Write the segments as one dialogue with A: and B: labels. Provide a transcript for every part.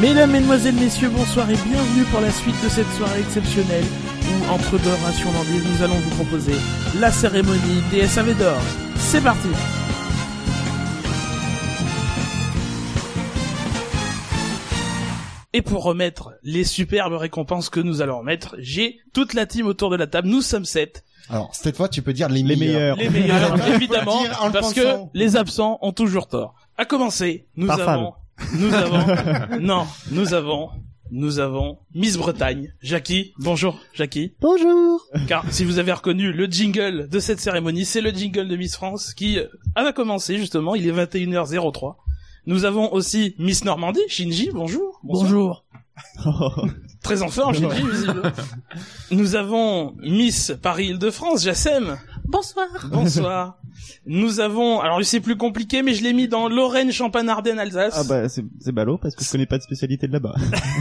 A: Mesdames, Mesdemoiselles, Messieurs, bonsoir et bienvenue pour la suite de cette soirée exceptionnelle où, entre deux rations d'endives, nous allons vous proposer la cérémonie des SAV d'or. C'est parti Et pour remettre les superbes récompenses que nous allons remettre, j'ai toute la team autour de la table, nous sommes sept,
B: Alors, cette fois, tu peux dire les,
C: Les
B: meilleurs.
C: meilleurs.
A: les meilleurs,
B: Faut le
A: évidemment,
B: dire en le
A: parce que
B: pensant.
A: les absents ont toujours tort. À commencer, nous
C: Par
A: avons, nous avons, non, nous avons, nous avons Miss Bretagne, Jackie. Bonjour, Jackie.
D: Bonjour
A: Car si vous avez reconnu le jingle de cette cérémonie, c'est le jingle de Miss France qui euh, va commencer justement. Il est 21h03. Nous avons aussi Miss Normandie, Shinji. Bonjour. Bonsoir.
D: Bonjour
A: Très en forme, Shinji. visiblement. Nous avons Miss Paris-Île-de-France, Jassem.
D: Bonsoir
A: Bonsoir. Nous avons, alors c'est plus compliqué, mais je l'ai mis dans Lorraine, Champagne, Ardennes, Alsace.
C: Ah bah c'est c'est ballot parce que je connais pas de spécialité de là-bas.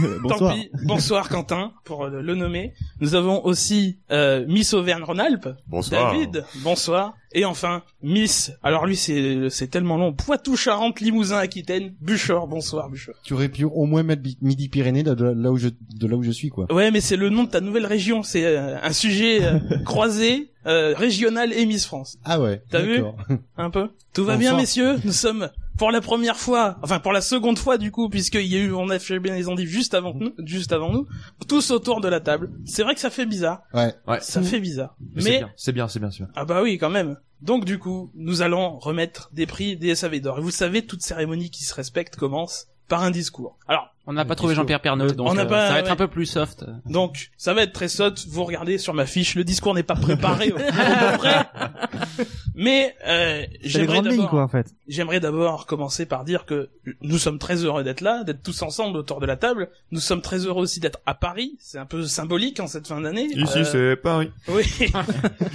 C: Euh,
A: Tant
C: Bonsoir.
A: pis. Bonsoir Quentin, pour euh, le, le nommer. Nous avons aussi euh, Miss Auvergne-Rhône-Alpes,
E: Bonsoir.
A: David. Bonsoir. Et enfin Miss, alors lui c'est c'est tellement long, Poitou-Charentes-Limousin-Aquitaine, Buchor. Bonsoir Buchor.
B: Tu aurais pu au moins mettre Bi- Midi-Pyrénées de, de là où je, de là où je suis, quoi.
A: Ouais, mais c'est le nom de ta nouvelle région. C'est euh, un sujet euh, croisé euh, régional et Miss France.
B: Ah ouais.
A: T'as vu
B: d'accord.
A: un peu. Tout va
B: Bonsoir.
A: bien, messieurs. Nous sommes pour la première fois, enfin pour la seconde fois du coup, puisqu'il y a eu, on a fait bien les endives juste avant nous, juste avant nous, tous autour de la table. C'est vrai que ça fait bizarre.
B: Ouais.
E: Ouais.
F: Mm.
A: Ça fait bizarre.
E: Mais c'est
A: Mais
E: bien, c'est bien, c'est bien, c'est bien.
A: ah bah oui, quand même. Donc du coup, nous allons remettre des prix des SAV d'or. Et vous le savez, toute cérémonie qui se respecte commence par un discours. Alors,
F: On n'a pas trouvé Jean-Pierre Pernaut, donc
A: On n'a
F: euh,
A: pas-
F: ça va être
A: ouais.
F: un peu plus soft.
A: donc, ça va être très sotte. Vous regardez sur ma fiche, le discours n'est pas préparé. on est pas prêt. Mais euh,
C: C'est les
A: j'aimerais
C: grandes lignes
A: d'abord-
C: quoi en fait.
A: J'aimerais d'abord commencer par dire que nous sommes très heureux d'être là, d'être tous ensemble autour de la table. Nous sommes très heureux aussi d'être à Paris. C'est un peu symbolique en cette fin d'année. Euh,
E: c'est Paris.
A: Oui.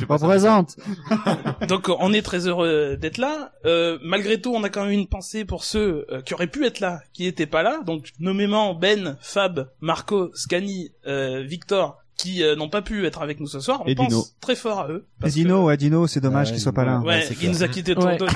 C: Représente.
A: Donc on est très heureux d'être là. Euh, malgré tout, on a quand même une pensée pour ceux euh, qui auraient pu être là, qui n'étaient pas là. Donc nommément Ben, Fab, Marco, Scani, euh, Victor, qui euh, n'ont pas pu être avec nous ce soir. On
C: Et
A: pense
C: Dino. Ah,
A: très fort à eux. parce que-
C: Dino, ouais Dino, c'est dommage
B: Ah Ouais,
C: qu'il soit pas là.
B: Dino.
A: Ouais,
B: Ouais, c'est
A: il
B: clair.
A: nous a quitté trop
F: Ouais.
A: tôt.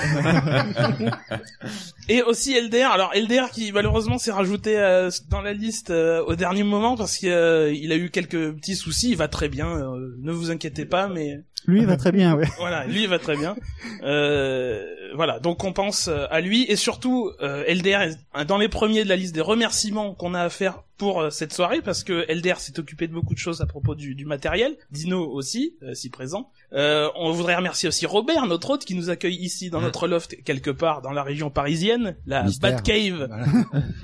A: Et aussi LDR. Alors LDR qui malheureusement s'est rajouté euh, dans la liste euh, au dernier moment parce qu'il a eu quelques petits soucis. Il va très bien. euh, ne vous inquiétez pas, mais
C: Lui il va très bien, ouais.
A: voilà, lui il va très bien. Euh, voilà, donc on pense euh, à lui et surtout euh, LDR est un- dans les premiers de la liste des remerciements qu'on a à faire pour euh, cette soirée parce que LDR s'est occupé de beaucoup de choses à propos du, du matériel, Dino aussi, euh, si présent. Euh, on voudrait remercier aussi Robert, notre hôte, qui nous accueille ici dans notre loft quelque part dans la région parisienne, la
B: Mystère.
A: Batcave,
B: Voilà.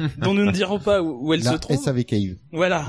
A: dont nous ne dirons pas où, où elle
B: La
A: se trouve.
B: SAV Cave.
A: Voilà.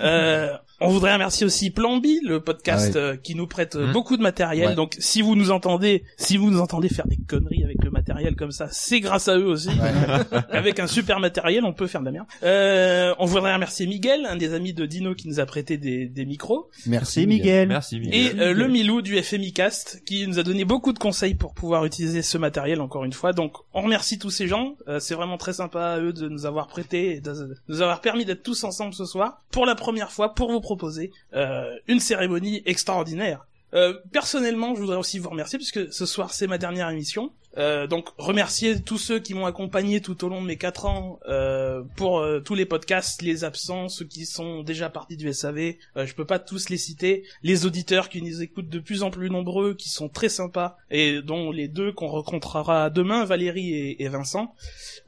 A: euh, on voudrait remercier aussi Plan B, le podcast
B: Ah
A: euh, qui nous prête euh,
E: Mhm.
A: beaucoup de matériel.
B: Ouais.
A: Donc si vous nous entendez, si vous nous entendez faire des conneries avec le matériel comme ça, c'est grâce à eux aussi.
B: Ouais.
A: avec un super matériel, on peut faire de la merde. Euh, on voudrait remercier Miguel, un des amis de Dino qui nous a prêté des, des micros,
B: Merci.
C: C'est Miguel.
E: Merci,
A: et
E: Miguel.
A: euh, le Milou du FMI Cast qui nous a donné beaucoup de conseils pour pouvoir utiliser ce matériel encore une fois. Donc on remercie tous ces gens, Euh, c'est vraiment très sympa à eux de nous avoir prêté, et de de nous avoir permis d'être tous ensemble ce soir pour la première fois pour vous proposer euh, une cérémonie extraordinaire. Euh, personnellement, je voudrais aussi vous remercier puisque ce soir c'est ma dernière émission. Euh, donc remercier tous ceux qui m'ont accompagné tout au long de mes quatre ans euh, pour euh, tous les podcasts, les absents, ceux qui sont déjà partis du SAV. Euh, je peux pas tous les citer. Les auditeurs qui nous écoutent de plus en plus nombreux, qui sont très sympas et dont les deux qu'on rencontrera demain, Valérie et, et Vincent.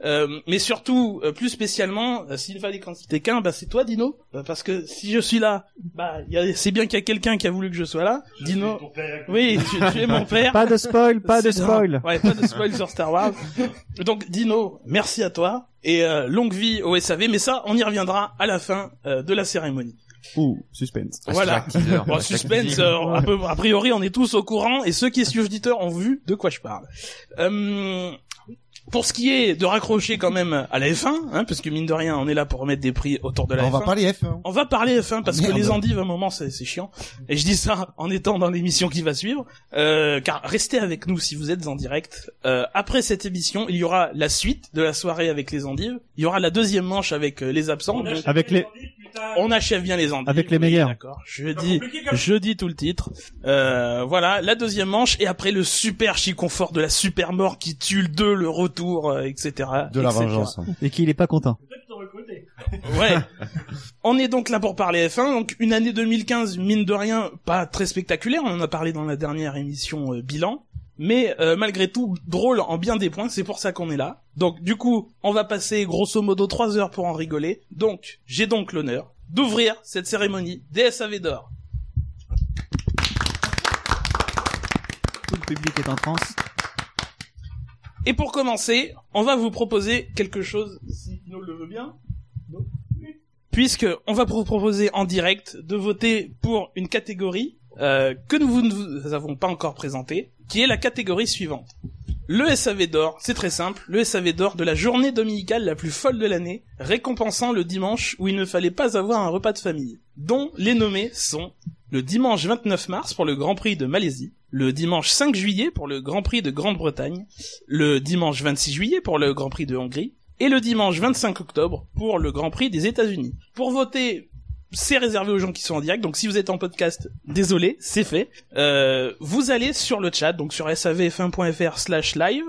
A: Euh, mais surtout, euh, plus spécialement, euh, s'il fallait qu'en citer qu'un, bah c'est toi, Dino, Euh, parce que si je suis là, bah il y a- c'est bien qu'il y a quelqu'un qui a voulu que je sois là. Dino, oui, tu, tu es mon père.
C: Pas de spoil, pas de
A: C'est
C: spoil.
A: dingue. Ouais, pas de spoil sur Star Wars. Donc Dino, merci à toi et euh, longue vie au SAV, mais ça on y reviendra à la fin euh, de la cérémonie.
C: Ouh, suspense.
E: Ah, c'est
A: voilà.
E: chaque teaser,
A: Bon,
E: chaque
A: suspense,
E: teaser. Ah.
A: euh, un peu- a priori on est tous au courant et ceux qui sont auditeurs ont vu de quoi je parle. Euh, pour ce qui est de raccrocher quand même à la F1, hein, parce que mine de rien on est là pour remettre des prix autour de la
B: On
A: F1.
B: va parler F1.
A: On va parler F1 parce
B: Ah,
A: que
B: merde.
A: les endives à un moment c'est c'est chiant et je dis ça en étant dans l'émission qui va suivre euh, car restez avec nous si vous êtes en direct Euh, après cette émission il y aura la suite de la soirée avec les endives il y aura la deuxième manche avec euh, les absents Donc,
C: Avec les
A: on achève bien les endives
C: Avec les
A: Oui,
C: meilleurs.
A: d'accord je dis je dis tout le titre Euh, voilà la deuxième manche et après le super chiconfort de la super mort qui tue le 2 le retour euh, etc
B: De la
A: etc.
B: vengeance. hein.
C: et qu'il est pas content.
A: Ouais. on est donc là pour parler F1. Donc une année 2015, mine de rien, pas très spectaculaire. On en a parlé dans la dernière émission euh, bilan. Mais euh, malgré tout, drôle en bien des points, c'est pour ça qu'on est là. Donc du coup, on va passer grosso modo 3 heures pour en rigoler. Donc j'ai donc l'honneur d'ouvrir cette cérémonie des SAV d'or.
C: Tout le public est en transe.
A: Et pour commencer, on va vous proposer quelque chose, si Pino le veut bien. Non Oui. Puisque on va vous proposer en direct de voter pour une catégorie euh, que nous vous ne vous avons pas encore présentée, qui est la catégorie suivante. Le SAV d'or, c'est très simple, le SAV d'or de la journée dominicale la plus folle de l'année, récompensant le dimanche où il ne fallait pas avoir un repas de famille, dont les nommés sont le dimanche 29 mars pour le Grand Prix de Malaisie, le dimanche 5 juillet pour le Grand Prix de Grande-Bretagne, le dimanche 26 juillet pour le Grand Prix de Hongrie et le dimanche 25 octobre pour le Grand Prix des États-Unis. Pour voter, c'est réservé aux gens qui sont en direct, donc si vous êtes en podcast, désolé, c'est fait. Euh, vous allez sur le chat, donc sur savf1.fr slash live,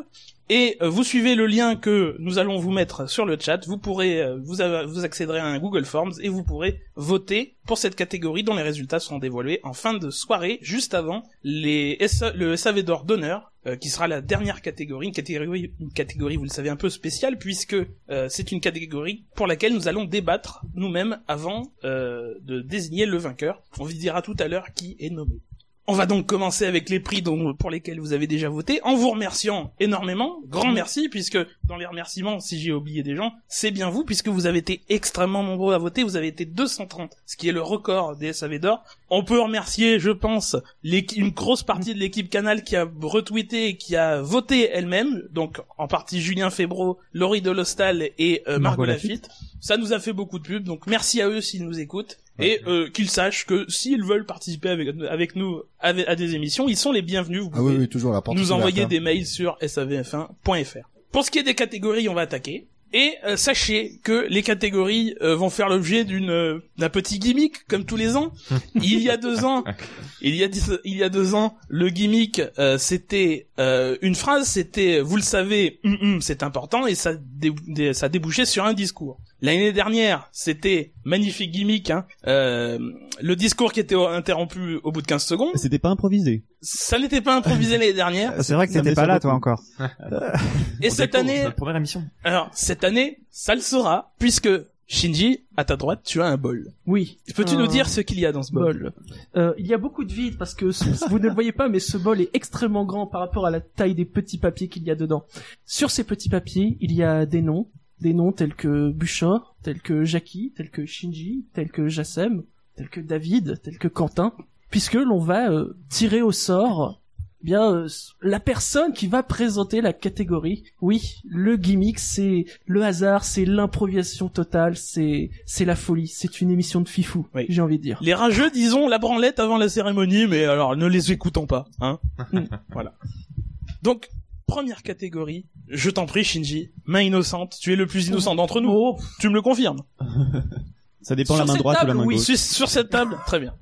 A: et euh, vous suivez le lien que nous allons vous mettre sur le chat, vous pourrez, euh, vous, avez- vous accéderez à un Google Forms et vous pourrez voter pour cette catégorie dont les résultats seront dévoilés en fin de soirée, juste avant les SA le SAV d'or d'honneur, euh, qui sera la dernière catégorie, une catégorie, une catégorie, vous le savez, un peu spéciale, puisque euh, c'est une catégorie pour laquelle nous allons débattre nous-mêmes avant euh, de désigner le vainqueur. On vous dira tout à l'heure qui est nommé. On va donc commencer avec les prix dont, pour lesquels vous avez déjà voté, en vous remerciant énormément, grand merci, puisque dans les remerciements, si j'ai oublié des gens, c'est bien vous, puisque vous avez été extrêmement nombreux à voter, vous avez été 230, ce qui est le record des SAV d'or. On peut remercier, je pense, l'équi- une grosse partie de l'équipe Canal qui a retweeté et qui a voté elle-même, donc en partie Julien Febro, Laurie Delostal et euh, Margot,
C: Margot
A: Lafitte. Ça nous a fait beaucoup de pubs, donc merci à eux s'ils nous écoutent. Et euh, qu'ils sachent que s'ils veulent participer avec, avec nous avec- à des émissions, ils sont les bienvenus. Vous
B: Ah oui,
A: pouvez
B: oui, toujours la porte.
A: nous
B: ouverte,
A: envoyer
B: hein.
A: des mails sur savf1.fr. Pour ce qui est des catégories, on va attaquer. Et euh, sachez que les catégories euh, vont faire l'objet d'une euh, d'un petit gimmick comme tous les ans. Il y a deux ans, il y a dix- il y a deux ans, le gimmick euh, c'était euh, une phrase, c'était vous le savez, hum, hum, c'est important et ça dé- dé- ça débouchait sur un discours. L'année dernière, c'était magnifique gimmick, hein, euh, le discours qui était interrompu au bout de 15 secondes.
C: C'était pas improvisé.
A: Ça n'était pas improvisé l'année dernière.
C: Ah, C'est vrai que
B: Non,
C: t'étais
B: mais
C: pas
B: ça
C: là,
B: vaut
C: toi,
B: le
C: encore.
A: Et cette année,
D: Notre première émission.
A: alors cette année, ça le sera, puisque Shinji, à ta droite, tu as un bol.
E: Oui.
A: Peux-tu
E: Un
A: nous dire ce qu'il y a dans ce bol,
E: bol. Euh, il y a beaucoup de vide parce que ce- vous ne le voyez pas, mais ce bol est extrêmement grand par rapport à la taille des petits papiers qu'il y a dedans. Sur ces petits papiers, il y a des noms, des noms tels que Buchor, tels que Jackie, tels que Shinji, tels que Jassem, tels que David, tels que Quentin, puisque l'on va euh, tirer au sort eh bien euh, la personne qui va présenter la catégorie. Oui, le gimmick, c'est le hasard, c'est l'improvisation totale, c'est c'est la folie, c'est une émission de fifou,
A: Oui.
E: j'ai envie de dire.
A: Les rageux, disons, la branlette avant la cérémonie, mais alors ne les écoutons pas, hein. Mm. voilà. Donc, première catégorie, je t'en prie, Shinji, main innocente, tu es le plus innocent d'entre nous,
E: Oh,
A: tu me le confirmes.
C: Ça dépend
A: sur
C: la main
A: cette
C: droite
A: table,
C: ou la main
A: oui,
C: gauche.
A: sur, sur cette table, très bien.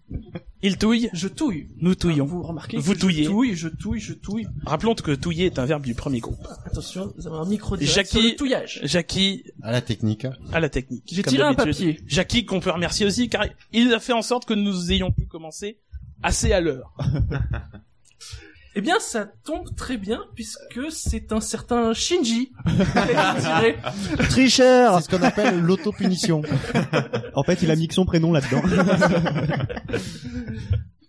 A: Il touille,
E: je touille.
A: nous touillons.
E: Vous remarquez que
A: Vous touillez.
E: Je touille, je touille, je touille.
A: Rappelons que touiller est un verbe du premier groupe.
E: Attention, nous avons un micro direct
A: Jackie-
E: sur le touillage.
A: Jackie,
B: À la technique. hein.
A: à la technique.
E: J'ai
A: comme
E: tiré un
A: d'habitude.
E: papier.
A: Jackie qu'on peut remercier aussi car il a fait en sorte que nous ayons pu commencer assez à l'heure.
E: Eh bien, ça tombe très bien puisque c'est un certain Shinji. Je dirais.
C: Tricheur!
B: C'est ce qu'on appelle l'autopunition.
C: En fait, il a mis que son prénom là-dedans.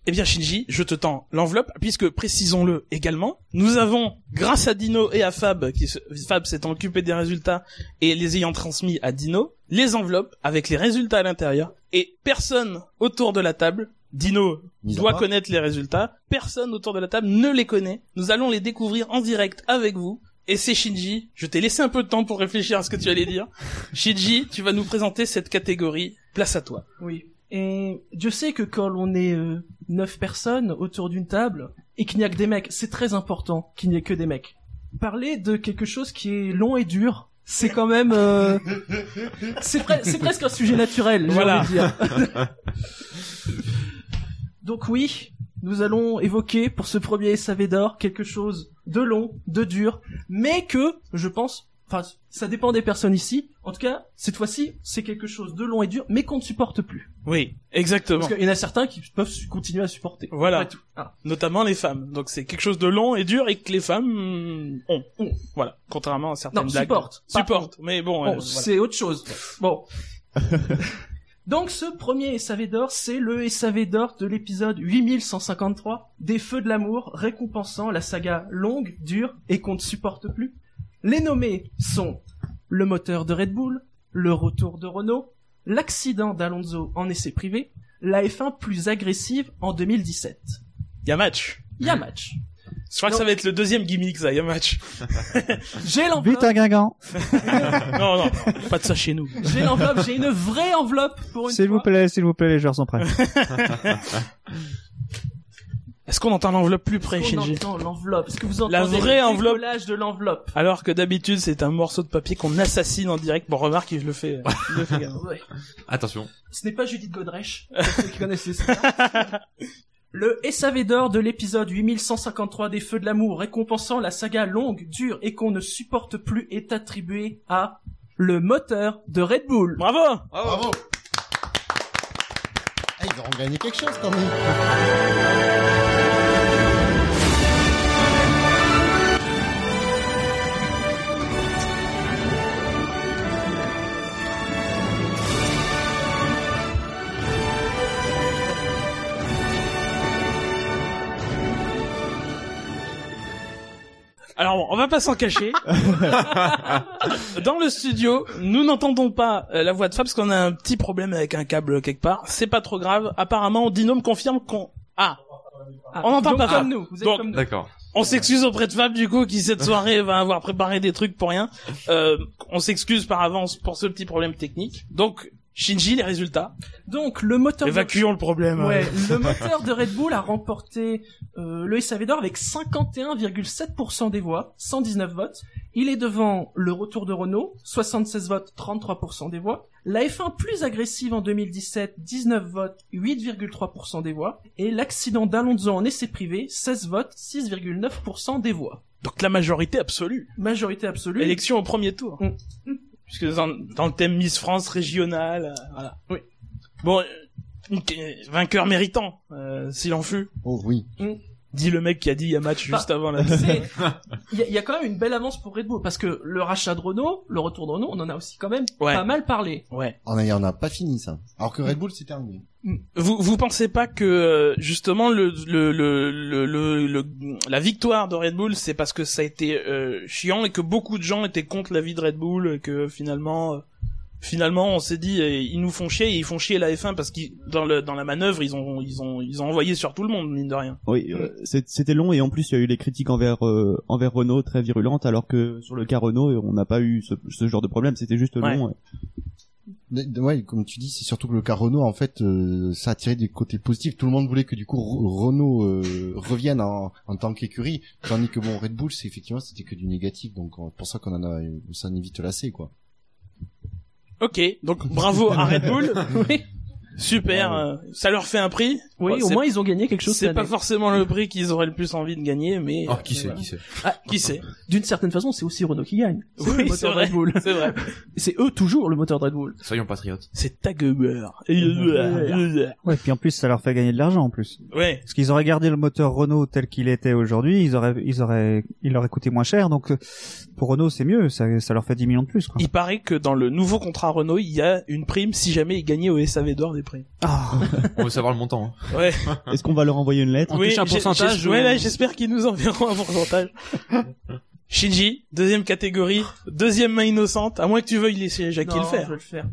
A: Eh bien Shinji, je te tends l'enveloppe puisque précisons-le également, nous avons grâce à Dino et à Fab qui se- Fab s'étant occupé des résultats et les ayant transmis à Dino, les enveloppes avec les résultats à l'intérieur et personne autour de la table Dino
B: Mis à
A: doit
B: part.
A: connaître les résultats. Personne autour de la table ne les connaît. Nous allons les découvrir en direct avec vous. Et c'est Shinji. Je t'ai laissé un peu de temps pour réfléchir à ce que tu allais dire. Shinji, tu vas nous présenter cette catégorie. Place à toi.
E: Oui. Et Dieu sait que quand on est euh, neuf personnes autour d'une table et qu'il n'y a que des mecs, c'est très important qu'il n'y ait que des mecs. Parler de quelque chose qui est long et dur, c'est quand même, euh, c'est pre- c'est presque un sujet naturel, j'ai
A: Voilà.
E: envie de dire. Donc oui, nous allons évoquer pour ce premier SAV d'or quelque chose de long, de dur, mais que, je pense, Enfin, ça dépend des personnes ici. En tout cas, cette fois-ci, c'est quelque chose de long et dur, mais qu'on ne supporte plus.
A: Oui, exactement.
E: Parce qu'il y en a certains qui peuvent su- continuer à supporter.
A: Voilà.
E: Après tout. Ah.
A: Notamment les femmes. Donc c'est quelque chose de long et dur et que les femmes mm, ont. ont. Voilà. Contrairement à certaines
E: Non,
A: blagues.
E: supporte. Pas
A: Supporte. Mais bon,
E: Bon,
A: euh, voilà.
E: c'est autre chose. Bon. Donc ce premier SAV d'or, c'est le SAV d'or de l'épisode 8153 des Feux de l'amour, récompensant la saga longue, dure et qu'on ne supporte plus. Les nommés sont le moteur de Red Bull, le retour de Renault, l'accident d'Alonso en essai privé, la F1 plus agressive en 2017.
A: y a match.
E: Y a match.
A: Je crois que
E: Non.
A: ça va être le deuxième gimmick, ça. Y a match.
E: J'ai
C: Vite
E: l'enveloppe,
C: un Guingamp,
A: non, non. Pas de ça chez nous.
E: j'ai l'enveloppe, j'ai une vraie enveloppe pour une
C: s'il vous
E: fois.
C: plaît, s'il vous plaît, les joueurs sont prêts.
A: Est-ce qu'on entend l'enveloppe plus près,
E: On
A: Shinji
E: entend l'enveloppe. Est-ce que vous entendez
A: La vraie
E: le
A: enveloppe.
E: décollage de l'enveloppe
A: Alors que d'habitude, c'est un morceau de papier qu'on assassine en direct. Bon, remarque, il le fait. il le hein. fait également.
E: Ouais.
D: Attention.
E: Ce n'est pas Judith Godrèche, pour ceux qui connaissent les sagas. Le SAV d'or de l'épisode 8153 des Feux de l'amour récompensant la saga longue, dure et qu'on ne supporte plus est attribué à le moteur de Red Bull.
A: Bravo
B: Bravo Ah, Ils auront gagné quelque chose quand même.
A: Alors bon, on va pas s'en cacher. Dans le studio, nous n'entendons pas euh, la voix de Fab parce qu'on a un petit problème avec un câble quelque part. C'est pas trop grave. Apparemment, Dino me confirme qu'on... Ah,
E: Ah,
A: on n'entend
E: donc
A: pas
E: comme
A: Fab.
E: nous. Vous êtes
A: Donc-
E: comme nous.
D: D'accord.
A: on s'excuse auprès de Fab du coup qui cette soirée va avoir préparé des trucs pour rien. Euh, on s'excuse par avance pour ce petit problème technique. Donc, Shinji, les résultats.
E: Donc le moteur de...
A: Évacuons le problème. hein.
E: Ouais, le moteur de Red Bull a remporté euh, le SAV d'or avec 51,7% des voix, 119 votes. Il est devant le retour de Renault, 76 votes, 33% des voix. La F1 plus agressive en 2017, 19 votes, 8,3% des voix. Et l'accident d'Alonso en essai privé, 16 votes, 6,9% des voix.
A: Donc la majorité absolue.
E: Majorité absolue.
A: Élection au premier tour.
E: Mm.
A: Puisque dans, dans le thème Miss France régionale, euh, voilà.
E: Oui.
A: Bon, euh, une- vainqueur méritant, euh, s'il en fut.
B: Oh oui.
E: Mm.
A: Dit le mec qui a dit il y a match
E: Bah.
A: juste avant la.
E: C'est- Il y, a- il y a quand même une belle avance pour Red Bull parce que le rachat de Renault, le retour de Renault, on en a aussi quand même
A: Ouais.
E: pas mal parlé.
A: Ouais.
B: On a, on a pas fini ça. Alors que Red Bull c'est terminé.
A: Vous vous pensez pas que euh, justement le le, le le le le- la victoire de Red Bull c'est parce que ça a été euh, chiant et que beaucoup de gens étaient contre la vie de Red Bull et que finalement euh, finalement on s'est dit euh, ils nous font chier et ils font chier la F1 parce qu'ils dans le dans la manœuvre ils ont ils ont ils ont envoyé sur tout le monde mine de rien.
C: Oui, euh, c'est- c'était long et en plus il y a eu les critiques envers euh, envers Renault très virulentes alors que sur le cas Renault euh, on n'a pas eu ce, ce genre de problème, c'était juste
A: Ouais.
C: long.
B: Mais, de- Ouais, comme tu dis, c'est surtout que le cas Renault, en fait, euh, ça a tiré des côtés positifs. Tout le monde voulait que du coup Re- Renault euh, revienne en, en tant qu'écurie, tandis que bon, Red Bull, c'est effectivement, c'était que du négatif, donc euh, pour ça qu'on en a, ça en est vite lassé, quoi.
A: OK, donc bravo à Red Bull.
E: Oui,
A: Super,
B: Ouais.
A: euh, ça leur fait un prix. Bon,
E: oui au
A: c'est-
E: moins ils ont gagné quelque chose.
A: C'est
E: cette
A: pas
E: année.
A: forcément le prix qu'ils auraient le plus envie de gagner mais
D: Oh,
E: euh,
D: qui
A: mais
D: sait,
A: voilà. Ah,
D: qui sait.
A: qui sait
E: D'une certaine façon, c'est aussi Renault qui gagne. C'est
A: Oui,
E: eux le
A: c'est
E: moteur
A: vrai.
E: Red Bull.
A: C'est vrai.
E: C'est eux toujours le moteur de Red Bull.
D: Soyons patriotes.
A: C'est Tageber. Ouais.
G: Ouais, puis en plus, ça leur fait gagner de l'argent en plus. Parce qu'ils auraient gardé le moteur Renault tel qu'il était aujourd'hui, ils auraient, ils auraient, il aurait coûté moins cher. Donc euh, pour Renault, c'est mieux, ça, ça leur fait 10 millions de plus. Quoi.
A: Il paraît que dans le nouveau contrat Renault, il y a une prime si jamais il gagnait au SAV d'or des primes.
G: Ah,
D: On veut savoir le montant. hein.
A: Ouais.
C: euh. Est-ce qu'on va leur envoyer une lettre
A: oui,
F: touche un
A: j'ai-
F: pourcentage
A: j'ai-
F: ou-
A: ouais, là, j'espère qu'ils nous enverront un pourcentage. Shinji, deuxième catégorie, deuxième main innocente, à moins que tu veuilles laisser Jackie
E: Non,
A: le
E: Je
A: faire.
E: vais le faire.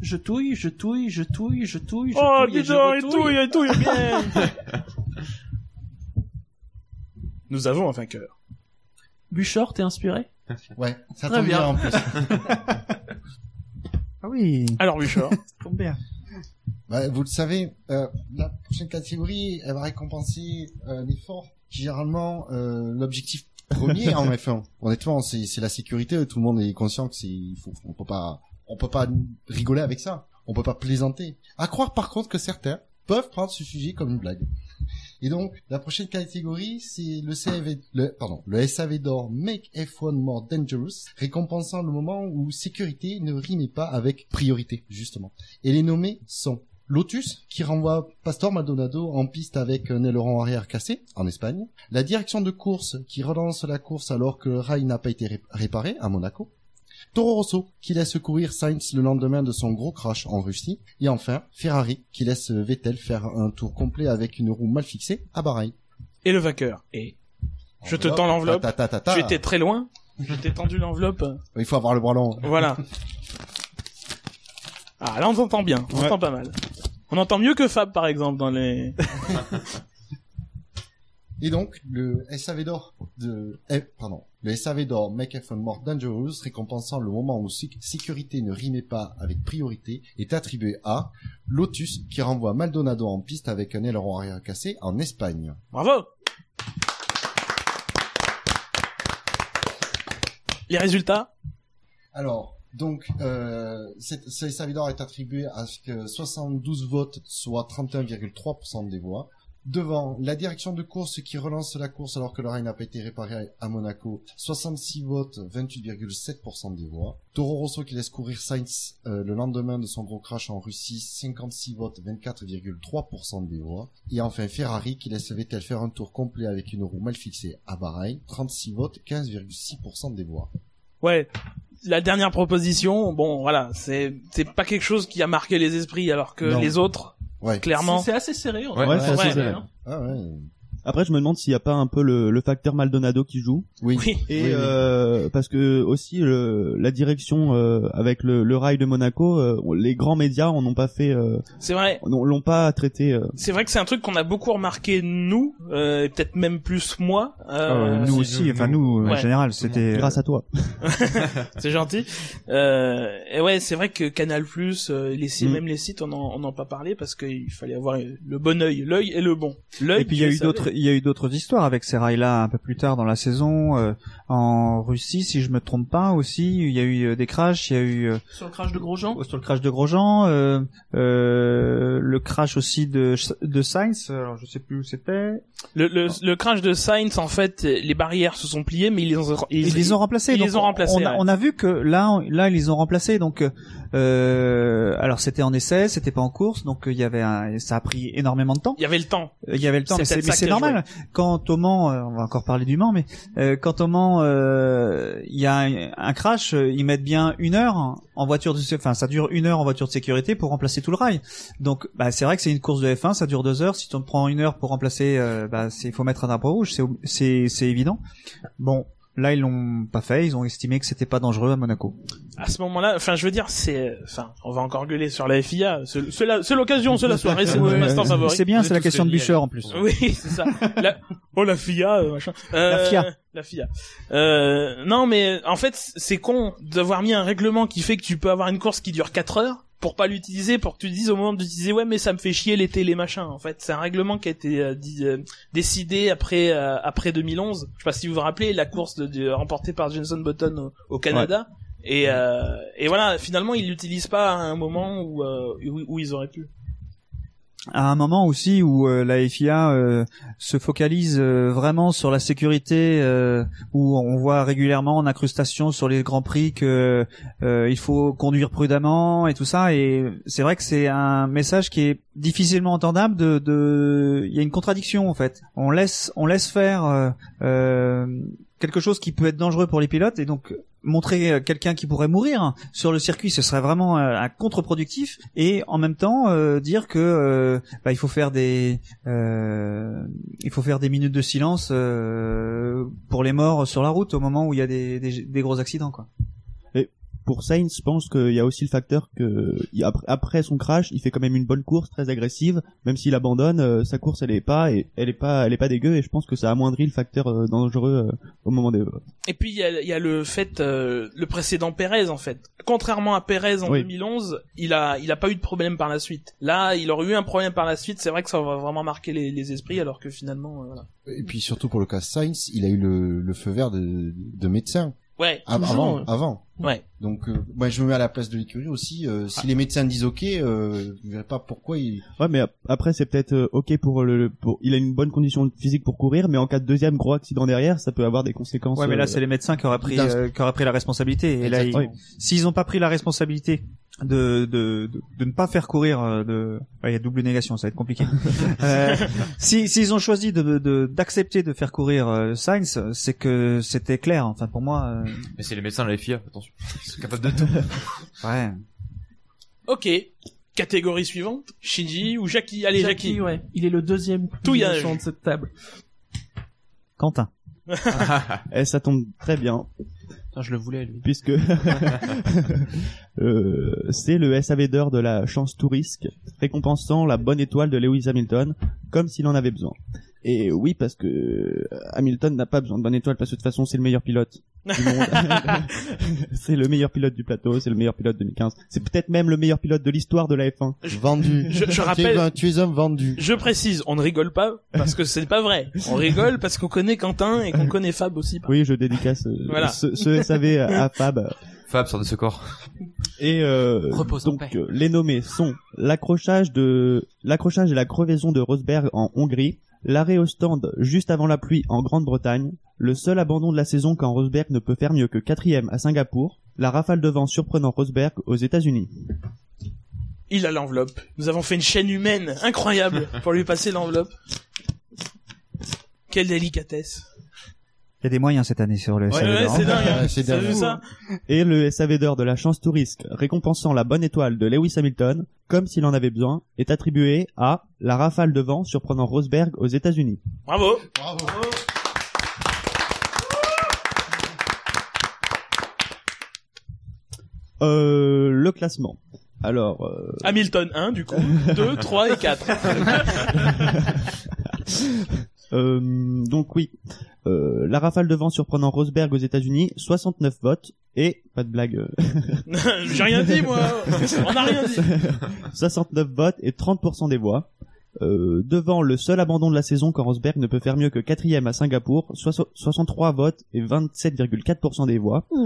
E: Je touille, je touille, je touille, je touille, je
A: Oh,
E: touille. et
A: dis
E: je
A: donc, et
E: retouille.
A: tout, et tout, et bien. Nous avons un vainqueur.
E: Buchor, t'es inspiré
B: Ouais, ça
E: Très
B: tombe bien.
E: bien.
B: en plus.
G: ah oui,
A: Alors, Bouchard.
G: tombe bien.
B: Bah, vous le savez, euh, la prochaine catégorie, elle va récompenser euh, l'effort. Généralement, euh, l'objectif premier en F1. Honnêtement, c'est c'est la sécurité. Tout le monde est conscient que c'est, il faut, on peut pas, on peut pas rigoler avec ça. On peut pas plaisanter. À croire par contre que certains peuvent prendre ce sujet comme une blague. Et donc, la prochaine catégorie, c'est le CAV, le, pardon, le SAV d'or Make F1 More Dangerous, récompensant le moment où sécurité ne rimait pas avec priorité, justement. Et les nommés sont Lotus, qui renvoie Pastor Maldonado en piste avec un aileron arrière cassé, en Espagne. La direction de course, qui relance la course alors que le rail n'a pas été ré- réparé, à Monaco. Toro Rosso, qui laisse courir Sainz le lendemain de son gros crash en Russie. Et enfin, Ferrari, qui laisse Vettel faire un tour complet avec une roue mal fixée à Bahreï.
A: Et le vainqueur Et Je te tends l'enveloppe.
B: Ta, ta, ta, ta, ta.
A: Tu étais très loin. Je t'ai tendu l'enveloppe.
B: Il faut avoir le bras long.
A: Voilà. Ah, là, on t'entend bien. On t'entend pas mal. On entend mieux que Fab, par exemple, dans les...
B: Et donc, le SAV d'or de, eh, pardon, le SAV d'or Make F1 More Dangerous, récompensant le moment où sé- sécurité ne rimait pas avec priorité, est attribué à Lotus, qui renvoie Maldonado en piste avec un aileron arrière cassé en Espagne.
A: Bravo Les résultats
B: Alors, donc, euh, cette- ce SAV d'or est attribué à ce que 72 votes, soit 31,3% des voix. Devant, la direction de course qui relance la course alors que le rail n'a pas été réparé à Monaco, 66 votes, 28,7% des voix. Toro Rosso qui laisse courir Sainz euh, le lendemain de son gros crash en Russie, 56 votes, 24,3% des voix. Et enfin Ferrari qui laisse Vettel faire un tour complet avec une roue mal fixée à Bahreïn, 36 votes, 15,6% des voix.
A: Ouais. La dernière proposition, bon, voilà, c'est c'est pas quelque chose qui a marqué les esprits, alors que
C: Non.
A: les autres,
B: Ouais.
A: clairement...
E: C'est- C'est assez serré. hein. en
H: Ouais,
A: Ouais,
C: Ouais, c'est assez
A: ouais.
C: serré.
B: Ah ouais.
C: Après, je me demande s'il n'y a pas un peu le, le facteur Maldonado qui joue.
B: Oui.
A: Oui.
C: Et
B: Oui, oui.
C: euh, parce que aussi le, la direction euh, avec le, le rail de Monaco, euh, on- les grands médias en ont pas fait, euh,
A: C'est vrai.
C: n'ont- l'ont pas traité. euh.
A: C'est vrai que c'est un truc qu'on a beaucoup remarqué, nous, euh, et peut-être même plus moi. euh,
I: Ah nous
H: c'est
I: aussi,
H: nous,
I: enfin nous, en
A: Ouais.
I: général, c'était.
C: Grâce à toi.
A: C'est gentil. Euh, et ouais, c'est vrai que Canal Plus, euh, les sites,
C: Mm.
A: même les sites, on n'en on en pas parlé parce qu'il fallait avoir le bon œil, l'œil et le bon. L'œil.
I: Et puis il y a
A: tu
I: eu
A: savais.
I: d'autres, il y a eu d'autres histoires avec ces rails-là un peu plus tard dans la saison. euh, en Russie, si je me trompe pas, aussi il y a eu euh, des crashs, il y a eu euh,
E: Sur le crash de Grosjean.
I: sur le crash de Grosjean, euh, euh, le crash aussi de de Sainz. Alors je sais plus où c'était.
A: Le, le, le crash de Sainz, en fait, les barrières se sont pliées, mais ils les ont,
I: Ils, les ont remplacés.
A: ils
I: donc
A: les ont remplacés,
I: On a,
A: ouais.
I: on a vu que là, on- là ils les ont remplacés. Donc euh, alors c'était en essai, c'était pas en course, donc euh, il y avait un, ça a pris énormément de temps.
A: Il y avait le temps.
I: Euh, Il y avait le temps,
A: C'est
I: mais c'est,
A: peut-être
I: mais
A: ça
I: c'est
A: qui a joué.
I: normal. Quand au Mans, euh, on va encore parler du Mans, mais euh, quand au Mans, euh, il y a un, un crash, euh, ils mettent bien une heure en voiture de, sé- enfin ça dure une heure en voiture de sécurité pour remplacer tout le rail. Donc bah, c'est vrai que c'est une course de F1, ça dure deux heures. Si on prend une heure pour remplacer, euh, bah c'est faut mettre un drapeau rouge, c'est, c'est c'est évident. Bon. Là, ils l'ont pas fait. Ils ont estimé que c'était pas dangereux à Monaco.
A: À ce moment-là, enfin, je veux dire, c'est, enfin, on va encore gueuler sur la FIA. C'est c'est la- c'est l'occasion, c'est la soirée, c'est mon
I: Ouais,
A: instant favori.
I: c'est bien,
H: Vous
I: c'est
H: êtes
I: la
H: tous
I: question de
H: liés.
I: Bûcheur en plus.
A: Oui, c'est ça. La- Oh la FIA, euh, machin. Euh,
I: La FIA.
A: La FIA. Euh, non, mais en fait, c- c'est con d'avoir mis un règlement qui fait que tu peux avoir une course qui dure 4 heures pour pas l'utiliser, pour que tu te dises au moment d'utiliser, ouais, mais ça me fait chier les télé machin. En fait, c'est un règlement qui a été euh, dit, euh, décidé après euh, après 2011. Je sais pas si vous vous rappelez la course de, de- remportée par Jenson Button au, au Canada. Et, euh, et voilà, finalement, ils l'utilisent pas à un moment où, euh, où, où ils auraient pu.
I: à un moment aussi où euh, la FIA euh, se focalise euh, vraiment sur la sécurité, euh, où on voit régulièrement en incrustation sur les grands prix que euh, il faut conduire prudemment et tout ça. Et c'est vrai que c'est un message qui est difficilement entendable. De, de... il y a une contradiction en fait. On laisse, on laisse faire euh, euh, quelque chose qui peut être dangereux pour les pilotes et donc montrer euh, quelqu'un qui pourrait mourir sur le circuit, ce serait vraiment euh, un contre-productif. Et en même temps, euh, dire que euh, bah, il faut faire des euh, il faut faire des minutes de silence euh, pour les morts sur la route au moment où il y a des, des, des gros accidents. Quoi.
C: Pour Sainz, je pense qu'il y a aussi le facteur que il- après- après son crash, il fait quand même une bonne course, très agressive, même s'il abandonne. euh, sa course, elle est pas, et- elle est pas, elle est pas dégueu. Et je pense que ça amoindrit le facteur euh, dangereux euh, au moment des.
A: Et puis il y a, il y a le fait, euh, le précédent Pérez en fait. Contrairement à Pérez en
C: Oui.
A: 2011, il a, il a pas eu de problème par la suite. Là, il aurait eu un problème par la suite. C'est vrai que ça va vraiment marquer les, les esprits, alors que finalement, euh, voilà.
B: Et puis surtout pour le cas Sainz, il a eu le, le feu vert de, de médecin.
A: Ouais. hein.
B: Av-
E: Toujours,
B: Avant,
E: ouais.
B: avant.
A: Ouais. Ah.
B: Donc, euh, moi, je me mets à la place de l'écurie aussi. euh, si les médecins disent OK, euh, je verrai pas pourquoi ils.
C: Ouais, mais ap- après c'est peut-être euh, ok pour le, le- pour- il a une bonne condition physique pour courir, mais en cas de deuxième gros accident derrière, ça peut avoir des conséquences.
G: Ouais, mais là,
C: euh,
G: c'est les médecins qui auraient pris,
B: Putain,
G: euh, qui auraient pris la responsabilité. Et là, ils-
C: Exactement.
G: s'ils n'ont pas pris la responsabilité de, de, de, de ne pas faire courir, euh, de, ouais, il y a double négation, ça va être compliqué. euh, si, s'ils ont choisi de, de, d'accepter de faire courir euh, Sainz, c'est que c'était clair. Enfin, pour moi,
D: Mais c'est les médecins de la FIA, attention. Ils sont capables de tout.
G: euh, ouais.
A: Ok. Catégorie suivante. Shinji ou Jackie Allez, Jackie.
E: Jackie, ouais. Il est le deuxième plus
A: Touillage.
E: méchant de cette table.
G: Quentin.
C: eh, ça tombe très bien
F: Putain, je le voulais, lui.
C: puisque euh, c'est le SAV d'or de la chance tout risque récompensant la bonne étoile de Lewis Hamilton comme s'il en avait besoin. Et oui, parce que euh, Hamilton n'a pas besoin de bonne étoile parce que de toute façon c'est le meilleur pilote du monde. c'est le meilleur pilote du plateau, c'est le meilleur pilote de 2015, c'est peut-être même le meilleur pilote de l'histoire de la F1.
B: Vendu.
A: je- je
B: Tu es
A: rappelle-
B: un- Tu es un vendu.
A: Je précise, on ne rigole pas parce que c'est pas vrai. On rigole parce qu'on connaît Quentin et qu'on connaît Fab aussi.
C: Oui, je dédicace euh,
A: Voilà.
C: ce, ce SAV à, à Fab.
D: Fab sort de ce corps.
C: Et euh,
F: Repose en
C: donc
F: paix.
C: euh, les nommés sont l'accrochage de l'accrochage et la crevaison de Rosberg en Hongrie, l'arrêt au stand juste avant la pluie en Grande-Bretagne, le seul abandon de la saison quand Rosberg ne peut faire mieux que quatrième à Singapour, la rafale de vent surprenant Rosberg aux États-Unis.
A: Il a l'enveloppe. Nous avons fait une chaîne humaine incroyable pour lui passer l'enveloppe. Quelle délicatesse.
G: Il y a des moyens cette année sur le
A: Ouais,
G: SAV
A: ouais,
G: d'or.
A: c'est dingue. hein.
B: Ouais, Ah, c'est
A: T'as
B: dingue.
A: vu ça
C: Et le SAV d'or de la chance touriste récompensant la bonne étoile de Lewis Hamilton comme s'il en avait besoin est attribué à la rafale de vent surprenant Rosberg aux États-Unis.
A: Bravo.
B: Bravo.
C: Euh, le classement. Alors, euh,
A: Ah, Hamilton 1, du coup. 2, 3 et 4.
C: euh, donc oui, euh, la rafale de vent surprenant Rosberg aux États-Unis, 69 votes et pas de blague, euh,
A: J'ai rien dit, moi. On n'a rien dit.
C: 69 votes et 30% des voix. Euh, devant le seul abandon de la saison quand Rosberg ne peut faire mieux que quatrième à Singapour, soix- 63 votes et 27,4% des voix.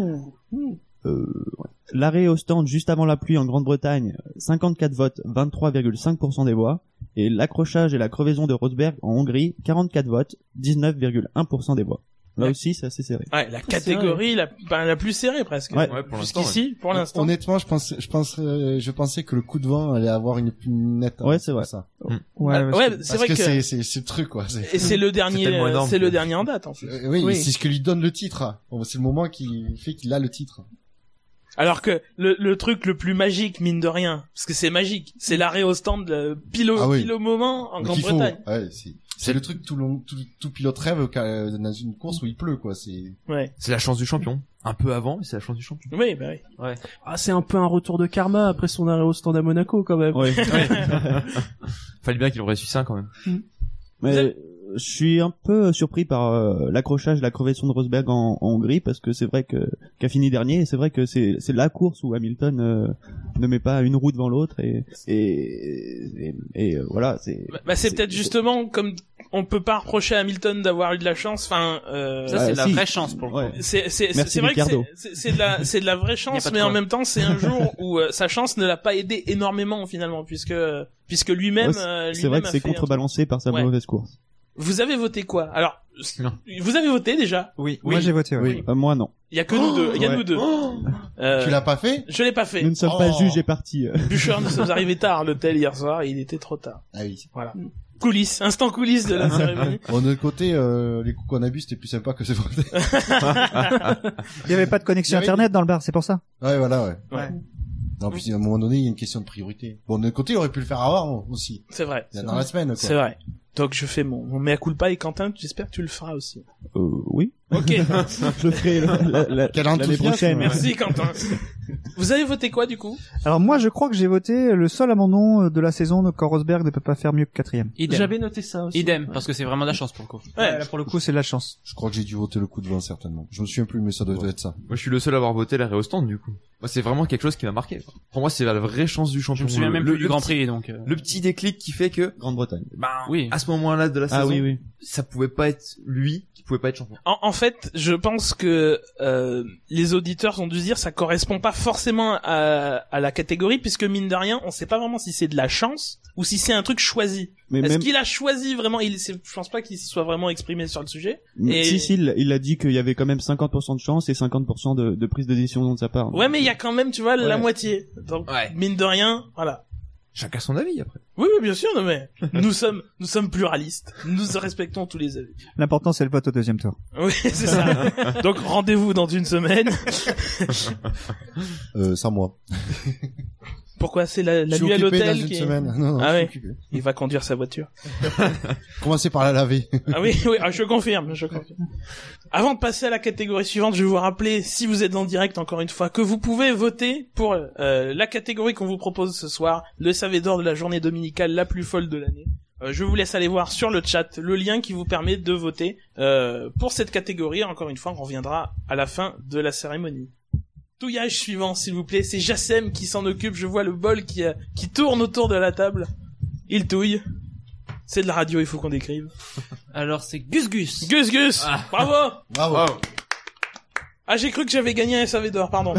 C: Euh, ouais. L'arrêt au stand juste avant la pluie en Grande-Bretagne, 54 votes, 23,5% des voix. Et l'accrochage et la crevaison de Rosberg en Hongrie, 44 votes, 19,1% des voix. Là
A: Ouais.
C: aussi, c'est assez serré.
A: Ouais, la catégorie la, ben, la plus serrée, presque.
C: Ouais.
D: Ouais, pour l'instant. ouais.
A: Jusqu'ici, pour l'instant.
B: Honnêtement, je pense, je pense, euh, je pensais que le coup de vent allait avoir une une nette. hein,
C: Ouais, c'est vrai.
B: Ça.
D: Hmm.
G: Ouais,
A: Ah,
G: parce
A: Ouais,
G: que-
A: c'est
B: Parce
A: vrai
B: que,
A: que,
B: c'est, c'est, c'est le truc, quoi. C'est-
A: et c'est le dernier, euh,
D: tellement énorme
A: c'est le
D: que-
A: dernier en date, en fait.
B: Euh, oui,
A: Oui.
B: c'est ce qui lui donne le titre. Bon, C'est le moment qui fait qu'il a le titre.
A: Alors que le, le truc le plus magique, mine de rien, parce que c'est magique, c'est l'arrêt au stand euh, pile, au,
B: Ah oui.
A: pile au moment en
B: Donc, il faut-
A: Grande-Bretagne.
B: ouais, c'est, c'est le truc tout, long, tout, tout pilote rêve quand, euh, dans une course où il pleut, quoi. C'est
A: Ouais.
D: C'est la chance du champion. Un peu avant, mais c'est la chance du champion.
A: Oui, bah oui.
E: Ah, c'est un peu un retour de karma après son arrêt au stand à Monaco, quand même.
C: Ouais.
D: Fallait bien qu'il aurait su ça quand même.
E: Hmm.
A: Vous
C: Mais
A: avez-
C: je suis un peu surpris par euh, l'accrochage, la crevaison de Rosberg en, en Hongrie parce que c'est vrai que qu'a fini dernier. et C'est vrai que c'est c'est la course où Hamilton euh, ne met pas une roue devant l'autre et et et, et, euh, voilà c'est.
A: Bah, bah, c'est peut-être justement comme on peut pas reprocher à Hamilton d'avoir eu de la chance. Enfin, euh,
F: Ça, c'est
C: Ouais,
F: la
C: si.
F: vraie chance pour le
C: Ouais.
A: c'est c'est c'est
C: Merci,
A: c'est vrai que
C: Ricardo.
A: c'est- c'est c'est de la c'est de la vraie
F: Il y a
A: chance,
F: pas de
A: mais en
F: problème.
A: même temps, c'est un jour où euh, sa chance ne l'a pas aidé énormément finalement, puisque puisque lui-même
C: Ouais,
A: euh,
C: C'est vrai
A: lui-même
C: que
A: a
C: c'est
A: fait un truc.
C: contrebalancé par sa
A: Ouais.
C: mauvaise course.
A: Vous avez voté quoi Alors,
D: Non.
A: vous avez voté déjà
G: oui, moi j'ai voté. ouais.
C: Euh, moi non.
A: Il y a que nous deux. Il y a
G: ouais.
A: nous deux. Euh,
B: Tu l'as pas fait
A: Je l'ai pas fait.
C: Oh Nous ne sommes pas
B: Oh.
C: juges et partis.
A: Bûcheur, nous sommes arrivés tard à l'hôtel hier soir et il était trop tard.
B: Ah oui. Ah.
A: Coulisses, instant coulisses de la cérémonie.
B: Bon, de l'autre côté, euh, les coups qu'on a bu, c'était plus sympa que ce qu'on Ouais,
G: Il y avait pas de connexion
B: Il y avait-
G: internet dans le bar, c'est pour ça.
B: voilà, ouais.
A: Ouais.
B: En plus, à un moment donné, il y a une question de priorité. Bon, de l'autre côté, il aurait pu le faire avant aussi.
A: C'est vrai.
B: Il y en a Dans la semaine, quoi.
A: C'est vrai. Donc je fais mon, mon mea culpa et Quentin, j'espère que tu le feras aussi.
C: Euh, oui.
A: Ok,
C: Je le ferai la- la- la-
B: Quel enthousiasme,
C: l'année prochaine.
B: ouais.
A: merci Quentin. Vous avez voté quoi du coup
I: Alors moi, je crois que j'ai voté le seul
G: euh,
I: amendement de la saison de quand Rosberg ne peut pas faire mieux que quatrième.
F: Idem.
E: J'avais noté ça aussi.
F: Idem, parce que c'est vraiment de la chance pour le coup.
A: Ouais,
I: Là, pour le coup, c'est de la chance.
B: Je crois que j'ai dû voter le coup de vin, certainement. Je me souviens plus, mais ça doit
D: Ouais.
B: être ça.
D: Moi, je suis le seul à avoir voté l'arrêt au stand, du coup. Moi, c'est vraiment quelque chose qui m'a marqué. quoi. Pour moi, c'est la vraie chance du champion.
F: Je me souviens
D: Le-
F: même
D: le-
F: plus du
D: le
F: Grand
D: petit-
F: Prix, donc. euh,
D: Le petit déclic qui fait que,
C: Grande-Bretagne.
D: bah,
F: Oui.
D: à ce moment-là de la
E: Ah
D: saison,
C: oui.
D: ça pouvait pas être lui qui pouvait pas être champion.
A: En, en fait, je pense que euh, les auditeurs ont dû se dire ça correspond pas forcément à, à la catégorie puisque mine de rien, on sait pas vraiment si c'est de la chance ou si c'est un truc choisi.
C: Mais
A: Est-ce
C: même,
A: qu'il a choisi vraiment Il, c'est- je pense pas qu'il se soit vraiment exprimé sur le sujet. Et-
C: si, si, il, il a dit qu'il y avait quand même 50% de chance et 50% de, de prise de décision de sa part.
A: Ouais, mais il y a quand même, tu vois, la
C: Ouais.
A: moitié. Donc
D: Ouais.
A: mine de rien, voilà.
D: Chacun son avis après.
A: Oui, oui, bien sûr, non mais nous sommes, nous sommes pluralistes. Nous respectons tous les avis.
I: L'important, c'est le vote au deuxième tour.
A: Oui, c'est ça. Donc rendez-vous dans une semaine.
B: Euh, sans moi.
A: Pourquoi c'est la, la
B: je suis
A: nuit à
B: occupé dans
A: l'hôtel
B: une
A: qui est-
B: semaine. Non, non,
A: Ah
B: je
A: ouais.
B: suis occupé.
A: Il va conduire sa voiture.
B: Commencez par la laver.
A: Ah oui, oui, ah, je confirme, je confirme. Avant de passer à la catégorie suivante, je vais vous rappeler, si vous êtes en direct encore une fois, que vous pouvez voter pour euh, la catégorie qu'on vous propose ce soir, le savet d'or de la journée dominicale la plus folle de l'année. Euh, je vous laisse aller voir sur le chat le lien qui vous permet de voter euh, pour cette catégorie. Encore une fois, on reviendra à la fin de la cérémonie. Touillage suivant, s'il vous plaît. C'est Jassem qui s'en occupe. Je vois le bol qui, euh, qui tourne autour de la table. Il touille. C'est de la radio, il faut qu'on décrive.
F: Alors, c'est Gus Gus.
A: Gus Gus
F: Ah.
A: Bravo
B: Bravo.
A: Ah, j'ai cru que j'avais gagné un SAV d'or, pardon.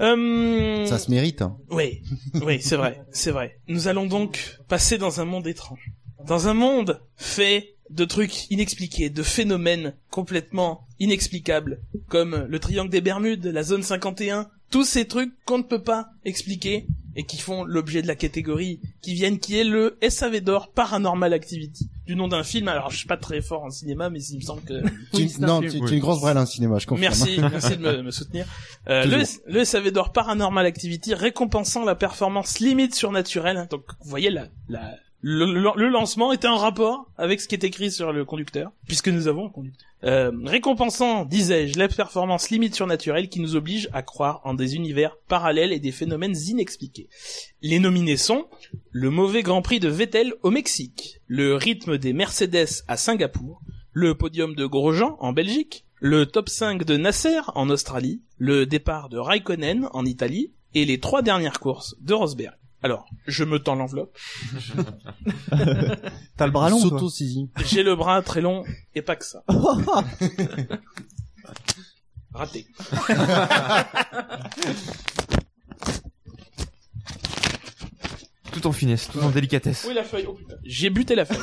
A: euh...
B: Ça se mérite. hein.
A: Oui, oui, c'est vrai, c'est vrai. Nous allons donc passer dans un monde étrange. Dans un monde fait de trucs inexpliqués, de phénomènes complètement inexplicables, comme le triangle des Bermudes, la zone 51, tous ces trucs qu'on ne peut pas expliquer et qui font l'objet de la catégorie qui viennent, qui est le SAV d'or Paranormal Activity, du nom d'un film. Alors, je suis pas très fort en cinéma, mais il me semble que
B: Tu-
E: Oui, c'est un
B: non,
E: film.
B: tu, tu
D: Oui.
B: es une grosse brêle en cinéma, je confirme.
A: Merci, merci de me, me soutenir. Euh, le, le SAV d'or Paranormal Activity récompensant la performance limite surnaturelle. Donc, vous voyez, la, la, le, le- le lancement était en rapport avec ce qui est écrit sur le conducteur, puisque nous avons un conducteur. Euh, récompensant, disais-je, la performance limite surnaturelle qui nous oblige à croire en des univers parallèles et des phénomènes inexpliqués. Les nominés sont le mauvais Grand Prix de Vettel au Mexique, le rythme des Mercedes à Singapour, le podium de Grosjean en Belgique, le top 5 de Nasser en Australie, le départ de Raikkonen en Italie et les trois dernières courses de Rosberg. Alors, je me tends l'enveloppe.
I: T'as le bras long, toi.
B: S'auto-saisi.
A: J'ai le bras très long et pas que ça. Raté.
D: Tout en finesse, tout en délicatesse.
A: Oui, la feuille. Oh putain. J'ai buté la feuille.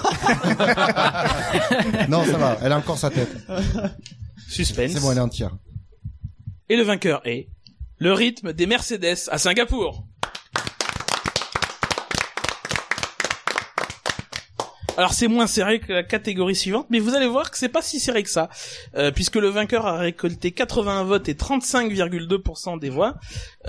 B: Non, ça va. Elle a encore sa tête.
A: Suspense.
B: C'est bon, elle est entière.
A: Et le vainqueur est le rythme des Mercedes à Singapour. Alors c'est moins serré que la catégorie suivante, mais vous allez voir que c'est pas si serré que ça, euh, puisque le vainqueur a récolté 81 votes et 35,2% des voix.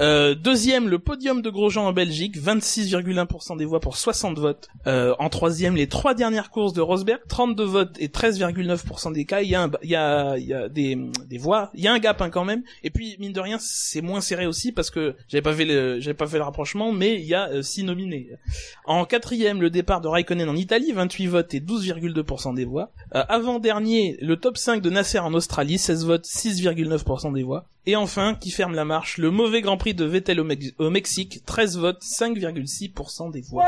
A: Euh, deuxième, le podium de Grosjean en Belgique, 26,1% des voix pour 60 votes. Euh, en troisième, les trois dernières courses de Rosberg, 32 votes et 13,9% des cas. Il y a, un, il y a, il y a des, des voix, il y a un gap hein, quand même. Et puis mine de rien, c'est moins serré aussi parce que j'avais pas fait le, j'avais pas fait le rapprochement, mais il y a 6 nominés. En quatrième, le départ de Raikkonen en Italie, 28 votes et 12,2% des voix. Euh, Avant-dernier, le top 5 de Nasser en Australie, 16 votes, 6,9% des voix. Et enfin, qui ferme la marche, le mauvais Grand Prix de Vettel au, Mex- au Mexique, 13 votes, 5,6% des voix.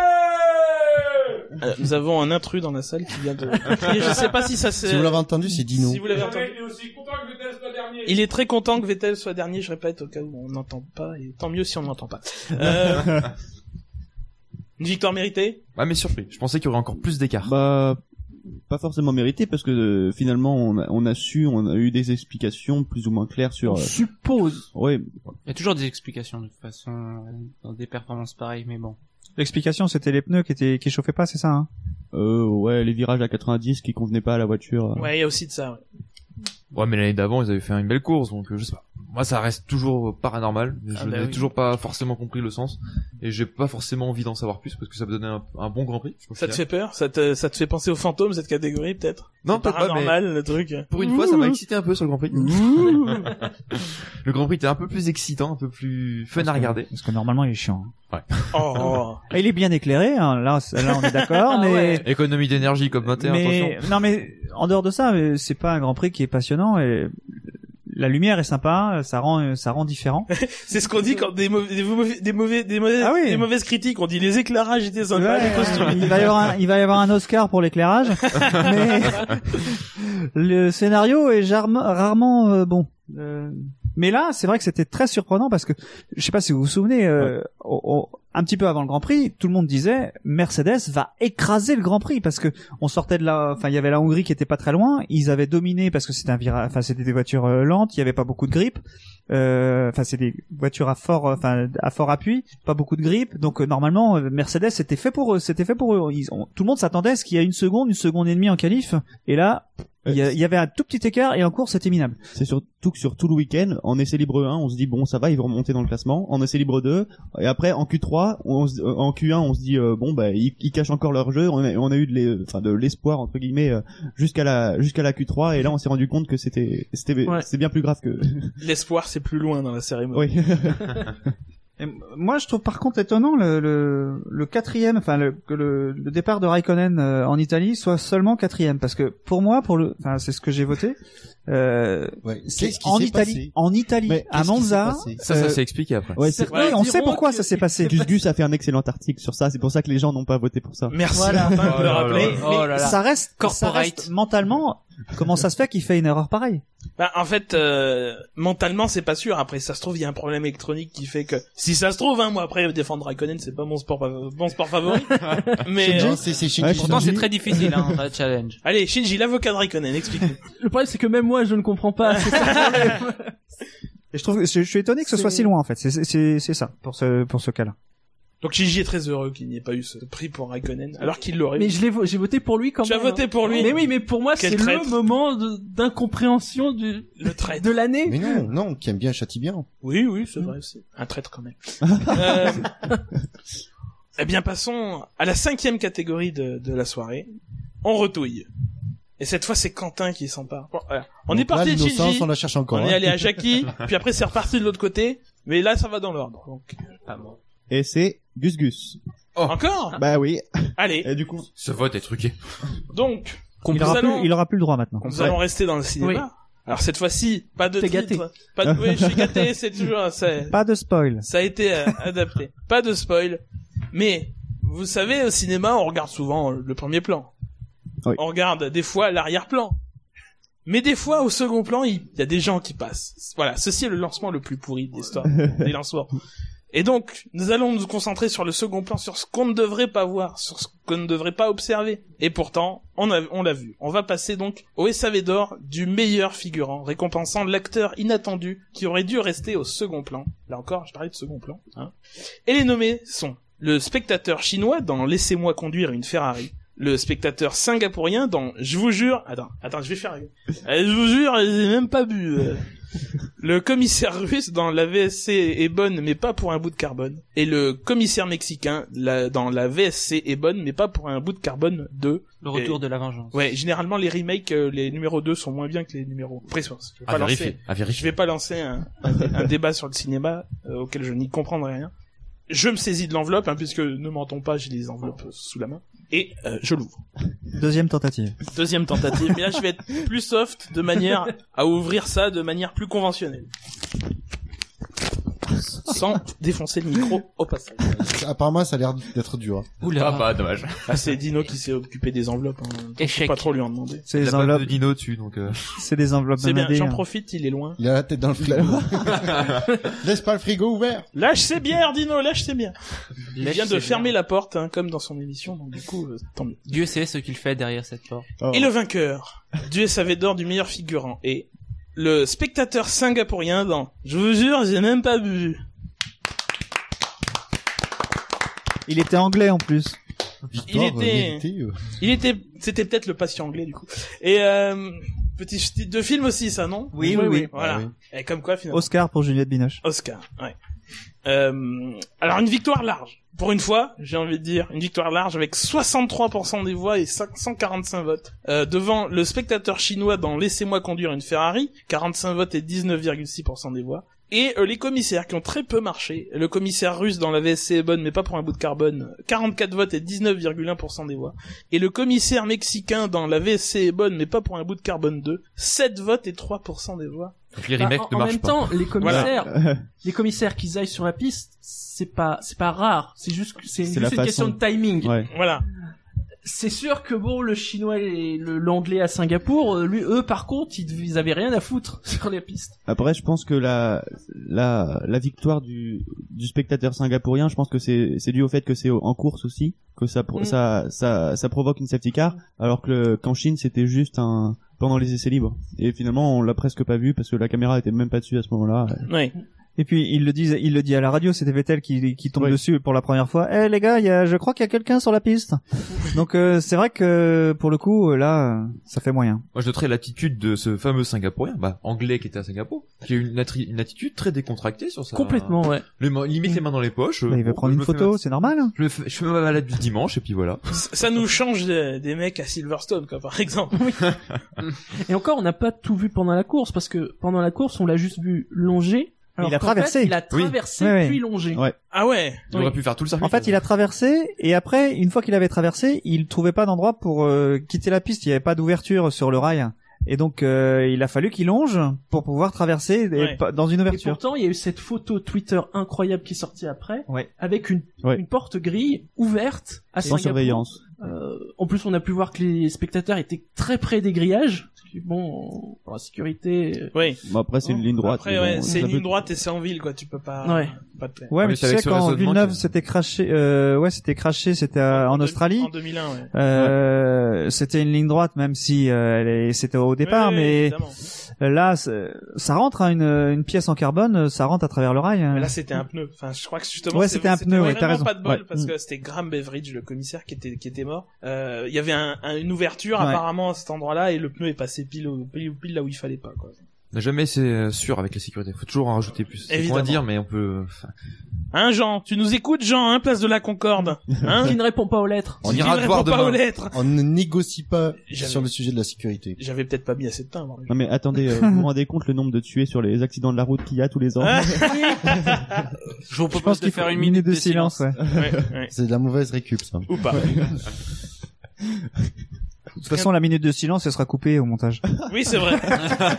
A: Euh, nous avons un intrus dans la salle qui vient de... crier. Je sais pas si ça c'est...
B: Si vous l'avez entendu, c'est Dino.
A: Si vous l'avez entendu. Il est très content que Vettel soit dernier, je répète, au cas où on n'entend pas, et tant mieux si on n'entend pas. Euh, Une victoire méritée
D: Ouais, Ah, mais surpris. Je pensais qu'il y aurait encore plus d'écart.
C: Bah, pas forcément mérité parce que euh, finalement on a, on a su, on a eu des explications plus ou moins claires
E: On
C: sur. euh,
E: suppose.
C: ouais,
F: Il y a toujours des explications, de toute façon, euh, dans des performances pareilles, mais bon.
I: L'explication, c'était les pneus qui étaient, qui chauffaient pas, c'est ça, hein
C: euh, ouais, les virages à 90 qui convenaient pas à la voiture. euh.
A: Ouais, il y a aussi de ça, ouais.
D: Ouais, mais l'année d'avant, ils avaient fait une belle course, donc euh, je sais pas. moi, ça reste toujours paranormal. Je
A: Ah bah
D: n'ai
A: oui.
D: toujours pas forcément compris le sens. Et j'ai pas forcément envie d'en savoir plus parce que ça peut donner un, un bon grand prix. au
A: Ça te
D: final.
A: fait peur ça te, ça te fait penser aux fantômes, cette catégorie, peut-être
D: Non,
A: C'est
D: peut-être pas, mais-
A: paranormal, le truc.
D: Pour une fois, ça m'a excité un peu sur le grand prix. le grand prix était un peu plus excitant, un peu plus fun à regarder.
G: Parce que normalement, il est chiant.
A: Oh, oh.
G: Ah, Il est bien éclairé, hein. là, c- là, on est d'accord,
F: Ah
G: mais...
F: ouais.
D: Économie d'énergie comme 21,
G: mais
D: attention.
G: non, mais en dehors de ça, euh, c'est pas un Grand Prix qui est passionnant. Et la lumière est sympa, ça rend, euh, ça rend différent.
A: C'est ce qu'on dit quand des, mauvais, des, mauvais, des, mauvais, des, mauvais-
G: Ah oui.
A: des mauvaises critiques. On dit les éclairages étaient sympas,
G: Ouais,
A: les costumes.
G: il va y avoir, un, il va y avoir un Oscar pour l'éclairage, mais le scénario est jarme- rarement euh, bon. Euh, mais là, c'est vrai que c'était très surprenant parce que je sais pas si vous vous souvenez, euh, au- au- un petit peu avant le Grand Prix, tout le monde disait Mercedes va écraser le Grand Prix parce que on sortait de la, enfin il y avait la Hongrie qui était pas très loin, ils avaient dominé parce que c'était un virage, enfin c'était des voitures euh, lentes, il y avait pas beaucoup de grippe, Euh, enfin c'est des voitures à fort, euh, enfin à fort appui, pas beaucoup de grippe, donc euh, normalement euh, Mercedes c'était fait pour eux, c'était fait pour eux, Ils ont- tout le monde s'attendait à ce qu'il y a une seconde, une seconde et demie en qualif, et là il y, a- il y avait un tout petit écart et en course c'était minable.
C: C'est surtout que sur tout le week-end, en essai libre 1, on se dit bon ça va, ils vont remonter dans le classement. En essai libre 2, et après en Q3, on se- euh, en Q1, on se dit euh, bon bah ils, ils cachent encore leur jeu. On a, on a eu de l'es- enfin, de l'espoir entre guillemets euh, jusqu'à la jusqu'à la Q3 et là on s'est rendu compte que c'était c'était
E: Ouais.
C: c'est bien plus grave que
A: L'espoir, c'est plus loin dans la cérémonie.
C: oui.
I: Et m- moi, je trouve par contre étonnant le, le, le quatrième, enfin le, que le, le départ de Raikkonen euh, en Italie soit seulement quatrième, parce que pour moi, pour le, enfin c'est ce que j'ai voté, euh,
B: Ouais.
G: C'est
B: Qu'est-ce qui
G: en
B: s'est
G: Italie,
B: passé
G: en Italie,
B: Mais
G: à
B: qu'est-ce qui s'est
G: Monza.
B: passé
D: Ça, ça
G: euh,
D: s'est expliqué après.
C: Ouais, c'est-
E: Certains
G: oui, on
E: diront
G: sait pourquoi
E: que
G: ça s'est
E: il
G: passé.
C: Gus Gus a fait un excellent article sur ça. C'est pour ça que les gens n'ont pas voté pour ça.
A: Merci
E: Voilà.
A: Martin, de
D: Oh
A: le
D: là
A: rappeler.
D: là.
F: Oh là là.
G: Ça reste, ça
F: Corporate.
G: reste mentalement. Comment ça se fait qu'il fait une erreur pareille
A: Bah, en fait, euh, mentalement, c'est pas sûr. Après, ça se trouve, il y a un problème électronique qui fait que... Si ça se trouve, hein, moi, après, défendre Raikkonen, c'est pas mon sport, fa- mon sport favori. mais... euh,
B: Non, c'est c'est
C: Ouais,
B: Shinji.
F: Pourtant,
C: Shinji.
F: c'est très difficile, hein, la challenge.
A: Allez, Shinji, l'avocat de Raikkonen, explique-nous.
E: Le problème, c'est que même moi, je ne comprends pas. C'est ça le problème.
I: et je trouve, je, je suis étonné que ce
E: C'est-
I: soit si loin en fait. C'est- C'est c'est- c'est ça pour ce pour ce cas-là.
A: Donc Shinji est très heureux qu'il n'y ait pas eu ce prix pour Raikkonen, alors qu'il l'aurait.
E: Mais je l'ai, vo- j'ai voté pour lui quand
A: Tu as
E: même.
A: voté
E: hein.
A: pour lui.
E: Mais oui, mais pour moi,
A: Quel
E: c'est le
A: traître.
E: moment de- d'incompréhension du,
A: Le traître.
E: de l'année.
B: Mais non, non, qui aime bien châtie bien.
A: Oui, oui, c'est vrai aussi. Un traître quand même. Euh, Eh bien, passons à la cinquième catégorie de, de la soirée. On retouille. Et cette fois, c'est Quentin qui s'empare. Bon, voilà. On est
B: Donc là,
A: parti de
B: l'innocence,
A: Shinji,
B: on la cherche
A: on
B: encore.
A: est
B: hein.
A: allé à Jackie, puis après c'est reparti de l'autre côté. Mais là, ça va dans l'ordre. Donc,
C: Et c'est Gus Gus.
A: Encore
C: Bah oui.
A: Allez,
C: Et du coup,
D: Ce vote est truqué.
A: donc,
I: Il
A: nous
I: aura
A: allons-
I: plus, il aura plus le droit maintenant.
A: Nous allons rester dans le cinéma.
E: Oui.
A: Alors cette fois-ci, pas de
E: T'es
A: titre,
E: gâté.
A: pas de... Oui, je suis gâté, c'est toujours ça.
I: Pas de spoil.
A: Ça a été euh, adapté. Pas de spoil, mais vous savez, au cinéma, on regarde souvent euh, le premier plan.
C: Oui.
A: On regarde des fois l'arrière-plan. Mais des fois, au second plan, il il y a des gens qui passent. Voilà, ceci est le lancement le plus pourri de l'histoire des lancements. Et donc, nous allons nous concentrer sur le second plan, sur ce qu'on ne devrait pas voir, sur ce qu'on ne devrait pas observer. Et pourtant, on a- on l'a vu. On va passer donc au SAV d'or du meilleur figurant, récompensant l'acteur inattendu qui aurait dû rester au second plan. Là encore, je parlais de second plan. hein. Et les nommés sont le spectateur chinois dans Laissez-moi conduire une Ferrari, le spectateur singapourien dans Je vous jure... Attends, attends, je vais faire... Euh, Je vous jure, j'ai même pas bu... euh. Le commissaire russe dans la VSC est bonne mais pas pour un bout de carbone. Et le commissaire mexicain la- dans la VSC est bonne mais pas pour un bout de carbone 2.
F: Le retour de la vengeance.
A: Ouais, généralement les remakes, euh, les numéros 2 sont moins bien que les numéros. Après, je vais
D: À
A: pas lancer,
D: vérifier. À
A: je
D: vérifier.
A: vais pas lancer un, un- un débat sur le cinéma euh, auquel je n'y comprendrai rien. Je me saisis de l'enveloppe, hein, puisque ne mentons pas, j'ai les enveloppes euh, sous la main. Et euh, je l'ouvre.
G: Deuxième tentative.
A: Deuxième tentative, mais là je vais être plus soft de manière à ouvrir ça de manière plus conventionnelle. Sans défoncer le micro au passage.
B: Apparemment, ça a l'air d'être dur.
D: Ah bah, dommage.
A: Ah, c'est Dino qui s'est occupé des enveloppes. hein.
F: Échec.
A: Faut Pas trop lui en demander.
I: C'est
D: Il
I: des
D: a pas de
I: enveloppes,
D: dino dessus, donc euh,
I: c'est des enveloppes
A: C'est bien,
I: blindées,
A: j'en
I: hein.
A: profite, il est loin.
B: Il a la tête dans le frigo. Laisse pas le frigo ouvert.
A: Lâche ses bières, Dino, lâche ses bières. Il
F: Lèche
A: vient de
F: ses
A: fermer
F: bières.
A: la porte, hein, comme dans son émission, donc du coup, euh, tant mieux.
F: Dieu sait ce qu'il fait derrière cette porte.
C: oh.
A: Et le vainqueur du SAV d'or du meilleur figurant est le spectateur singapourien dans Je vous jure, j'ai même pas bu.
I: Il était anglais en plus.
B: Victoire,
A: était-
B: euh, méritée, euh.
A: Il était, c'était peut-être le patient anglais du coup. Et euh, Petit ch- de film aussi, ça, non
G: Oui, oui, oui.
A: Voilà.
B: Ah oui.
A: Et comme quoi, finalement.
I: Oscar pour Juliette Binoche.
A: Oscar, ouais. Euh, alors une victoire large. Pour une fois, j'ai envie de dire une victoire large avec 63% des voix et 545 votes. Euh, devant le spectateur chinois dans Laissez-moi conduire une Ferrari, 45 votes et 19,6% des voix. Et euh, les commissaires qui ont très peu marché. Le commissaire russe dans la VSC est bonne mais pas pour un bout de carbone, 44 votes et 19,1% des voix. Et le commissaire mexicain dans la VSC est bonne mais pas pour un bout de carbone 2, 7 votes et 3% des voix.
D: Donc les
E: Bah,
D: remakes
E: en,
D: ne
E: en
D: marchent
E: même
D: pas.
E: temps, les commissaires, les commissaires qu'ils aillent sur la piste, c'est pas, c'est pas rare. C'est juste, que- c'est
C: C'est
E: juste
C: la
E: une
C: façon.
E: question de timing.
C: Ouais.
A: Voilà.
E: C'est sûr que bon, le chinois et le- l'anglais à Singapour, euh, lui, eux, par contre, ils, ils avaient rien à foutre sur les pistes.
C: Après, je pense que la la, la victoire du, du spectateur singapourien, je pense que c'est c'est dû au fait que c'est en course aussi que ça pro-
E: Mm.
C: ça, ça ça provoque une safety car, alors que le- qu'en Chine c'était juste un pendant les essais libres. Et finalement, on l'a presque pas vu parce que la caméra était même pas dessus à ce moment-là.
A: Ouais.
I: Et puis il le dit, il le dit à la radio, c'était Vettel qui, qui tombe
C: Oui.
I: dessus pour la première fois. Eh les gars, il y a- je crois qu'il y a quelqu'un sur la piste. Donc euh, c'est vrai que pour le coup là, euh, ça fait moyen.
D: Moi, je noterais l'attitude de ce fameux Singapourien, bah, anglais qui était à Singapour, qui a eu une, attri- une attitude très décontractée sur ça.
E: Complètement, ouais.
D: limite les mains dans les poches. euh,
I: Bah, il va
D: bon,
I: prendre
D: je
I: une
D: me fais
I: photo,
D: ma-
I: c'est normal.
G: hein.
D: Je, me fais- je fais ma balade du dimanche et puis voilà.
A: ça nous change des, des mecs à Silverstone, quoi, par exemple.
E: Et encore, on n'a pas tout vu pendant la course parce que pendant la course, on l'a juste vu longer. alors
I: il a
E: qu'en
I: traversé.
E: fait, il a traversé
I: Oui. Oui,
E: puis longé.
C: Ouais.
A: Ah ouais.
D: Il
E: Oui.
D: aurait pu faire tout
A: Ah
D: le circuit.
I: En fait, il a traversé et après, une fois qu'il avait traversé, il trouvait pas d'endroit pour euh, quitter la piste. Il n'y avait pas d'ouverture sur le rail. Et donc, euh, il a fallu qu'il longe pour pouvoir traverser et
A: Ouais.
I: pas- dans une
E: Et
I: ouverture.
E: pourtant, il y a eu cette photo Twitter incroyable qui est sortie après,
I: Ouais.
E: avec une,
C: Ouais.
E: une porte grille ouverte à
C: Sans
E: Singapour.
C: surveillance.
E: Euh, en plus, on a pu voir que les spectateurs étaient très près des grillages. Parce que, Bon, pour la sécurité. euh,
A: Oui.
C: Bon, après, c'est une
E: Oh.
C: ligne droite.
A: Après,
C: mais
A: ouais,
C: bon,
A: c'est
C: ça
A: une
C: peut-
A: ligne droite et c'est en ville, quoi. Tu peux pas.
E: Ouais.
A: Pas te...
I: Ouais,
D: Ouais,
I: mais
D: mais Ah c'est
I: tu
D: avec
I: sais
D: ce
I: quand
D: raisonnement
I: Villeneuve
D: que-
I: s'était craché, euh, ouais, c'était craché, c'était à- en
A: deux-
I: Australie.
A: En 2001, ouais.
I: Euh, c'était une ligne droite, même si euh, elle est- c'était au départ,
A: Ouais, ouais,
I: mais
A: évidemment.
I: là, c'est- ça rentre à une, une pièce en carbone, ça rentre à travers le rail. hein.
A: Mais là, c'était un pneu. Enfin, je crois que justement.
I: Ouais,
A: c'est-
I: c'était un pneu, ouais,
A: vraiment
I: t'as raison.
A: Pas de bol
I: Ouais.
A: parce
I: Mm.
A: que c'était Graham Beveridge, le commissaire, qui était qui était mort. Euh, Il y avait un, un- une ouverture
I: Ouais.
A: apparemment à cet endroit-là et le pneu est passé pile, au- pile, pile là où il fallait pas, quoi.
D: On n'a jamais c'est sûr avec la sécurité. Faut toujours en rajouter plus. C'est con à
A: Évidemment.
D: dire, mais on peut.
A: Hein, Jean, tu nous écoutes, Jean, hein, place de la Concorde. Hein
E: Qui ne répond pas aux lettres.
D: On
A: Tu
D: ira
A: ne
D: te voir
A: réponds pas
D: demain.
A: aux lettres.
B: On ne négocie pas
A: Jamais.
B: sur le sujet de la sécurité.
A: J'avais peut-être pas mis assez de timbre.
C: Non mais attendez, euh, vous vous rendez compte le nombre de tués sur les accidents de la route qu'il y a tous les ans
A: Ah,
F: Je vous
I: je
F: propose
I: pense
F: de
I: qu'il faut
F: faire une minute de silence.
I: ouais.
A: Ouais, ouais.
B: C'est de la mauvaise récup, ça.
A: Ou pas.
I: De toute façon, la minute de silence, elle sera coupée au montage.
A: Oui, c'est vrai.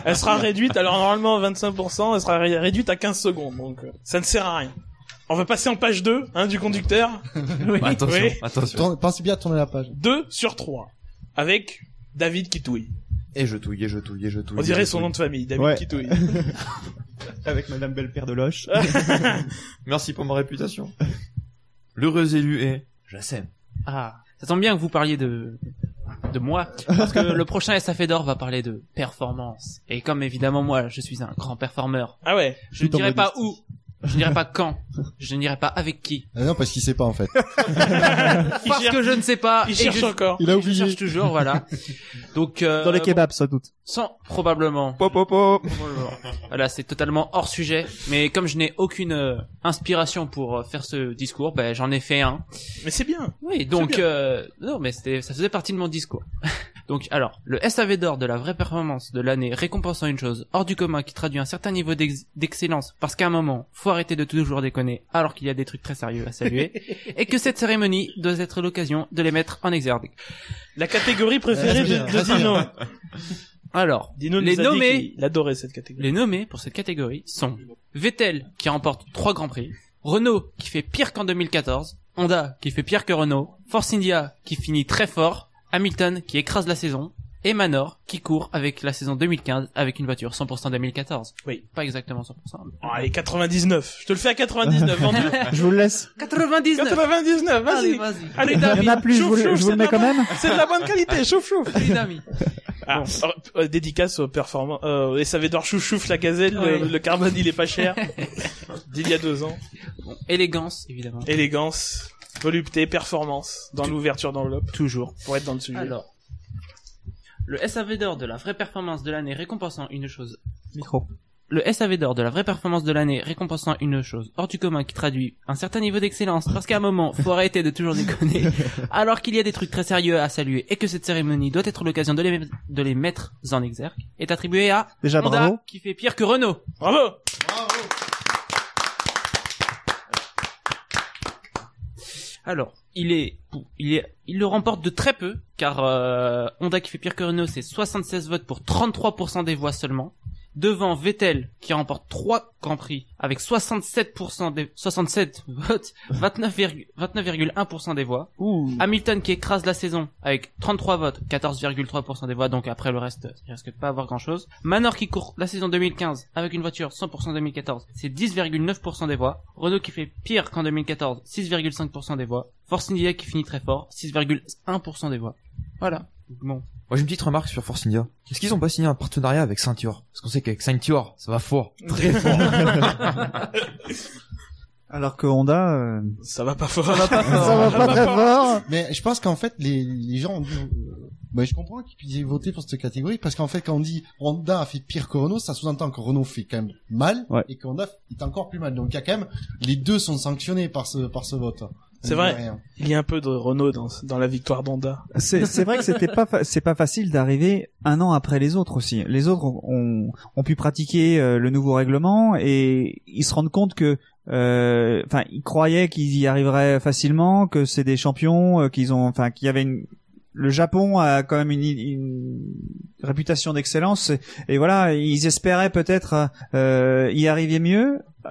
A: Elle sera réduite, alors normalement à 25%, elle sera ré- réduite à 15 secondes, donc euh, ça ne sert à rien. On va passer en page 2, hein, du conducteur. Oui,
D: Bah, attention,
A: oui.
D: attention.
B: Tourne- Pensez bien à tourner la page.
A: 2 sur 3. Avec David Kitouille.
D: Et je touille, et je touille, et je touille.
A: On
D: et
A: dirait
D: je
A: son
D: touille.
A: nom de famille, David
C: Ouais.
A: Kitouille.
C: Avec Madame Belle-Père de Loche.
D: Merci pour ma réputation. L'heureux élu est. Jassem.
F: Ah, ça tombe bien que vous parliez de de moi parce que le prochain SAF d'or va parler de performance. Et comme évidemment moi, je suis un grand performeur,
A: Ah ouais.
F: je ne dirai pas où, je ne dirai pas quand, je ne dirai pas avec qui,
B: Ah non, parce qu'il sait pas, en fait.
A: Il
F: parce
A: cherche-
F: que je ne sais pas.
A: Il
F: et
A: cherche
F: je-
A: encore.
B: Il a
F: et Je
B: oublié.
F: cherche toujours, voilà. Donc euh,
I: Dans les kebabs, sans doute.
F: sans probablement.
D: Pop, pop, pop.
F: Probablement. Voilà, c'est totalement hors sujet. Mais comme je n'ai aucune euh, inspiration pour euh, faire ce discours, ben, j'en ai fait un.
A: Mais c'est bien.
F: Oui, donc euh, non, mais c'était, ça faisait partie de mon discours. donc alors, le SAV d'or de la vraie performance de l'année récompensant une chose hors du commun qui traduit un certain niveau d'ex- d'excellence, parce qu'à un moment, faut arrêter de toujours déconner alors qu'il y a des trucs très sérieux à saluer, et que cette cérémonie doit être l'occasion de les mettre en exergue.
A: La catégorie préférée de,
B: Respire,
A: de
B: respire.
A: Dino.
F: Alors,
A: Dino
F: Les
A: nous a dit
F: nommés.
A: qu'il- il adorait cette catégorie.
F: Les nommés pour cette catégorie sont Vettel qui remporte trois grands prix, Renault qui fait pire qu'en 2014, Honda qui fait pire que Renault, Force India qui finit très fort, Hamilton qui écrase la saison et Manor qui court avec la saison 2015 avec une voiture 100% 2014.
A: Oui.
F: pas exactement 100%. mais-
A: Oh, allez, 99. Je te le fais à 99. vendu.
I: Je vous le laisse.
F: 99.
A: 99,
F: Allez,
A: vas-y.
F: vas-y.
A: Allez,
I: Il
A: David.
I: y en a plus, je vous,
A: chouf,
I: le-
A: chouf,
I: je vous
A: c'est
I: le
A: de
I: mets
A: la
I: quand même.
A: C'est de la bonne qualité, chouf chouf.
F: Allez, Dami.
A: Ah, or- euh, dédicace aux performants. Euh, SAV d'or chouf chouf la gazelle, le,
F: Ouais.
A: le carbone il est pas cher. D'il y a deux ans.
F: Bon, élégance évidemment.
A: Élégance, volupté, performance dans l'ouverture d'enveloppe. Toujours. Pour être dans le sujet.
F: Alors, Le SAV d'or de la vraie performance de l'année récompensant une chose.
I: Micro.
F: Le SAV d'or de la vraie performance de l'année récompensant une chose hors du commun qui traduit un certain niveau d'excellence parce qu'à un moment, faut arrêter de toujours déconner alors qu'il y a des trucs très sérieux à saluer et que cette cérémonie doit être l'occasion de les, de les mettre en exergue est attribué à
I: Déjà,
F: Honda,
I: bravo.
F: qui fait pire que Renault.
A: Bravo
F: Alors, il est, il est, il le remporte de très peu, car euh, Honda qui fait pire que Renault, c'est 76 votes pour 33% des voix seulement. Devant Vettel qui remporte 3 grands prix avec 67% des 67 votes, 29,1% 29,1% des voix. Hamilton qui écrase la saison avec 33 votes, 14,3% des voix, donc après le reste, il risque de pas avoir grand chose. Manor qui court la saison 2015 avec une voiture 100% 2014, c'est 10,9% des voix. Renault qui fait pire qu'en 2014, 6,5% des voix. Force India qui finit très fort, 6,1% des voix. Voilà. Bon.
D: Moi j'ai une petite remarque sur Force India. Est-ce qu'ils ont pas signé un partenariat avec Ceinture Parce qu'on sait qu'avec Ceinture, ça va fort.
I: Alors que Honda, euh,
A: Ça va pas fort.
I: ça va pas très fort.
B: Mais je pense qu'en fait, les, les gens ont dit, euh, bah, je comprends qu'ils puissent voter pour cette catégorie, parce qu'en fait, quand on dit Honda a fait pire que Renault, ça sous-entend que Renault fait quand même mal,
C: Ouais.
B: et qu'Honda est encore plus mal. Donc, il y a quand même, les deux sont sanctionnés par ce, par ce vote. On
A: C'est
B: dit
A: vrai.
B: rien.
A: Il y a un peu de Renault dans, dans la victoire d'Honda.
I: C'est c'est vrai que c'était pas fa- c'est pas facile d'arriver un an après les autres aussi. Les autres ont ont pu pratiquer euh, le nouveau règlement et ils se rendent compte que euh, enfin ils croyaient qu'ils y arriveraient facilement, que c'est des champions, euh, qu'ils ont enfin qu'il y avait une le Japon a quand même une, une réputation d'excellence et, et voilà ils espéraient peut-être euh, y arriver mieux. Euh,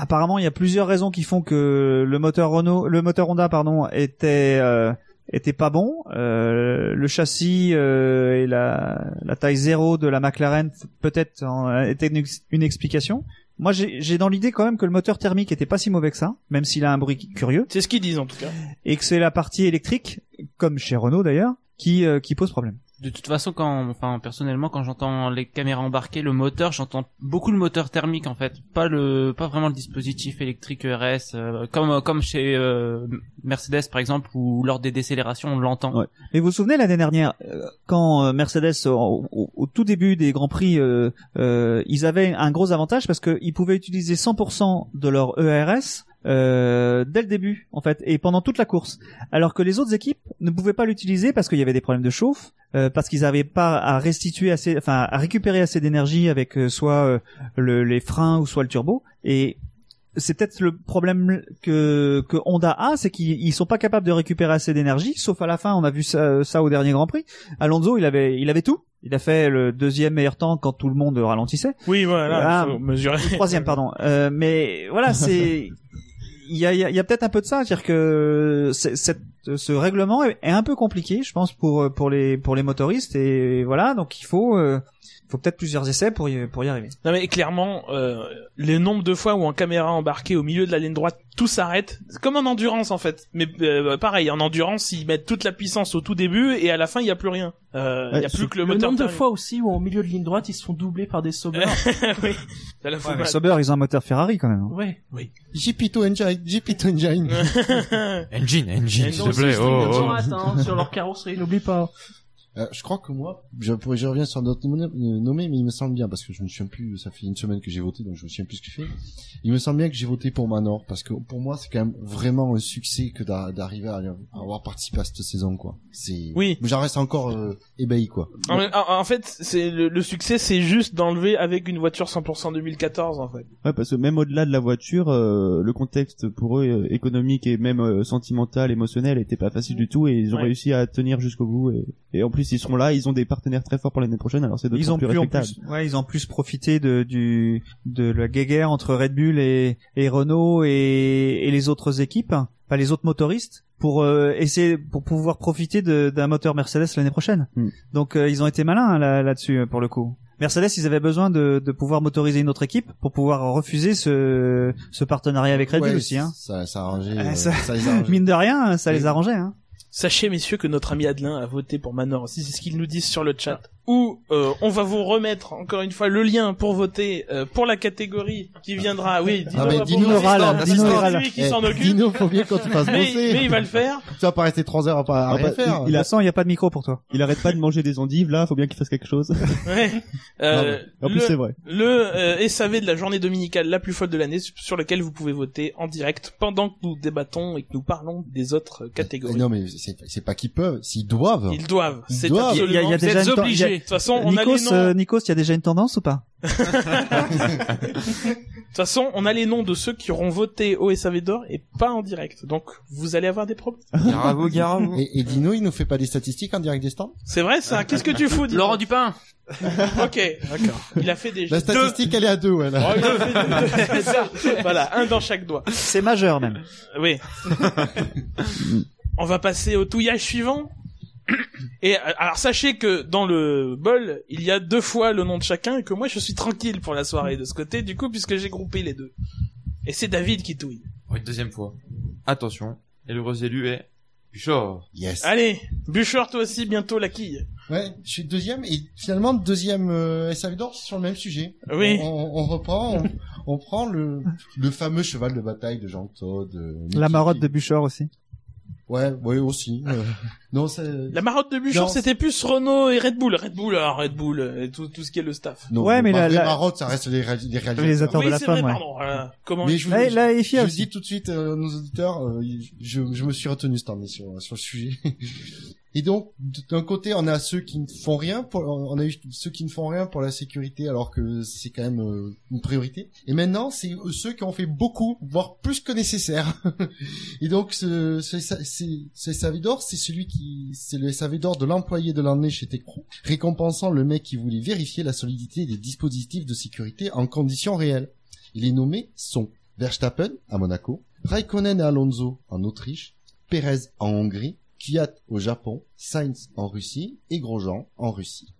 I: Apparemment, il y a plusieurs raisons qui font que le moteur Renault, le moteur Honda, pardon, était euh, était pas bon. Euh, le châssis euh, et la, la taille zéro de la McLaren peut-être en- était une, ex- une explication. Moi, j'ai j'ai dans l'idée quand même que le moteur thermique était pas si mauvais que ça, même s'il a un bruit qui- curieux,
A: C'est ce qu'ils disent en tout cas.
I: et que c'est la partie électrique, comme chez Renault d'ailleurs, qui, euh, qui pose problème.
F: De toute façon, quand, enfin, personnellement, quand j'entends les caméras embarquées, le moteur, j'entends beaucoup le moteur thermique en fait, pas le, pas vraiment le dispositif électrique RS, euh, comme euh, comme chez euh, Mercedes par exemple, où lors des décélérations on l'entend.
C: Ouais.
I: Mais vous vous souvenez l'année dernière, euh, quand euh, Mercedes, au, au- au tout début des Grands Prix, euh, euh, ils avaient un gros avantage parce qu'ils pouvaient utiliser 100% de leur ERS euh, dès le début, en fait, et pendant toute la course. Alors que les autres équipes ne pouvaient pas l'utiliser parce qu'il y avait des problèmes de chauffe, euh, parce qu'ils n'arrivaient pas à restituer assez, enfin, à récupérer assez d'énergie avec euh, soit euh, le- les freins ou soit le turbo. Et c'est peut-être le problème que, que Honda a, c'est qu'ils ils sont pas capables de récupérer assez d'énergie, sauf à la fin, on a vu ça, ça au dernier Grand Prix. Alonso, il avait, il avait tout. Il a fait le deuxième meilleur temps quand tout le monde ralentissait.
A: Oui, voilà,
I: Ah,
A: faut mesurer.
I: Troisième, pardon. Euh, mais voilà, c'est... Il y a, il y a- il y a peut-être un peu de ça, c'est-à-dire que c'est- cette- ce règlement est est un peu compliqué, je pense, pour pour les pour les motoristes et voilà, donc il faut euh, il faut peut-être plusieurs essais pour y pour y arriver.
A: Non mais clairement, euh, le nombre de fois où en caméra embarquée au milieu de la ligne droite, tout s'arrête. C'est comme en endurance en fait. Mais euh, pareil, en endurance, ils mettent toute la puissance au tout début et à la fin, il n'y a plus rien. Euh, Il
C: Ouais,
A: n'y a plus que le
E: Le
A: moteur.
E: nombre de
A: thermique.
E: fois aussi où en milieu de ligne droite ils se font doubler par des sauveurs.
A: oui, ça la fout
I: mais Sauber, ils ont un moteur Ferrari quand même. hein.
E: ouais.
B: Jeepito Engine, Jeepito Engine.
A: mal.
D: Engine, engine,
A: Engine,
D: s'il te plaît. Oh, oh.
E: Droite, hein, sur leur carrosserie, n'oublie pas.
B: Euh, je crois que moi, je, pourrais- je reviens sur notre nom- euh, nommé, mais il me semble bien, parce que je ne me souviens plus, ça fait une semaine que j'ai voté, donc je me souviens plus ce que je fais. Il me semble bien que j'ai voté pour Manor, parce que pour moi, c'est quand même vraiment un succès que d'a- d'arriver à, à avoir participé à cette saison, quoi. C'est,
A: Oui.
B: J'en reste encore euh, ébahi, quoi.
A: En, en- en fait, c'est le, le succès, c'est juste d'enlever avec une voiture 100% 2014 en fait.
C: Ouais, parce que même au-delà de la voiture, euh, le contexte pour eux euh, économique et même euh, sentimental, émotionnel, était pas facile du tout et ils ont
A: Ouais.
C: réussi à tenir jusqu'au bout. Et, et en plus, ils seront là, ils ont des partenaires très forts pour l'année prochaine, alors c'est
I: Ils
C: d'autant
I: ont
C: plus
I: plus en
C: respectable.
I: plus, ouais, ils ont plus profité de du de la guéguerre entre Red Bull et, et Renault et, et les autres équipes, pas les autres motoristes, pour euh, essayer pour pouvoir profiter de- d'un moteur Mercedes l'année prochaine.
C: Mm.
I: Donc euh, ils ont été malins hein, là là-dessus euh, pour le coup. Mercedes, ils avaient besoin de, de pouvoir motoriser une autre équipe pour pouvoir refuser ce, ce partenariat avec Red
B: Ouais,
I: Bull aussi. Hein.
B: Ça, ça a arrangé,
I: Ah,
B: euh,
I: ça-
B: ça... les a arrangés.
I: Mine de rien, ça
B: Oui.
I: les arrangeait. Hein.
A: Sachez messieurs que notre ami Adelin a voté pour Manor aussi, c'est ce qu'ils nous disent sur le chat. où euh, on va vous remettre encore une fois le lien pour voter euh, pour la catégorie qui viendra. Oui, Dino,
B: Ah, mais
A: va
B: Dino
A: prendre
B: aura la-
A: l'assistante, l'assistante,
B: Dino aura
A: c'est
B: la-
A: lui qui
B: Eh,
A: s'en occupe.
B: Dino, faut bien qu'on te fasse
A: mais,
B: bosser.
A: mais il va le faire.
B: Tu vas pas rester trois heures à pas à
C: Ah,
B: rien
C: bah,
B: faire.
C: il
I: Il
C: a-
I: a il n'y a pas de micro pour toi.
C: Il arrête pas de manger des endives là, faut bien qu'il fasse quelque chose.
A: Ouais. Euh,
C: en plus
A: le-
C: c'est vrai.
A: le euh, SAV de la journée dominicale la plus folle de l'année sur lequel vous pouvez voter en direct pendant que nous débattons et que nous parlons des autres euh,
B: Eh
A: catégories.
B: Non, mais c'est c'est pas qu'ils peuvent, s'ils doivent.
A: Ils doivent.
B: Ils
A: C'est
B: doivent.
A: absolument.
I: Il y a- il y a
A: vous
I: déjà
A: êtes
I: une temps-
A: obligés.
I: il y
A: De toute façon, on a les
I: Nikos,
A: noms.
I: euh, Nikos, il y a déjà une tendance ou pas
A: De toute façon, on a les noms de ceux qui auront voté au SAV d'or et pas en direct. Donc, vous allez avoir des problèmes.
D: Garavo, Garavo.
B: Et, et Dino, il nous fait pas des statistiques en direct des stands
A: C'est vrai ça. Qu'est-ce que tu fous, dis
F: Laurent Dupin
A: Ok, d'accord. Il a fait des
B: La
A: deux.
B: statistique, elle est à deux, ouais, là.
A: Oh, il a fait deux. voilà, un dans chaque doigt.
I: C'est majeur même.
A: Oui. On va passer au touillage suivant. Et euh, alors sachez que dans le bol, il y a deux fois le nom de chacun et que moi je suis tranquille pour la soirée de ce côté du coup puisque j'ai groupé les deux. Et c'est David qui touille.
D: Oui, deuxième fois. Attention. Et le gros élu est Bouchard.
B: Yes.
A: Allez, Bouchard toi aussi bientôt la quille.
B: Ouais, je suis deuxième et finalement deuxième euh, SAV d'or sur le même sujet.
A: Oui.
B: On, on- on reprend, on, on prend le, le fameux cheval de bataille de Jean Todt. euh,
I: La
B: Mickey.
I: marotte de Buchor aussi. Ah.
B: Ouais, ouais aussi. euh. non, c'est.
A: La marotte de Bouchard
B: Non.
A: c'était plus Renault et Red Bull, Red Bull, alors Red Bull euh, et tout, tout ce qui est le staff.
B: Non,
I: Ouais, mais
B: ma
I: la-
B: vraie
I: la-
B: marotte, ça reste les, ré- les réalisateurs.
I: Les attentes. Attends,
A: oui,
I: de la
A: c'est
I: femme,
A: vrai,
I: ouais.
A: pardon. euh, comment
B: Mais je vous,
I: Là, là,
B: je
I: Effia
B: vous
I: aussi.
B: dis tout de suite, euh, nos auditeurs, euh, je, je me suis retenu cette année sur, sur le sujet. Et donc, d'un côté, on a ceux qui ne font rien pour, on a eu ceux qui ne font rien pour la sécurité, alors que c'est quand même euh, une priorité. Et maintenant, c'est ceux qui ont fait beaucoup, voire plus que nécessaire. Et donc, ce, ce, SA- c'est- ce SAV d'or, c'est celui qui, c'est le SAV d'or de l'employé de l'année chez Techpro, récompensant le mec qui voulait vérifier la solidité des dispositifs de sécurité en conditions réelles. Et les nommés sont Verstappen à Monaco, Raikkonen et Alonso en Autriche, Perez en Hongrie, Kvyat au Japon, Sainz en Russie et Grosjean en Russie.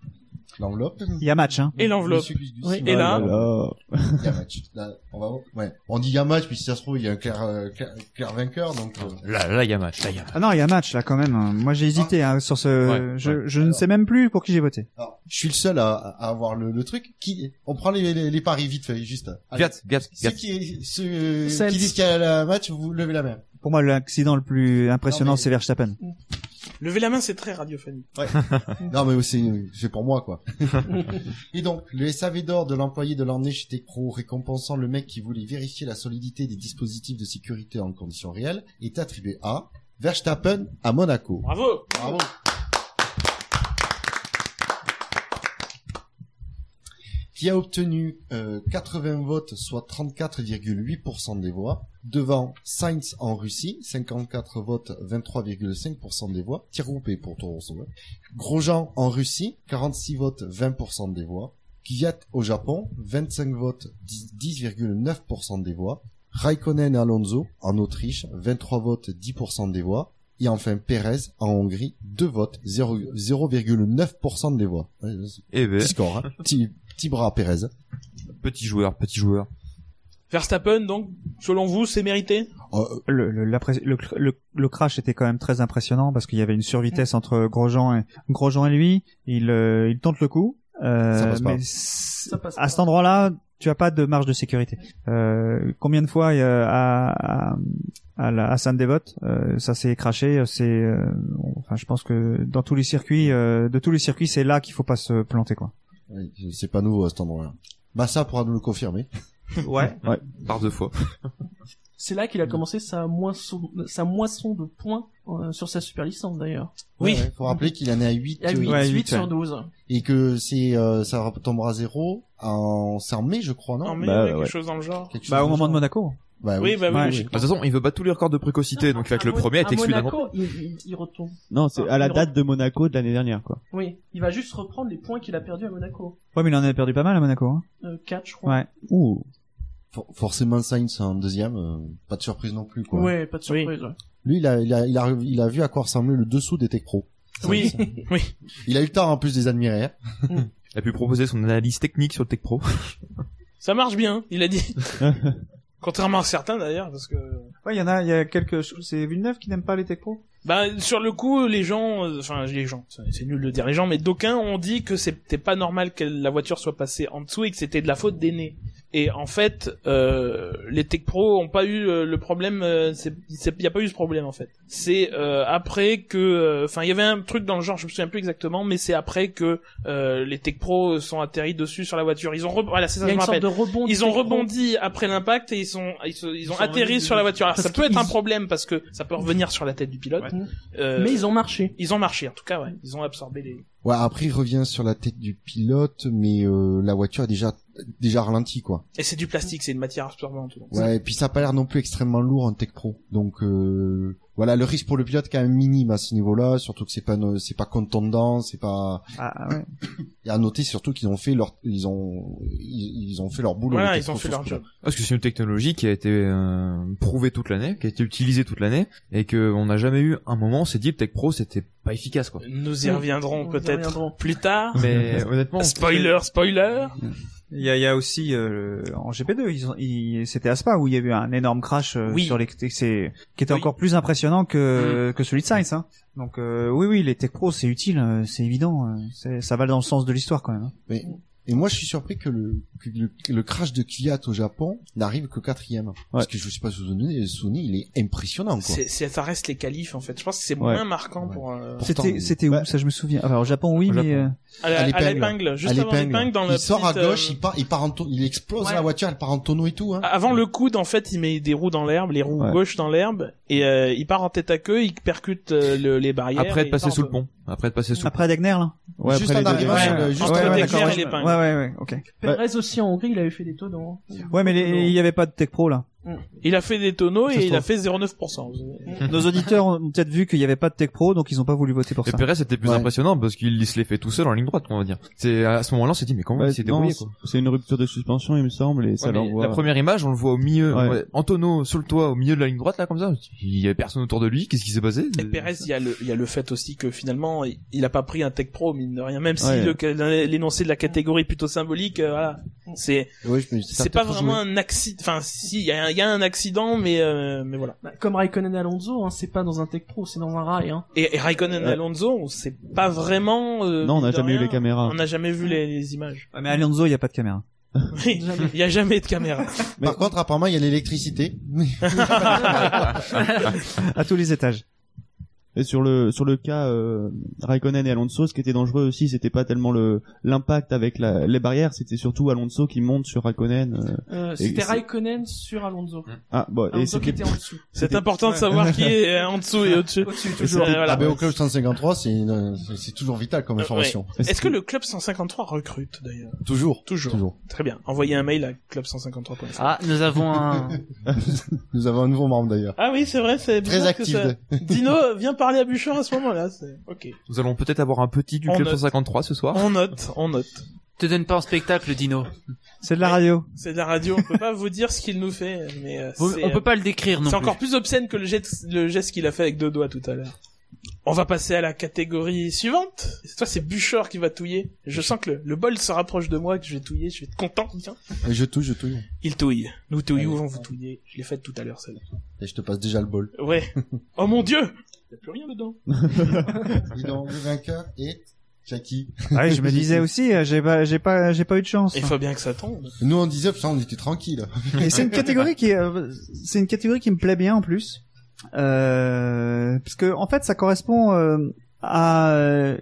B: L'enveloppe.
I: Il y a match, hein.
A: Et l'enveloppe.
B: Monsieur Gus Gus.
A: Oui, et là-
C: Oh là
B: Il y a match. Là, on va voir. Ouais. On dit il y a match, puis si ça se trouve, il y a un clair, euh, clair, clair vainqueur, donc, euh,
D: Là, là, y a match, là, y a match.
I: Ah non, il y a match là quand même. Moi j'ai hésité hein, sur ce.
D: Ouais,
I: je
D: ouais.
I: je ne sais même plus pour qui j'ai voté.
B: alors, je suis le seul à, à avoir le, le truc. Qui, on prend les, les, les paris vite fait, juste. Allez.
D: Gat, gat,
B: Ceux
D: gat.
B: qui, ceux
E: Sainz.
B: Euh, qui disent qu'il y a le match, vous levez la main.
I: Pour moi l'accident le plus impressionnant
B: Non, mais-
I: c'est Verstappen.
A: Levez la main, c'est très radiophonique.
B: Non, mais c'est, c'est pour moi, quoi. et donc, le SAV d'or de l'employé de l'année chez Techpro, récompensant le mec qui voulait vérifier la solidité des dispositifs de sécurité en conditions réelles, est attribué à Verstappen à Monaco.
A: Bravo.
B: Bravo. Qui a obtenu euh, 80 votes, soit 34,8% des voix, devant Sainz en Russie, 54 votes, 23,5% des voix, tir groupé pour Toro Rosso, hein. Grosjean en Russie, 46 votes, 20% des voix, Kvyat au Japon, 25 votes, 10 10,9% des voix, Raikkonen et Alonso en Autriche, 23 votes, 10% des voix, et enfin Pérez en Hongrie, 2 votes, 0 0,9% des voix. Ouais, c'est-
D: Eh ben,
B: Petit score, hein. petit, petit bras à Pérez.
D: petit joueur, petit joueur.
A: Verstappen donc, selon vous, c'est mérité
B: Euh,
I: Le, le, la pré- le, cr- le, le crash était quand même très impressionnant parce qu'il y avait une survitesse
B: Mm.
I: entre Grosjean et, Grosjean et lui. Il, euh, il tente le coup. Euh,
B: Ça passe pas.
I: mais c-
E: Ça passe
I: à
E: pas.
I: cet endroit-là, tu as pas de marge de sécurité. Euh, combien de fois euh, à, à, à, la- à San Devot, euh, ça s'est craché. C'est, euh, enfin, je pense que dans tous les circuits, euh, de tous les circuits, c'est là qu'il faut pas se planter, quoi.
B: oui, c'est pas nouveau à cet endroit-là. Massa pourra nous le confirmer.
I: Ouais.
D: Par deux fois.
E: C'est là
B: Mm.
E: qu'il a commencé sa moisson, sa moisson de points euh, sur sa super licence d'ailleurs.
A: Oui.
B: Ouais, ouais, faut rappeler qu'il en est à euh, 8
E: Il y a 8,
I: Ouais,
E: 8
I: huit,
E: sur
I: ouais.
E: 12.
B: et que c'est euh, ça tombera à zéro en c'est en mai je crois non
A: En mai,
C: Bah,
A: quelque
C: ouais.
A: chose dans le genre.
B: Quelque chose
I: Bah, au
B: comme
I: moment
B: ça.
I: de Monaco.
B: bah,
A: Oui, bah oui.
I: Ouais.
A: oui.
D: De toute façon, il veut battre tous les records de précocité, donc il va que le
E: À
D: premier est
E: Mon-
D: exclu
E: à
D: d'un
E: Monaco, il, il, il retombe.
C: Non,
A: Ah,
C: c'est à la date de Monaco de l'année dernière quoi.
E: Oui, il va juste reprendre les points qu'il a perdus à Monaco.
I: Ouais, mais il en avait perdu pas mal à Monaco. Hein.
E: Euh, 4 je crois.
I: Ouais.
C: Ouh.
B: For- forcément Sainz en deuxième euh, pas de surprise non plus quoi
E: Ouais, pas de surprise.
B: lui il a, il a il a il a vu à quoi ressemblait le dessous des tech pro
A: Oui, oui.
B: il a eu le temps en plus des admirer
D: Il a pu proposer son analyse technique sur le Tech Pro.
A: Ça marche bien, il a dit. Contrairement à certains d'ailleurs, parce que
I: Ouais, il y en a, il y a quelques, c'est Villeneuve qui n'aime pas les tech pro.
A: Ben, sur le coup, les gens, euh, enfin les gens, c'est c'est nul de dire les gens, mais d'aucuns ont dit que c'était pas normal que la voiture soit passée en dessous et que c'était de la faute d'aînés. Et en fait, euh, les tech pros ont pas eu euh, le problème, il y a pas eu ce problème en fait. C'est euh, après que, euh, enfin il y avait un truc dans le genre, je me souviens plus exactement, mais c'est après que euh, les tech pros sont atterris dessus sur la voiture. Ils ont, re- voilà, c'est ça,
E: Il y a
A: je me
E: une
A: rappelle.
E: sorte de rebond.
A: Ils ont rebondi après l'impact et ils sont ils, se- ils ont
D: sont
A: atterri
D: revenus
A: sur la voiture. Alors,
E: Parce
A: ça peut être
E: qu'ils-
A: un problème parce que ça peut revenir sur la tête du pilote.
E: Ouais.
A: Euh,
E: Mais ils ont marché.
A: ils ont marché en tout cas, ouais. Ils ont absorbé les.
B: Ouais, après il revient sur la tête du pilote, mais euh, la voiture est déjà déjà ralentie quoi.
A: Et c'est du plastique, c'est une matière absorbante. donc.
B: Ouais, et puis ça a pas l'air non plus extrêmement lourd en tech pro. Donc euh, voilà, le risque pour le pilote est quand même minime à ce niveau-là, surtout que c'est pas une- c'est pas contondant, c'est pas
I: Ah, ouais.
B: et à noter surtout qu'ils ont fait leur ils ont ils, ils ont fait leur boulot.
A: Voilà,
B: les tech
A: ils ont
B: pro
A: fait
B: sur
A: leur
B: ce
A: job.
B: coup-là.
D: Parce que c'est une technologie qui a été euh, prouvée toute l'année, qui a été utilisée toute l'année, et que on n'a jamais eu un moment, on s'est dit, le Tech Pro, c'était pas efficace, quoi.
A: Nous y
E: Oui,
A: reviendrons
E: on y
A: peut-être
E: reviendrons.
A: plus tard.
D: Mais
C: euh,
D: honnêtement,
A: Spoiler, spoiler.
I: Il y a, il y a aussi euh, le- en GP2, ils ont, ils- c'était à Spa où il y a eu un énorme crash euh,
A: Oui.
I: sur les, c'est- c'est- qui était
A: Oui. Mm.
I: encore plus impressionnant que que celui de Sainz. Hein. Donc euh, oui, oui, les tech pros c'est utile, euh, c'est évident, euh, c'est- ça va dans le sens de l'histoire quand même. hein.
B: Mais- et moi je suis surpris que le que le, que le crash de Kvyat au Japon n'arrive que quatrième. Parce que je sais pas si vous vous souvenez, Sony il est impressionnant quoi.
A: C'est, c'est- ça reste les qualifs en fait. Je pense que c'est
C: Ouais.
A: moins marquant
B: Ouais.
A: pour. euh,
B: Pourtant,
I: C'était c'était où
B: bah,
I: ça Je me souviens. Alors au Japon oui,
D: Au Japon.
I: mais euh,
A: À, la-
B: à l'épingle.
A: à l'épingle, juste
B: à
A: avant l'épingle, dans la
B: il sort à
A: petite, euh,
B: gauche, il part, il part en tonneau, il explose
A: Ouais.
B: la voiture, elle part en tonneau et tout.
D: Ah,
B: Hein.
A: Ah, Avant le coude, en fait, il met des roues dans l'herbe, les roues
C: Ouais.
A: gauche dans l'herbe, et euh, il part en tête à queue, il percute euh, le- les barrières.
D: après être
A: et
D: passé
A: il part
D: sous
A: en-
D: le pont, après être passé sous le
I: après Degner là.
C: Ouais,
B: Juste
C: après
B: en
C: les deux-
B: arrivant
C: Ouais.
B: sur
I: Euh,
B: le- juste
A: Entre
B: ouais,
A: le
B: ouais,
A: Declerc
B: d'accord,
A: et
B: ouais.
A: l'épingle.
I: Ah, Ouais ouais ouais. Ok. Bah,
E: Perez aussi en Hongrie, il avait fait des taux dans. Mm.
I: Ouais mais les- il y avait pas de tech pro là.
A: Il a fait des tonneaux
I: Ça
A: et
I: se
A: il a fait 0,9%.
I: Nos auditeurs ont peut-être vu qu'il y avait pas de tech pro, donc ils ont pas voulu voter pour
D: Et
I: ça.
D: Perez c'était plus
B: Ouais.
D: impressionnant parce qu'il se l'est fait tout seul en ligne droite, on va dire. C'est à ce moment-là, on s'est dit mais comment
C: Ouais,
D: il s'est
C: non,
D: débrouillé
C: c'est-
D: quoi.
C: c'est une rupture de suspension, il me semble, et ça
D: Ouais, mais
C: l'envoie.
D: La première image, on le voit au milieu,
C: Ouais.
D: ouais, en tonneau, sur le toit, au milieu de la ligne droite là comme ça. Il y avait personne autour de lui. Qu'est-ce qui s'est passé
A: Et Euh, Perez, il y, a le, il y a le fait aussi que finalement, il- il a pas pris un tech pro, mine de rien, même si
C: Ouais.
A: le- l'énoncé de la catégorie est plutôt symbolique, euh, voilà. C'est,
B: Ouais, je me- ça a
A: c'est pas
B: peut-être
A: vraiment
B: joué.
A: un accident, enfin, si, il y, a un- il y a un accident, mais, euh, mais voilà.
E: Bah, comme Raikkonen et Alonso, hein, c'est pas dans un tech pro, c'est dans un rail. Hein.
A: Et, et Raikkonen
C: Ouais.
A: Alonso, c'est pas vraiment, euh,
C: Non, on n'a
A: mine de
C: jamais eu
A: rien,
C: les caméras.
A: On n'a jamais vu les, les images.
I: Ouais, Mais Alonso, il y a pas de caméra.
A: Oui, il y a jamais de caméra.
B: Par contre, apparemment, il y a l'électricité.
I: à tous les étages.
C: Et sur le sur le cas euh, Raikkonen et Alonso, ce qui était dangereux aussi, c'était pas tellement le l'impact avec la, les barrières, c'était surtout Alonso qui monte sur Raikkonen. euh.
E: Euh, c'était
C: c'est-
E: Raikkonen sur Alonso.
C: Ah bon, et
E: Alonso qui
C: c'était
E: était en dessous.
A: C'est important de savoir qui est euh, en dessous et au-dessus.
E: Au-dessus,
A: Et
E: toujours.
A: c'est- voilà.
B: Ah, ben, au club 153, c'est une- c'est- c'est toujours vital comme
A: Euh,
B: information.
A: Est-ce que le club 153 recrute d'ailleurs
B: Toujours.
A: Toujours.
B: Toujours.
A: Très bien. Envoyez un mail à club153.fr.
F: Ah, nous avons un...
B: Nous avons un nouveau membre d'ailleurs.
A: Ah oui, c'est vrai, c'est
B: Très
A: bizarre que
B: actif.
A: ça... Dino, viens parler à Bouchard à ce moment-là. c'est- Ok.
D: Nous allons peut-être avoir un petit du
A: On
D: club
A: note.
D: 153 ce soir.
A: On note, on note.
F: Te donne pas en spectacle, Dino.
I: C'est de la radio.
A: C'est de la radio, on peut pas vous dire ce qu'il nous fait, mais euh,
F: On
A: c'est,
F: on
A: euh,
F: peut pas le décrire non
A: c'est
F: plus.
A: encore plus obscène que le geste, le geste qu'il a fait avec deux doigts tout à l'heure. On va passer à la catégorie suivante. Et Cette fois, c'est Bouchard qui va touiller. Je sens que le, le bol se rapproche de moi, que je vais touiller, je vais être content. tiens.
B: Et Je touille, je touille.
A: Il touille. Nous touillons,
B: Allez.
A: vous touillez. Je l'ai faite tout à l'heure, celle-là.
B: Et je te passe déjà le bol.
A: Ouais. Oh mon dieu! Y a plus rien dedans.
B: Dis donc, le vainqueur est Jackie.
I: Ouais, Ah je me disais aussi, euh, j'ai pas, j'ai pas, j'ai pas eu de chance.
A: Il faut bien que ça tombe.
B: Nous, on disait, putain, on était tranquille.
I: Et c'est une catégorie qui, est, euh, c'est une catégorie qui me plaît bien en plus, euh, parce que en fait, ça correspond euh, à euh,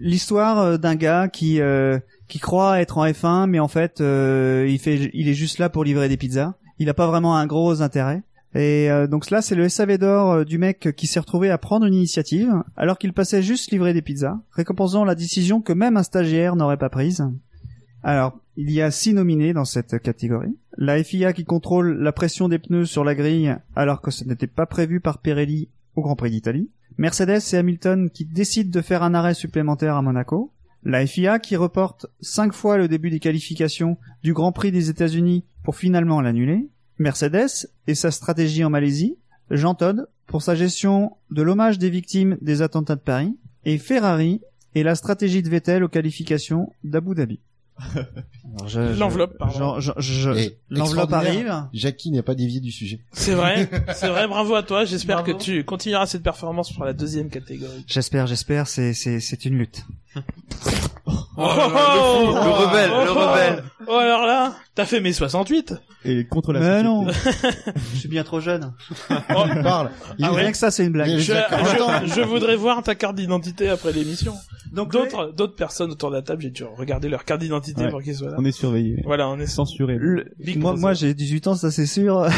I: l'histoire euh, d'un gars qui euh, qui croit être en F1, mais en fait, euh, il fait, il est juste là pour livrer des pizzas. Il n'a pas vraiment un gros intérêt. Et euh, donc là, c'est le SAV d'or euh, du mec qui s'est retrouvé à prendre une initiative, alors qu'il passait juste livrer des pizzas, récompensant la décision que même un stagiaire n'aurait pas prise. Alors, il y a six nominés dans cette catégorie. La FIA qui contrôle la pression des pneus sur la grille alors que ce n'était pas prévu par Pirelli au Grand Prix d'Italie. Mercedes et Hamilton qui décident de faire un arrêt supplémentaire à Monaco. La FIA qui reporte cinq fois le début des qualifications du Grand Prix des États-Unis pour finalement l'annuler. Mercedes et sa stratégie en Malaisie. Jean Todt pour sa gestion de l'hommage des victimes des attentats de Paris. Et Ferrari et la stratégie de Vettel aux qualifications d'Abu Dhabi. Alors, je- je-
A: L'enveloppe, pardon.
I: j'en- je- je-
B: Et
I: L'enveloppe
B: extraordinaire.
I: arrive.
B: Jackie n'a pas dévié du sujet.
A: C'est vrai, c'est vrai, bravo à toi. J'espère que
E: Bravo.
A: tu continueras cette performance pour la deuxième catégorie.
I: J'espère, j'espère, c'est, c'est, c'est une lutte.
A: Oh,
D: Le rebelle, le rebelle.
A: Oh alors là, t'as fait mes 68
C: Et contre la
I: Mais
C: société.
I: non Je suis bien trop jeune.
A: Oh,
B: Il parle. Il
A: Ah ouais.
B: est
I: Rien que ça, c'est une blague.
A: je,
B: Mais d'accord.
A: je- je voudrais voir ta carte d'identité après l'émission.
I: Donc,
A: D'autres d'autres personnes autour de la table, j'ai dû regarder leur carte d'identité
C: Ouais.
A: pour qu'ils soient là.
C: On est surveillé,
A: Voilà, on est
C: censuré.
I: le-
A: Big
I: moi,
A: Brother.
I: moi, j'ai 18 ans, ça c'est sûr. La-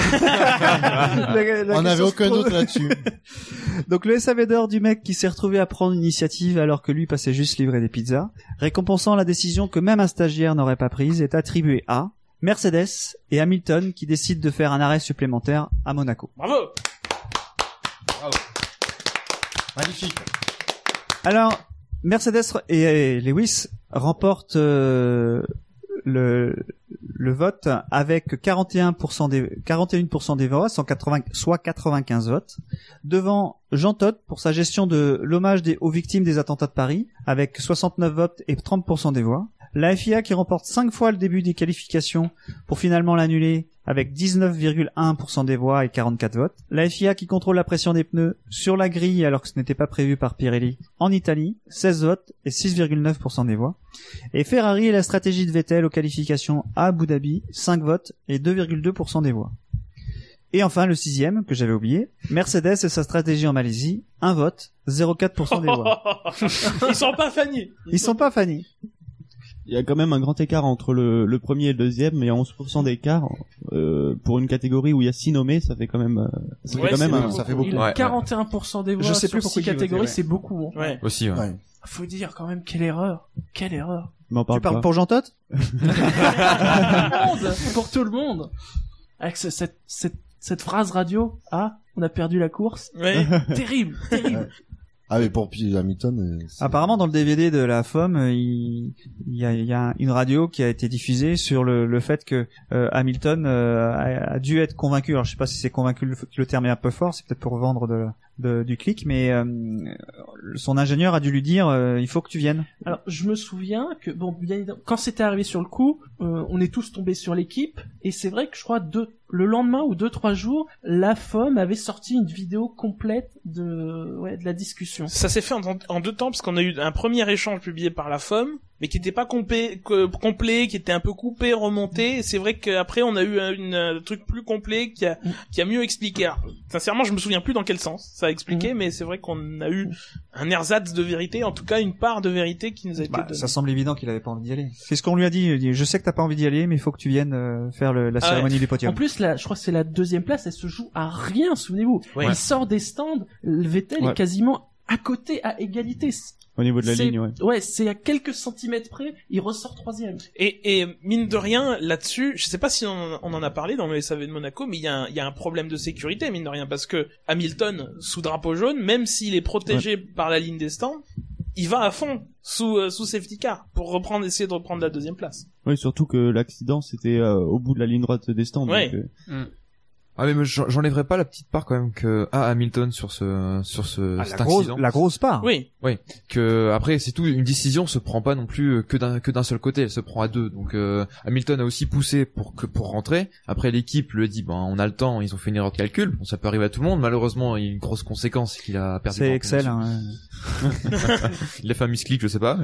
I: la
B: On n'avait
I: question se
B: aucun
I: pose.
B: doute là-dessus.
I: Donc le SAV d'or du mec qui s'est retrouvé à prendre l'initiative alors que lui passait juste livrer des pizzas, récompensant la décision que même un stagiaire n'aurait pas prise, est attribué à Mercedes et Hamilton qui décident de faire un arrêt supplémentaire à Monaco.
A: Bravo
B: Magnifique.
I: Alors, Mercedes et Lewis remportent euh, le, le vote avec 41% des, 41% des voix, 180, soit 95 votes, devant Jean Todt pour sa gestion de l'hommage des, aux victimes des attentats de Paris, avec 69 votes et 30% des voix. La FIA qui remporte 5 fois le début des qualifications pour finalement l'annuler avec 19,1% des voix et 44 votes. La FIA qui contrôle la pression des pneus sur la grille alors que ce n'était pas prévu par Pirelli en Italie, 16 votes et 6,9% des voix. Et Ferrari et la stratégie de Vettel aux qualifications à Abu Dhabi, 5 votes et 2,2% des voix. Et enfin le sixième que j'avais oublié, Mercedes et sa stratégie en Malaisie, 1 vote, 0,4% des voix.
A: Ils sont pas fanés.
I: Ils sont pas fanés.
C: Il y a quand même un grand écart entre le, le premier et le deuxième, mais à 11% d'écart euh, pour une catégorie où il y a 6 nommés, ça fait quand même, euh, ça
A: Ouais,
C: fait quand même
A: c'est
C: un,
A: beaucoup.
B: Ça fait beaucoup.
E: Il
D: Ouais,
E: a
D: ouais.
E: 41% des voix
I: Je sais
E: sur
I: plus pour
E: six
I: qui j'ai voté,
E: catégories,
I: ouais.
E: c'est beaucoup. hein.
A: Ouais.
D: Aussi, ouais.
B: Ouais.
E: Faut dire quand même quelle erreur, quelle erreur.
C: mais on
I: Tu
C: parle
I: parles
C: pas.
I: pour Jean Todt
E: Pour tout le monde, pour tout le monde. Avec ce- cette, cette, cette phrase radio, ah, on a perdu la course.
A: Ouais.
E: Terrible, terrible.
B: Ah mais pour P- Hamilton. euh, c'est-
I: Apparemment, dans le DVD de la FOM, euh, il il y a, il y a une radio qui a été diffusée sur le, le fait que euh, Hamilton euh, a, a dû être convaincu. Alors, je sais pas si c'est convaincu, le, le terme est un peu fort, c'est peut-être pour vendre de, de- du clic, mais euh, son ingénieur a dû lui dire euh, il faut que tu viennes.
E: Alors, je me souviens que, bon, bien évidemment, quand c'était arrivé sur le coup, euh, on est tous tombés sur l'équipe, et c'est vrai que je crois deux, le lendemain ou deux, trois jours, la FOM avait sorti une vidéo complète de, ouais, de la discussion.
A: Ça s'est fait en, en deux temps parce qu'on a eu un premier échange publié par la FOM, mais qui n'était pas compé- que- complet, qui était un peu coupé, remonté. Et C'est vrai qu'après on a eu un, une- un truc plus complet qui a, qui a mieux expliqué. Alors, sincèrement, je me souviens plus dans quel sens ça a
I: Mhm.
A: expliqué, mais c'est vrai qu'on a eu un ersatz de vérité, en tout cas une part de vérité qui nous a été
I: Bah,
A: donnée.
I: ça semble évident qu'il avait pas envie d'y aller. C'est ce qu'on lui a dit. Il dit, je sais que t'as pas envie d'y aller, mais il faut que tu viennes euh, faire le- la
A: Ah ouais.
I: cérémonie du
E: En
I: podium.
E: plus, là, je crois que c'est la deuxième place, elle se joue à rien, souvenez-vous.
A: Ouais.
E: Il sort des stands, le Vettel
C: Ouais.
E: est quasiment à côté, à égalité.
C: Au niveau de la
E: C'est-
C: ligne, ouais.
E: c'est à quelques centimètres près, il ressort troisième.
A: Et, et mine de rien, là-dessus, je sais pas si on, on en a parlé dans le SAV de Monaco, mais il y, a un- il y a un problème de sécurité, mine de rien, parce que Hamilton, sous drapeau jaune, même s'il est protégé par la ligne des stands, il va à fond sous, euh, sous safety car pour reprendre, essayer de reprendre la deuxième place.
C: Oui, surtout que l'accident c'était euh, au bout de la ligne droite des stands.
A: Ouais.
C: donc, euh,
I: Mm.
D: Ah mais j'en- j'enlèverai pas la petite part quand même que à Hamilton sur ce sur ce
I: Ah,
D: cet
I: la, grosse,
D: accident.
I: la grosse part.
A: Oui,
D: que après c'est tout une décision se prend pas non plus euh, que d'un que d'un seul côté elle se prend à deux donc euh, Hamilton a aussi poussé pour que pour rentrer après l'équipe lui dit ben on a le temps ils ont fait une erreur de calcul bon ça peut arriver à tout le monde malheureusement il y a une grosse conséquence c'est qu'il a perdu
I: C'est
D: grand
I: Excel.
D: temps.
I: hein.
D: il a fait un misclick je sais pas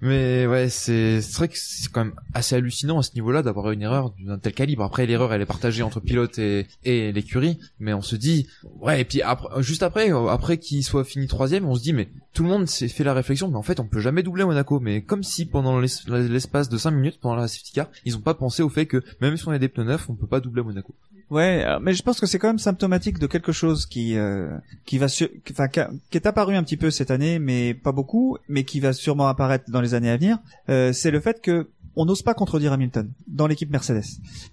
D: mais ouais c'est c'est vrai que c'est quand même assez hallucinant à ce niveau là d'avoir une erreur d'un tel calibre après l'erreur elle est partagée entre pilote et et l'écurie mais on se dit ouais et puis après, juste après euh, après qu'il soit fini troisième on se dit mais tout le monde s'est fait la réflexion, mais en fait, on peut jamais doubler Monaco. Mais comme si pendant l'es- l'espace de 5 minutes, pendant la safety car, ils ont pas pensé au fait que même si on a des pneus neufs, on peut pas doubler Monaco.
I: Ouais, euh, mais je pense que c'est quand même symptomatique de quelque chose qui euh, qui va sur, qui- enfin qui a- qui est apparu un petit peu cette année, mais pas beaucoup, mais qui va sûrement apparaître dans les années à venir. Euh, c'est le fait que on n'ose pas contredire Hamilton dans l'équipe Mercedes.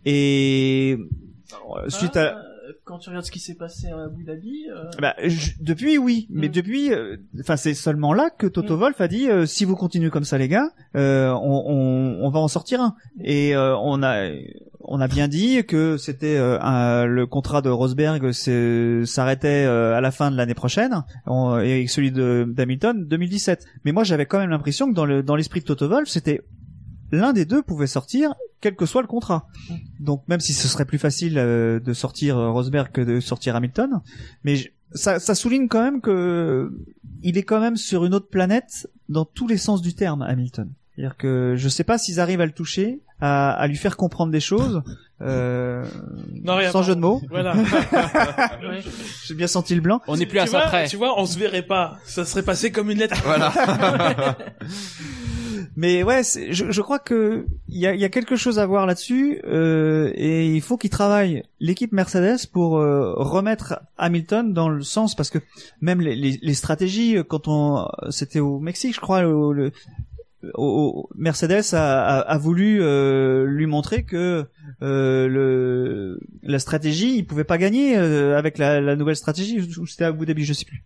I: Et euh, suite à
E: Euh, Quand tu regardes ce qui s'est passé à Abu Dhabi, euh,
I: bah, je- depuis oui, mais
E: Mm.
I: depuis, euh, enfin c'est seulement là que Toto
E: Mm.
I: Wolff a dit euh, si vous continuez comme ça les gars, euh, on, on, on va en sortir un. Et euh, on a on a bien dit que c'était euh, un- le contrat de Rosberg c'est- s'arrêtait euh, à la fin de l'année prochaine en- et celui de d'Hamilton 2017. Mais moi j'avais quand même l'impression que dans le dans l'esprit de Toto Wolff c'était l'un des deux pouvait sortir quel que soit le contrat. Donc même si ce serait plus facile euh, de sortir euh, Rosberg que de sortir Hamilton, mais je- ça, ça souligne quand même que il est quand même sur une autre planète dans tous les sens du terme, Hamilton. C'est-à-dire que je sais pas s'ils arrivent à le toucher, à, à lui faire comprendre des choses, euh,
A: Non, rien,
I: sans jeu de mots.
A: Voilà. Ouais.
I: J'ai bien senti le blanc.
F: On n'est plus à
A: tu
F: ça
A: vois,
F: près.
A: Tu vois, on se verrait pas. Ça serait passé comme une lettre.
D: Voilà.
I: Mais ouais, c'est- je, je crois que il y a, il y a quelque chose à voir là-dessus euh, et il faut qu'ils travaillent l'équipe Mercedes pour euh, remettre Hamilton dans le sens parce que même les, les, les stratégies euh, quand on c'était au Mexique, je crois, au- le, au- au- Mercedes a, a, a voulu euh, lui montrer que euh, le la stratégie, il pouvait pas gagner euh, avec la, la nouvelle stratégie ou c'était à Abu Dhabi, je sais plus.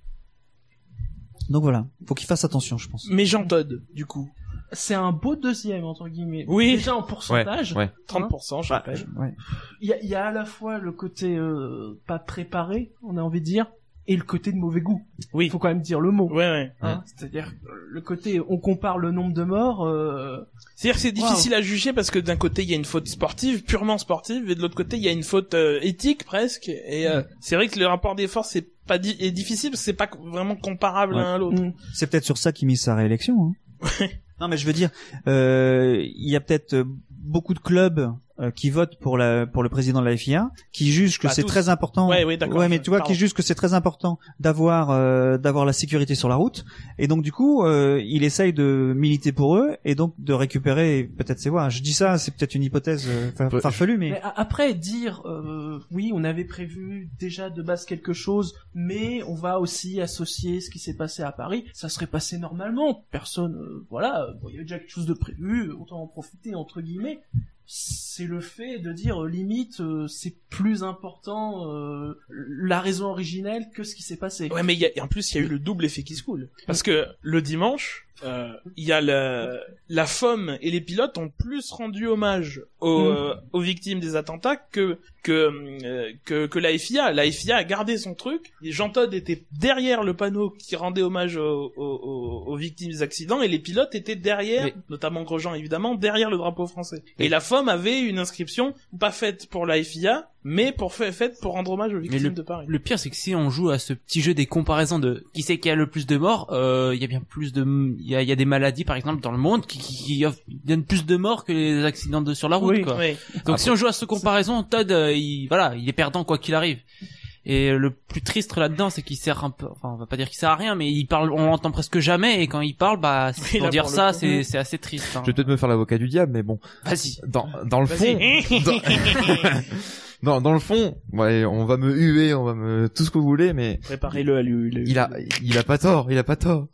I: Donc voilà, faut qu'il fasse attention, je pense.
A: Mais Jean Todd, du coup.
E: C'est un beau deuxième, entre guillemets.
A: Oui.
E: Déjà en
D: ouais,
E: pourcentage.
D: ouais.
A: 30%, je rappelle.
I: Ouais.
E: Il y a, il y a à la fois le côté euh, pas préparé, on a envie de dire, et le côté de mauvais goût.
A: Oui.
E: Il faut quand même dire le mot.
A: Ouais, ouais.
E: hein. C'est-à-dire euh, le côté, on compare le nombre de morts. euh,
A: C'est-à-dire que c'est difficile à juger parce que d'un côté il y a une faute sportive, purement sportive, et de l'autre côté il y a une faute euh, éthique presque. Et euh, c'est vrai que le rapport des forces est pas di- est difficile, parce que c'est pas co- vraiment comparable l'un à l'autre.
E: mm.
I: C'est peut-être sur ça qu'il mise sa réélection. hein. non, mais je veux dire, euh, il y a peut-être euh, beaucoup de clubs euh, qui votent pour la pour le président de la FIA, qui jugent que
A: Pas
I: c'est
A: tous.
I: très important.
A: Ouais, ouais, d'accord.
I: Ouais, mais
A: je-
I: tu vois,
A: pardon.
I: qui jugent que c'est très important d'avoir euh, d'avoir la sécurité sur la route, et donc du coup, euh, il essaye de militer pour eux, et donc de récupérer peut-être ses voix. Je dis ça, c'est peut-être une hypothèse euh, far-
D: Peu-
I: farfelue, mais,
E: Mais a- après, dire euh, oui, on avait prévu déjà de base quelque chose, mais on va aussi associer ce qui s'est passé à Paris, ça serait passé normalement. Personne, euh, voilà, euh, bon, il y a déjà quelque chose de prévu, autant en profiter, entre guillemets. C'est le fait de dire euh, limite, euh, c'est plus important euh, la raison originelle que ce qui s'est passé.
A: Ouais, mais il y a- et en plus, il y a eu le double effet qui se coule. Parce que le dimanche, euh, il y a le, la FOM et les pilotes ont plus rendu hommage aux,
E: Mm.
A: euh, aux victimes des attentats que que, euh, que que la FIA. La FIA a gardé son truc. Et Jean Todt était derrière le panneau qui rendait hommage aux, aux- aux- aux victimes des accidents et les pilotes étaient derrière,
F: Mais-
A: notamment Grosjean évidemment, derrière le drapeau français. Et, la FOM avait une inscription pas faite pour la FIA, mais pour fa- faite pour rendre hommage aux victimes de Paris.
F: Le pire, c'est que si on joue à ce petit jeu des comparaisons de qui c'est qui a le plus de morts, euh, il y a bien plus de, il y a, il y a des maladies par exemple dans le monde qui, qui, qui off- donnent plus de morts que les accidents de, sur la route.
E: Oui,
F: quoi.
A: Ouais.
F: Donc si on joue à ce comparaison, Todd, euh, il, voilà, il est perdant quoi qu'il arrive. Et le plus triste là-dedans, c'est qu'il sert un peu, enfin, on va pas dire qu'il sert à rien, mais il parle, on l'entend presque jamais, et quand il parle, bah, c'est-
A: Oui,
F: pour
A: là,
F: dire
A: pour le
F: ça,
A: coup,
F: c'est, c'est assez triste. hein.
D: Je vais peut-être me faire l'avocat du diable, mais bon,
F: Vas-y.
D: dans, dans le fond,
A: Vas-y.
D: dans, dans, dans le fond, ouais, on va me huer, on va me tout ce que vous voulez, mais
A: Préparez-le à lui. le-
D: il a, il a pas tort, il a pas tort.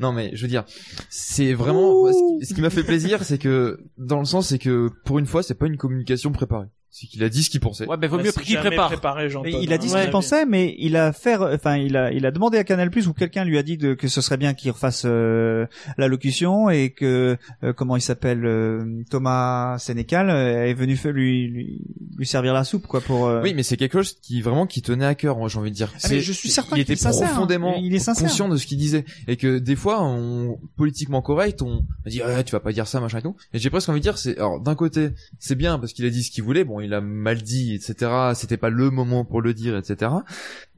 D: Non mais je veux dire, c'est vraiment moi, ce qui- ce qui m'a fait plaisir, c'est que dans le sens, c'est que pour une fois, c'est pas une communication préparée. C'est qu'il a dit ce qu'il pensait.
F: Ouais, ben, vaut
A: Ouais,
F: mieux
A: Bah, c'est
F: qu'il
A: jamais
D: Ah.
F: prépare.
A: préparé, Jean
I: mais
A: Todt,
I: il a
A: hein.
I: dit ce
A: Ouais.
I: qu'il pensait, mais il a fait, enfin, il a, il a demandé à Canal Plus ou quelqu'un lui a dit de- que ce serait bien qu'il refasse euh, l'allocution et que euh, comment il s'appelle euh, Thomas Sénécal euh, est venu fa- lui, lui lui servir la soupe quoi pour. euh,
D: Oui, mais c'est quelque chose qui vraiment qui tenait à cœur, moi, j'ai envie de dire.
I: Ah,
D: C'est-
I: mais je suis certain
D: il était
I: qu'il est sincère, hein.
D: profondément
I: Il est sincère.
D: conscient de ce qu'il disait et que des fois, on, politiquement correct, on dit ah, tu vas pas dire ça, machin et tout. Et j'ai presque envie de dire, c'est alors d'un côté, c'est bien parce qu'il a dit ce qu'il voulait, bon, il a mal dit, etc. C'était pas le moment pour le dire, etc.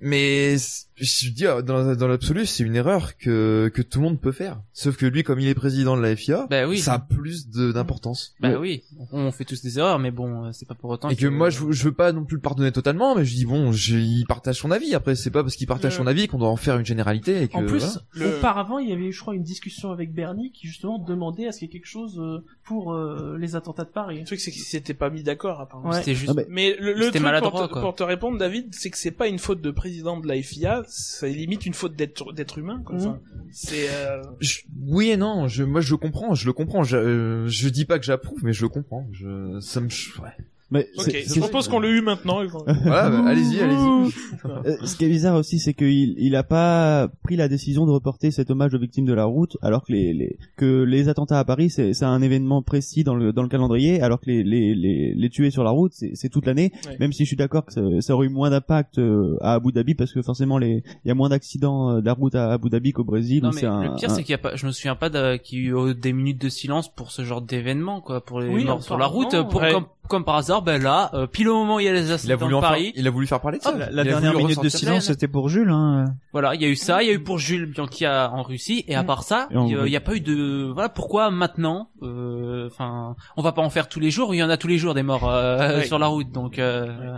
D: Mais c'est- je dis ah, dans, dans l'absolu, c'est une erreur que que tout le monde peut faire. Sauf que lui, comme il est président de la FIA,
F: Bah oui.
D: ça a plus de- d'importance.
F: Bah oui, on fait tous des erreurs, mais bon, euh, c'est pas pour autant.
D: Et que moi, je, je veux pas non plus le pardonner totalement, mais je dis bon, j'ai- il partage son avis. Après, c'est pas parce qu'il partage
A: Euh.
D: son avis qu'on doit en faire une généralité. Et que,
E: En plus,
D: voilà.
A: Le-
E: auparavant, il y avait, eu, je crois, une discussion avec Bernie qui justement demandait à ce qu'il y ait quelque chose euh, pour euh, les attentats de Paris.
A: Le truc, c'est qu'ils s'étaient pas mis d'accord, apparemment.
E: Ouais.
F: c'était juste.
C: Ah, mais-
A: Mais le, le
F: C'était
A: truc
F: maladroit,
A: pour, te,
F: quoi.
A: pour te répondre, David, c'est que c'est pas une faute de président de la FIA, c'est limite une faute d'être d'être humain. Quoi. Enfin, c'est euh,
D: Je- oui et non. Je, moi, je comprends. Je le comprends. Je, euh, je dis pas que j'approuve, mais je le comprends. Je, ça me. ch- ouais.
C: Mais
A: Ok,
C: c'est-
A: je
C: c'est-
A: propose qu'on le eue maintenant. et qu'on-
D: Voilà, bah, allez-y, allez-y.
C: Euh, ce qui est bizarre aussi, c'est qu'il il a pas pris la décision de reporter cet hommage aux victimes de la route, alors que les, les- que les attentats à Paris, c'est c'est un événement précis dans le dans le calendrier, alors que les les les, les tués sur la route, c'est c'est toute l'année.
A: Ouais.
C: Même si je suis d'accord que ça, ça aurait eu moins d'impact euh, à Abu Dhabi, parce que forcément les il y a moins d'accidents euh, de la route à Abu Dhabi qu'au Brésil.
F: Non
C: où
F: mais
C: c'est un-
F: le pire
C: un-
F: c'est qu'il y a pas, je me souviens pas de- qu'il y ait eu des minutes de silence pour ce genre d'événement quoi, pour les
E: Oui,
F: morts sur la route,
E: apparemment,
F: pour
A: ouais.
F: comme, comme par hasard, ben là, euh, pile au moment où il y a les
D: Il a
F: attentats
D: voulu
F: de
D: en faire,
F: Paris,
D: il a voulu faire parler de ça.
F: Hop,
D: Ah, Il a
G: La
D: voulu
G: dernière minute de
D: ressortir ça.
G: silence, c'était pour Jules. Hein.
F: voilà, il y a eu ça, il y a eu pour Jules Bianchi à- en Russie, et à
E: Mm.
F: part ça,
C: Et en
F: il y a-
C: Hongrie.
F: il y a pas eu de, voilà, pourquoi maintenant, Euh, enfin, on va pas en faire tous les jours, il y en a tous les jours des morts euh,
A: Ouais.
F: sur la route, donc. euh, euh,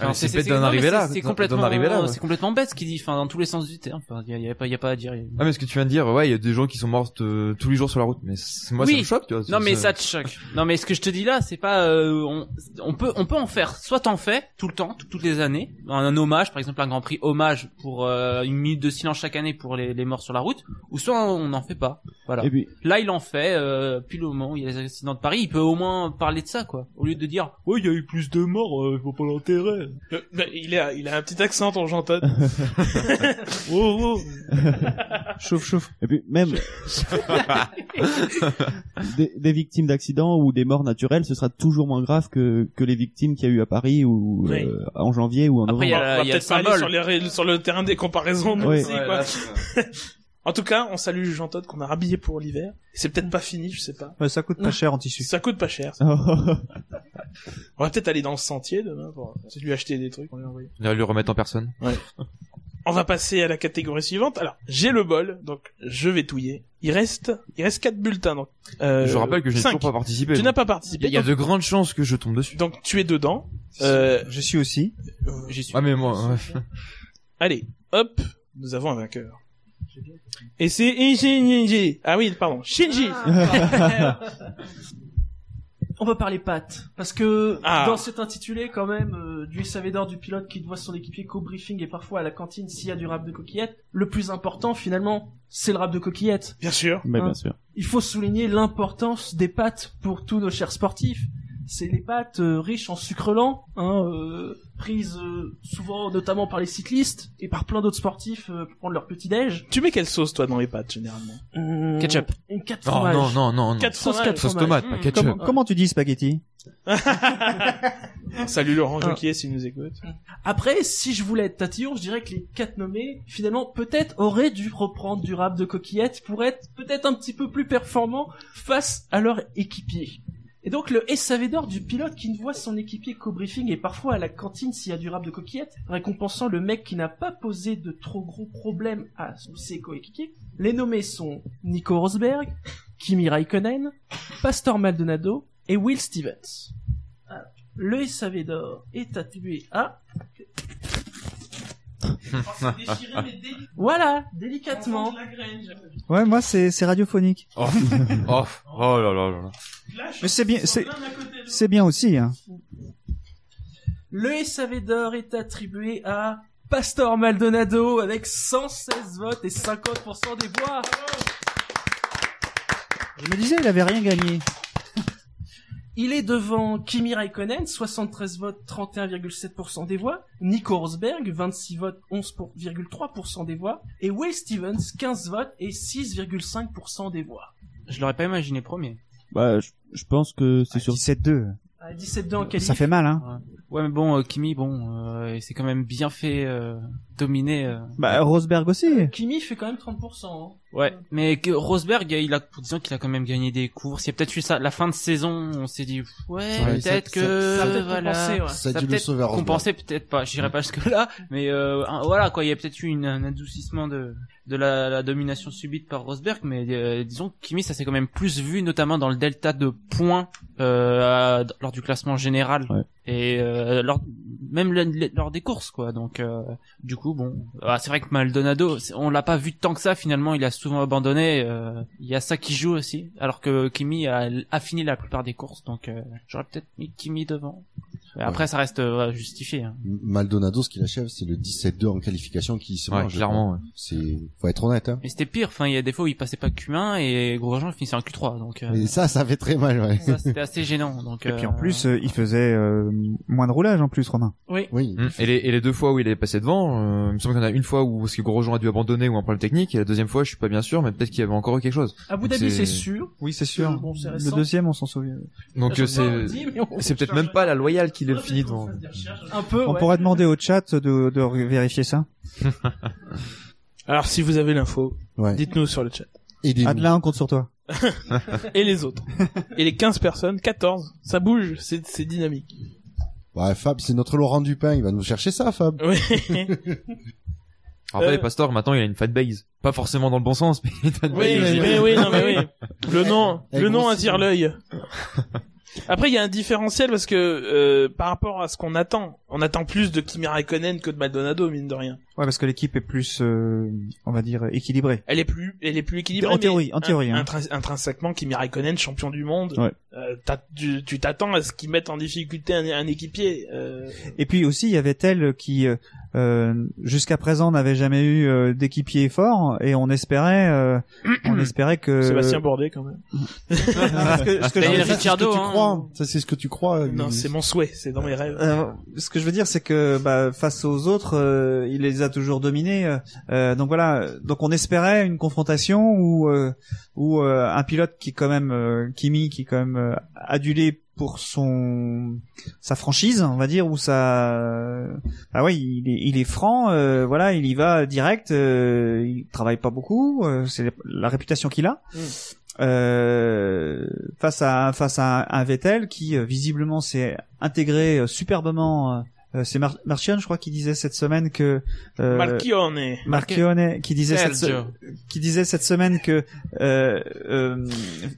D: Ah, mais c'est bête
F: non,
D: d'en
F: mais
D: arriver
F: c'est-
D: là,
F: C'est
D: d'en-
F: complètement,
D: d'en arriver là, ouais.
F: c'est complètement bête ce qu'il dit, enfin dans tous les sens du terme. Enfin, il y, a- il y a pas, il y a pas à dire.
D: Ah mais ce que tu viens de dire, ouais, il y a des gens qui sont morts euh, tous les jours sur la route, mais c- moi
F: Oui.
D: ça me choque, tu vois.
F: Non mais ça te choque. Non mais ce que je te dis là, c'est pas euh, on, on peut on peut en faire. Soit t'en fais tout le temps, tout- toutes les années, un, un hommage, par exemple un Grand Prix hommage pour euh, une minute de silence chaque année pour les, les morts sur la route, ou soit on n'en fait pas. Voilà.
C: Et puis
F: Là il en fait. Euh, puis le moment où il y a les accidents de Paris, il peut au moins parler de ça quoi, au lieu de dire
A: Oui, il y a eu plus de morts, euh, je vois pas l'intérêt. Euh, bah, il, a, il a un petit accent, ton Jean Todt. oh, oh.
I: Chauffe, chauffe.
C: Et puis même des, des victimes d'accidents ou des morts naturelles, ce sera toujours moins grave que, que les victimes qu'il y a eu à Paris ou
A: Oui.
C: euh, en janvier ou en
F: Après, il y
C: novembre.
A: On
F: a-
A: va
F: le
A: peut-être pas aller
F: symbole.
A: sur, les ré- sur le terrain des comparaisons. nous
C: Oui.
A: aussi, quoi. en tout cas, on salue Jean Todt qu'on a rhabillé pour l'hiver. C'est peut-être pas fini, je sais pas.
I: Ouais, ça coûte pas cher en tissu.
A: Ça coûte pas cher. ça. On va peut-être aller dans le sentier demain pour euh, lui acheter des trucs. On lui envoie.
D: On va le remettre en personne.
A: On va passer à la catégorie suivante. Alors, j'ai le bol, donc je vais touiller. Il reste, il reste quatre bulletins. Donc, euh,
D: je rappelle que je n'ai
A: cinq.
D: toujours pas participé.
A: Tu n'as pas
D: Il y
A: participé.
D: a- il y a
A: donc,
D: de grandes chances que je tombe dessus.
A: donc tu es dedans. Euh,
I: Je suis aussi.
F: j'y suis.
D: Ah mais moi, ouais.
A: Allez, hop, nous avons un vainqueur. Et c'est Shinji. Ah oui, pardon, Shinji.
E: Ah. On va parler pattes. Parce que
A: Ah.
E: dans cet intitulé, quand même, euh, du SAV d'or du pilote qui doit son équipier qu'au briefing et parfois à la cantine s'il y a du rap de coquillette, le plus important finalement, c'est le rap de coquillette.
A: Bien sûr.
C: Mais bien
E: Hein.
C: sûr.
E: Il faut souligner l'importance des pâtes pour tous nos chers sportifs. C'est les pâtes euh, riches en sucre lent, hein, euh, prises euh, souvent notamment par les cyclistes et par plein d'autres sportifs euh, pour prendre leur petit déj.
A: Tu mets quelle sauce toi dans les pâtes généralement
F: Ketchup.
E: Euh, Une quatre
D: Oh, Non,
E: fromages.
D: non, non, non, non.
A: Quatre
E: Sauce
A: fromages.
E: quatre
D: Sauce
E: fromages.
D: tomate, pas
A: Mmh.
D: ketchup.
I: Comment, comment tu dis spaghetti
A: Salut Laurent
E: Ah.
A: Joquier s'il nous écoute.
E: Après, si je voulais être tatillon, je dirais que les quatre nommés, finalement, peut-être auraient dû reprendre du rap de coquillette pour être peut-être un petit peu plus performants face à leur équipier. Et donc, le SAV d'or du pilote qui ne voit son équipier qu'au briefing et parfois à la cantine s'il y a du rap de coquillette, récompensant le mec qui n'a pas posé de trop gros problèmes à ses coéquipiers. Les nommés sont Nico Rosberg, Kimi Raikkonen, Pastor Maldonado et Will Stevens. Alors, Le SAV d'or est attribué à Voilà, délicatement.
I: Ouais, moi c'est c'est radiophonique.
D: Oh. oh, oh là là là. là.
I: Mais c'est bien, c'est c'est bien aussi. Hein.
E: Le SAV d'or est attribué à Pastor Maldonado avec 116 votes et 50% des voix.
I: Je me disais, il avait rien gagné.
E: Il est devant Kimi Raikkonen, 73 votes, 31,7% des voix. Nico Rosberg, 26 votes, 11,3% des voix. Et Will Stevens, 15 votes et 6,5% des voix.
F: Je l'aurais pas imaginé premier.
C: Bah, je, je pense que c'est
A: Ah,
C: sûr.
I: 17-2.
E: À 17 2 en qualif.
I: Ça fait mal, hein.
F: oh, Ouais mais bon, euh, Kimi, bon, euh, il s'est quand même bien fait euh, dominer. euh,
I: Bah, Rosberg aussi.
E: Kimi fait quand même 30%. hein.
F: Ouais, mais que Rosberg, il a, disons qu'il a quand même gagné des courses. Il y a peut-être eu ça, la fin de saison, on s'est dit, ouais,
B: Ouais,
F: peut-être
B: ça-
F: que,
E: Ça a peut-être
F: voilà.
E: compensé, ouais.
B: Ça a
F: Ça
B: dû le
F: peut-être
B: sauver à Rosberg.
F: Compensé peut-être pas, j'irai pas jusque là, mais euh, un- voilà quoi, il y a peut-être eu une- un adoucissement de de la, la domination subite par Rosberg, mais euh, disons que Kimi ça s'est quand même plus vu notamment dans le delta de points euh, à- lors du classement général
C: Ouais.
F: et euh, lors même le- le- lors des courses quoi. Donc euh, du coup bon, ah, c'est vrai que Maldonado, c'est- on l'a pas vu tant que ça finalement, il a souvent abandonné. euh, Il y a ça qui joue aussi, alors que Kimi a, a fini la plupart des courses, donc euh, j'aurais peut-être mis Kimi devant. Mais Après, ça reste euh, justifié. hein.
B: Maldonado, ce qu'il achève, c'est le 17-2 en qualification qui se
D: Ouais,
B: mange.
D: clairement. ouais.
B: C'est, faut être honnête, hein.
F: Mais c'était pire. Enfin, il y a des fois où il passait pas Q1 et Grosjean finissait en Q3. Donc, euh,
B: Et ça, ça fait très mal, ouais.
F: ça, c'était assez gênant. Donc,
I: Et puis en
F: euh,
I: plus, euh, il faisait euh, moins de roulage en plus, Romain.
B: Oui.
D: Mm. Et les, et les deux fois où il est passé devant, euh, il me semble qu'il y en a une fois où parce que Grosjean a dû abandonner ou un problème technique, et la deuxième fois, je suis pas bien sûr, mais peut-être qu'il y avait encore eu quelque chose.
E: Abu
D: C'est-
E: Dhabi, c'est sûr.
I: Oui, c'est
E: sûr.
I: Bon, c'est
E: Le
I: le deuxième, on s'en souvient.
D: Donc
E: Ça,
D: euh,
E: je sais pas, on
D: c'est
E: dit, mais on-
D: c'est peut-être même pas la loyale qui le finit devant.
E: Un peu,
I: On
E: Euh, ouais.
I: pourrait demander au chat de, de vérifier ça.
A: Alors, si vous avez l'info,
B: Ouais.
A: dites-nous sur le chat.
B: Et des
I: Adelin, on compte sur toi.
A: Et les autres. Et les 15 personnes, 14. Ça bouge, c'est c'est dynamique.
B: Ouais, Fab, c'est notre Laurent Dupin, il va nous chercher ça, Fab.
A: Oui.
D: Rappelez,
A: Euh.
D: Pastor, maintenant il a une fanbase. Pas forcément dans le bon sens, mais il a une fanbase.
A: Oui, oui, oui, non, mais oui. Le nom,
B: Eh,
A: le nom
B: grossi.
A: attire l'œil. Après, il y a un différentiel parce que euh, par rapport à ce qu'on attend, on attend plus de Kimi Raikkonen que de Maldonado, mine de rien.
I: Ouais, parce que l'équipe est plus, euh, on va dire, équilibrée.
A: Elle est plus, elle est plus équilibrée.
I: En
A: mais
I: théorie, en
A: in-
I: théorie, hein.
A: intrins- intrinsèquement, Kimi Raikkonen, champion du monde,
I: Ouais.
A: euh, t'as- tu tu t'attends à ce qu'ils mettent en difficulté un, un équipier. euh,
I: Et puis aussi, il y avait elle qui, euh, euh, jusqu'à présent, n'avait jamais eu euh, d'équipier fort, et on espérait, euh, on espérait que.
A: Sébastien Bourdet, quand même.
I: Parce que-
A: Bah,
I: ce que je
F: Daniel
B: Ça, c'est ce
I: veux dire,
B: que
F: Ricciardo,
B: tu
F: hein.
B: crois. Ça, c'est ce que tu crois.
A: Non,
B: Guy.
A: c'est mon souhait, c'est dans mes rêves.
I: Euh, ce que je veux dire, c'est que bah, face aux autres, euh, il les a toujours dominés. euh, euh, donc voilà. Donc on espérait une confrontation où, euh, où euh, un pilote qui est quand même euh, Kimi, qui est quand même euh, adulé pour son sa franchise, on va dire, où ça. Ah ouais, il est, il est franc. euh, voilà, il y va direct. euh, il travaille pas beaucoup. euh, c'est la réputation qu'il a.
A: Mm.
I: Euh, face à face à un Vettel qui euh, visiblement s'est intégré euh, superbement. euh, euh, c'est Mar Marchion, je crois, qui disait cette semaine que euh,
A: Marchione.
I: Marchione, qui disait cette, se-
F: Sergio.
I: qui disait cette semaine que euh, euh,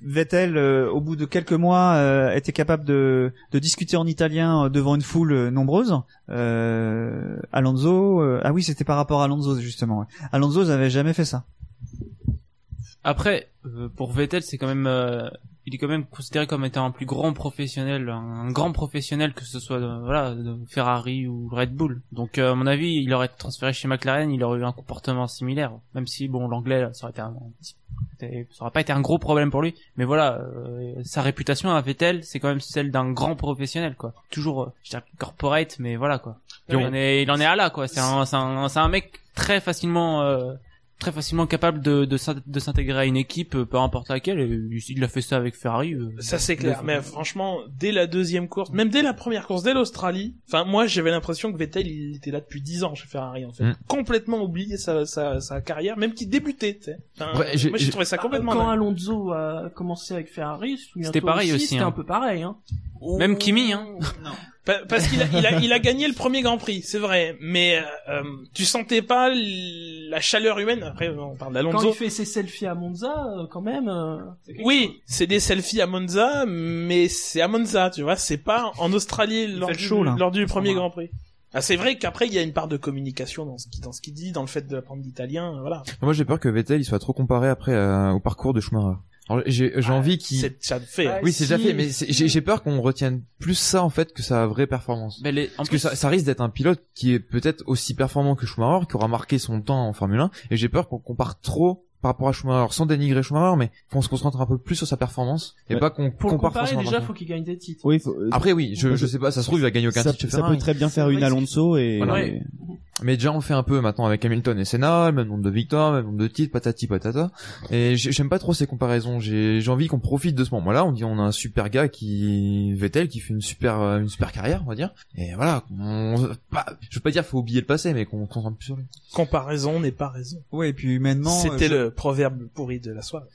I: Vettel, euh, au bout de quelques mois, euh, était capable de, de discuter en italien euh, devant une foule euh, nombreuse. Euh, Alonso, euh, ah oui, c'était par rapport à Alonso justement. ouais. Alonso n'avait jamais fait ça.
F: Après, euh, pour Vettel, c'est quand même, euh, il est quand même considéré comme étant un plus grand professionnel, un, un grand professionnel que ce soit de, voilà de Ferrari ou Red Bull. Donc euh, à mon avis, il aurait été transféré chez McLaren, il aurait eu un comportement similaire. Même si bon, l'anglais, là, ça aurait été, un, petit- c'était- ça aurait pas été un gros problème pour lui. Mais voilà, euh, sa réputation à Vettel, c'est quand même celle d'un grand professionnel quoi. Toujours, euh, je dirais corporate, mais voilà quoi. Il en est, il en est à là quoi. C'est un, c'est un, c'est un mec très facilement. euh, très facilement capable de, de, s'in- de s'intégrer à une équipe, euh, peu importe laquelle. et il- Il a fait ça avec Ferrari. euh.
A: Ça c'est clair, mais franchement, dès la deuxième course, même dès la première course, dès l'Australie, enfin moi j'avais l'impression que Vettel il était là depuis 10 ans chez Ferrari en fait,
D: Mm.
A: complètement oublié sa, sa, sa carrière, même qu'il débutait. tu sais. Enfin,
D: Ouais, j'ai-
A: moi j'ai
D: j'ai-
A: trouvé ça complètement.
E: Quand
A: dingue.
E: Alonso a commencé avec Ferrari,
F: C'était pareil aussi,
E: C'était
F: hein.
E: un peu pareil. Hein.
F: Même Kimi, hein.
A: Pa- Parce qu'il a, il a, il a gagné le premier Grand Prix, c'est vrai, mais euh, tu sentais pas l- la chaleur humaine. Après on parle
E: Quand
A: d'Alonso.
E: il fait ses selfies à Monza, euh, quand même. euh, c'est quelque chose.
A: Oui, c'est des selfies à Monza, mais c'est à Monza, tu vois, c'est pas en Australie lors,
I: fait
A: du,
I: chaud, là.
A: lors du premier
E: va.
A: Grand Prix. Ah, c'est vrai qu'après il y a une part de communication dans ce qui dans ce qu'il dit, dans le fait de apprendre l'italien, voilà.
D: Moi, j'ai peur que Vettel il soit trop comparé après à- au parcours de Schumacher. Alors, j'ai j'ai envie qu'il.
A: C'est ça le fait.
E: Ouais.
D: Oui, c'est déjà
E: Si.
D: fait, mais c'est- j'ai j'ai peur qu'on retienne plus ça en fait que sa vraie performance.
F: Mais les- en
D: Parce que
F: plus,
D: ça, ça risque d'être un pilote qui est peut-être aussi performant que Schumacher, qui aura marqué son temps en Formule 1, et j'ai peur qu'on compare trop par rapport à Schumacher, sans dénigrer Schumacher, mais qu'on se concentre un peu plus sur sa performance, et
C: Ouais.
D: pas qu'on
E: Pour le
D: compare
E: comparer,
D: forcément
E: déjà,
D: par-
E: faut qu'il gagne des titres.
C: Oui, faut- euh,
D: Après oui, je, je sais pas, ça se trouve, il va gagner aucun
C: ça,
D: titre chez
C: ça
D: Ferrari.
C: peut très bien faire
E: C'est
C: une
E: vrai que
C: Alonso et,
D: Voilà.
C: et-
D: Mais déjà, on le fait un peu maintenant avec Hamilton et Senna, le même nombre de victoires, le même nombre de titres, patati patata. Et j'ai- j'aime pas trop ces comparaisons. J'ai j'ai envie qu'on profite de ce moment-là. On dit on a un super gars qui Vettel qui fait une super euh, une super carrière, on va dire. Et voilà, on- pas- je veux pas dire faut oublier le passé, mais qu'on se concentre plus sur lui.
A: Comparaison n'est pas raison.
I: Ouais, et puis humainement. Ah,
A: C'était le proverbe pourri de la soirée.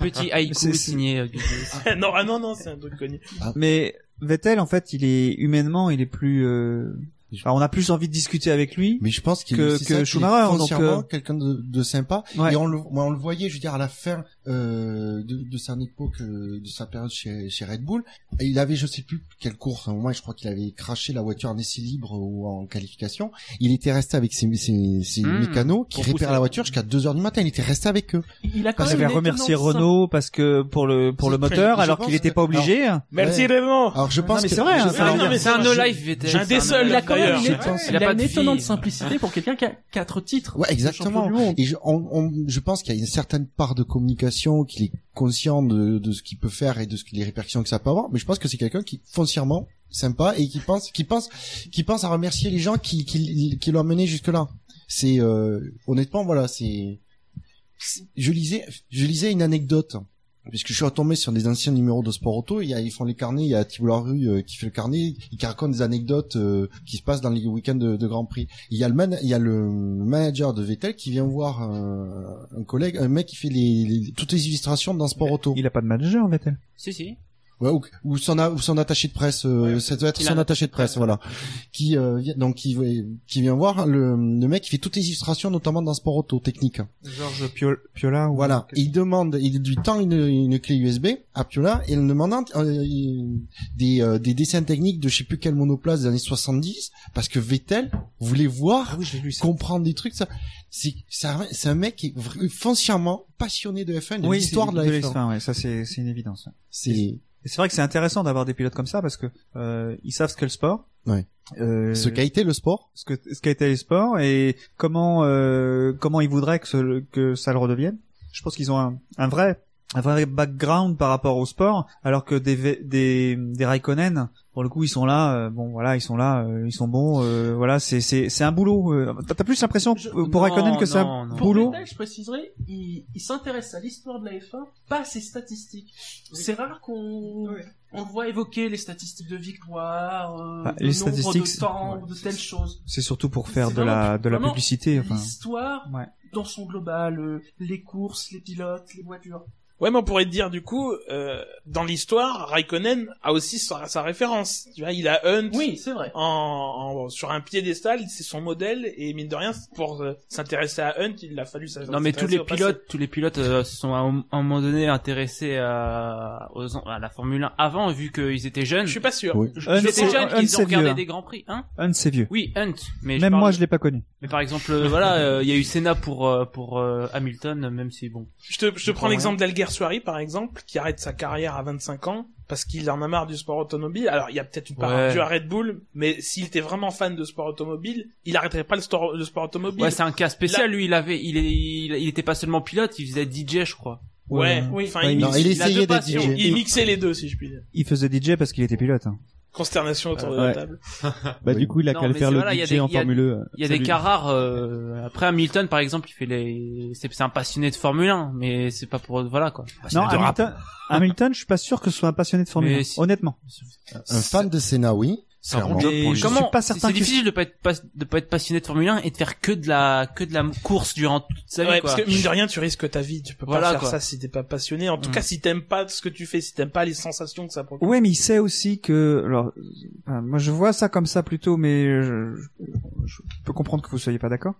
F: petit haïku
I: C'est- Ah, c'est-
F: signé. euh, Guggenheim.
A: non, ah non non, c'est un truc connu.
B: Ah.
I: Mais Vettel, en fait, il est humainement, il est plus. euh, enfin, on a plus envie de discuter avec lui.
B: Mais je pense qu'il
I: Que-
B: c'est
I: que
B: ça, qu'il est
I: Schumacher, donc,
B: foncièrement
I: euh,
B: quelqu'un de, de sympa.
I: Ouais.
B: Et on le, moi, on le voyait, je veux dire, à la fin, euh, de, de son époque, euh, de sa période chez, chez Red Bull. Et il avait, je sais plus quelle course, à un moment, je crois qu'il avait craché la voiture en essai libre ou en qualification. Il était resté avec ses, ses, ses
F: Mmh.
B: mécanos qui
F: Pour pousser.
B: réparent la voiture jusqu'à 2 heures du matin. Il était resté avec eux.
E: Il a quand
B: Parce
E: même
B: qu'il
E: une
I: J'avais
E: étonnante
I: remercié
E: sym-
I: Renault parce que pour le pour le
B: C'est-
I: moteur
B: je
I: alors
B: pense
I: qu'il n'était
B: que-
I: pas obligé.
B: Ouais.
A: Merci Raymond.
B: Alors je pense
I: mais
B: que-
I: c'est vrai,
B: je-
I: hein, ça
A: Ah, non, mais
F: C'est un
A: je-
F: no life, Vettel.
A: un des
F: c'est
A: seuls,
F: no
E: Il a
F: life.
E: quand même
A: D'ailleurs,
E: une,
A: je
E: étonnante-
F: pense.
E: il
F: Il a
E: a
F: pas
E: une
F: de fille.
E: étonnante simplicité pour quelqu'un qui a quatre titres.
B: Ouais, exactement.
E: Champion du monde.
B: Et je, on, on- je pense qu'il y a une certaine part de communication qu'il est conscient de, de ce qu'il peut faire et de ce, que- les répercussions que ça peut avoir. Mais je pense que c'est quelqu'un qui est foncièrement sympa et qui pense, qui pense, qui pense à remercier les gens qui, qui, qui l'ont amené jusque là. C'est euh, honnêtement, voilà, c'est. c'est- Je lisais, je lisais une anecdote. Puisque je suis retombé sur des anciens numéros de Sport Auto, il y a, ils font les carnets, il y a Thibault Larue euh, qui fait le carnet, et qui raconte des anecdotes euh, qui se passent dans les week-ends de, de Grand Prix. Il y a le man, il y a le manager de Vettel qui vient voir un, un collègue, un mec qui fait les, les- toutes les illustrations dans Sport Auto.
I: Il a pas de manager Vettel.
F: Si, si.
B: Ouais, ou, ou son a- ou son attaché de presse, euh, ça doit être
F: Il
B: son
F: a-
B: attaché de presse, voilà. Qui euh, vient- donc qui, qui vient voir le, le mec qui fait toutes les illustrations, notamment dans Sport Auto technique.
I: Georges Piola ou
B: Voilà, il demande, il lui tend une, une clé USB à Piola et le demandant euh, il- des, euh, des dessins techniques de je sais plus quel monoplace des années 70 parce que Vettel voulait
I: Ah
B: voir, comprendre des trucs. Ça, c'est c'est un- c'est un mec qui est vra- foncièrement passionné de F1, de
I: Oui,
B: l'histoire
I: c'est-
B: de la F1.
I: l'histoire, ouais, ça c'est c'est une évidence.
B: C'est
I: Et c'est vrai que c'est intéressant d'avoir des pilotes comme ça parce que euh, ils savent ce qu'est le sport.
B: Ouais.
I: Euh,
B: ce qu'a été le sport.
I: ce que ce qu'a été le sport et comment euh, comment ils voudraient que ce- que ça le redevienne. Je pense qu'ils ont un, un vrai un vrai background par rapport au sport, alors que des Ve- des des Raikkonen pour le coup ils sont là, euh, bon voilà ils sont là, euh, ils sont bons, euh, voilà c'est c'est c'est un boulot. euh, T'as t'as plus l'impression
E: Je-
I: euh,
F: Non,
I: pour Raikkonen que c'est un
F: non, non.
E: Pour
I: boulot.
E: Vettel, je préciserai, il, il s'intéresse à l'histoire de la F1, pas à ses statistiques. C'est rare qu'on on voit évoquer les statistiques de victoire, euh,
I: Bah,
E: le
I: les
E: nombre
I: statistiques,
E: de temps,
I: ouais.
E: ou de telles choses.
I: C'est surtout pour faire
E: C'est
I: de la de la
E: vraiment
I: publicité. Enfin.
E: L'histoire
I: Ouais.
E: dans son global, euh, les courses, les pilotes, les voitures.
A: Ouais, mais on pourrait te dire du coup, euh, dans l'histoire, Raikkonen a aussi sa, sa référence. Tu vois, il a Hunt
E: Oui, c'est vrai.
A: en, en- sur un piédestal, c'est son modèle et mine de rien, pour euh, s'intéresser à Hunt, il a fallu s'in- s'intéresser.
F: Non mais tous les
A: au passé.
F: pilotes, tous les pilotes euh, se sont à un à un moment donné intéressés à, aux- à la Formule 1 avant vu qu'ils étaient jeunes.
A: Je suis pas sûr.
B: Oui.
F: Je-
I: Hunt,
F: Ils étaient
I: c'est-
F: jeunes,
I: Hunt,
F: ils
I: c'est
F: ont regardé
I: vieux.
F: des grands prix, hein
I: Un c'est vieux.
F: Oui, Hunt. Mais
I: Même
F: je
I: moi
F: parle-
I: je l'ai pas connu.
F: Mais par exemple, euh, voilà, euh, il y a eu Senna pour euh, pour euh, Hamilton, même si bon.
A: Je te, je te prends
F: Ouais.
A: l'exemple d'Alger Soari, par exemple, qui arrête sa carrière à 25 ans parce qu'il en a marre du sport automobile. Alors, il y a peut-être une part
F: Ouais.
A: due à Red Bull, mais s'il était vraiment fan de sport automobile, il arrêterait pas le, store- le sport automobile.
F: Ouais, c'est un cas spécial. Lui, il avait, il, est- il, il était pas seulement pilote, il faisait DJ, je crois.
A: Ouais,
E: Oui.
A: enfin,
I: Ouais,
A: il,
B: non, il
A: mixe-
F: a deux
B: essayait d'être
F: passions.
B: DJ.
A: il mixait les deux, si je puis dire.
I: Il faisait DJ parce qu'il était pilote. hein.
A: Consternation autour de
C: Euh,
A: la
C: ouais.
A: table.
C: Bah
B: Oui.
C: du coup, il a
F: Non,
C: qu'à le
F: mais
C: faire
F: c'est-
C: le
F: voilà, il y a
C: DJ
F: des-
C: en
F: il y a-
C: Formule 1.
F: Il y a des cas rares. euh, après Hamilton, par exemple, il fait les, c'est c'est un passionné de Formule 1, mais c'est pas pour voilà quoi.
I: Non,
D: de rap.
I: Hamilton, Hamilton, je suis pas sûr que ce soit un passionné de Formule
F: Mais
I: 1,
F: si.
I: honnêtement.
B: Un fan de Senna, oui.
D: C'est un
B: Clairement.
D: bon job pour lui.
I: Je suis
F: Comment
I: pas
F: c'est-
I: certain
F: C'est
I: qu'il-
F: difficile de pas être pas- de pas être passionné de Formule 1 et de faire que de la que de la course durant toute sa vie
A: Ouais,
F: quoi.
A: parce que mine de rien, tu risques ta vie. Tu peux
F: Voilà,
A: pas faire
F: quoi.
A: ça si t'es pas passionné. En tout
F: Mm.
A: cas, si t'aimes pas ce que tu fais, si t'aimes pas les sensations que ça procure.
I: Ouais, mais il sait aussi que, alors, euh, enfin, moi je vois ça comme ça plutôt, mais je, je- je peux comprendre que vous soyez pas d'accord.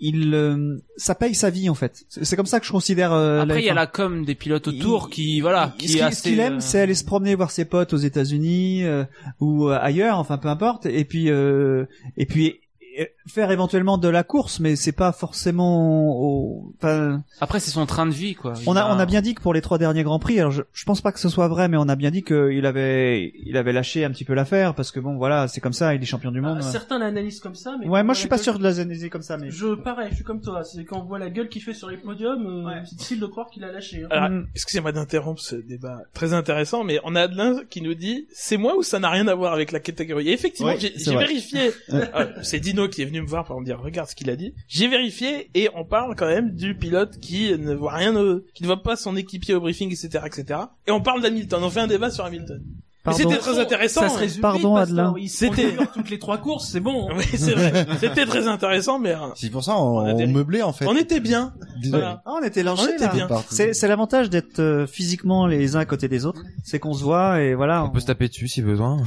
I: Il, euh, ça paye sa vie en fait. C'est c'est comme ça que je considère. euh,
F: Après, il y a
I: F1.
F: la com des pilotes
I: Il-
F: autour qui, voilà,
I: Il-
F: qui
I: ce qu'il-
F: est
I: ce qu'il
F: assez,
I: aime,
F: euh,
I: c'est aller se promener voir ses potes aux États-Unis euh, ou euh, ailleurs, enfin peu importe. Et puis, euh, et puis euh, faire éventuellement de la course, mais c'est pas forcément. Au... Enfin,
F: Après, c'est son train de vie, quoi. Il
I: On
A: Ah.
I: a, on a bien dit que pour les trois derniers grands prix, alors je, je pense pas que ce soit vrai, mais on a bien dit qu'il avait, il avait lâché un petit peu l'affaire parce que bon, voilà, c'est comme ça, il est champion du monde.
E: Ah, Certains l'analysent comme ça, mais
I: ouais,
E: quand
I: moi
E: on
I: je suis
E: voit
I: pas
E: la
I: sûr de l'analyser comme ça, mais.
E: gueule- Je pareil, je suis comme toi. C'est quand on voit la gueule qu'il fait sur les podiums, euh,
I: Ouais.
E: c'est difficile de croire qu'il a lâché. hein.
A: Alors,
I: Mm.
A: excusez-moi d'interrompre ce débat très intéressant, mais on a Adelin qui nous dit c'est moi ou ça n'a rien à voir avec la catégorie. Et effectivement,
C: Ouais,
A: j'ai
C: c'est
A: j'ai
C: vrai.
A: vérifié. Euh, c'est Dino qui est venu me voir pour me dire regarde ce qu'il a dit. J'ai vérifié et on parle quand même du pilote qui ne voit rien, au- qui ne voit pas son équipier au briefing, etc., etc. Et on parle d'Hamilton. On fait un débat sur Hamilton. Mais
C: Pardon.
A: c'était très intéressant. hein.
E: Ça se résume.
C: Pardon,
E: vite, Pastor.
C: Adelin.
E: Ils se
A: C'était-
E: conduisent dans toutes les trois courses, c'est bon.
A: Oui, c'est vrai. C'était très intéressant, mais euh,
B: C'est pour ça on,
A: On a des-
B: on meublait en fait.
A: on était bien.
B: Désolé.
A: Voilà.
C: Ah, on était
A: On
C: lancés,
A: était
C: là.
A: bien.
B: Parti.
I: C'est c'est l'avantage d'être euh, physiquement les uns à côté des autres, c'est qu'on se voit et voilà.
D: On peut se taper dessus si besoin.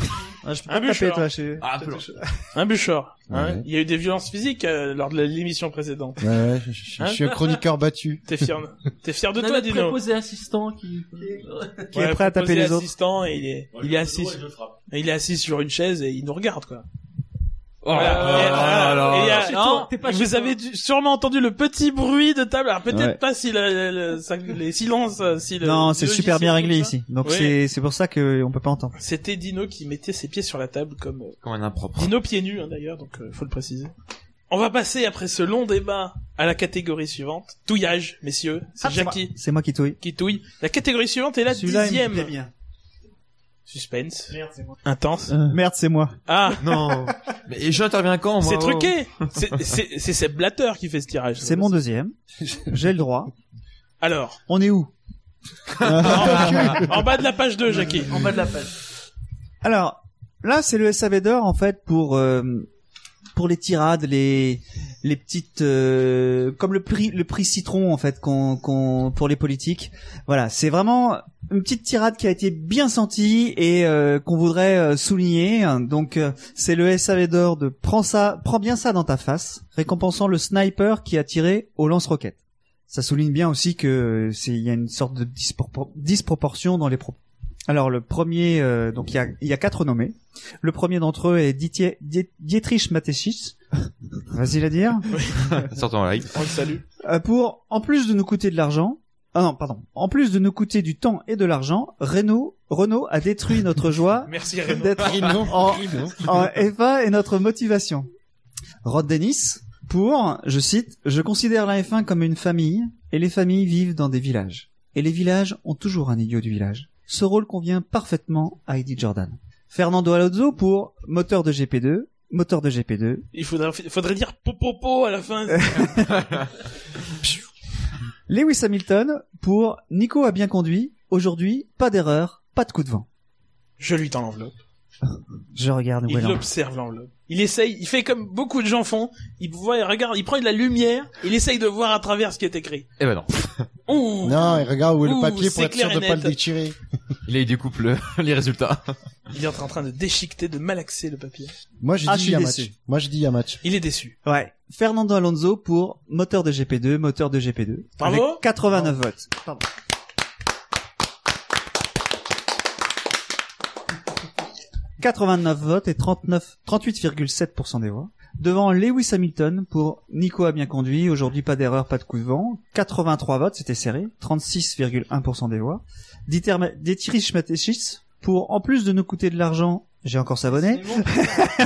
C: Ah, je peux
A: Un
C: pas te
A: bûcheur.
C: taper, toi, je-
D: Ah, un peu loin.
A: Un bûcheur. hein.
B: Ouais.
A: Il y a eu des violences physiques euh, lors de l'émission précédente. Hein
B: Ouais, ouais, je, je- je suis un chroniqueur battu.
A: T'es fier, t'es fier de
E: On a
A: toi,
E: notre
A: Dino.
E: préposé assistant qui...
A: Qui
I: est prêt à taper les autres.
A: Assistant et il est, il est assis, il est assis sur une chaise et il nous regarde quoi. Voilà. Et- voilà. Et il y a-
E: Chez
A: non,
E: toi, t'es pas chez
A: vous
E: toi.
A: avez dû- sûrement entendu le petit bruit de table. Alors peut-être
J: Ouais.
A: pas si le, le- le- ça- les silences, euh, si le
I: Non,
A: le
I: c'est
A: logiciel
I: super bien
A: fait
I: réglé
A: ça.
I: ici. Donc
A: Oui.
I: c'est c'est pour ça que on peut pas entendre.
A: C'était Dino qui mettait ses pieds sur la table comme euh,
D: Comme un impropre.
A: Dino pieds nus hein, d'ailleurs, donc euh, faut le préciser. On va passer après ce long débat à la catégorie suivante, touillage, messieurs. C'est Jackie
I: Ah, C'est moi qui touille.
A: qui touille. La catégorie suivante est la
I: Celui-là, il me
A: dixième. Suspense. Intense.
I: Euh, Merde, c'est moi.
A: Ah,
D: Non. Mais j'interviens quand, moi
A: c'est
D: oh
A: truqué. C'est- C'est c'est Seb Blatter qui fait ce tirage.
I: C'est mon deuxième. J'ai le droit.
A: Alors,
I: On est où
A: en bas, en bas de la page 2, Jackie.
E: Ah, En bas de la page.
I: Alors là, c'est le SAV d'or en fait pour euh, pour les tirades, les les petites euh, comme le prix le prix citron en fait qu'on qu'on pour les politiques. Voilà, c'est vraiment une petite tirade qui a été bien sentie et euh, qu'on voudrait euh, souligner. Donc euh, c'est le SAV d'or de prends ça, prends bien ça dans ta face, récompensant le sniper qui a tiré au lance-roquette. Ça souligne bien aussi que c'est il y a une sorte de dispropor- disproportion dans les propos. Alors le premier, euh, donc il y a, il y a quatre nommés. Le premier d'entre eux est Dietie- Die- Dietrich Mateschitz, facile à dire,
D: Sortons en live.
A: On le salue.
I: Euh, pour, en plus de nous coûter de l'argent, ah non, pardon, en plus de nous coûter du temps et de l'argent, Renault, Renault a détruit notre joie
A: Merci Raymond.
I: d'être en, en F1 et notre motivation. Rod Dennis pour, je cite, je considère la F1 comme une famille et les familles vivent dans des villages. Et les villages ont toujours un idiot du village. Ce rôle convient parfaitement à Eddie Jordan. Fernando Alonso pour moteur de GP2, moteur de GP2.
A: Il faudrait, faudrait dire popopo à la fin.
I: Lewis Hamilton pour Nico a bien conduit. Aujourd'hui, pas d'erreur, pas de coup de vent.
A: Je lui tends l'enveloppe.
I: Je regarde où
A: Il
I: elle en est.
A: observe l'enveloppe. Il essaye, il fait comme beaucoup de gens font. Il voit, il regarde, il prend de la lumière, il essaye de voir à travers ce qui est écrit.
D: Eh ben non.
A: Ouh!
B: Non, et regarde où est
A: Ouh,
B: le papier pour
A: c'est
B: être sûr
A: clair
B: de
A: et
B: pas le
A: net.
B: déchirer.
D: Il a eu du couple les résultats.
A: Il est en train de déchiqueter, de malaxer le papier.
B: Moi j'ai
I: Ah, je
B: dit
I: suis
B: il y a
I: déçu.
B: match. Moi je dis il y a match.
A: Il est déçu.
I: Ouais. Fernando Alonso pour moteur de GP2, moteur de GP2.
A: Bravo.
I: Avec 89 votes. Pardon. 89 votes et 39, 38,7% des voix. Devant Lewis Hamilton pour Nico a bien conduit, aujourd'hui pas d'erreur, pas de coup de vent. 83 votes, c'était serré. 36,1% des voix. Dieter Ma- Dietrich Mateschitz pour, en plus de nous coûter de l'argent, j'ai encore savonné.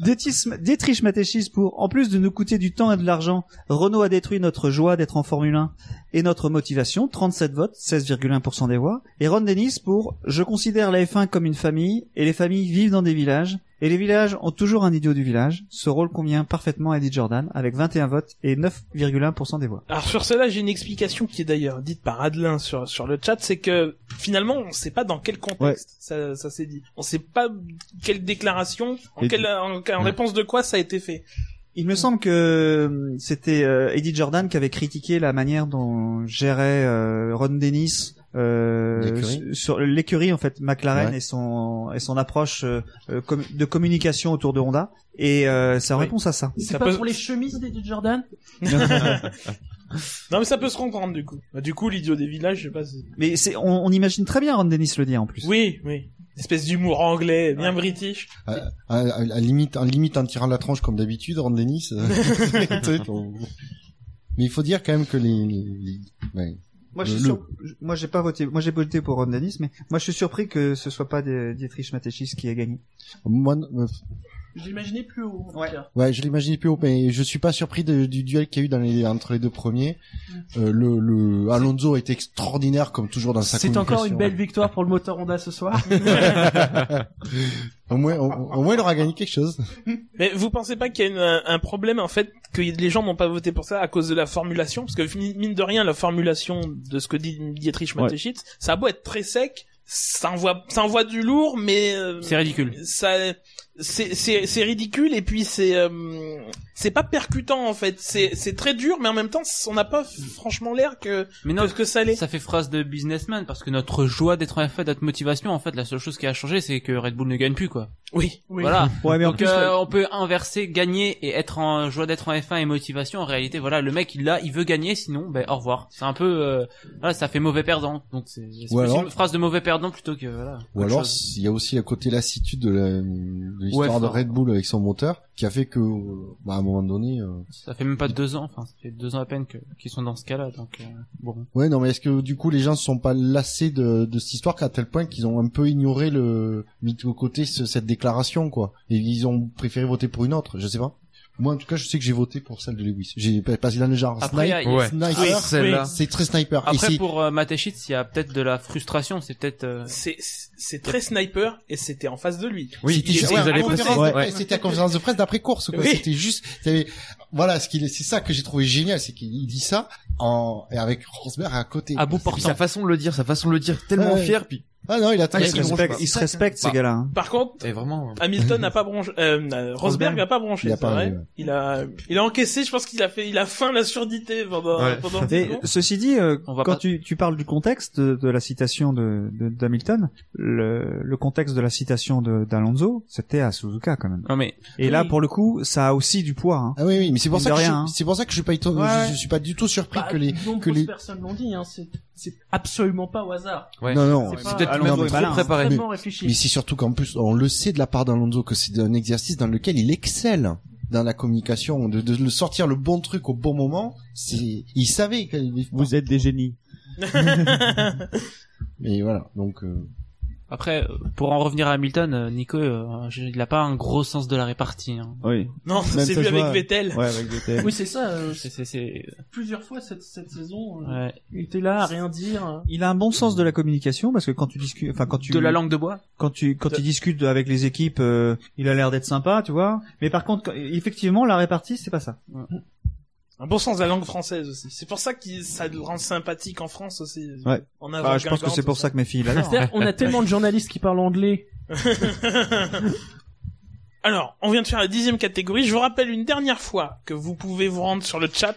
I: Dietis- Dietrich Mateschitz pour, en plus de nous coûter du temps et de l'argent, Renault a détruit notre joie d'être en Formule 1 et notre motivation, 37 votes, 16,1% des voix. Et Ron Dennis pour, je considère la F1 comme une famille et les familles vivent dans des villages et les villages ont toujours un idiot du village. Ce rôle convient parfaitement à Eddie Jordan avec 21 votes et 9,1% des voix.
A: Alors sur cela, j'ai une explication qui est d'ailleurs dite par Adelin sur, sur le chat, c'est que finalement, on ne sait pas dans quel contexte ça, ça s'est dit. On ne sait pas quelle déclaration, en,
J: Et-
A: quelle, en, en
J: Ouais.
A: réponse de quoi ça a été fait.
I: Il me semble que euh, c'était euh, Eddie Jordan qui avait critiqué la manière dont gérait euh, Ron Dennis euh,
B: L'écurie.
I: sur sur l'écurie en fait McLaren
B: Ouais.
I: et son et son approche euh, euh, com- de communication autour de Honda et euh, c'est en
A: Oui.
I: réponse à ça.
E: C'est
A: Ça
E: pas
A: peut-
E: pour les chemises des Jordan
A: Non mais ça peut se comprendre du coup. Bah, du coup, l'idiot des villages, je sais pas si...
I: Mais c'est on, on imagine très bien Ron Dennis le dire en plus.
A: Oui, oui. Une espèce d'humour anglais, bien british.
B: Euh, À, à- à limite, en limite en tirant la tranche comme d'habitude, Ron Dennis. euh, les trucs, on- Mais il faut dire quand même que les, les- les- ouais.
I: Moi je suis
B: Le-
I: sur- je- moi j'ai pas voté, moi j'ai voté pour Ron Dennis mais moi je suis surpris que ce soit pas des- Dietrich Mateschitz qui a gagné.
B: moi, euh,
E: Je l'imaginais plus haut.
I: Ouais.
B: ouais, je l'imaginais plus haut, mais je suis pas surpris de- du duel qu'il y a eu dans les, entre les deux premiers. Euh, le, le Alonso est extraordinaire comme toujours dans sa
E: C'est encore une
B: communication.
E: belle victoire pour le moteur Honda ce soir.
B: Au moins, au, au moins il aura gagné quelque chose.
A: Mais vous pensez pas qu'il y a une- un- un problème en fait que les gens n'ont pas voté pour ça à cause de la formulation parce que mine mine de rien la formulation de ce que dit Dietrich
J: Ouais.
A: Mateschitz, ça a beau être très sec, ça envoie, ça envoie du lourd, mais euh,
F: C'est ridicule.
A: ça, c'est, c'est, c'est ridicule et puis c'est, euh, c'est pas percutant en fait. C'est, c'est très dur, mais en même temps, on n'a pas franchement l'air que,
F: Mais non,
A: que, que ça l'est.
F: ça fait phrase de businessman parce que notre joie d'être en F1, notre motivation, en fait, la seule chose qui a changé, c'est que Red Bull ne gagne plus, quoi.
A: Oui, oui.
F: Voilà.
I: Ouais, mais en
F: Donc,
I: plus,
F: euh, on peut inverser gagner et être en joie d'être en F1 et motivation. En réalité, voilà, le mec il l'a, il veut gagner, sinon, ben au revoir. C'est un peu, euh, voilà, ça fait mauvais perdant. Donc c'est c'est
B: Ou
F: plus
B: alors-
F: une phrase de mauvais perdant plutôt que voilà.
B: Ou
F: autre
B: alors,
F: chose.
B: il y a aussi le côté lassitude de la- de l'histoire
F: Ouais,
B: de
F: enfin.
B: Red Bull avec son moteur, qui a fait que, euh, bah, à un moment donné, euh,
F: ça fait même pas deux ans, enfin, ça fait deux ans à peine que qu'ils sont dans ce cas-là. Donc euh, bon,
B: ouais, non, mais est-ce que du coup les gens se sont pas lassés de, de cette histoire qu'à tel point qu'ils ont un peu ignoré le mis de côté ce- cette déclaration, quoi, et ils ont préféré voter pour une autre, je sais pas. Moi, en tout cas, je sais que j'ai voté pour celle de Lewis. J'ai passé dans le genre
F: après, il y a- il y a-
D: Ouais.
B: sniper,
D: celle-là.
B: c'est très sniper. Et
F: après
B: c'est-
F: pour euh, Mateshitz, il y a peut-être de la frustration. C'est peut-être euh,
A: C'est, c'est très sniper et c'était en face de lui.
D: Oui,
B: C'était
D: c'est
B: juste-
D: ce qu'ils
B: ouais,
D: allaient
B: la
D: passer.
B: conférence de
D: Ouais.
B: presse, C'était la conférence de presse d'après course. quoi.
A: Oui.
B: C'était juste. t'avais- Voilà, ce qu'il est, c'est ça que j'ai trouvé génial, c'est qu'il dit ça en et avec Rosberg à côté.
F: à bout
D: Puis
F: portant.
D: sa façon de le dire, sa façon de le dire tellement
B: Ouais.
D: fier, puis
B: Ah non, il a
D: Ah,
B: très
D: il se
B: respect.
G: Ils se respectent, ces gars-là. hein.
A: Par contre,
D: et vraiment.
A: Hamilton n'a pas bronché, euh, euh, Rosberg n'a pas bronché,
B: Il a
A: c'est
B: pas
A: vrai.
B: arrivé, ouais.
A: Il a, il a encaissé, je pense qu'il a fait, il a faim la surdité pendant,
D: Ouais.
A: pendant
I: Et
A: dix secondes.
I: ceci dit, euh,
F: On va
I: quand
F: pas-
I: tu, tu parles du contexte de, de la citation de de- d'Hamilton, le, le contexte de la citation de- d'Alonso, c'était à Suzuka quand même.
F: Non mais
I: Et là, pour le coup, ça a aussi du poids. hein.
B: Ah oui, oui, mais c'est pour
I: Mine
B: ça
I: de
B: que
I: rien,
B: je,
I: hein.
B: c'est pour ça que je suis pas étonné,
I: Ouais.
B: je, je suis pas du tout surpris
E: Bah,
B: que les,
E: de nombreuses
B: que les,
E: personnes l'ont dit, hein, c'est c'est absolument pas au hasard.
D: Ouais.
B: non, non.
E: C'est
D: C'est
E: pas-
D: peut-être
I: Alonso
D: même
I: est
D: trop
I: malin, hein.
D: préparé.
E: Extrêmement réfléchi.
B: Mais c'est surtout qu'en plus, on le sait de la part d'Alonso que c'est un exercice dans lequel il excelle dans la communication, de, de le sortir le bon truc au bon moment. C'est, il savait qu'il
C: Vous êtes des génies.
B: Mais voilà, donc. euh,
F: après, euh, pour en revenir à Hamilton, euh, Nico, euh, je- il a pas un gros sens de la répartie. hein.
C: Oui.
A: Non,
C: Même
A: c'est
C: ça
A: lui
C: se
A: avec
C: voit.
A: Vettel.
C: Ouais, avec des têtes.
E: Oui, c'est ça. euh, c'est-
F: C'est c'est c'est
E: plusieurs fois cette, cette saison, euh,
F: ouais.
E: il était là à rien dire. hein.
I: Il a un bon sens de la communication parce que quand tu discutes, enfin quand tu
F: de la langue de bois.
I: quand tu quand il discute avec les équipes, euh, il a l'air d'être sympa, tu vois. Mais par contre, quand- effectivement, la répartie, c'est pas ça.
A: Un bon sens de la langue française aussi. C'est pour ça que ça le rend sympathique en France aussi.
C: Ouais.
A: En avant.
I: Ah, je pense que c'est pour ça que mes filles l'adorent.
E: C'est-à-dire, on a tellement de journalistes qui parlent anglais.
A: Alors, on vient de faire la dixième catégorie. Je vous rappelle une dernière fois que vous pouvez vous rendre sur le chat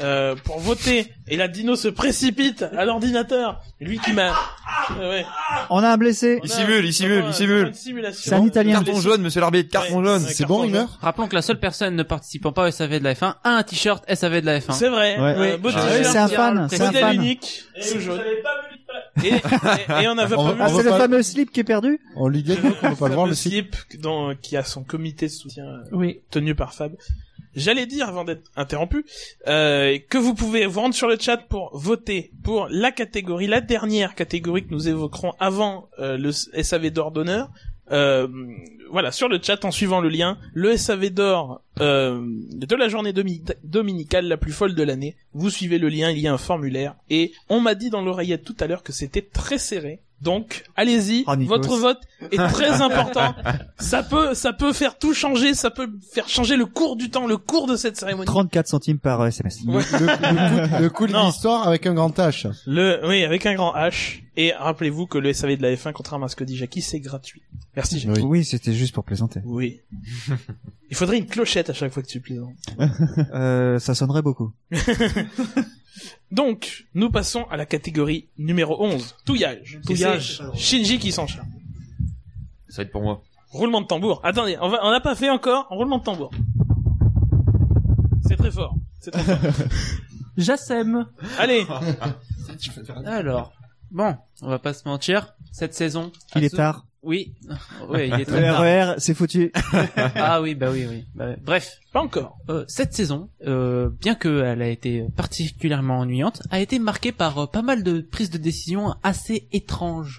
A: euh, pour voter. Et la dino se précipite à l'ordinateur. Lui qui m'a... euh, Ouais, ouais.
I: On a un blessé.
A: On a-
D: simule, il simule,
A: on a
D: il simule.
A: une simulation.
I: C'est un Italien.
D: Carton jaune, monsieur l'arbitre, carton
A: Ouais.
D: jaune.
A: Ouais.
B: c'est bon, il meurt?
F: Rappelons que la seule personne ne participant pas au SAV de la F1 a un t-shirt SAV de la F1.
A: C'est vrai.
C: Ouais.
A: Euh, beau
D: Ah,
A: t-shirt,
I: c'est un fan, c'est un
A: modèle
I: fan.
A: unique. sous jaune. Et, et- et on n'avait
B: On
A: pas
B: va-
A: vu
B: on
I: Ah,
B: va
I: c'est le
B: pas-
I: fameux slip qui est perdu.
B: On lui dit qu'on peut pas le voir
A: fameux
B: le site.
A: slip dont- qui a son comité de soutien euh,
E: Oui.
A: tenu par Fab. J'allais dire avant d'être interrompu euh, que vous pouvez vous rendre sur le chat pour voter pour la catégorie, la dernière catégorie que nous évoquerons avant euh, le SAV d'or d'honneur. Euh, voilà, sur le chat en suivant le lien, le SAV d'or euh, de la journée domi- dominicale la plus folle de l'année. Vous suivez le lien, il y a un formulaire. Et on m'a dit dans l'oreillette tout à l'heure que c'était très serré. Donc, allez-y,
B: Ah,
I: Oh, Nikos.
A: votre vote est très important. ça peut, ça peut faire tout changer, ça peut faire changer le cours du temps, le cours de cette cérémonie.
I: 34 centimes par euh, SMS.
A: Ouais.
B: le, le coup, le coup de
A: Non.
B: l'histoire avec un grand H.
A: Le, oui, avec un grand H. Et rappelez-vous que le SAV de la F1, contrairement à ce que dit Jackie, c'est gratuit. Merci Jackie.
B: Oui.
I: Oui, c'était juste pour plaisanter.
A: Oui. Il faudrait une clochette à chaque fois que tu plaisantes.
I: Euh, ça sonnerait beaucoup.
A: Donc, nous passons à la catégorie numéro 11. Touillage.
E: Touillage.
A: Et c'est Shinji qui s'en charge.
D: Ça va être pour moi.
A: Roulement de tambour. Attendez, on va, on n'a pas fait encore roulement de tambour. C'est très fort. C'est très fort.
E: Jassem.
A: Allez.
F: Alors, bon, on va pas se mentir, cette saison.
I: Il est
F: Atsu-
I: tard.
F: Oui, oui, il est
I: Le
F: très tard.
I: RER, c'est foutu.
F: Ah oui, bah oui, oui. Bah, bref,
A: Pas encore.
F: euh, cette saison, euh, bien qu'elle a été particulièrement ennuyante, a été marquée par euh, pas mal de prises de décision assez étranges,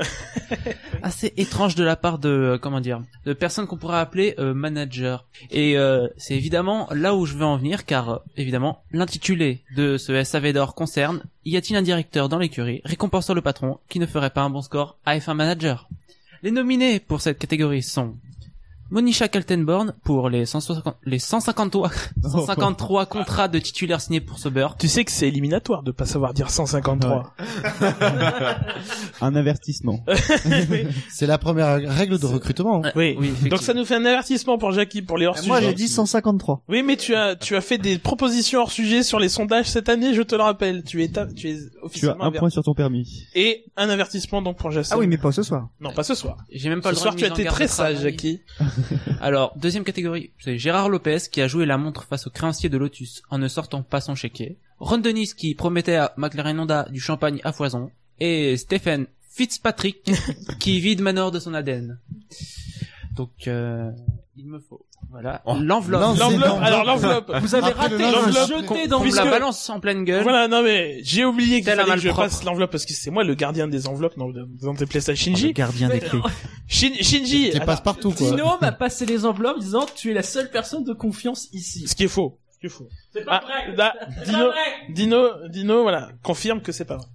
F: assez étranges de la part de euh, comment dire, de personnes qu'on pourrait appeler euh, managers. Et euh, c'est évidemment là où je veux en venir, car euh, évidemment l'intitulé de ce SAV d'or concerne y a-t-il un directeur dans l'écurie récompensant le patron qui ne ferait pas un bon score à F1 manager Les nominés pour cette catégorie sont Monisha Kaltenborn pour les 150, les 153, 153 contrats de titulaires signés pour Sauber.
A: Tu sais que c'est éliminatoire de pas savoir dire 153.
C: Un avertissement.
A: oui.
B: C'est la première règle de recrutement. hein.
A: oui.
F: effectivement.
A: Donc ça nous fait un avertissement pour Jackie pour les hors
I: Moi,
A: sujets.
I: j'ai dit 153.
A: Oui, mais tu as tu as fait des propositions hors sujet sur les sondages cette année, je te le rappelle. Tu es ta- tu es
C: tu as
A: officiellement
C: un
A: aver-
C: point sur ton permis.
A: et un avertissement donc pour Jackie.
I: Ah oui, mais pas ce soir.
A: Non, pas ce soir.
F: J'ai même pas
A: Ce
F: le droit
A: soir,
F: de
A: tu as
F: mise en
A: été
F: garde
A: très
F: de travail.
A: sage, Jackie.
F: Alors, deuxième catégorie, c'est Gérard Lopez qui a joué la montre face au créancier de Lotus en ne sortant pas son chéquier. Ron Dennis qui promettait à McLaren Honda du champagne à foison. Et Stephen Fitzpatrick qui vide Manor de son ADN. Donc, euh, il me faut, voilà,
D: Oh.
B: Non,
F: l'enveloppe.
B: c'est
A: L'enveloppe,
B: l'enveloppe.
A: alors l'enveloppe.
E: Vous avez
B: Après le
E: raté
A: lendemain,
E: le
A: l'enveloppe
E: jeté
F: On
E: dans
A: puisque-
F: la balance en pleine gueule.
A: Voilà, non mais j'ai oublié qu'il
F: Tel un
A: fallait que je
F: malpropre.
A: passe l'enveloppe parce que c'est moi le gardien des enveloppes dans, dans tes places à
G: Le
A: Shinji.
G: gardien des clés.
A: Shin- Shinji,
B: T'es
A: alors,
B: passe partout, quoi.
E: Tino m'a passé les enveloppes en disant tu es la seule personne de confiance ici.
A: ce qui est faux. Ce qui est faux.
E: C'est
A: Ah, là, Dino, Dino, Dino, voilà, confirme que c'est pas vrai.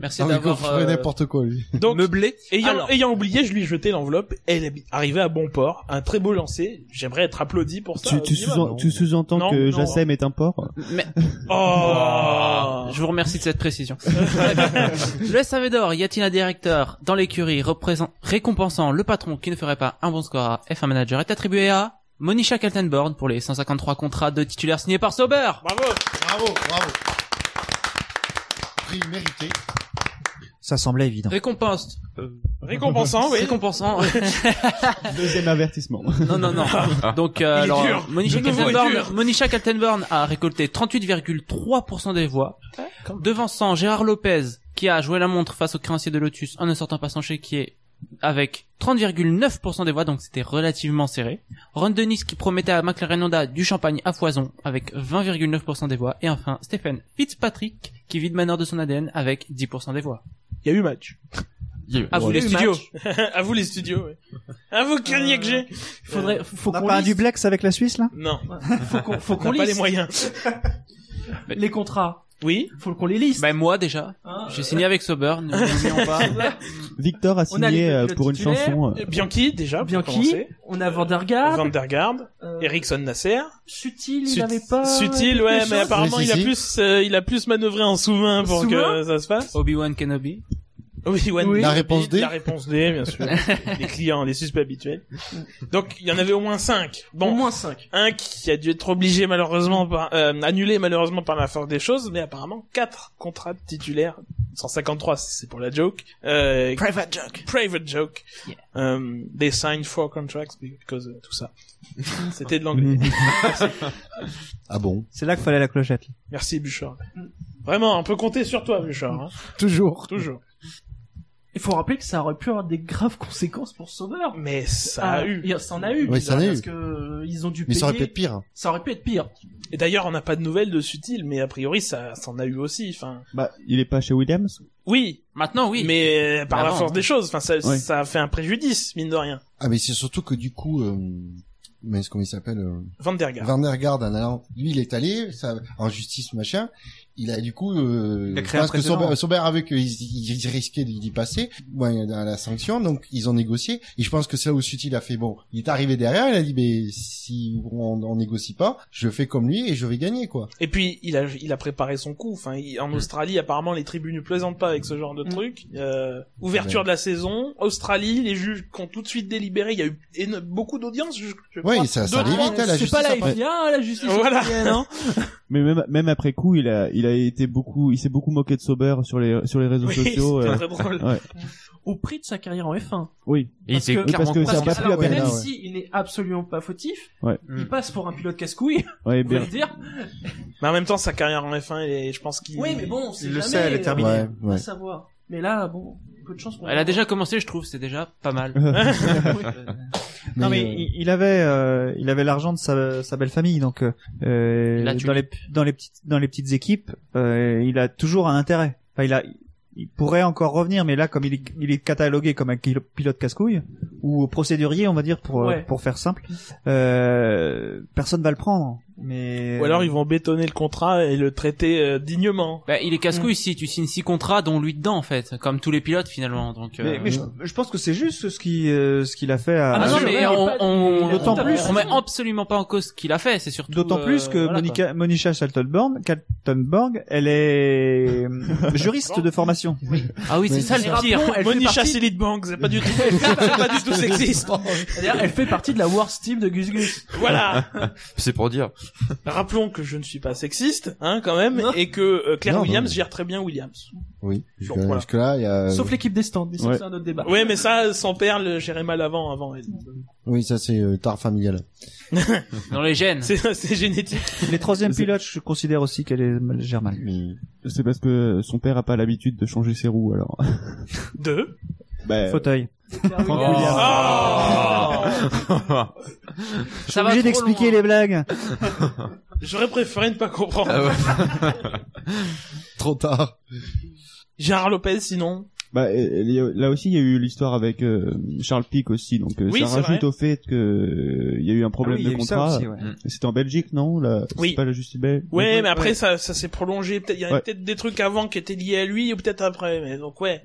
F: Merci
B: Non, mais Ah il
F: d'avoir
B: ferait
F: euh,
B: n'importe quoi, lui.
A: Donc,
F: meublé.
A: ayant,
F: Alors.
A: ayant oublié, je lui ai jeté l'enveloppe. Elle est arrivée à bon port. Un très beau lancer. J'aimerais être applaudi pour ça.
C: Tu,
A: au
C: tu
A: minimum.
C: sous- tu sous-entends
A: Non,
C: que
A: non.
C: Jassem est un porc
A: Oh.
F: Je vous remercie de cette précision. le SAV d'or, y a-t-il un directeur dans l'écurie représent- récompensant le patron qui ne ferait pas un bon score à F1 Manager est attribué à Monisha Kaltenborn pour les 153 contrats de titulaires signés par Sauber.
A: Bravo.
B: Bravo, bravo. Prix mérité.
G: Ça semblait évident.
F: Récompense.
A: Euh, Récompensant, oui.
F: Récompensant.
C: Deuxième avertissement.
F: non, non, non. Donc, euh,
A: Il est
F: alors,
A: dur.
F: Monisha
A: De nouveau, il est dur.
F: Kaltenborn, Monisha Kaltenborn a récolté 38,3% des voix, devançant Gérard Lopez, qui a joué la montre face au créancier de Lotus en ne sortant pas son chéquier, avec 30,9% des voix, donc c'était relativement serré. Ron Dennis qui promettait à McLaren Honda du champagne à foison, avec 20,9% des voix. Et enfin, Stephen Fitzpatrick, qui vide Manor de son ADN avec 10% des voix.
A: Il y a eu match.
D: Il y a eu-
F: À vous
A: les
F: les
A: studios.
F: studios.
A: à vous les studios. ouais. À vous Kylian que j'ai.
E: Faudrait, faut
I: Euh, On n'a
E: qu'on
I: pas un
E: lise
I: duplex avec la Suisse, là
A: Non.
E: faut qu'on, faut
A: Ah, On
E: qu'on
A: n'a pas les
E: liste
A: moyens.
E: les contrats.
A: Oui.
E: Faut qu'on les liste.
F: Ben, moi, déjà.
E: Hein,
F: J'ai
E: euh,
F: signé avec Sauber, ne l'oublions pas.
C: Victor a
E: On a les
C: signé euh,
E: le
C: pour une
E: titulaire,
C: chanson. euh,
A: Bianchi déjà. pour
E: Bianchi,
A: commencer.
E: on a Vandergaard,
A: Van der Garde,
E: euh,
A: Ericsson Nasser.
E: Sutil, il
A: Sut-
E: n'avait pas.
A: Sutil, ouais, mais apparemment
B: Oui, si,
A: il a
B: si.
A: plus, euh, il a plus manœuvré en souverain pour
E: Souverain
A: que ça se passe.
F: Obi-Wan Kenobi.
A: Oui, One
E: Oui.
A: Day,
B: La réponse D.
A: La réponse D, bien sûr. les clients, les suspects habituels. Donc, il y en avait au moins cinq.
E: Au
A: Bon,
E: moins 5.
A: un qui a dû être obligé malheureusement par, euh, annulé malheureusement par la force des choses, mais apparemment quatre contrats de titulaires. 153, c'est pour la joke. Euh,
E: Private joke.
A: private joke.
F: Yeah.
A: Um, they signed four contracts because euh, tout ça. C'était de l'anglais.
B: Ah bon?
I: C'est là qu'il fallait la clochette.
A: Merci Bouchard. Vraiment, on peut compter sur toi Bouchard. hein.
B: Toujours.
A: Toujours.
E: Il faut rappeler que ça aurait pu avoir des graves conséquences pour Sauveur.
A: Mais ça a
E: Ah,
A: eu.
E: il- Ça en a eu.
B: Oui, ça en a
E: parce
B: eu.
E: que euh, ils ont dû
B: Mais
E: payer.
B: ça aurait pu être pire.
E: Ça aurait pu être pire.
A: Et d'ailleurs, on n'a pas de nouvelles de Sutil, mais a priori, ça s'en a eu aussi. Enfin,
C: Bah, il est pas chez Williams.
A: oui,
F: Maintenant, oui.
A: mais euh, par
F: Mais
A: la
F: avant,
A: force
F: hein.
A: des choses, enfin, ça,
C: Ouais.
A: ça a fait un préjudice, mine de rien.
B: Ah, mais c'est surtout que du coup, euh, mais comment il s'appelle, euh,
A: Van der Gaar.
B: Van der Garde, en allant, lui, il est allé, ça, en justice, machin. Il a, du coup, euh,
I: Il a créé un
B: parce que
I: précédent.
B: Sauber, Sauber avec, euh, ils, ils risquaient d'y passer, ouais, à la sanction, donc ils ont négocié. Et je pense que c'est là où Sutil a fait, bon, il est arrivé derrière, il a dit, mais si on, on négocie pas, je fais comme lui et je vais gagner, quoi.
A: Et puis, il a, il a préparé son coup. Enfin, il-
B: Mm.
A: en Australie, apparemment, les tribus ne plaisantent pas avec ce genre de
E: Mm.
A: truc. Euh, ouverture
B: Ouais.
A: de la saison, Australie, les juges qui ont tout de suite délibéré. Il y a eu éno- beaucoup d'audiences. Je, je
B: Oui,
A: crois.
B: ça- ça
A: Deux,
B: allait
A: trois.
B: vite, hein, la
E: c'est pas
B: justice
E: la
B: après.
E: FIA, hein, la justice.
A: Voilà.
E: australienne, hein.
C: Mais même, même après coup, il a, il a été beaucoup, il s'est beaucoup moqué de Sauber sur les, sur les réseaux
A: Oui,
C: sociaux.
A: c'était
C: euh,
A: très drôle.
E: Au prix de sa carrière en F1.
C: oui.
D: Et il
E: Parce
D: s'est
E: que-
C: Oui, parce
D: clairement
C: que ça a
D: concentré.
C: pas
E: Alors,
C: plu à
B: peine,
E: même
B: là,
C: Bernard.
B: ouais.
E: si il n'est absolument pas fautif,
C: Ouais.
E: il passe pour un pilote casse-couille,
C: Ouais,
E: on va
C: Ber-
E: le dire.
A: Mais en même temps, sa carrière en F1, elle est- je pense qu'il...
E: Oui, mais bon, c'est
I: Il le
E: jamais,
I: sait, elle est
E: euh,
I: terminée.
B: Ouais,
E: à
B: ouais.
E: savoir. Mais là, bon, peu de chance qu'on.
F: Elle a déjà commencé, je trouve, c'est déjà pas mal.
I: non mais
B: euh,
I: il- il avait euh, il avait l'argent de sa, sa belle famille donc euh,
F: La
I: dans les dans les petites dans les petites équipes euh, il a toujours un intérêt. Enfin il a il pourrait encore revenir mais là comme il est, il est catalogué comme un kilo- pilote casse-couille ou procédurier on va dire pour euh,
E: Ouais.
I: pour faire simple euh, personne va le prendre Mais
A: Ou alors ils vont bétonner le contrat et le traiter euh, dignement.
F: Bah, il est casse-couille si tu signes six contrats, dont lui dedans, en fait. Comme tous les pilotes, finalement. Donc, euh,
I: Mais, mais je, je pense que c'est juste ce qui euh, ce qu'il a fait à.
F: Ah, non,
E: bien
F: non,
E: sûr,
F: mais
E: ouais,
F: on,
E: il y a pas de-
F: on-
E: il y a
I: D'autant
F: on-
I: plus-
F: on met absolument pas en cause ce qu'il a fait, c'est surtout.
I: D'autant
F: euh,
I: plus que
F: voilà, quoi.
I: Monica, Monica Schaltenborn- Schaltenborg, elle est euh, juriste de formation.
F: Ah oui, c'est
B: Mais
F: ça
E: c'est
F: le
E: ça.
F: pire.
E: Rappelons, elle fait
A: Monica
E: partie-
A: Selidbank, c'est pas du tout, c'est pas du tout sexiste.
E: C'est-à-dire, elle fait partie de la worst team de Gus Gus.
A: Voilà.
D: C'est pour dire.
A: Rappelons que je ne suis pas sexiste, hein, quand même,
E: Non.
A: et que euh, Claire
B: Non, non,
A: Williams
B: mais-
A: gère très bien Williams.
B: Oui. Jusque,
A: Bon, voilà.
B: jusque là, il y a.
E: Sauf l'équipe des stands, mais ça,
C: Ouais.
E: c'est un autre débat.
A: Ouais, mais ça, sans perle, gérait mal avant, avant. elle.
B: Oui, ça c'est euh, tard familial.
F: Dans les gènes.
A: C'est, c'est génétique.
I: Les troisième pilotes, je considère aussi qu'elle est mal- gère mal.
B: Mais-
C: C'est parce que son père a pas l'habitude de changer ses roues, alors.
A: Deux.
C: bah,
I: Fauteuil.
F: Oh.
I: Je suis
F: Ça va
I: obligé
F: trop
I: d'expliquer
F: loin.
I: les blagues.
A: J'aurais préféré ne pas comprendre.
D: Ah ouais.
B: Trop tard.
A: Gérard Lopez, sinon.
C: bah, euh, il y a- là aussi, il y a eu l'histoire avec euh, Charles Pic aussi, donc euh,
A: Oui,
C: ça
A: c'est
C: rajoute
A: vrai. Mm.
C: au fait que euh, il y a eu un problème
I: Ah oui, il y
C: de
I: a eu ça
C: contrat.
I: aussi, ouais.
C: C'était en Belgique, non là,
A: Oui.
C: C'est pas la justice belge.
A: Ouais, mais après,
I: ouais.
A: ça, ça s'est prolongé. Peut-être, il y avait
C: Ouais.
A: peut-être des trucs avant qui étaient liés à lui, ou peut-être après, mais donc ouais.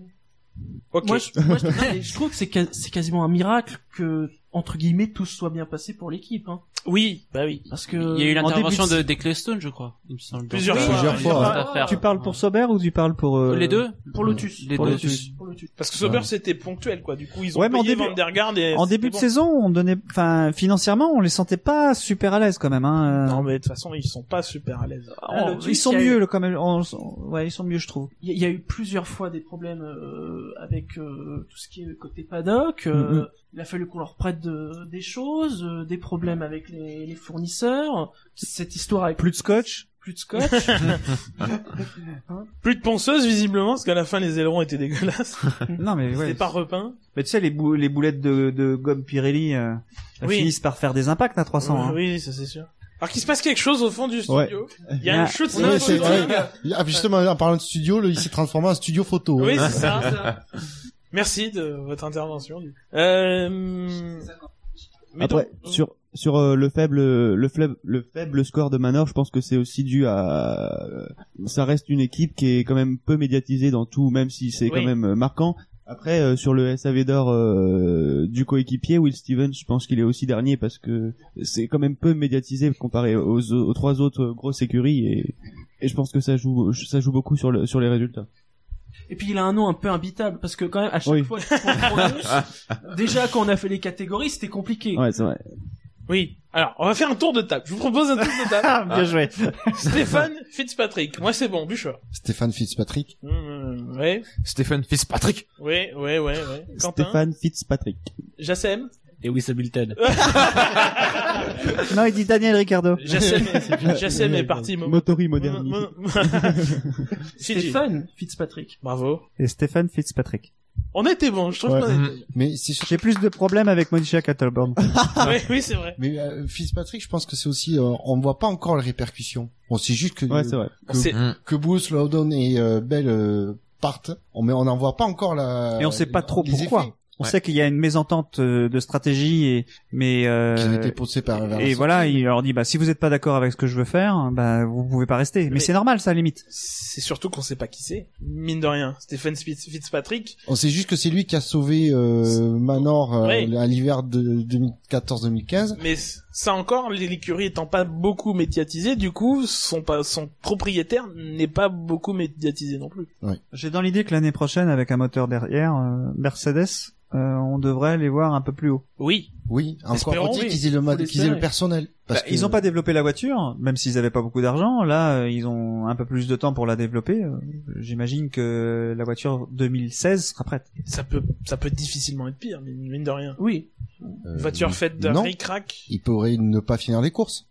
A: Ok.
E: Moi, je, moi, je, te dis, je trouve que c'est ca- c'est quasiment un miracle que, entre guillemets, tout soit bien passé pour l'équipe. Hein.
A: Oui, bah oui.
E: Parce que...
F: Il y a eu
E: en début
F: l'intervention
E: de-
F: de Declestone, je crois. il me semble.
A: Plusieurs
F: Dans-
A: fois.
B: Plusieurs fois,
F: dans cette affaire.
I: Tu parles pour Sauber ou tu parles pour euh,
F: les deux
E: Pour Lotus.
F: Les
I: Pour
F: deux.
I: Lotus.
E: Pour Lotus.
A: Parce que Sauber, c'était ponctuel, quoi. Du coup, ils ont
I: Ouais, mais en
A: payé
I: début-
A: Van der Garde et
I: En
A: c'était
I: début de
A: bon.
I: saison, on donnait, enfin, financièrement, on les sentait pas super à l'aise quand même. Hein. euh.
A: Non, mais de toute façon, ils sont pas super à l'aise.
E: Ah,
I: On-
E: Lotus,
I: ils sont
E: il y a eu-
I: mieux, là, quand même. on- on- ouais, ils sont mieux, je trouve.
E: Il y, a- il y a eu plusieurs fois des problèmes euh, avec euh, tout ce qui est côté paddock. euh,
I: Mm-hmm.
E: Il a fallu qu'on leur prête de- des choses, euh, des problèmes avec les, les fournisseurs. Cette histoire avec
I: Plus de scotch.
E: plus de scotch.
A: Plus de ponceuse, visiblement, parce qu'à la fin, les ailerons étaient dégueulasses.
I: non, mais ouais.
A: C'était pas repeint.
I: Mais tu sais, les, bou- les boulettes de, de gomme Pirelli euh, elles
A: Oui.
I: finissent par faire des impacts à 300. hein.
A: Oui, ça c'est sûr. Alors qu'il se passe quelque chose au fond du
C: Ouais.
A: studio. Il y a une
I: Ah,
A: chute.
B: Oui,
A: de
B: c'est
A: photos.
B: vrai. Ah, justement, en parlant de studio, le, il s'est transformé en studio photo.
A: Oui,
B: hein.
A: c'est ça. Merci de votre intervention. du coup. Euh... mais
C: Après,
A: donc-
C: sur sur euh, le faible le faible le faible score de Manor, je pense que c'est aussi dû à euh, ça reste une équipe qui est quand même peu médiatisée dans tout, même si c'est
A: Oui.
C: quand même euh, marquant. Après, euh, sur le SAV d'or euh, du coéquipier Will Stevens, je pense qu'il est aussi dernier parce que c'est quand même peu médiatisé comparé aux, au- aux trois autres euh, grosses écuries et, et je pense que ça joue ça joue beaucoup sur le sur les résultats.
E: Et puis il a un nom un peu imbitable parce que quand même à chaque
C: Oui.
E: fois. je prends le bonus. déjà quand on a fait les catégories c'était compliqué.
C: Ouais, c'est vrai.
A: Oui. Alors, on va faire un tour de table. Je vous propose un tour de table.
I: Ah, bien joué.
A: Stéphane Fitzpatrick. Moi, c'est bon, Bûcheur.
B: Stéphane Fitzpatrick.
A: Mmh, ouais,
D: Stéphane Fitzpatrick.
A: ouais, ouais, ouais, ouais. Quentin,
C: Stéphane Fitzpatrick.
A: Jassem.
K: Et oui, Hamilton.
I: hein. non, il dit Daniel Ricardo.
A: Jassem, est- Jassem est parti. mo-
C: Motori
A: mo-
C: Moderni.
A: mo- mo- Fidji.
E: Stéphane Fitzpatrick.
A: Bravo.
I: Et Stéphane Fitzpatrick.
A: On était bon, je trouve
C: Ouais.
A: qu'on
I: Mmh.
A: était bon.
B: Mais c'est sûr.
I: J'ai plus de problèmes avec Monica Catalborn.
A: Oui, oui, c'est vrai.
B: Mais euh, Fitzpatrick, je pense que c'est aussi, euh, on ne voit pas encore les répercussions. On sait juste que
C: Ouais, c'est vrai.
A: On sait-
B: que Bruce Loudon et euh, Bell euh, partent, on mais on n'en voit pas encore la.
I: Et on sait pas trop
B: les
I: pourquoi.
B: effets
I: On
D: Ouais.
I: sait qu'il y a une mésentente euh, de stratégie, et, mais euh,
B: Qui ont été poussés par. vers la
I: et
B: sortie.
I: voilà, il leur dit bah si vous n'êtes pas d'accord avec ce que je veux faire, bah vous pouvez pas rester. Mais,
A: Mais-
I: c'est normal, ça à la limite.
A: C'est surtout qu'on sait pas qui c'est. Mine de rien. Stéphane Fitz- Fitzpatrick.
B: On sait juste que c'est lui qui a sauvé euh, Manor euh,
A: Ouais.
B: à l'hiver de 2014-2015.
A: Mais c- ça encore, les- l'écurie étant pas beaucoup médiatisée, du coup, son, pa- son propriétaire n'est pas beaucoup médiatisé non plus.
I: J'ai dans l'idée que l'année prochaine, avec un moteur derrière, euh, Mercedes, euh, on devrait les voir un peu plus haut.
A: Oui.
B: Oui, encore
A: Espérons,
B: faut-il
A: oui.
B: qu'ils aient le, ma-
A: Faut l'espérer.
B: qu'ils aient le personnel. Parce
I: Bah,
B: que-
I: Ils ont pas développé la voiture, même s'ils avaient pas beaucoup d'argent. Là, euh, ils ont un peu plus de temps pour la développer. Euh, J'imagine que la voiture 2016 sera prête.
A: Ça peut, ça peut difficilement être pire, mine mine de rien.
E: Oui.
B: Euh,
A: Une voiture faite d'un
B: non.
A: ric-rac.
B: Ils pourraient ne pas finir les courses.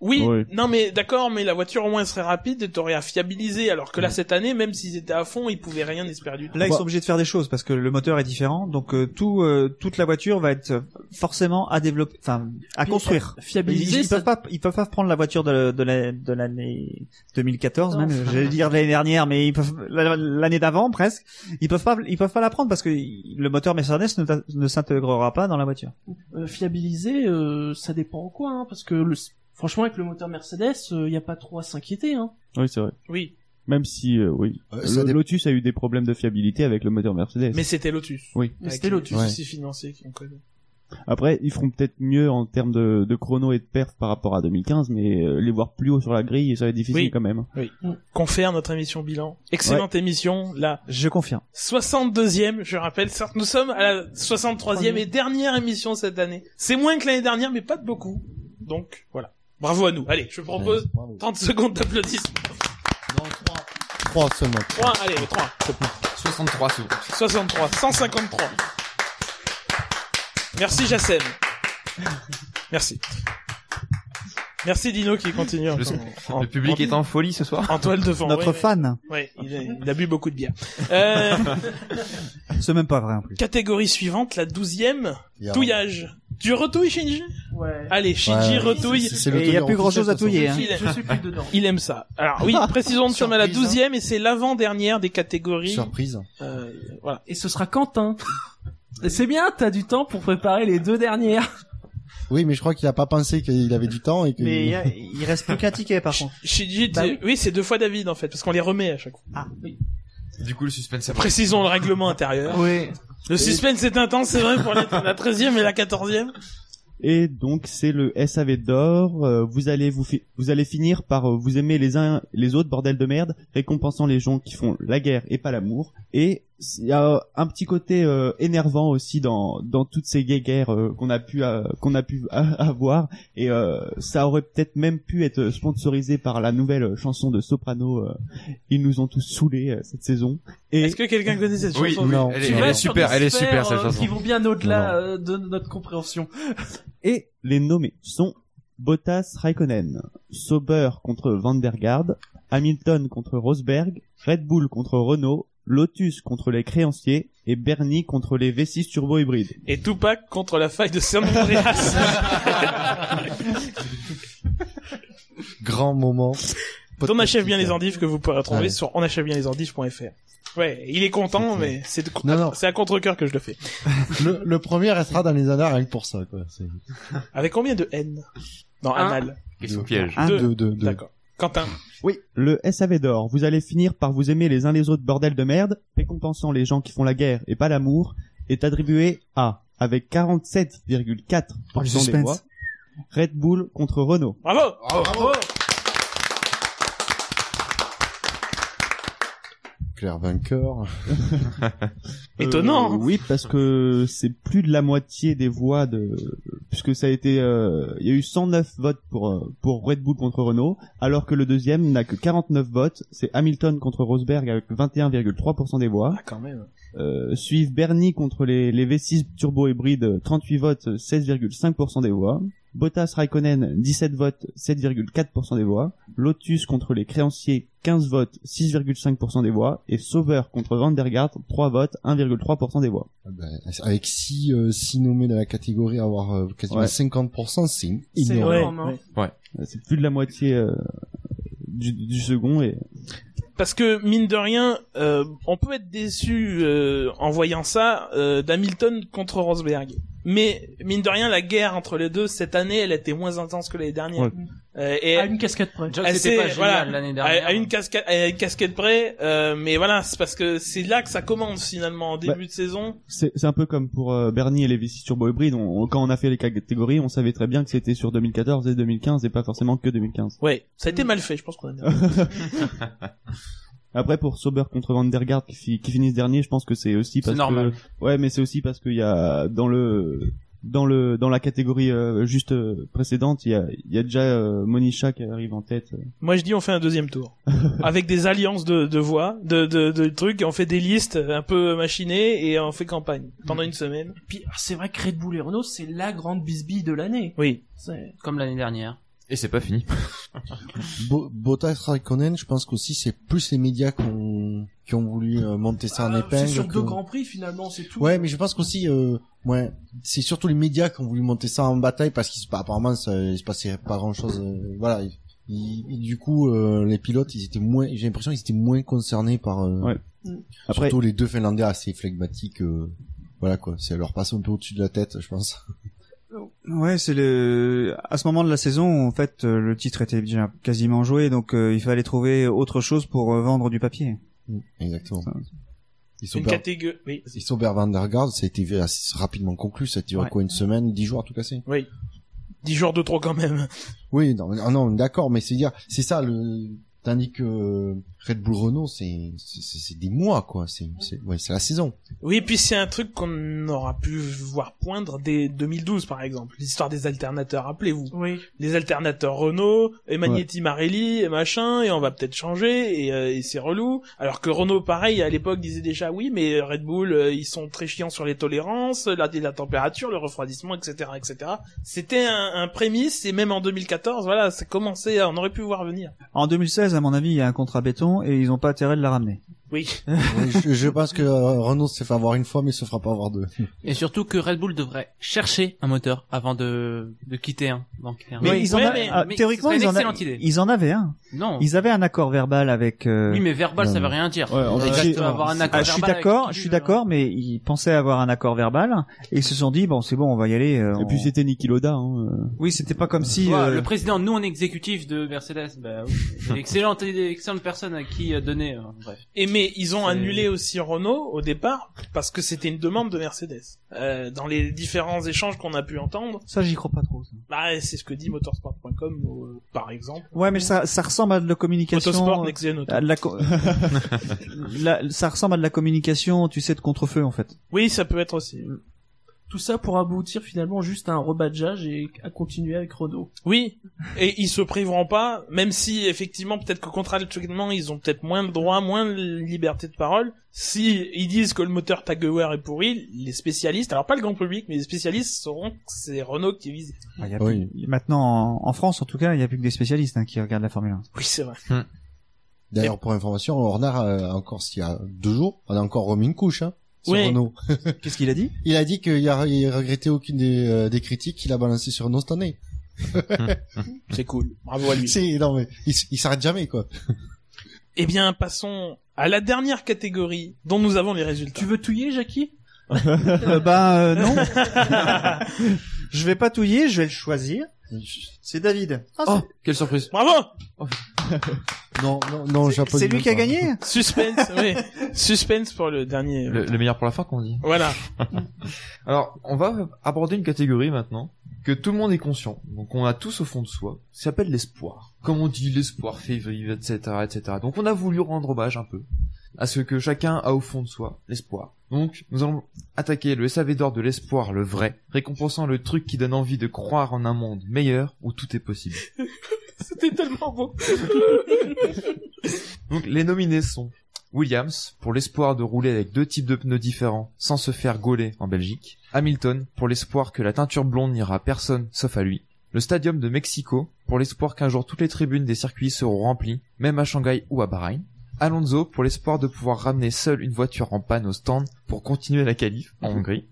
A: Oui,
C: Oui.
A: non mais d'accord, mais la voiture au moins serait rapide et t'aurais à fiabiliser, alors que là cette année, même s'ils étaient à fond, ils pouvaient rien espérer du tout.
I: Là, ils
B: Bah-
I: sont obligés de faire des choses parce que le moteur est différent. Donc, euh, tout, euh, toute la voiture va être forcément à développer, enfin, à
E: Puis,
I: construire. Ils,
E: Fiabiliser.
I: ils
E: ça-
I: peuvent pas, ils peuvent pas prendre la voiture de, de la- de l'année 2014,
E: Non.
I: même. J'allais dire de l'année dernière, mais ils peuvent la- l'année d'avant presque. Ils peuvent pas, ils peuvent pas la prendre parce que le moteur Mercedes ne, ta- ne s'intégrera pas dans la voiture.
E: euh, fiabiliser, euh, ça dépend en quoi, hein, parce que le, Franchement, avec le moteur Mercedes, il n'y a pas trop à s'inquiéter. Hein.
C: Oui, c'est vrai.
A: Oui,
C: Même si, euh, oui,
B: Euh, ça
C: le
B: dé-
C: Lotus a eu des problèmes de fiabilité avec le moteur Mercedes.
A: mais c'était Lotus.
C: Oui.
E: Mais
A: Avec
E: c'était
A: les
E: Lotus.
C: Ouais.
A: soucis financiers qu'on connaît.
C: Après, ils feront peut-être mieux en termes de, de chrono et de perf par rapport à 2015, mais euh, les voir plus haut sur la grille, ça va être difficile
A: Oui.
C: quand même. hein.
A: Qu'on fait à notre émission bilan. Excellente émission, la
I: Je confirme.
A: 62e, je rappelle. Certes, nous sommes à la 63e et dernière émission cette année. C'est moins que l'année dernière, mais pas de beaucoup. Donc, voilà. Bravo à nous. Allez, je propose 30 secondes d'applaudissements.
B: Trois seulement.
A: 3, allez, 3.
D: 63 secondes.
A: 63, 153. Merci Jacem. Merci. Merci Dino qui continue.
D: Le-
A: en-
D: Le public
A: en-
D: est en folie ce soir.
A: en toile de fond.
I: Notre
A: ouais,
I: fan.
A: Ouais, ouais, il, a, il a bu beaucoup de bière. Euh,
I: C'est même pas vrai en plus.
A: catégorie suivante, la douzième, touillage. Tu retouilles Shinji
E: Ouais.
A: Allez, Shinji
B: Ouais,
A: retouille.
B: c'est- c'est le
I: Et il y a
B: touilleur
I: plus grand
B: officiel,
I: chose à
B: de toute façon.
I: touiller. hein.
E: Je je suis plus dedans.
A: Il aime ça. Alors Ah oui, précisons, nous sommes à la
B: Surprise, hein.
A: douzième et c'est l'avant-dernière des catégories.
B: Surprise.
A: Euh, voilà.
E: Et ce sera Quentin. Et C'est bien, t'as du temps pour préparer les deux dernières.
B: Oui, mais je crois qu'il a pas pensé qu'il avait du temps et que.
I: Mais il y a-
E: euh,
I: il reste plus qu'un ticket par contre.
A: Shinji,
E: Bah
A: t'es-
E: oui.
A: oui, c'est deux fois David en fait, parce qu'on les remet à chaque fois.
E: Ah oui.
D: Du coup, le suspense est pris.
A: Précisons le règlement intérieur.
I: Oui.
A: Le suspense est intense, c'est vrai, pour la la 13e et la 14e.
C: Et donc c'est le SAV d'or. euh, vous allez vous fi- vous allez finir par euh, vous aimer les uns les autres bordel de merde, récompensant les gens qui font la guerre et pas l'amour. Et il y a un petit côté euh, énervant aussi dans dans toutes ces guerres qu'on a pu euh, qu'on a pu a- avoir. Et euh, ça aurait peut-être même pu être sponsorisé par la nouvelle euh, chanson de Soprano. euh, Ils nous ont tous saoulés euh, cette saison. Et
A: Est-ce que quelqu'un connaît cette
D: Oui,
A: chanson
B: oui. Non.
D: elle est,
E: Tu
D: elle
E: vas
D: est
E: sur
D: super,
E: des
D: elle est
E: sphères,
D: super cette
E: euh,
D: chanson.
E: Qui vont bien au-delà euh, de notre compréhension.
C: Et les nommés sont Bottas Raikkonen, Sauber contre Vandergaard, Hamilton contre Rosberg, Red Bull contre Renault, Lotus contre les créanciers et Bernie contre les V6 turbo hybrides.
A: Et Tupac contre la faille de San Andreas.
B: Grand moment.
A: Dont on achève bien les endives que vous pourrez retrouver
B: Allez.
A: sur onachèvebienlesendives.fr. Ouais, il est content, mais c'est de-
B: Non, non.
A: c'est à contre-coeur que je le fais.
B: Le, le premier restera dans les annales rien que pour ça, quoi. C'est
A: Avec combien de N Dans
F: Un.
A: Anal.
D: Question piège.
B: un,
A: Deux.
B: deux, deux, deux.
A: D'accord. Quentin.
C: Oui, le SAV d'or. Vous allez finir par vous aimer les uns les autres bordel de merde, récompensant les gens qui font la guerre et pas l'amour, est attribué à, avec 47,4% des
I: suspense.
C: voix, Red Bull contre Renault.
A: Bravo
B: Claire vainqueur.
A: Étonnant.
C: Euh, oui, parce que c'est plus de la moitié des voix de, puisque ça a été, euh, il y a eu 109 votes pour euh, pour Red Bull contre Renault, alors que le deuxième n'a que 49 votes. C'est Hamilton contre Rosberg avec 21,3% des voix.
A: Ah, quand même.
C: Euh, suivent Bernie contre les les V6 turbo hybrides, euh, 38 votes, 16,5% des voix. Bottas Raikkonen 17 votes, 7,4% des voix. Lotus contre les créanciers 15 votes, 6,5% des voix. Et Sauber contre Vandergaard 3 votes, 1,3% des voix.
B: Ah ben, Avec six, euh, six nommés dans la catégorie, avoir euh, quasiment
C: Ouais.
B: 50%, c'est
E: C'est
B: énorme.
A: Ouais,
E: énorme, hein.
A: ouais.
C: Euh, C'est plus de la moitié euh, du, du second et
A: Parce que, mine de rien, euh, on peut être déçu euh, en voyant ça euh, d'Hamilton contre Rosberg. Mais, mine de rien, la guerre entre les deux, cette année, elle était moins intense que l'année dernière.
C: Ouais.
A: Euh, et
E: À une casquette près.
F: Déjà
A: Ah,
F: que c'était
A: c'est-
F: pas génial
A: voilà.
F: l'année
A: à,
F: dernière.
A: à une casquette, à une casquette près, euh, mais voilà, c'est parce que c'est là que ça commence finalement en
B: Bah.
A: début de saison.
C: c'est c'est un peu comme pour euh, Bernie et les V6 turbo hybrides. On- on- quand on a fait les catégories, on savait très bien que c'était sur 2014 et 2015 et pas forcément que 2015.
A: Ouais, ça a
B: Mm.
A: été mal fait, je pense qu'on a bien.
C: Après pour Sauber contre Vandergaard qui, fi- qui finissent dernier, je pense que c'est aussi parce
F: C'est normal.
C: que ouais, mais c'est aussi parce qu'il y a dans le dans le dans la catégorie euh, juste euh, précédente, il y a il y a déjà euh, Monisha qui arrive en tête.
A: Moi, je dis, on fait un deuxième tour avec des alliances de, de voix, de, de, de trucs. et On fait des listes un peu machinées et on fait campagne pendant une semaine.
E: Puis ah, c'est vrai que Red Bull et Renault, c'est la grande bisbille de l'année.
A: Oui,
E: C'est-
F: Comme l'année dernière.
D: Et c'est pas fini.
E: hein.
B: Bo- Bottas Raikkonen, je pense qu'aussi c'est plus les médias qui ont, qui ont voulu euh, monter ça en
E: Ah,
B: épingle.
E: c'est sur
B: que-
E: deux grands prix finalement, c'est tout.
B: Ouais, mais je pense qu'aussi, euh, ouais, c'est surtout les médias qui ont voulu monter ça en bataille parce qu'il se, apparemment, ça, il se passait pas grand chose. voilà. il- il- du coup, euh, les pilotes, ils étaient moins, j'ai l'impression qu'ils étaient moins concernés par, euh,
C: Ouais. Après
B: surtout les deux Finlandais assez flegmatiques, euh, voilà quoi. Ça leur passe un peu au-dessus de la tête, je pense.
I: Ouais, c'est le à ce moment de la saison en fait euh, le titre était déjà quasiment joué donc euh, il fallait trouver autre chose pour euh, vendre du papier.
B: Exactement.
I: Ça.
B: Ils sont
A: Une
B: ber-
A: catégorie. Oui.
B: ils sont Berber Vandergaard, ça a été assez rapidement conclu, ça a duré
A: Ouais.
B: quoi, une semaine, dix jours à tout casser?
A: 10 jours de trop quand même.
B: Oui, non, mais- ah non, d'accord, mais c'est dire, c'est ça le, tandis que euh, Red Bull Renault, c'est, c'est, c'est- c'est des mois, quoi, c'est, c'est, ouais, c'est la saison.
A: Oui, puis c'est un truc qu'on aura pu voir poindre dès 2012 par exemple. L'histoire des alternateurs, rappelez-vous.
E: Oui.
A: Les alternateurs Renault, et Magnetti Marelli, et machin, et on va peut-être changer, et, euh, et c'est relou. Alors que Renault, pareil, à l'époque disait déjà oui, mais Red Bull, euh, ils sont très chiants sur les tolérances, la, la température, le refroidissement, etc., etc. C'était un, un prémisse, et même en 2014, voilà, ça commençait, à- on aurait pu voir venir.
I: En 2016 à mon avis, il y a un contrat béton et ils ont pas intérêt de la ramener.
A: Oui.
B: Oui, je, je pense que euh, Renault s'est fait avoir une fois, mais se fera pas avoir deux.
F: Et surtout que Red Bull devrait chercher un moteur avant de, de quitter un. Donc, hein. un-
A: Mais Oui,
I: ils en
A: ouais,
I: a-
A: mais-
I: ah,
F: mais
I: théoriquement
F: ce serait
I: ils
F: une
I: en, a-
F: excellente idée.
I: ils en avaient un.
F: Non.
I: Ils avaient un accord verbal avec euh,
F: Oui, mais verbal,
B: Non,
F: ça veut
B: mais-
F: rien dire.
C: Ouais, en
F: Exactement,
C: fait,
F: avoir un accord
I: Ah, je suis
F: verbal avec
I: d'accord,
F: qui
I: je
F: tu
I: suis
F: veux.
I: d'accord, mais ils pensaient avoir un accord verbal et ils se sont dit bon c'est bon on va y aller. euh,
C: Et puis
I: on-
C: c'était Niki Loda. Hein. euh.
I: oui c'était pas comme si
F: Ouais,
I: euh,
F: Le président non exécutif de Mercedes, bah, oui, c'est une excellente, excellente personne à qui euh, donner. euh, bref.
A: Et mais ils ont
F: C'est-
A: annulé aussi Renault au départ parce que c'était une demande de Mercedes. Euh, dans les différents échanges qu'on a pu entendre,
I: ça j'y crois pas trop. ça.
A: bah, c'est ce que dit motorsport.com euh, par exemple.
I: Ouais mais ça ça ressemble à de la communication.
A: Motorsport Next Gen Auto.
I: à de la co- La- ça ressemble à de la communication, tu sais, de contre-feu en fait.
A: Oui, ça peut être aussi.
E: Tout ça pour aboutir finalement juste à un rebadgeage et à continuer avec Renault.
A: Oui, et ils se priveront pas, même si effectivement peut-être que contractuellement ils ont peut-être moins de droits, moins de liberté de parole. Si ils disent que le moteur Tageuer est pourri, les spécialistes, alors pas le grand public, mais les spécialistes sauront que c'est Renault qui est visé.
I: Il Ah, y a
B: Oui.
I: plus- Maintenant, en, en France en tout cas, il y a plus que des spécialistes hein, qui regardent la Formule 1.
A: Oui, c'est vrai.
B: D'ailleurs, pour information, Horner, euh, encore s'il y a deux jours, on a encore remis une couche, hein. Sur
A: Oui.
B: Renault.
I: Qu'est-ce qu'il a dit
B: Il a dit qu'il a, il regrettait aucune des, euh, des critiques qu'il a balancées sur Renault cette année.
A: C'est cool. Bravo à lui.
B: C'est énorme. Il, s- il s'arrête jamais, quoi.
A: Eh bien, passons à la dernière catégorie dont nous avons les résultats.
E: Tu veux touiller, Jackie
I: euh, Bah euh, non. je vais pas touiller, je vais le choisir. C'est David.
D: Oh, quelle surprise.
A: Bravo
B: Non, non, non, j'applaudis
I: c'est lui
B: même
I: qui a
B: pas.
I: gagné.
A: Suspense, oui. Suspense pour le dernier. euh,
D: Le, le meilleur pour la fin qu'on dit.
A: Voilà.
D: Alors, on va aborder une catégorie maintenant que tout le monde est conscient, donc on a tous au fond de soi, ça s'appelle l'espoir. Comme on dit, l'espoir fait vivre, etc., etc. Donc on a voulu rendre hommage un peu à ce que chacun a au fond de soi, l'espoir. Donc, nous allons attaquer le SAV d'or de l'espoir, le vrai, récompensant le truc qui donne envie de croire en un monde meilleur où tout est possible.
A: C'était tellement beau.
D: Donc les nominés sont Williams pour l'espoir de rouler avec deux types de pneus différents sans se faire gauler en Belgique, Hamilton pour l'espoir que la teinture blonde n'ira à personne sauf à lui, le Stadium de Mexico pour l'espoir qu'un jour toutes les tribunes des circuits seront remplies, même à Shanghai ou à Bahreïn, Alonso pour l'espoir de pouvoir ramener seul une voiture en panne au stand pour continuer la qualif en Hongrie,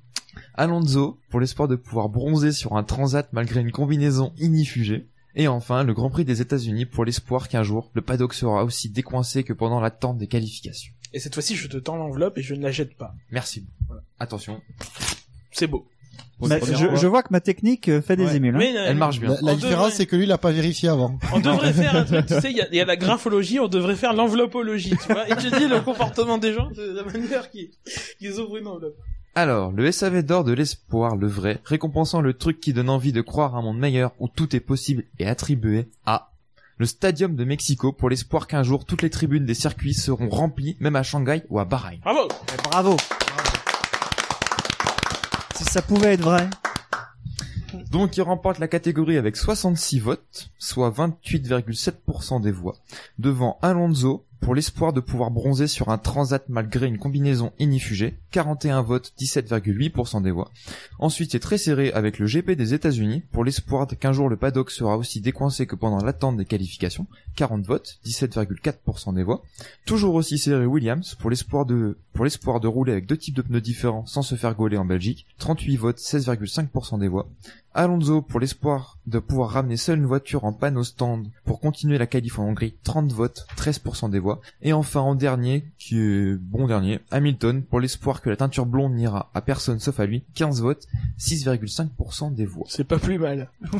D: Alonso pour l'espoir de pouvoir bronzer sur un transat malgré une combinaison inifugée, et enfin, le Grand Prix des États-Unis pour l'espoir qu'un jour, le paddock sera aussi décoincé que pendant l'attente des qualifications.
A: Et cette fois-ci, je te tends l'enveloppe et je ne la jette pas.
D: Merci. Attention.
A: C'est beau.
I: Ma- Bah, je,
D: hein.
I: je vois que ma technique euh, fait des
C: Ouais.
I: émules. hein.
A: Mais euh,
D: Elle marche bien.
B: La, la
A: On
B: différence,
A: devrait-
B: c'est que lui, il a pas vérifié avant.
A: on devrait faire un truc, tu sais, il y, a- il y a la graphologie, on devrait faire l'enveloppologie, tu vois. Et tu dis le comportement des gens de la manière qui- qu'ils ouvrent une enveloppe.
D: Alors, le SAV d'or de l'espoir, le vrai, récompensant le truc qui donne envie de croire un monde meilleur où tout est possible et attribué à le Stadium de Mexico pour l'espoir qu'un jour toutes les tribunes des circuits seront remplies, même à Shanghai ou à Bahreïn.
A: Bravo
I: Eh, Bravo. Si ça pouvait être vrai.
D: Donc il remporte la catégorie avec 66 votes, soit 28,7% des voix, devant Alonso pour l'espoir de pouvoir bronzer sur un transat malgré une combinaison inifugée, 41 votes, 17,8% des voix. Ensuite c'est très serré avec le GP des États-Unis pour l'espoir qu'un jour le paddock sera aussi décoincé que pendant l'attente des qualifications, 40 votes, 17,4% des voix. Toujours aussi serré Williams pour l'espoir de pour l'espoir de rouler avec deux types de pneus différents sans se faire gauler en Belgique, 38 votes, 16,5% des voix. Alonso pour l'espoir de pouvoir ramener seule une voiture en panne au stand pour continuer la qualif en Hongrie, 30 votes, 13% des voix. Et enfin en dernier, qui est bon dernier, Hamilton pour l'espoir que la teinture blonde n'ira à personne sauf à lui, 15 votes, 6,5% des voix.
A: C'est pas plus mal.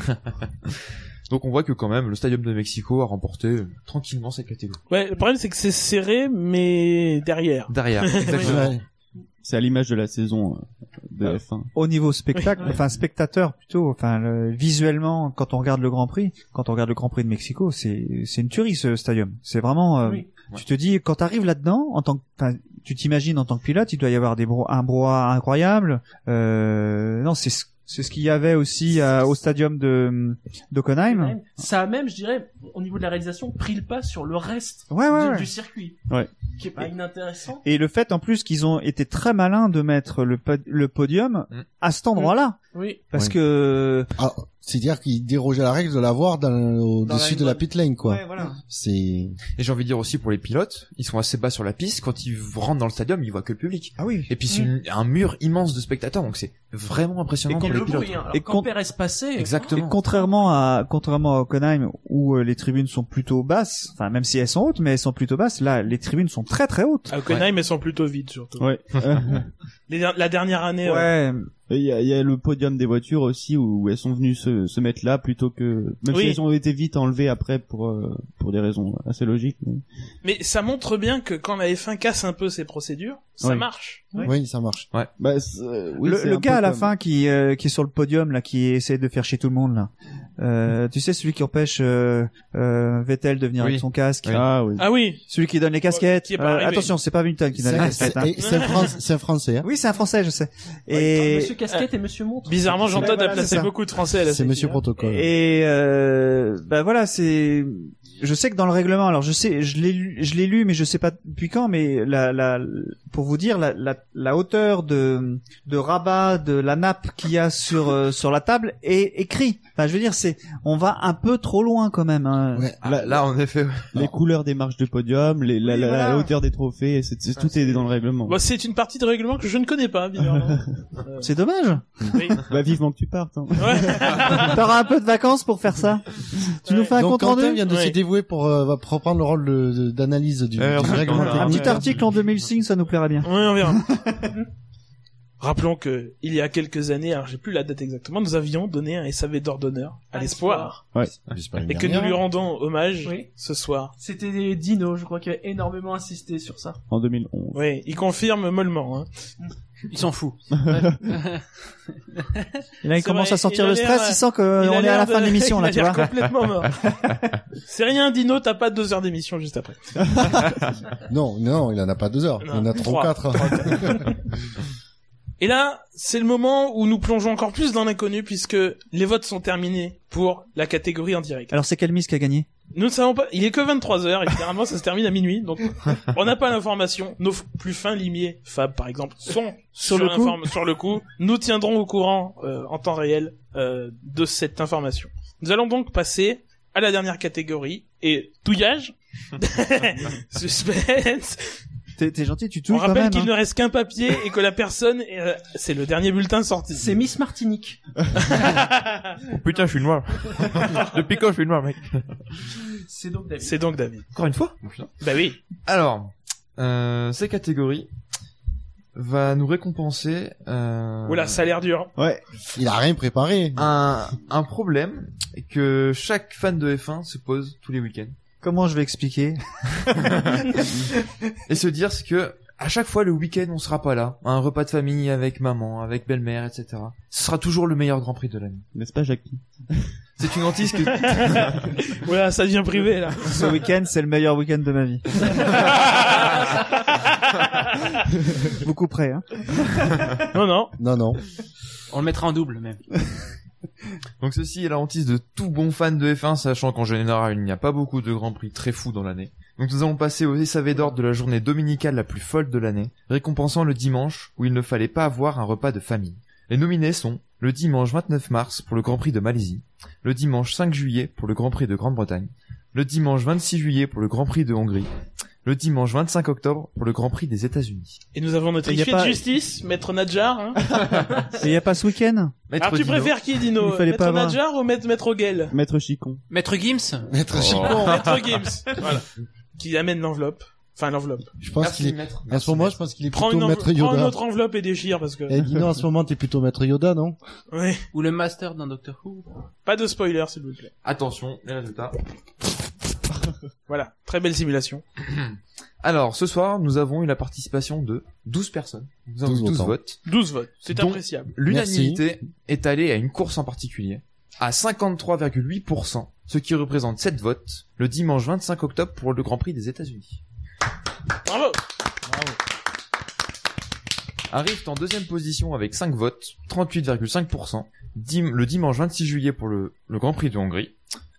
D: Donc on voit que quand même le Stadium de Mexico a remporté euh, tranquillement cette catégorie.
A: Ouais, le problème c'est que c'est serré, mais derrière.
D: Derrière, exactement.
B: Ouais.
C: C'est à l'image de la saison euh, de
I: Ouais.
C: F1.
I: au niveau spectacle, enfin spectateur plutôt, enfin le- visuellement quand on regarde le Grand Prix, quand on regarde le Grand Prix de Mexico, c'est c'est une tuerie ce stadium. C'est vraiment, euh,
E: Oui.
I: tu te dis quand t'arrives là-dedans, en tant que, enfin, tu t'imagines en tant que pilote, il doit y avoir des bro- un brouhaha incroyable. Euh, non, c'est ce- c'est ce qu'il y avait aussi à- au stadium de d'Ockenheim.
E: Ça a même, je dirais, au niveau de la réalisation, pris le pas sur le reste
I: Ouais, ouais,
E: du,
I: ouais.
E: du circuit.
C: Ouais.
E: Qui est pas inintéressant.
I: Et le fait en plus qu'ils ont été très malins de mettre le, pod- le podium
D: Mm.
I: à cet endroit-là,
E: Oui.
I: parce
B: Oui.
I: que
B: Ah, C'est-à-dire qu'il dérogeait la règle de l'avoir dans le- au-dessus
I: la
B: de la
I: ligne.
B: pit lane, quoi.
I: voilà.
B: C'est
D: Et j'ai envie de dire aussi pour les pilotes, ils sont assez bas sur la piste, quand ils rentrent dans le stadium, ils voient que le public.
I: Ah oui.
D: Et puis c'est une- un mur immense de spectateurs, donc c'est vraiment impressionnant
I: Et
D: pour
E: Mm. Et
D: les
E: le
D: pilotes.
E: bruit, hein. Alors,
I: Et
E: quand
I: quand-
E: Pérez passait,
A: hein.
D: Exactement.
I: Et contrairement à contrairement à Hockenheim où euh, les tribunes sont plutôt basses, enfin même si elles sont hautes, mais elles sont plutôt basses. Là, les tribunes sont très très hautes.
A: À Hockenheim, elles sont plutôt vides, surtout.
C: Ouais.
A: Les der- la dernière année, euh,
I: Ouais,
C: Et Il y a, il y a le podium des voitures aussi où elles sont venues se, se mettre là plutôt que même
A: Oui.
C: si elles ont été vite enlevées après pour euh, pour des raisons assez logiques. mais-
A: mais ça montre bien que quand la F1 casse un peu ses procédures, ça
C: Oui.
A: marche.
B: oui, ça marche.
C: Bah, c'est- euh, oui,
I: le,
C: c'est
I: le
C: un
I: gars
C: peu
I: à la
C: comme-
I: fin qui euh, qui est sur le podium là, qui essaie de faire chier tout le monde là. Euh, tu sais celui qui empêche euh, euh, Vettel de venir
D: Oui.
I: avec son casque.
D: Oui.
C: Ah oui.
A: Ah oui,
I: Celui qui donne les casquettes.
A: qui est pas
I: Euh,
A: arrivé.
I: attention, c'est pas Vinton qui donne les
B: C'est
I: casquettes. hein.
B: c'est- et c'est un Fran- c'est un Français. hein.
I: Oui, c'est un Français, je sais. Et
E: Monsieur Casquette et Monsieur Montre.
A: bizarrement, Jean-Todd
I: Ouais, voilà,
A: a
I: c'est
A: placé
I: ça.
A: beaucoup de Français à la
B: C'est
A: sécu,
B: Monsieur
A: hein.
B: Protocole.
I: Et euh, bah voilà, c'est. Je sais que dans le règlement, alors je sais, je l'ai lu, je l'ai lu, mais je sais pas depuis quand. Mais la, la, pour vous dire, la, la, la hauteur de, de rabat de la nappe qu'il y a sur euh, sur la table est écrit. Enfin, je veux dire, c'est, on va un peu trop loin quand même. hein.
B: Ouais.
D: Là, là, en effet, ouais.
C: Les couleurs des marches de podium, les, la,
I: Oui,
C: la-
I: voilà.
C: la hauteur des trophées, c'est, c'est- tout est dans le règlement.
A: Ah, Bon, c'est une partie de règlement que je ne connais pas, bizarrement. Euh,
I: C'est dommage.
A: oui.
C: Bah vivement que tu partes. hein.
A: Ouais.
I: T'auras un peu de vacances pour faire ça. Tu nous
A: Ouais.
I: fais un
B: Donc
I: compte rendu.
B: Quentin vient de
A: Ouais.
B: se dévouer pour euh, va reprendre le rôle de- de- d'analyse du,
D: Euh,
B: du règlement
D: on a-
I: Un
B: technique.
I: petit article en 2005, ça nous plairait bien.
A: Ouais, on verra. Rappelons que, il y a quelques années, alors j'ai plus la date exactement, nous avions donné un SAV d'or d'honneur à
E: À
A: l'espoir,
B: Mais c'est pas l'année
A: et que nous lui
B: dernière.
A: rendons hommage
E: Oui.
A: ce soir.
E: C'était Dino, je crois, qui a énormément insisté sur ça.
C: En 2011.
A: Oui, il confirme mollement. Hein.
F: Il s'en fout.
I: Et là,
A: C'est
I: il commence
A: vrai,
I: à sentir
A: il a
I: le
A: l'air,
I: stress,
A: euh,
I: il sent
A: Il a
I: qu'on est à
A: l'air
I: la
A: de-
I: fin de l'émission,
A: il
I: là,
A: a
I: tu
A: l'air
I: vois.
A: complètement mort. C'est rien, Dino, t'as pas deux heures d'émission juste après.
B: Non, non, il en a pas deux heures. Il en
A: Non,
B: a trois
A: trois.
B: ou quatre.
A: Et là, c'est le moment où nous plongeons encore plus dans l'inconnu puisque les votes sont terminés pour la catégorie en direct.
I: Alors, c'est Calmis qui a gagné.
A: Nous ne savons pas, il est que 23h et généralement ça se termine à minuit, donc on n'a pas l'information. Nos f- plus fins limiers, Fab par exemple, sont sur,
I: le coup.
A: l'inform- sur le coup. Nous tiendrons au courant euh, en temps réel euh, de cette information. Nous allons donc passer à la dernière catégorie et touillage. Suspense.
I: T'es, t'es gentil, tu
A: On
I: touilles quand
A: rappelle
I: même.
A: qu'il
I: hein.
A: ne reste qu'un papier et que la personne, est, euh, c'est le dernier bulletin sorti.
E: C'est Miss Martinique.
D: Oh, putain, je suis noir. Depuis quand je suis noir, mec
E: C'est donc David.
A: C'est donc David.
D: Encore une fois Oh, putain.
A: Bah oui.
D: Alors, euh, ces catégories va nous récompenser euh,
A: Oula, ça a l'air dur.
C: Ouais.
B: Il a rien préparé.
D: un, un problème que chaque fan de F1 se pose tous les week-ends
I: Comment je vais expliquer
D: et se dire c'est que à chaque fois le week-end on sera pas là, un repas de famille avec maman, avec belle-mère, etc. Ce sera toujours le meilleur Grand Prix de l'année.
C: N'est-ce pas, Jackie
D: C'est une hantise que
A: Oula, ça devient privé là.
I: Ce week-end, c'est le meilleur week-end de ma vie. Vous couperez, hein.
A: Non, non.
B: Non, non.
F: On le mettra en double même.
D: Donc ceci est la hantise de tout bon fan de F1, sachant qu'en général il n'y a pas beaucoup de grands prix très fous dans l'année. Donc nous allons passer au SAV d'ordre de la journée dominicale la plus folle de l'année, récompensant le dimanche où il ne fallait pas avoir un repas de famille. Les nominés sont le dimanche 29 mars pour le Grand Prix de Malaisie, le dimanche 5 juillet pour le Grand Prix de Grande-Bretagne, le dimanche 26 juillet pour le Grand Prix de Hongrie, le dimanche 25 octobre pour le Grand Prix des États-Unis.
A: Et nous avons notre
I: Il y a
A: huissier
I: pas-
A: de justice, Maître Nadjar. Hein.
I: Et y a pas ce week-end
D: Maître
A: Alors tu
D: Dino.
A: préfères qui,
I: Il
A: Dino
I: fallait
A: Maître
I: pas avoir-
A: Nadjar ou Maître, Maître Gale
C: Maître Chicon.
F: Maître Gims
B: Maître Chicon.
A: Bon, Maître Gims. Voilà. Qui amène l'enveloppe. Enfin, l'enveloppe.
B: Je pense qu'il est,
D: maître.
B: à ce moment, je pense qu'il est
A: Prends, une,
B: plutôt
A: enve-
B: maître
A: prends une
B: Yoda.
A: autre enveloppe et déchire parce que...
B: Eh, dis non, à ce moment, t'es plutôt maître Yoda, non?
A: Ouais.
F: ou le master d'un Doctor Who.
A: Pas de spoiler, s'il vous plaît.
D: Attention, les résultats.
A: Voilà. Très belle simulation.
D: Alors, ce soir, nous avons eu la participation de 12 personnes. Nous avons
B: 12
D: eu 12
B: votants.
D: votes.
A: 12 votes. C'est
D: Donc-
A: appréciable.
D: L'unanimité est allée à une course en particulier, à 53,8%, ce qui représente 7 votes, le dimanche 25 octobre pour le Grand Prix des États-Unis.
A: Bravo
D: Arrivent en deuxième position avec 5 votes, 38,5%, dim- le dimanche 26 juillet pour le, le Grand Prix de Hongrie.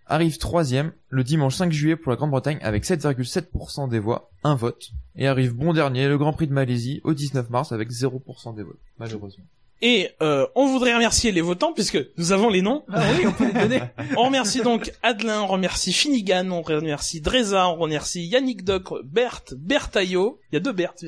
D: Arrive troisième le dimanche 5 juillet pour la Grande-Bretagne avec 7,7% des voix, un vote. Et arrive bon dernier le Grand Prix de Malaisie au 19 mars avec 0% des votes, malheureusement.
A: Et euh, on voudrait remercier les votants puisque nous avons les noms.
E: Ah oui, on peut les donner.
A: On remercie donc Adelin, on remercie Finigan, on remercie Dreza, on remercie Yannick Docre, Berthe, Bertaillot, il y a deux Berthes,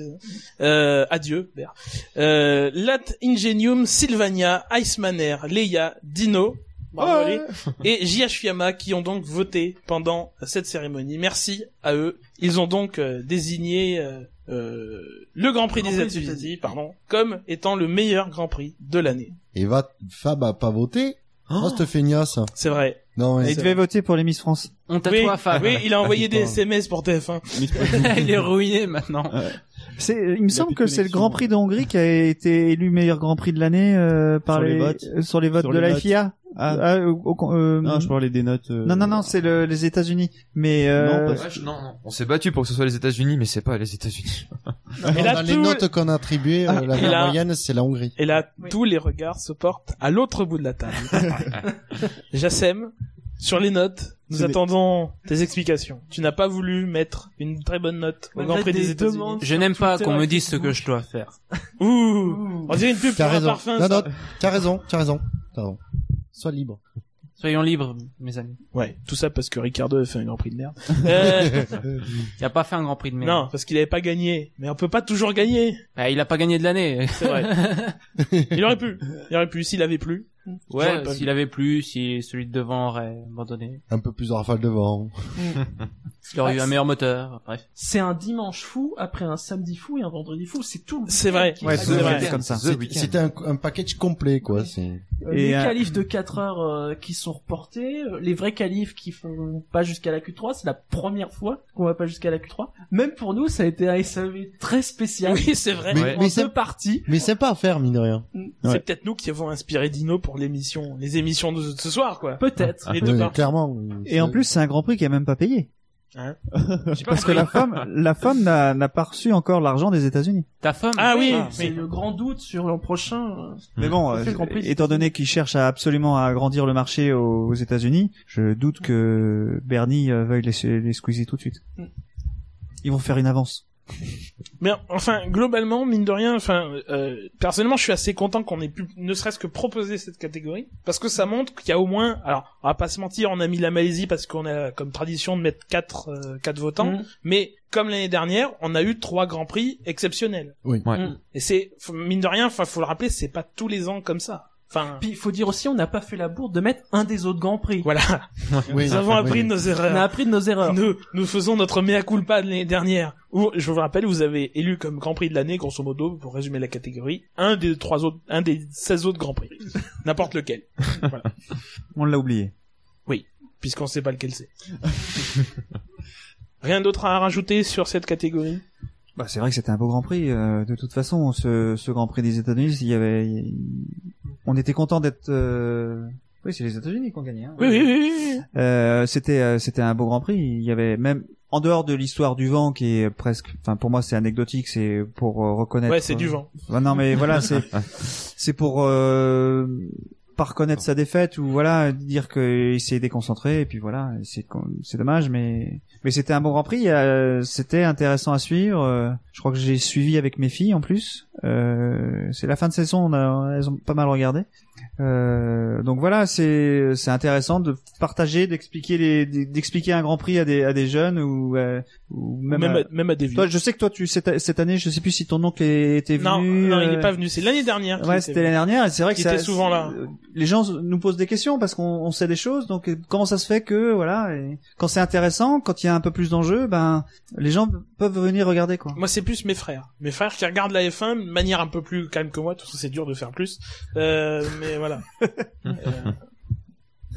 A: euh, adieu Bert, euh, Lat Ingenium, Sylvania, Icemaner, Leia, Dino, bravo,
D: Ouais.
A: les- et Jiashiyama qui ont donc voté pendant cette cérémonie. Merci à eux. Ils ont donc euh, désigné euh, euh, le Grand Prix
E: Grand
A: des
E: Prix des
A: États-Unis pardon, comme étant le meilleur Grand Prix de l'année.
B: Et va, Fab a pas voté? Oh, cette feignasse.
A: C'est vrai.
B: Non, mais
I: Il devait voter pour les Miss France.
F: On t'a
A: Oui,
F: toi, Fab.
A: oui, il a envoyé des SMS pour TF1.
F: il est ruiné maintenant.
I: C'est, il me
C: a plus
I: semble
C: de
I: que c'est le
C: connexion.
I: Grand Prix de Hongrie qui a été élu meilleur Grand Prix de l'année euh, par
C: Sur les
I: les,
C: votes.
I: euh, sur les votes
C: Sur
I: de
C: les
I: la
C: votes.
I: FIA.
C: Ah.
I: Ah, euh, au- au- euh,
C: Non, je parlais des notes. euh,
I: non, non, non, c'est le- les États-Unis. Mais euh,
C: Non, parce-
D: Vache, non, non. On s'est battu pour que ce soit les États-Unis, mais c'est pas les États-Unis.
A: Et là,
B: dans les
A: tout-
B: notes qu'on a attribuées, euh, la
A: Et là-
B: moyenne, c'est la Hongrie.
A: Et là,
E: Oui.
A: tous les regards se portent à l'autre bout de la table. Jassem, sur les notes, nous
C: C'est des-
A: attendons tes explications. Tu n'as pas voulu mettre une très bonne note au
E: Malgré
A: Grand Prix
E: des
A: des États-Unis.
E: demandes.
F: Je n'aime pas
E: Twitter,
F: qu'on me
E: avec
F: dise ce
E: Facebook.
F: que je dois faire.
A: Ouh, on dirait une pub pour
B: T'as
A: un
B: raison.
A: parfum.
B: non,
A: ça.
B: non, t'as raison, t'as raison. T'as raison. Sois libre.
F: Soyons libres, mes amis.
A: Ouais, tout ça parce que Ricardo a fait un Grand Prix de merde. Euh,
F: Il a pas fait un grand prix de merde.
A: non, parce qu'il avait pas gagné. Mais on peut pas toujours gagner.
F: Ah, il a pas gagné de l'année.
A: C'est vrai. Il aurait pu. Il aurait pu s'il avait plus. J'aurais
F: Ouais,
A: pas
F: s'il avait plus, si celui de devant aurait abandonné.
B: Un peu plus en rafale devant.
F: S'il aurait
E: Ah,
F: eu un
E: c'est-
F: meilleur moteur, bref.
E: C'est un dimanche fou après un samedi fou et un vendredi fou. C'est tout. le
A: C'est
E: week-end
A: vrai.
E: qui
I: Ouais,
E: est
I: c'est
A: c'est
E: agréable.
A: vrai.
I: vrai. comme ça.
D: The Weeknd.
B: C'était un, un package complet, quoi. C'est
E: Euh,
I: Et
E: les
I: un-
E: qualifs de 4 heures euh, qui sont reportés, euh, les vrais qualifs qui font pas jusqu'à la Q3, c'est la première fois qu'on va pas jusqu'à la Q3. Même pour nous, ça a été un SAV très spécial.
A: Oui, c'est vrai.
B: Mais-
A: En
B: mais
A: deux
B: c'est-
A: parties.
B: Mais sympa à faire, mine de rien.
A: C'est
C: Ouais.
A: peut-être nous qui avons inspiré Dino pour l'émission, les émissions de ce soir, quoi.
C: Ah,
E: Peut-être.
A: Les
B: Ouais,
A: deux parties.
B: clairement.
I: et en plus, c'est un Grand Prix qui a même pas payé
A: Hein
I: parce que la femme, la femme n'a n'a pas reçu encore l'argent des États-Unis.
F: Ta femme
A: Ah oui,
E: c'est
A: oui.
E: le grand doute sur l'an prochain.
I: Mais bon,
E: Ça fait
I: euh,
E: le Grand Prix.
I: étant donné qu'ils cherchent à- absolument à agrandir le marché aux, aux États-Unis, je doute que Bernie euh, veuille les, les squeezer tout de suite.
E: Mm.
I: Ils vont faire une avance.
A: Mais enfin, globalement, mine de rien, enfin, euh, personnellement, je suis assez content qu'on ait pu, ne serait-ce que proposer cette catégorie, parce que ça montre qu'il y a au moins, alors, on va pas se mentir, on a mis la Malaisie parce qu'on a comme tradition de mettre quatre, euh, quatre votants,
E: Mm.
A: mais comme l'année dernière, on a eu trois grands prix exceptionnels.
B: Oui.
D: Ouais.
E: Mm.
A: Et c'est, faut- mine de rien, enfin, faut le rappeler, c'est pas tous les ans comme ça. Enfin,
E: Puis il faut dire aussi, on n'a pas fait la bourde de mettre un des autres grands prix.
A: voilà,
B: Oui,
A: nous avons
B: oui.
A: appris de nos
E: On a
A: erreurs.
E: appris de nos erreurs.
A: Nous, nous faisons notre mea culpa de l'année dernière. Où, je vous rappelle, vous avez élu comme Grand Prix de l'année, grosso modo, pour résumer la catégorie, un des trois autres, un des 16 autres Grands Prix. N'importe lequel.
I: On l'a oublié.
A: Puisqu'on sait pas lequel c'est. Rien d'autre à rajouter sur cette catégorie?
I: Bah, c'est vrai que c'était un beau Grand Prix. euh, de toute façon, ce, ce Grand Prix des États-Unis, il y avait, on était content d'être. euh, Oui, c'est les États-Unis qui ont gagné. hein.
A: oui,
I: Euh, c'était euh, c'était un beau Grand Prix. Il y avait même en dehors de l'histoire du vent qui est presque, enfin pour moi c'est anecdotique, c'est pour euh, reconnaître.
A: Ouais, c'est du
I: euh,
A: vent.
I: Ouais, non, mais voilà, c'est c'est pour euh, pas reconnaître sa défaite ou voilà dire qu'il s'est déconcentré et puis voilà, c'est con- c'est dommage, mais mais c'était un bon Grand Prix, euh, c'était intéressant à suivre. euh, je crois que j'ai suivi avec mes filles en plus. Euh, c'est la fin de saison, on a, elles ont pas mal regardé. Euh, donc voilà, c'est c'est intéressant de partager, d'expliquer les d'expliquer un Grand Prix à des à des jeunes ou, euh, ou même,
A: même,
I: à-
A: à, même à des vieux.
I: Toi, je sais que toi tu cette, cette année, je sais plus si ton oncle était venu.
A: non, non, il
I: euh,
A: n'est pas venu. C'est l'année dernière. qu'il
I: Ouais,
A: était
I: c'était
A: venu.
I: l'année dernière et c'est vrai que
A: Qui
I: ça,
A: était souvent là.
I: euh, Les gens nous posent des questions parce qu'on on sait des choses. Donc euh, comment ça se fait que voilà, et quand c'est intéressant, quand il y a un peu plus d'enjeux, ben les gens peuvent venir regarder quoi.
A: Moi, c'est plus mes frères. Mes frères qui regardent la F1 de manière un peu plus calme que moi, parce que c'est dur de faire plus. Euh, mais voilà. Euh,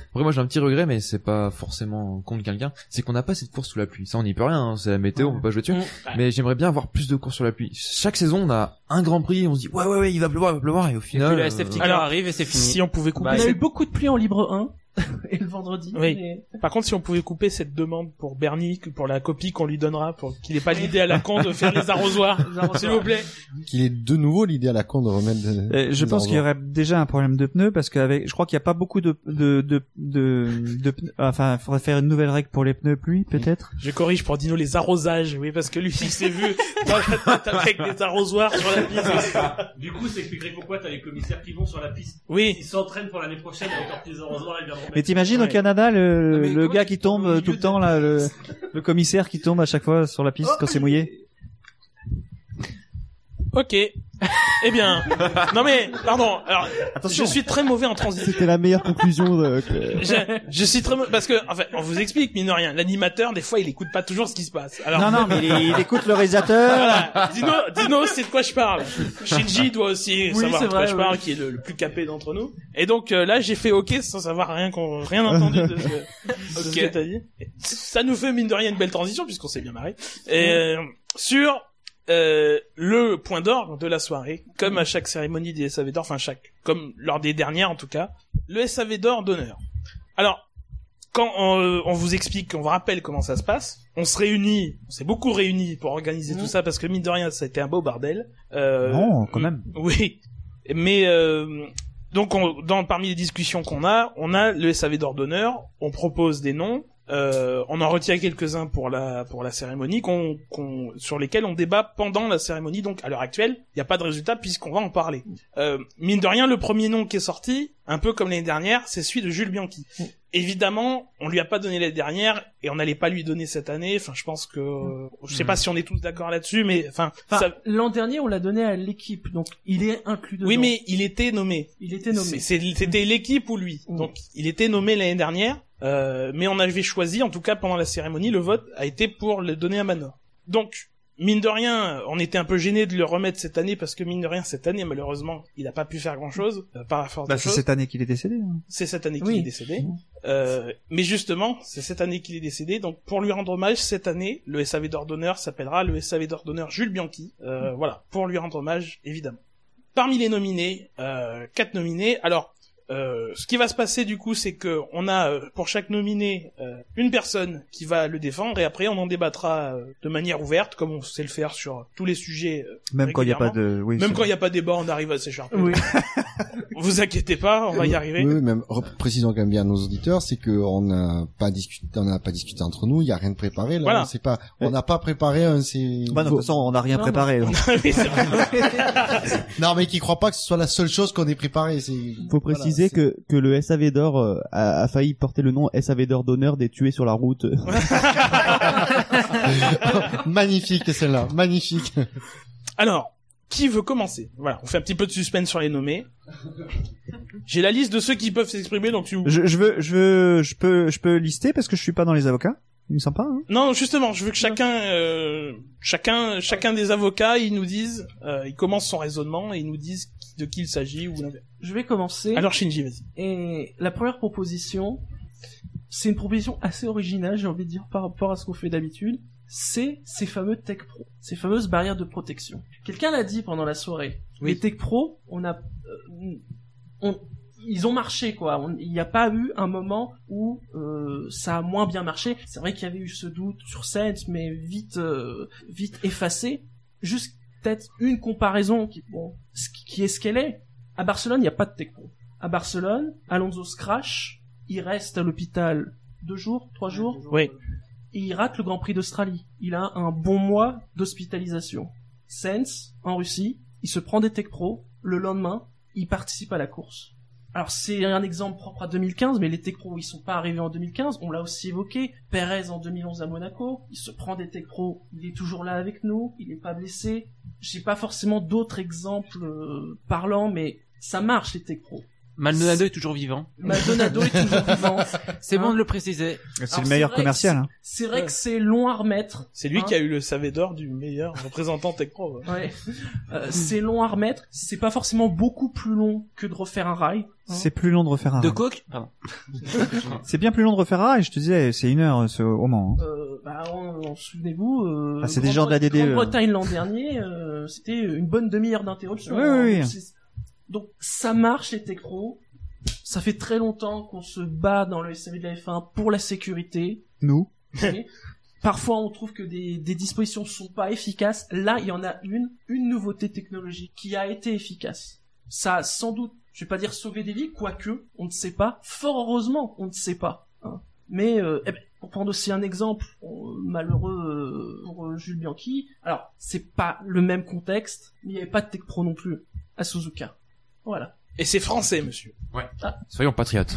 D: Après, moi, j'ai un petit regret, mais c'est pas forcément contre quelqu'un. C'est qu'on n'a pas cette course sous la pluie. Ça, on n'y peut rien. hein. C'est la météo, on peut pas jouer dessus.
A: Mm.
D: Mais j'aimerais bien avoir plus de courses sous la pluie. Chaque saison, on a un Grand Prix. On se dit, ouais, ouais, ouais, il va pleuvoir, il va pleuvoir. Et au
F: Et puis
D: final,
F: le
D: euh,
F: SFT
A: alors,
F: car arrive et c'est fini.
A: Si on pouvait couper.
F: Bah,
E: on a eu
A: cette-
E: beaucoup de pluie en libre 1 et le vendredi.
A: Oui.
E: mais-
A: Par contre, si on pouvait couper cette demande pour Bernie, que- pour la copie qu'on lui donnera, pour qu'il n'ait pas l'idée à la con de faire les arrosoirs, s'il vous plaît.
B: Qu'il est de nouveau l'idée à la con de remettre. des-
I: Et Euh, je
B: des
I: pense qu'il y
B: arrosoirs.
I: aurait déjà un problème de pneus parce qu'avec, je crois qu'il n'y a pas beaucoup de de de de, de pneus. Enfin, faudrait faire une nouvelle règle pour les pneus pluie peut-être.
A: Je corrige pour Dino les arrosages, oui, parce que lui, il s'est vu dans la tête avec des arrosoirs sur la piste.
K: Du coup, c'est expliquerait pourquoi t'as les commissaires qui vont sur la piste.
A: Oui.
K: Ils s'entraînent pour l'année prochaine avec leurs petits arrosoirs et bien
I: Mais t'imagines au
A: Ouais.
I: Canada le,
K: Non, mais
I: le
K: comment
I: gars
K: tu
I: qui
K: tombes
I: tombe
K: au
I: euh,
K: milieu
I: tout le
K: de-
I: temps là, le, le commissaire qui tombe à chaque fois sur la piste quand c'est mouillé.
A: Ok. Eh bien. Non mais, pardon. Alors, je suis très mauvais en transition.
C: C'était la meilleure conclusion de... que-
A: je, je suis très mau- parce que en fait, on vous explique mine de rien, l'animateur des fois il écoute pas toujours ce qui se passe. Alors
I: Non non, mais il, il écoute le réalisateur.
A: voilà, Dino, Dino, c'est de quoi je parle. Shinji doit aussi
E: Oui,
A: savoir
E: c'est
A: de quoi
E: vrai,
A: je
E: ouais.
A: parle, qui est le, le plus capé d'entre nous. Et donc euh, là, j'ai fait OK sans savoir rien qu'on rien entendu de ce, de ce
F: Ok.
A: que t'as dit. Et ça nous fait mine de rien une belle transition puisqu'on s'est bien marré. Et, euh, sur euh, le point d'orgue de la soirée, comme à chaque cérémonie des SAV d'or, enfin chaque, comme lors des dernières en tout cas, le SAV d'or d'honneur. Alors, quand on, euh, on vous explique, on vous rappelle comment ça se passe, on se réunit, on s'est beaucoup réunis pour organiser tout ça parce que mine de rien, ça a été un beau bordel. Euh,
I: Mhm. Non, quand même.
A: Oui, mais euh, donc on- dans, parmi les discussions qu'on a, on a le SAV d'or d'honneur, on propose des noms, euh, on en retient quelques-uns pour la pour la cérémonie, qu'on qu'on sur lesquels on débat pendant la cérémonie. Donc à l'heure actuelle, il n'y a pas de résultat puisqu'on va en parler. Euh, mine de rien, le premier nom qui est sorti, un peu comme l'année dernière, c'est celui de Jules Bianchi. Évidemment, on lui a pas donné l'année dernière et on n'allait pas lui donner cette année. Enfin, je pense que euh, je sais pas si on est tous d'accord là-dessus, mais enfin,
E: Enfin,
A: ça-
E: L'an dernier, on l'a donné à l'équipe, donc il est inclus dedans.
A: oui, mais il était nommé.
E: il était nommé.
A: C'est- c'est- C'était l'équipe ou lui.
E: Mm.
A: Donc il était nommé l'année dernière, euh, mais on avait choisi, en tout cas pendant la cérémonie, le vote a été pour le donner à Manor. Donc mine de rien, on était un peu gêné de le remettre cette année parce que mine de rien cette année malheureusement il n'a pas pu faire grand chose par la force
I: Bah,
A: des
I: c'est
A: choses.
I: cette année qu'il est décédé. hein.
A: C'est cette année
E: Oui.
A: qu'il est décédé. Euh, mais justement, c'est cette année qu'il est décédé. Donc, pour lui rendre hommage, cette année, le SAV d'or d'honneur s'appellera le SAV d'or d'honneur Jules Bianchi. Euh, Voilà, pour lui rendre hommage, évidemment. Parmi les nominés, euh, quatre nominés. Alors, euh, ce qui va se passer du coup, c'est que on a euh, pour chaque nominé euh, une personne qui va le défendre et après on en débattra euh, de manière ouverte, comme on sait le faire sur tous les sujets euh,
I: Même quand il n'y a pas
A: régulièrement.
I: de. Oui,
A: Même
I: c'est
A: quand il n'y a pas de débat, on arrive à s'écharper.
E: Oui.
A: Vous inquiétez pas, on va
I: Euh,
A: y arriver.
B: Oui, oui, même re- précisons quand même bien à nos auditeurs, c'est que on n'a pas discuté, on n'a pas discuté entre nous, il y a rien de préparé. Là,
A: Voilà.
B: on sait pas, on n'a pas préparé un. C'est
I: Bah non, de toute façon, on n'a rien
E: Non,
I: préparé. donc.
A: Oui, c'est vrai.
B: non, mais qui croit pas que ce soit la seule chose qu'on ait préparée. C'est
C: Faut préciser que, que le SAV d'or euh, a, a failli porter le nom SAV d'or d'honneur des tués sur la route.
B: que magnifique celle-là, magnifique.
A: Alors, qui veut commencer Voilà, on fait un petit peu de suspense sur les nommés. J'ai la liste de ceux qui peuvent s'exprimer, donc tu...
I: Je, je veux, je veux, je peux, je peux lister parce que je suis pas dans les avocats. Il me semble pas. Hein.
A: Non, justement, je veux que chacun, euh, chacun, chacun des avocats, ils nous disent, euh, ils commencent son raisonnement et ils nous disent de qui il s'agit ou l'inverse.
E: Je vais commencer.
A: Alors Shinji, vas-y.
E: Et la première proposition, c'est une proposition assez originale, j'ai envie de dire, par rapport à ce qu'on fait d'habitude. C'est ces fameux tech pro, ces fameuses barrières de protection. Quelqu'un l'a dit pendant la soirée. Les tech pro, on a, euh, on- ils ont marché quoi. On- Il n'y a pas eu un moment où euh, ça a moins bien marché. C'est vrai qu'il y avait eu ce doute sur scène, mais vite, euh, vite effacé. Juste peut-être une comparaison qui, bon, ce qui- qui est ce qu'elle est. À Barcelone, il n'y a pas de tech pro à Barcelone. Alonso se crache. Il reste à l'hôpital deux jours, trois jours.
A: Oui.
E: Et il rate le Grand Prix d'Australie. Il a un bon mois d'hospitalisation. Sens, en Russie, il se prend des tech pro. Le lendemain, il participe à la course. Alors c'est un exemple propre à 2015, mais les tech pros ils sont pas arrivés en 2015. On l'a aussi évoqué. Perez en 2011 à Monaco, il se prend des tech pros, il est toujours là avec nous, il n'est pas blessé. J'ai pas forcément d'autres exemples euh, parlants, mais ça marche les tech pros.
F: Maldonado est toujours vivant.
E: Maldonado est toujours vivant. Hein
F: C'est bon de le préciser.
E: Alors,
G: C'est le
E: c'est
G: meilleur
E: vrai que
G: commercial. hein.
E: C'est vrai que c'est long à remettre.
A: C'est lui
E: Hein
A: qui a eu le savet d'or du meilleur représentant Tech Pro. hein. ouais.
E: Ouais. Euh, c'est long à remettre. C'est pas forcément beaucoup plus long que de refaire un rail. hein.
I: C'est plus long de refaire un.
F: De Coke Pardon.
I: C'est bien plus long de refaire un, et je te disais, c'est une heure ce au Mans. hein.
E: Euh, bah, on, on- souvenez-vous. Euh,
I: Ah, c'est
E: Grande-
I: des gens de la DDE,
E: Grande-Bretagne l'an dernier, euh, c'était une bonne demi-heure d'interruption.
I: Oui,
E: hein.
I: oui, oui.
E: Donc, c'est- Donc ça marche les tech pros. Ça fait très longtemps qu'on se bat dans le SAV de la F1 pour la sécurité.
I: Nous.
E: ok Parfois, on trouve que des, des dispositions sont pas efficaces. Là, il y en a une, une nouveauté technologique qui a été efficace. Ça a sans doute, je vais pas dire sauver des vies, quoique, on ne sait pas. Fort heureusement, on ne sait pas. hein. Mais euh, eh ben, pour prendre aussi un exemple euh, malheureux euh, pour euh, Jules Bianchi, alors c'est pas le même contexte, mais il n'y avait pas de tech pro non plus à Suzuka. Voilà.
A: Et c'est français, monsieur.
D: Soyons patriotes.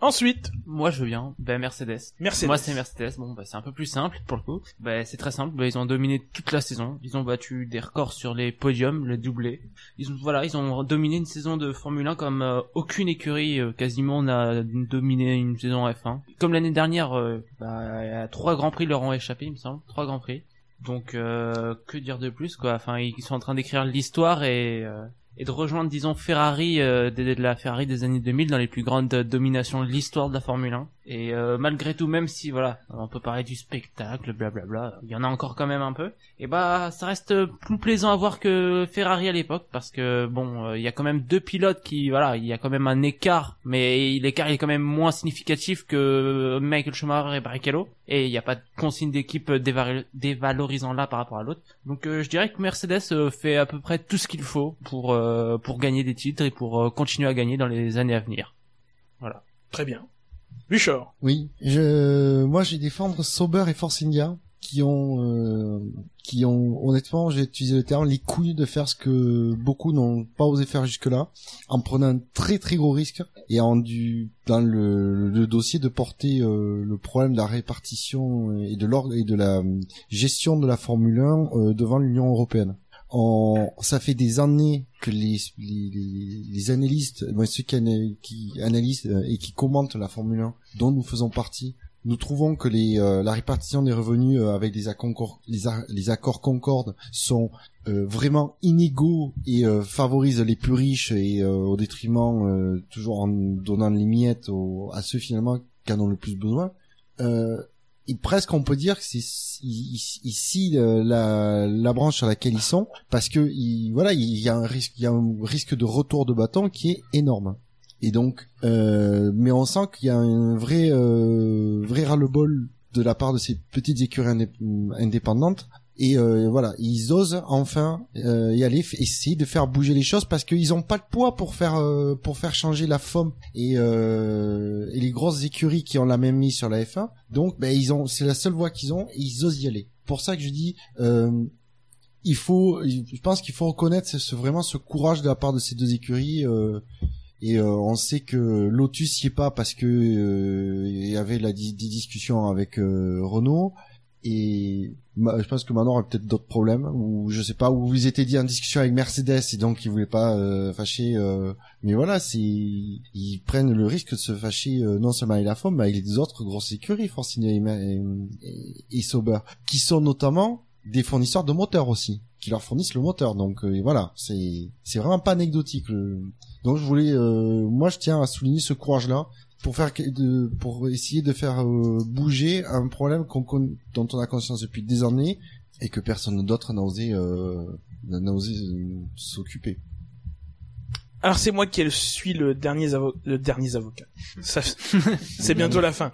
A: Ensuite,
F: Moi, je viens. Ben, Mercedes.
A: Mercedes.
F: Moi, c'est Mercedes. Bon, bah, c'est un peu plus simple pour le coup. Bah, c'est très simple. Bah, ils ont dominé toute la saison. Ils ont battu des records sur les podiums, le doublé. Ils ont, voilà, ils ont dominé une saison de Formule 1 comme euh, aucune écurie euh, quasiment n'a dominé une saison F1. Comme l'année dernière, euh, bah, à trois grands prix leur ont échappé, il me semble. Trois grands prix. Donc, euh, que dire de plus, quoi. Enfin, ils sont en train d'écrire l'histoire et. euh, et de rejoindre, disons, Ferrari, euh, de, de la Ferrari des années 2000 dans les plus grandes euh, dominations de l'histoire de la Formule 1. Et euh, malgré tout, même si, voilà, on peut parler du spectacle, blablabla, il y en a encore quand même un peu, et bah, ça reste euh, plus plaisant à voir que Ferrari à l'époque, parce que, bon, euh, il y a quand même deux pilotes qui, voilà, il y a quand même un écart, mais l'écart il est quand même moins significatif que Michael Schumacher et Barrichello, et il n'y a pas de consigne d'équipe dévari- dévalorisant là par rapport à l'autre. Donc euh, je dirais que Mercedes euh, fait à peu près tout ce qu'il faut pour euh, pour gagner des titres et pour euh, continuer à gagner dans les années à venir.
A: Très bien. Buchor.
B: Oui, je, moi, je vais défendre Sauber et Force India qui ont, euh, qui ont, honnêtement, j'ai utilisé le terme les couilles de faire ce que beaucoup n'ont pas osé faire jusque-là, en prenant un très très gros risque et en du dans le, le dossier de porter euh, le problème de la répartition et de l'ordre et de la euh, gestion de la Formule 1 euh, devant l'Union européenne. On, ça fait des années que les, les, les- les analystes, bon, ceux qui, ana- qui analysent euh, et qui commentent la Formule 1, dont nous faisons partie, nous trouvons que les, euh, la répartition des revenus euh, avec les, acconcor- les, a- les accords Concorde sont euh, vraiment inégaux et euh, favorisent les plus riches et euh, au détriment, euh, toujours en donnant les miettes aux- à ceux finalement qui en ont le plus besoin. Euh, et presque on peut dire que c'est ici ici, euh, la, la branche sur laquelle ils sont parce que il, voilà il y a un risque il y a un risque de retour de bâton qui est énorme et donc euh, mais on sent qu'il y a un vrai euh, vrai ras-le-bol de la part de ces petites écuries indép- indépendantes et euh, voilà ils osent enfin euh, y aller f- essayer de faire bouger les choses parce qu'ils ont pas le poids pour faire euh, pour faire changer la forme et, euh, et les grosses écuries qui ont la même mise sur la F1 donc ben ils ont c'est la seule voie qu'ils ont et ils osent y aller pour ça que je dis euh, il faut je pense qu'il faut reconnaître ce, ce- vraiment ce courage de la part de ces deux écuries euh, et euh, on sait que Lotus y est pas parce que euh, il y avait la di- des discussions avec euh, Renault et ma- je pense que maintenant aurait peut-être d'autres problèmes ou je sais pas où ils étaient dit en discussion avec Mercedes et donc ils voulaient pas euh, fâcher euh, mais voilà c'est ils prennent le risque de se fâcher euh, non seulement avec la forme mais avec les autres grosses écuries Forcini et, Ma- et, et Sauber qui sont notamment des fournisseurs de moteurs aussi qui leur fournissent le moteur donc euh, et voilà c'est c'est vraiment pas anecdotique le- donc je voulais euh, moi je tiens à souligner ce courage là pour faire que- de, pour essayer de faire euh, bouger un problème qu'on con- dont on a conscience depuis des années et que personne d'autre n'a osé euh, n'a osé euh, s'occuper.
A: Alors c'est moi qui suis le dernier, avo- le dernier avocat. Ça- c'est bientôt la fin.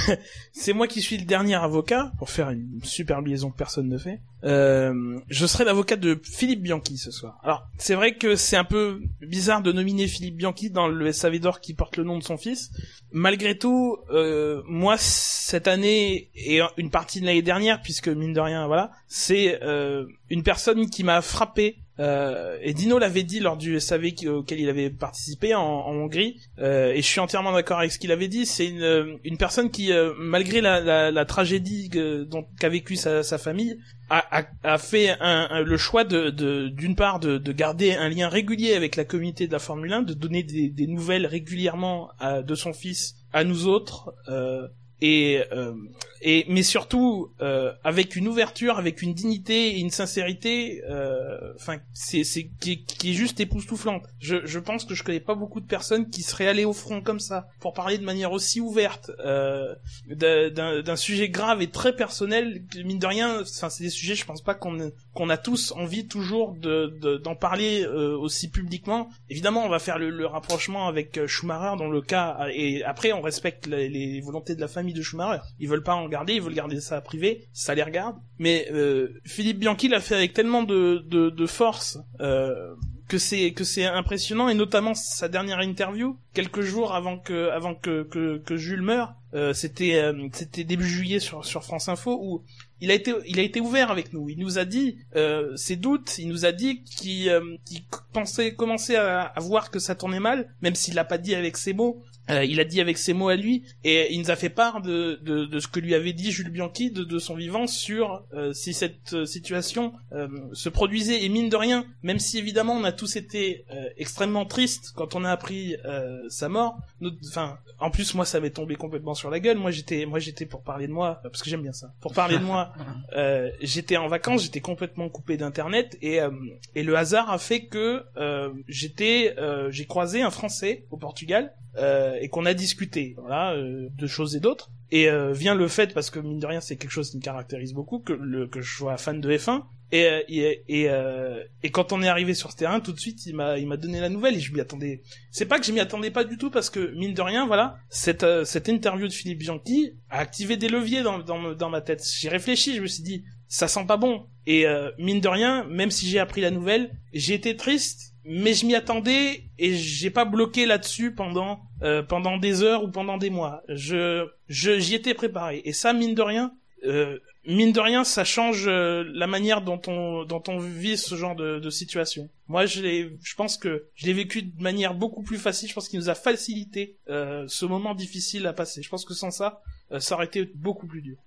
A: c'est moi qui suis le dernier avocat, pour faire une superbe liaison que personne ne fait. Euh, je serai l'avocat de Philippe Bianchi ce soir. Alors c'est vrai que c'est un peu bizarre de nominer Philippe Bianchi dans le SAV d'or qui porte le nom de son fils. Malgré tout, euh, moi cette année et une partie de l'année dernière, puisque mine de rien, voilà, c'est euh, une personne qui m'a frappé Euh, et Dino l'avait dit lors du SAV qui- auquel il avait participé en, en Hongrie, euh, et je suis entièrement d'accord avec ce qu'il avait dit. C'est une, une personne qui, euh, malgré la, la, la tragédie que- dont qu'a vécu sa, sa famille, a, a, a fait un- un- le choix de de- d'une part de, de garder un lien régulier avec la communauté de la Formule 1, de donner des, des nouvelles régulièrement à- de son fils à nous autres. euh, et, euh, et mais surtout euh, avec une ouverture, avec une dignité et une sincérité, euh, enfin c'est c'est qui, est- qui est juste époustouflante. Je je pense que je connais pas beaucoup de personnes qui seraient allées au front comme ça pour parler de manière aussi ouverte euh, d'un- d'un d'un sujet grave et très personnel. que, Mine de rien, enfin c'est des sujets je pense pas qu'on qu'on a tous envie toujours de de- d'en parler euh, aussi publiquement. Évidemment, on va faire le, le rapprochement avec euh, Schumacher dans le cas euh, et après on respecte les, les volontés de la famille de Schumacher. Ils veulent pas en garder, ils veulent garder ça privé, ça les regarde. Mais euh, Philippe Bianchi l'a fait avec tellement de de, de force. Euh, que c'est que c'est impressionnant et notamment sa dernière interview quelques jours avant que avant que que, que Jules meure euh, c'était euh, c'était début juillet sur sur France Info où il a été il a été ouvert avec nous. Il nous a dit euh, ses doutes. Il nous a dit qu'il euh, qu'il c- pensait commencer à, à voir que ça tournait mal, même s'il l'a pas dit avec ses mots. Euh, il a dit avec ses mots à lui et il nous a fait part de, de, de ce que lui avait dit Jules Bianchi de, de son vivant sur euh, si cette euh, situation euh, se produisait et mine de rien, même si évidemment on a tous été euh, extrêmement tristes quand on a appris euh, sa mort. nous- Enfin, en plus moi ça m'est tombé complètement sur la gueule. Moi j'étais moi j'étais pour parler de moi parce que j'aime bien ça. Pour parler de moi euh, j'étais en vacances, j'étais complètement coupé d'internet et euh, et le hasard a fait que euh, j'étais euh, j'ai croisé un Français au Portugal euh, et qu'on a discuté voilà euh, de choses et d'autres et euh, vient le fait parce que mine de rien c'est quelque chose qui me caractérise beaucoup que le que je sois fan de F1 et euh, et et, euh, et quand on est arrivé sur ce terrain tout de suite il m'a il m'a donné la nouvelle et je m'y attendais c'est pas que je m'y attendais pas du tout parce que mine de rien, voilà, cette euh, cette interview de Philippe Bianchi a activé des leviers dans dans dans ma tête. J'ai réfléchi, je me suis dit ça sent pas bon. Et euh, mine de rien, même si j'ai appris la nouvelle, j'ai été triste, mais je m'y attendais et j'ai pas bloqué là-dessus pendant euh, pendant des heures ou pendant des mois. Je je j'y étais préparé et ça mine de rien. euh, Mine de rien, ça change euh, la manière dont on dont on vit ce genre de, de situation. Moi, je l'ai, je pense que je l'ai vécu de manière beaucoup plus facile. Je pense qu'il nous a facilité euh, ce moment difficile à passer. Je pense que sans ça, euh, ça aurait été beaucoup plus dur.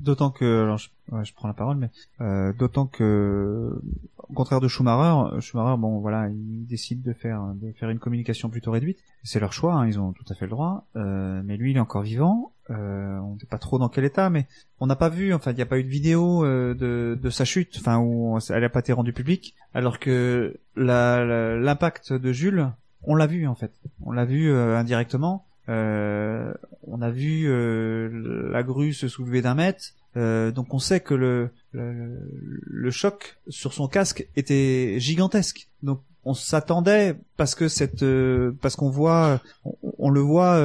I: D'autant que, alors je, ouais, je prends la parole, mais euh, d'autant que, au contraire de Schumacher, euh, Schumacher, bon voilà, il décide de faire de faire une communication plutôt réduite. C'est leur choix, hein, ils ont tout à fait le droit. euh, mais lui, il est encore vivant. euh, on ne sait pas trop dans quel état, mais on n'a pas vu. Enfin, il n'y a pas eu de vidéo euh, de de sa chute, enfin où on- elle n'a pas été rendue publique. Alors que la- la- l'impact de Jules, on l'a vu en fait. On l'a vu euh, indirectement. Euh, on a vu euh, la grue se soulever d'un mètre. Euh, donc on sait que le, le, le choc sur son casque était gigantesque. Donc on s'attendait parce que cette euh, parce qu'on voit on, on le voit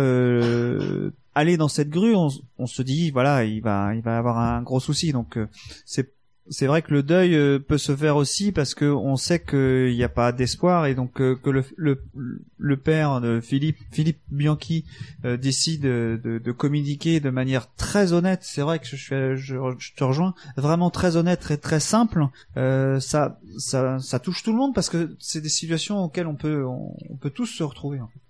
I: euh, aller dans cette grue, on, s- on se dit voilà il va il va avoir un gros souci. Donc euh, c'est c'est vrai que le deuil euh, peut se faire aussi parce que on sait qu'il n'y a pas d'espoir et donc euh, que le, le le père de Philippe Philippe Bianchi euh, décide euh, de, de communiquer de manière très honnête. C'est vrai que je, suis, je, je te rejoins, vraiment très honnête et très simple. Euh, ça, ça, ça touche tout le monde parce que c'est des situations auxquelles on peut, on, on peut tous se retrouver. hein. en fait.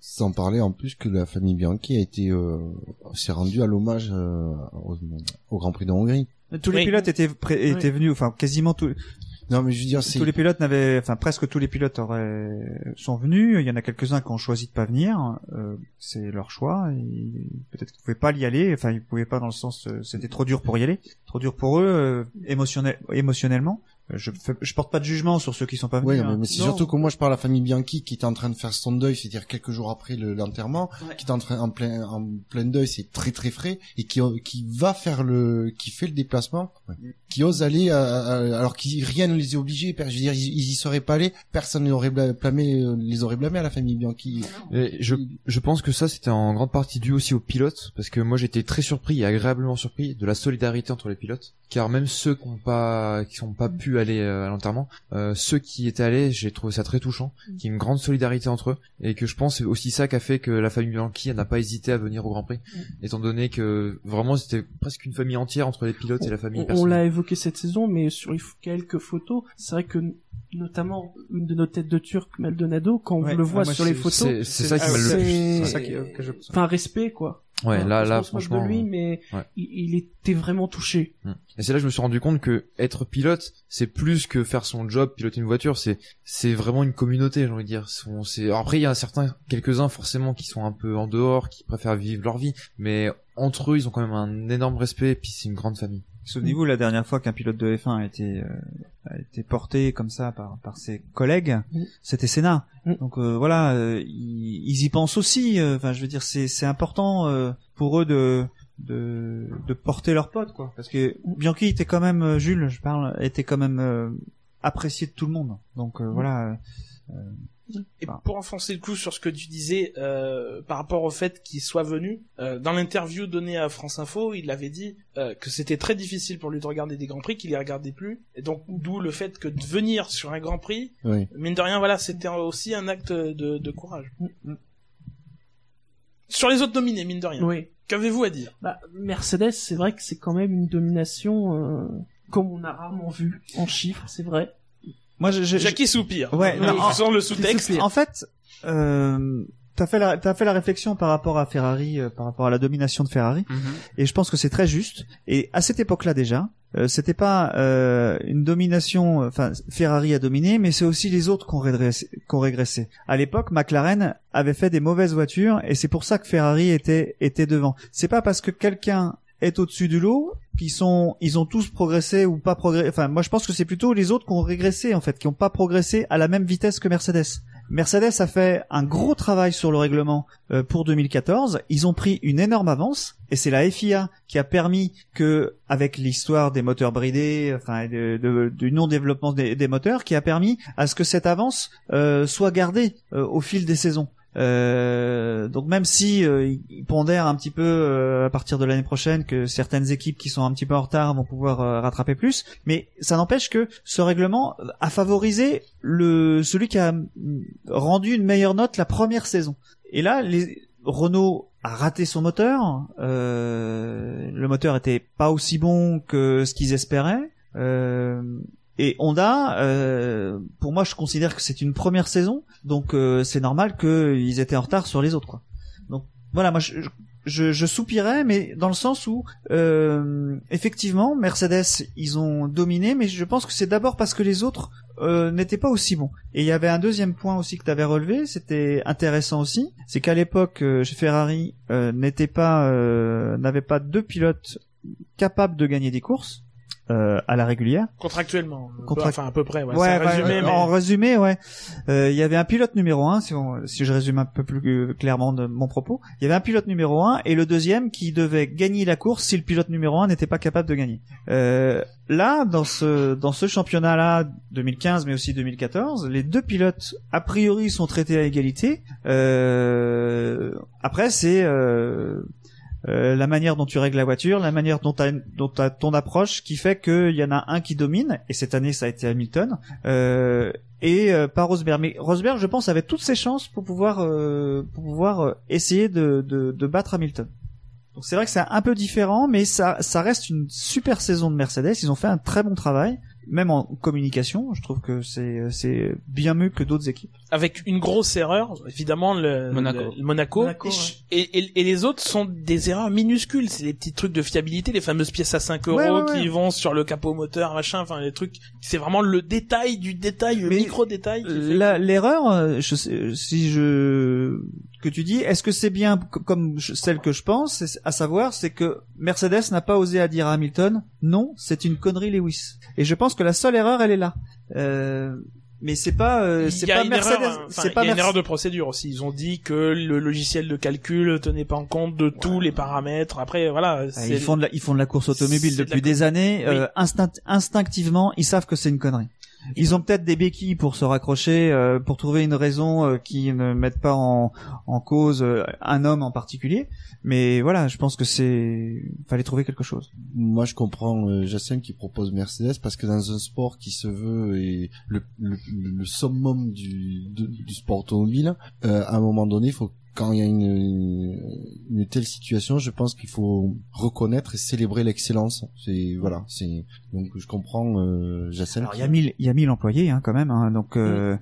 B: Sans parler en plus que la famille Bianchi a été euh, s'est rendue à l'hommage euh, au, au Grand Prix de Hongrie.
I: Tous les
A: Oui.
I: pilotes étaient, pré- étaient venus, enfin quasiment tous,
B: Non mais je veux dire c'est
I: tous les pilotes n'avaient, enfin presque tous les pilotes auraient, sont venus. Il y en a quelques-uns qui ont choisi de pas venir. Euh, c'est leur choix. Et Peut-être qu'ils pouvaient pas y aller. Enfin, ils pouvaient pas dans le sens, euh, c'était trop dur pour y aller, trop dur pour eux euh, émotionnel, émotionnellement. Euh, Je, fais- je porte pas de jugement sur ceux qui sont pas
B: Ouais,
I: venus.
B: non, mais,
I: hein.
B: mais c'est surtout que moi je parle à la famille Bianchi qui était en train de faire son deuil, c'est-à-dire quelques jours après le- l'enterrement,
E: Ouais.
B: qui est en train en plein en plein deuil, c'est très très frais et qui qui va faire le qui fait le déplacement, qui ose aller à- à- alors qu'ils rien ne les est obligé, per- je veux dire ils, ils y seraient pas allés, personne ne les aurait bla- blâmé euh, les aurait blâmés à la famille Bianchi.
D: Et je, je pense que ça, c'était en grande partie dû aussi aux pilotes, parce que moi j'étais très surpris et agréablement surpris de la solidarité entre les pilotes, car même ceux qui ont pas, qui sont pas pu pu aller euh, à l'enterrement, euh, ceux qui étaient allés, j'ai trouvé ça très touchant, qu'il y ait une grande solidarité entre eux, et que je pense c'est aussi ça qui a fait que la famille Bianchi elle n'a pas hésité à venir au Grand Prix, étant donné que vraiment c'était presque une famille entière entre les pilotes et la famille
E: On- On
D: personnelle.
E: l'a évoqué cette saison, mais sur les f- quelques photos, c'est vrai que n- notamment une de nos têtes de Turc, Maldonado, quand on
L: Ouais,
E: le voit
L: ah, moi,
E: sur les
L: c'est-
E: photos,
D: C'est c'est ça qui m'a
E: c'est-
D: le plus...
L: C'est
D: ouais.
L: ça qui, que je...
E: enfin respect quoi.
D: Ouais,
E: Enfin,
D: là,
E: on
D: là,
E: se moque
D: franchement. euh,
E: de lui,
F: euh,
E: mais
D: ouais.
E: il, il était vraiment touché.
D: Mm. Et c'est là que je me suis rendu compte que être pilote, c'est plus que faire son job, piloter une voiture, c'est c'est vraiment une communauté, j'ai envie de dire. On- c'est- alors Après, il y a certains, quelques-uns forcément qui sont un peu en dehors, qui préfèrent vivre leur vie, mais entre eux, ils ont quand même un énorme respect, et puis c'est une grande famille.
I: Souvenez-vous la dernière fois qu'un pilote de F1 a été euh, a été porté comme ça par par ses collègues,
E: Oui.
I: c'était Senna.
E: Oui.
I: Donc euh, voilà, euh, ils, ils y pensent aussi. euh, Enfin, je veux dire, c'est c'est important euh, pour eux de de de porter leurs potes quoi. Parce que Bianchi était quand même euh, Jules, je parle, était quand même euh, apprécié de tout le monde. Donc euh, voilà. euh,
A: Et
I: Enfin.
A: pour enfoncer le coup sur ce que tu disais euh, par rapport au fait qu'il soit venu, euh, dans l'interview donnée à France Info, il avait dit euh, que c'était très difficile pour lui de regarder des grands prix, qu'il les regardait plus, et donc d'où le fait que de venir sur un grand prix,
M: Oui.
A: mine de rien, voilà, c'était aussi un acte de, de courage. Sur les autres dominés, mine de rien,
E: Oui.
A: qu'avez-vous à dire
E: Bah, Mercedes, c'est vrai que c'est quand même une domination euh, comme on a rarement vu en chiffres, c'est vrai.
I: Moi, je, je- je-
A: Jackie euh, soupire.
I: Ouais,
A: Oui,
I: non, en-
A: sans le sous-texte.
E: soupire.
I: En fait, euh, t'as fait la t'as fait la réflexion par rapport à Ferrari, euh, par rapport à la domination de Ferrari. et je pense que c'est très juste. Et à cette époque-là déjà, euh, c'était pas euh, une domination. Enfin, Ferrari a dominé, mais c'est aussi les autres qu'on régressé. Qu'on régressé. À l'époque, McLaren avait fait des mauvaises voitures, et c'est pour ça que Ferrari était était devant. C'est pas parce que quelqu'un est au-dessus du lot qu'ils sont ils ont tous progressé ou pas progressé. Enfin, moi je pense que c'est plutôt les autres qui ont régressé en fait, qui ont pas progressé à la même vitesse que Mercedes. Mercedes a fait un gros travail sur le règlement euh, pour 2014, ils ont pris une énorme avance et c'est la FIA qui a permis que, avec l'histoire des moteurs bridés, enfin et de- de- du non-développement des, des moteurs, qui a permis à ce que cette avance euh, soit gardée euh, au fil des saisons. Euh, donc même si euh, ils- ils pondèrent un petit peu euh, à partir de l'année prochaine que certaines équipes qui sont un petit peu en retard vont pouvoir euh, rattraper plus, mais ça n'empêche que ce règlement a favorisé le celui qui a mm, rendu une meilleure note la première saison. Et là, les... Renault a raté son moteur. euh, Le moteur était pas aussi bon que ce qu'ils espéraient. euh, Et Honda, euh, pour moi, je considère que c'est une première saison, donc euh, c'est normal qu'ils étaient en retard sur les autres, quoi. Donc voilà, moi je, je, je soupirais, mais dans le sens où euh, effectivement, Mercedes, ils ont dominé, mais je pense que c'est d'abord parce que les autres euh, n'étaient pas aussi bons. Et il y avait un deuxième point aussi que tu avais relevé, c'était intéressant aussi, c'est qu'à l'époque euh, chez Ferrari euh, n'était pas euh, n'avait pas deux pilotes capables de gagner des courses euh, à la régulière.
A: Contractuellement. un peu-
I: Contract-
A: Enfin, à peu près, ouais.
I: Ouais,
A: c'est un
I: bah,
A: résumé,
I: euh,
A: mais-
I: en résumé, ouais. Euh, Il y avait un pilote numéro un, si, on- si je résume un peu plus euh, clairement de mon propos. Il y avait un pilote numéro un et le deuxième qui devait gagner la course si le pilote numéro un n'était pas capable de gagner. Euh, là, dans ce dans ce championnat-là, 2015 mais aussi 2014, les deux pilotes a priori sont traités à égalité. Euh, après, c'est euh, euh, la manière dont tu règles la voiture, la manière dont t'as dont t'as ton approche qui fait qu'il y en a un qui domine, et cette année ça a été Hamilton, euh, et euh, pas Rosberg. Mais Rosberg, je pense, avait toutes ses chances pour pouvoir, euh, pour pouvoir euh, essayer de, de, de battre Hamilton. Donc c'est vrai que c'est un peu différent, mais ça, ça reste une super saison de Mercedes. Ils ont fait un très bon travail, même en communication. Je trouve que c'est c'est bien mieux que d'autres équipes.
A: avec une grosse erreur, évidemment le
N: Monaco.
A: le- le Monaco.
E: Monaco,
A: et, ch- et- et- et les autres sont des erreurs minuscules, c'est des petits trucs de fiabilité, les fameuses pièces à 5 euros
I: Ouais, ouais, ouais.
A: qui vont sur le capot moteur, machin, enfin les trucs. C'est vraiment le détail du détail, le
I: Mais
A: micro détail. qui fait-
I: La- L'erreur, euh, je sais- si je que tu dis, est-ce que c'est bien c- comme je- celle que je pense, c'est- à savoir, c'est que Mercedes n'a pas osé à dire à Hamilton, non, c'est une connerie, Lewis. Et je pense que la seule erreur, elle est là. Euh, mais c'est pas, euh, c'est
A: Il y a
I: pas
A: une
I: Mercedes,
A: erreur, hein, enfin,
I: c'est pas
A: il y a une
I: Merce-
A: erreur de procédure aussi. Ils ont dit que le logiciel de calcul tenait pas en compte de tous les paramètres. Après, voilà,
I: Ah,
A: c'est
I: Ils font, de la, ils font de la course automobile
A: c'est de la
I: depuis des années.
A: Oui.
I: euh, instinct- instinctivement, ils savent que c'est une connerie. Ils ont peut-être des béquilles pour se raccrocher, euh, pour trouver une raison euh, qui ne mette pas en, en cause euh, un homme en particulier. Mais voilà, je pense que c'est fallait trouver quelque chose.
B: Moi, je comprends euh, Jacen qui propose Mercedes parce que dans un sport qui se veut et le, le, le summum du, de- du sport automobile, euh, à un moment donné, faut quand il y a une, une telle situation, je pense qu'il faut reconnaître et célébrer l'excellence. C'est voilà, c'est donc je comprends euh, Jacen.
I: Alors il y a mille, il y a mille employés hein, quand même, hein, donc euh,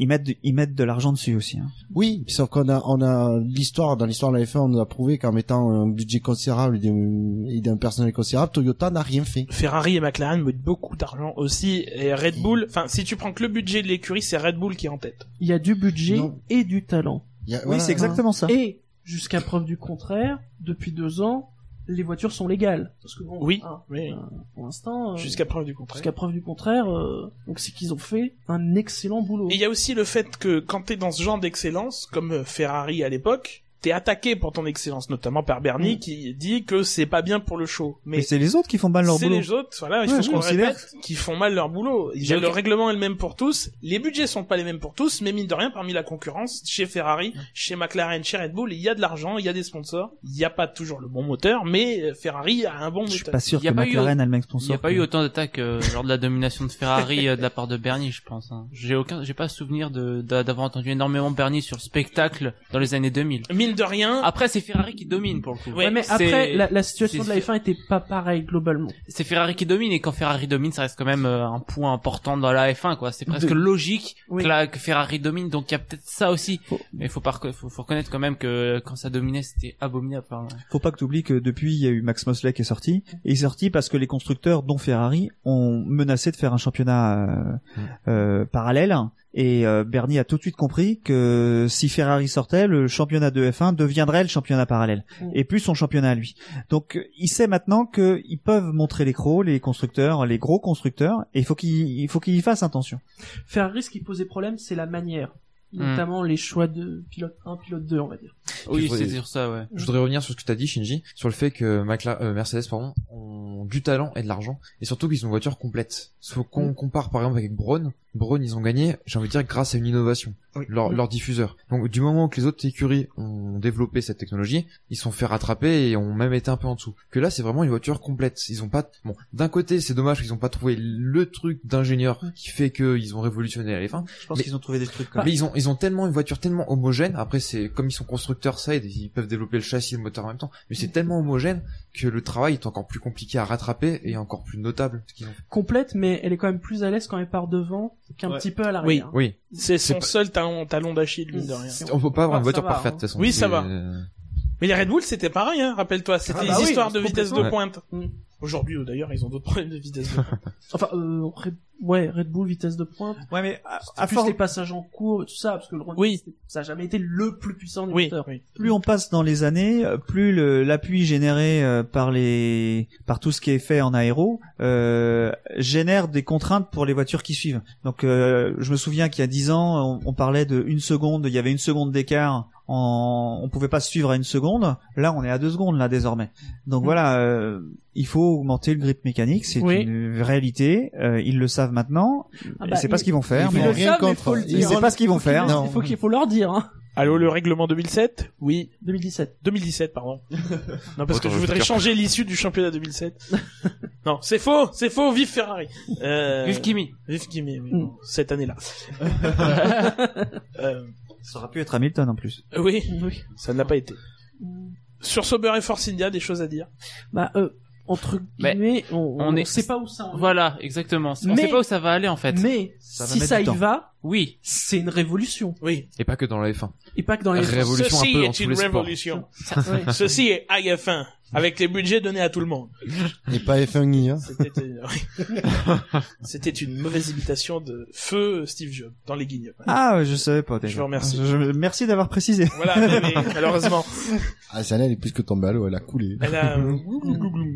I: ils mettent du- ils mettent de l'argent dessus aussi. hein.
B: Oui, sauf qu'on a, on a l'histoire, dans l'histoire de la F1, on nous a prouvé qu'en mettant un budget considérable et d'un- et d'un personnel considérable, Toyota n'a rien fait.
A: Ferrari et McLaren mettent beaucoup d'argent aussi et Red Bull. Enfin, si tu prends que le budget de l'écurie, c'est Red Bull qui est en tête.
E: Il y a du budget
B: Non.
E: et du talent.
B: Il y a-
I: Oui,
B: voilà.
I: c'est exactement ça.
E: Et, jusqu'à preuve du contraire, depuis deux ans, les voitures sont légales. Parce que bon,
A: Oui,
E: hein,
A: oui.
E: euh, pour l'instant, euh,
A: Jusqu'à preuve du contraire.
E: jusqu'à preuve du contraire, euh, donc c'est qu'ils ont fait un excellent boulot.
A: Et il y a aussi le fait que quand t'es dans ce genre d'excellence, comme euh, Ferrari à l'époque, t'es attaqué pour ton excellence, notamment par Bernie qui dit que c'est pas bien pour le show.
I: Mais
A: Mais
I: c'est les autres qui font mal leur
A: c'est
I: boulot.
A: les autres, voilà, il
I: Ouais,
A: faut
I: je
A: qu'on
I: considère.
A: répète, qui font mal leur boulot. Il y
F: J'ai
A: a le
F: aucun-
A: règlement est le même pour tous, les budgets sont pas les mêmes pour tous, mais mine de rien, parmi la concurrence, chez Ferrari, chez McLaren, chez Red Bull, il y a de l'argent, il y a des sponsors, il n'y a pas toujours le bon moteur, mais euh, Ferrari a un bon
I: Je suis
A: moteur.
I: pas sûr
F: Il y a
I: que
F: pas eu-
I: McLaren a le même
F: Il
I: sponsor.
F: n'y a pas
I: que-
F: eu autant d'attaques euh, lors de la domination de Ferrari euh, de la part de Bernie, je pense. hein. J'ai aucun, j'ai pas souvenir de d'a- d'avoir entendu énormément Bernie sur le spectacle dans les années 2000.
A: Mine de rien,
F: Après, c'est Ferrari qui domine pour le coup.
A: Ouais,
E: Ouais, mais
F: C'est-
E: après, la, la situation de
F: c'est-
E: la F1 était pas pareille globalement.
F: c'est Ferrari qui domine et quand Ferrari domine, ça reste quand même euh, un point important dans la F1 quoi. C'est presque logique
E: Oui.
F: que, la- que Ferrari domine, donc il y a peut-être ça aussi.
I: Faut-
F: Mais faut pas reco- faut, faut reconnaître quand même que quand ça dominait, c'était abominable. hein. Enfin,
I: Faut pas que tu oublies que depuis, il y a eu Max Mosley qui est sorti. Et il est sorti parce que les constructeurs, dont Ferrari, ont menacé de faire un championnat euh, euh, parallèle. Et euh, Bernie a tout de suite compris que si Ferrari sortait, le championnat de F1 deviendrait le championnat parallèle.
E: Mm.
I: Et plus son championnat à lui. Donc euh, il sait maintenant qu'ils peuvent montrer les crocs, les constructeurs, les gros constructeurs. Et il faut qu'il il faut qu'il y fasse attention.
E: Ferrari, ce qui posait problème, c'est la manière. Notamment les choix de pilote 1, pilote 2, on va dire.
F: oui,
D: je voudrais-
F: c'est sur ça, ouais.
D: Je voudrais revenir sur ce que t'as dit, Shinji, sur le fait que Macla- euh, Mercedes pardon, ont du talent et de l'argent, et surtout qu'ils ont une voiture complète. Sauf qu'on compare par exemple avec Braun, Braun ils ont gagné, j'ai envie de dire grâce à une innovation, leur, leur diffuseur. Donc du moment que les autres écuries ont développé cette technologie, ils se sont fait rattraper et ont même été un peu en dessous. Que là c'est vraiment une voiture complète. Ils ont pas, bon, d'un côté c'est dommage qu'ils ont pas trouvé le truc d'ingénieur qui fait qu'ils ont révolutionné la F1,
I: Je pense
D: Mais-
I: qu'ils ont trouvé des trucs comme
D: mais ils ont, ils ont tellement une voiture tellement homogène. Après, c'est comme ils sont constructeurs, ça, ils- ils peuvent développer le châssis et le moteur en même temps. Mais c'est tellement homogène que le travail est encore plus compliqué à rattraper et encore plus notable. ce qu'ils ont fait.
E: Complète, mais elle est quand même plus à l'aise quand elle part devant qu'un petit peu à l'arrière.
D: Oui,
A: c'est son
D: c'est pas-
A: seul talon, talon d'Achille, mine de rien.
E: C'est-
D: on peut pas avoir
E: Ah, ça
D: une voiture
E: va,
D: parfaite
E: hein.
D: de toute façon.
A: Oui, ça
D: C'est- euh,
A: va. Mais les Red Bull, c'était pareil, hein, rappelle-toi. C'était
E: Ah
A: des
E: bah oui,
A: histoires de vitesse de
D: complètement.
A: pointe.
E: Mm.
A: Aujourd'hui, euh, d'ailleurs, ils ont d'autres problèmes de vitesse de pointe.
E: Enfin, euh, Red... ouais, Red Bull, vitesse de pointe.
I: Ouais, mais à,
E: À plus les passages en cours, tout ça, parce que le Red Bull,
A: Oui.
E: c'était- ça a jamais été le plus puissant des
A: oui,
E: moteurs.
A: oui.
I: plus on passe dans les années, euh, plus le- l'appui généré euh, par les par tout ce qui est fait en aéro euh, génère des contraintes pour les voitures qui suivent. Donc euh, je me souviens qu'il y a 10 ans, on, on parlait de une seconde, il y avait une seconde d'écart, en, on pouvait pas se suivre à une seconde. Là, on est à deux secondes là désormais. Donc voilà, euh, il faut augmenter le grip mécanique, c'est
E: Oui.
I: une réalité. euh, ils le savent maintenant.
E: Ah
I: et
E: bah,
I: c'est pas
E: il-
I: ce qu'ils vont faire.
B: ils
I: mais
E: Ils le
B: vont rien
E: savent, mais
B: contre.
E: faut le
B: Ils
E: dire.
I: savent pas ce qu'ils vont
E: Faut qu'il
I: faire.
E: le-
B: Non.
E: Il faut qu'il faut leur dire, hein.
A: Allô, le règlement 2007 Oui.
E: 2017.
A: 2017, pardon. Non, parce
D: Autant
A: que je
D: le
A: voudrais
D: faire.
A: changer l'issue du championnat 2007. non, c'est faux, c'est faux, vive Ferrari. Euh,
F: Vive Kimi.
A: Vive Kimi, oui,
E: Mm.
A: bon, cette année-là. euh,
I: Ça aurait pu être Hamilton en plus.
A: oui,
E: Oui.
A: ça ne l'a pas été. Sur Sauber et Force India, des choses à dire
E: Bah, euh, entre
F: Mais
E: guillemets, on,
F: on
E: on
F: est-
E: sait pas où ça en est.
F: Voilà, exactement. On
E: Mais-
F: sait pas où ça va aller en fait.
E: Mais,
I: Ça va
E: si
I: mettre
E: ça
I: du
E: y
I: temps.
E: va,
F: Oui,
E: c'est une révolution.
A: Oui.
D: Et pas que dans la F1.
E: Et pas que dans les...
D: Révolution un
A: Ceci
D: peu en
A: est
D: tous
A: une
D: les sports.
A: révolution.
E: Ouais.
A: Ceci est AF1, avec les budgets donnés à tout le monde.
B: Et pas F1i, hein.
A: C'était une... C'était une mauvaise imitation de feu Steve Jobs dans les guignols.
I: Ah, je savais pas déjà.
A: Je vous remercie.
I: Je- je- merci d'avoir précisé.
A: Voilà, mais- mais malheureusement,
B: Ah, celle-là, elle est plus que tombée à l'eau, elle a coulé.
A: elle a... euh, glouglou, glouglou.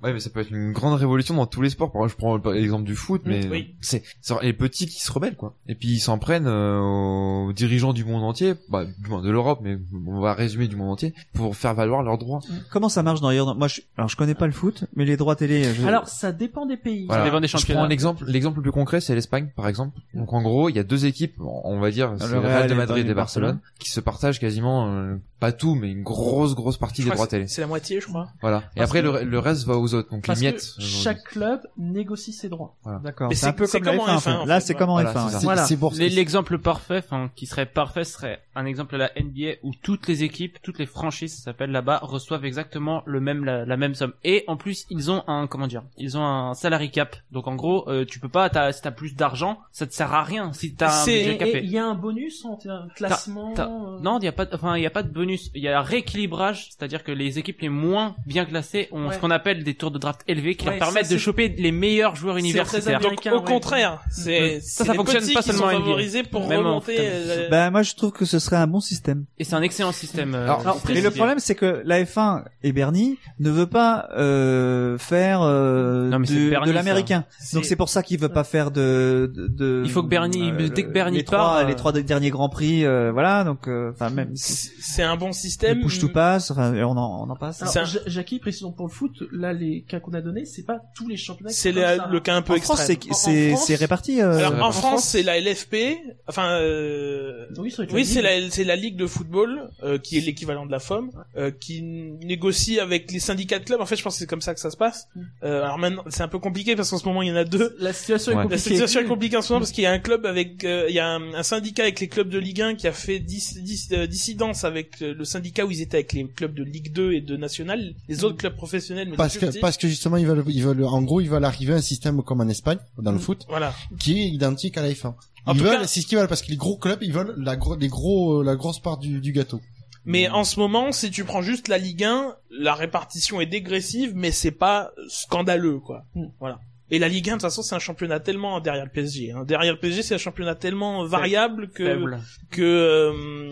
D: Ouais, mais ça peut être une grande révolution dans tous les sports. Par exemple, je prends l'exemple du foot, mais
A: Mm, oui.
D: c'est c'est les petits qui se rebellent, quoi. Et puis ils s'en prennent euh, aux dirigeants du monde entier, bah, du moins de l'Europe, mais on va résumer du monde entier, pour faire valoir leurs droits.
G: Comment ça marche d'ailleurs Moi, je... alors je connais pas le foot, mais les droits télé. je-
E: Alors, ça dépend des pays.
D: Voilà.
F: dépend des
D: Je
F: championnats.
D: prends un exemple, l'exemple le plus concret, c'est l'Espagne, par exemple. Donc en gros, il y a deux équipes, on va dire, c'est
G: Le
D: le
G: Real
D: Real de
G: et
D: Madrid
G: Barcelone.
D: et Barcelone, qui se partagent quasiment, euh, pas tout, mais une grosse, grosse partie
A: Je
D: des
A: crois
D: droits
A: que c'est-
D: télé.
A: C'est la moitié, je crois.
D: Voilà. Et
A: Parce
D: après,
A: que-
D: le, le reste va aux autres, donc
E: Parce
D: les miettes. euh,
E: que
D: aujourd'hui.
E: chaque club négocie ses droits.
G: D'accord.
A: Mais c'est
G: un peu
A: c'est
G: comme la
A: comme en
G: F1, en
A: F1, en
G: fait. Là,
A: fait,
G: c'est
A: voilà.
G: comme en
D: Voilà,
G: F1.
D: c'est
G: ouais.
B: C'est
E: Voilà.
B: c'est pour
F: L- L'exemple parfait, enfin, qui serait parfait, serait un exemple à la NBA où toutes les équipes, toutes les franchises, ça s'appelle là-bas, reçoivent exactement le même, la, la même somme. Et en plus, ils ont un, comment dire, ils ont un salary cap. Donc en gros, euh, tu peux pas, t'as- si t'as plus d'argent, ça te sert à rien si t'as un
A: C'est-
F: budget
E: Et et il
F: capé.
E: y a un bonus en t- un classement.
F: t'as-
E: euh,
F: Non, il y a pas, de- enfin, il y a pas de bonus. Il y a un rééquilibrage, c'est-à-dire que les équipes les moins bien classées ont
E: Ouais.
F: ce qu'on appelle des tours de draft élevés qui
E: Ouais,
F: leur permettent
E: ça,
F: de
E: c'est-
F: choper les meilleurs joueurs
E: c'est très
F: universitaires. Mm.
E: américain.
A: Donc, au
E: ouais.
A: contraire, c'est
F: Ça,
A: c'est
F: ça
A: les
F: fonctionne
A: petits
F: pas
A: qui sont
F: seulement en NBA.
A: favorisés pour
F: Même en
A: remonter.
F: foot.
A: euh,
G: Bah moi, je trouve que ce serait un bon système.
F: Et c'est un excellent système. euh,
D: Alors,
F: système
G: mais le
F: d'idées.
G: problème, c'est que la F1 et Bernie ne veut pas euh, faire euh,
F: Non, mais
G: du-
F: c'est
G: de,
F: Bernie, ça.
G: l'américain. Donc c'est pour ça qu'il veut pas faire de, de, de-
F: Il faut que Bernie-
I: Ah,
F: dès que Bernie
G: les
F: part,
G: trois,
F: euh,
G: les trois derniers grands prix, euh, voilà. Donc euh, enfin même si
A: C'est c'est un bon système.
G: le push
F: Hmm.
G: tout passe, enfin on en, on en passe.
E: Alors,
A: C'est un-
E: Ja- Jackie, précision pour le foot, là, les cas qu'on a donnés, c'est pas tous les championnats. qui
A: C'est
E: sont comme
A: la-
E: ça. hein.
A: le cas un peu
G: en
A: extrême.
G: France, c'est
E: En- en
G: c'est
E: France-
G: c'est réparti. euh,
A: Alors,
D: Euh,
A: en
D: en
A: France, c'est la LFP. Enfin, euh,
E: Oui, ça va être
A: oui,
E: la
A: c'est
E: Ligue.
A: la, c'est la ligue de football euh, qui est l'équivalent de la FOM, euh, qui n- négocie avec les syndicats de clubs. En fait, je pense que c'est comme ça que ça se passe. Euh, alors maintenant, c'est un peu compliqué parce qu'en ce moment, il y en a deux.
E: Mm. La situation
D: Ouais.
E: est
A: La
E: compliquée. Mm.
A: situation est compliquée en ce moment parce qu'il y a un club avec, euh, il y a un, un syndicat avec les clubs de Ligue 1 qui a fait dis- dis- euh, dissidence avec euh, le syndicat où ils étaient avec les clubs de Ligue 2 et de National,
E: Mm.
A: les autres clubs professionnels. Mais
B: parce
A: les
B: que
A: plus petits.
B: parce que justement ils veulent ils veulent en gros ils veulent arriver à un système comme en Espagne dans
E: Mm.
B: le foot
A: voilà.
B: qui est identique à la F1.
A: En
B: ils
A: tout
B: veulent
A: cas-
B: c'est ce qu'ils veulent parce que les gros clubs ils veulent la gro- les gros euh, la grosse part du, du gâteau. Mm.
A: Mais en ce moment, si tu prends juste la Ligue 1, la répartition est dégressive, mais c'est pas scandaleux, quoi.
B: Mm.
A: Voilà. Et la Ligue 1, de toute façon, c'est un championnat tellement derrière le PSG. hein. Derrière le PSG, c'est un championnat tellement variable que
F: Faible.
A: que euh,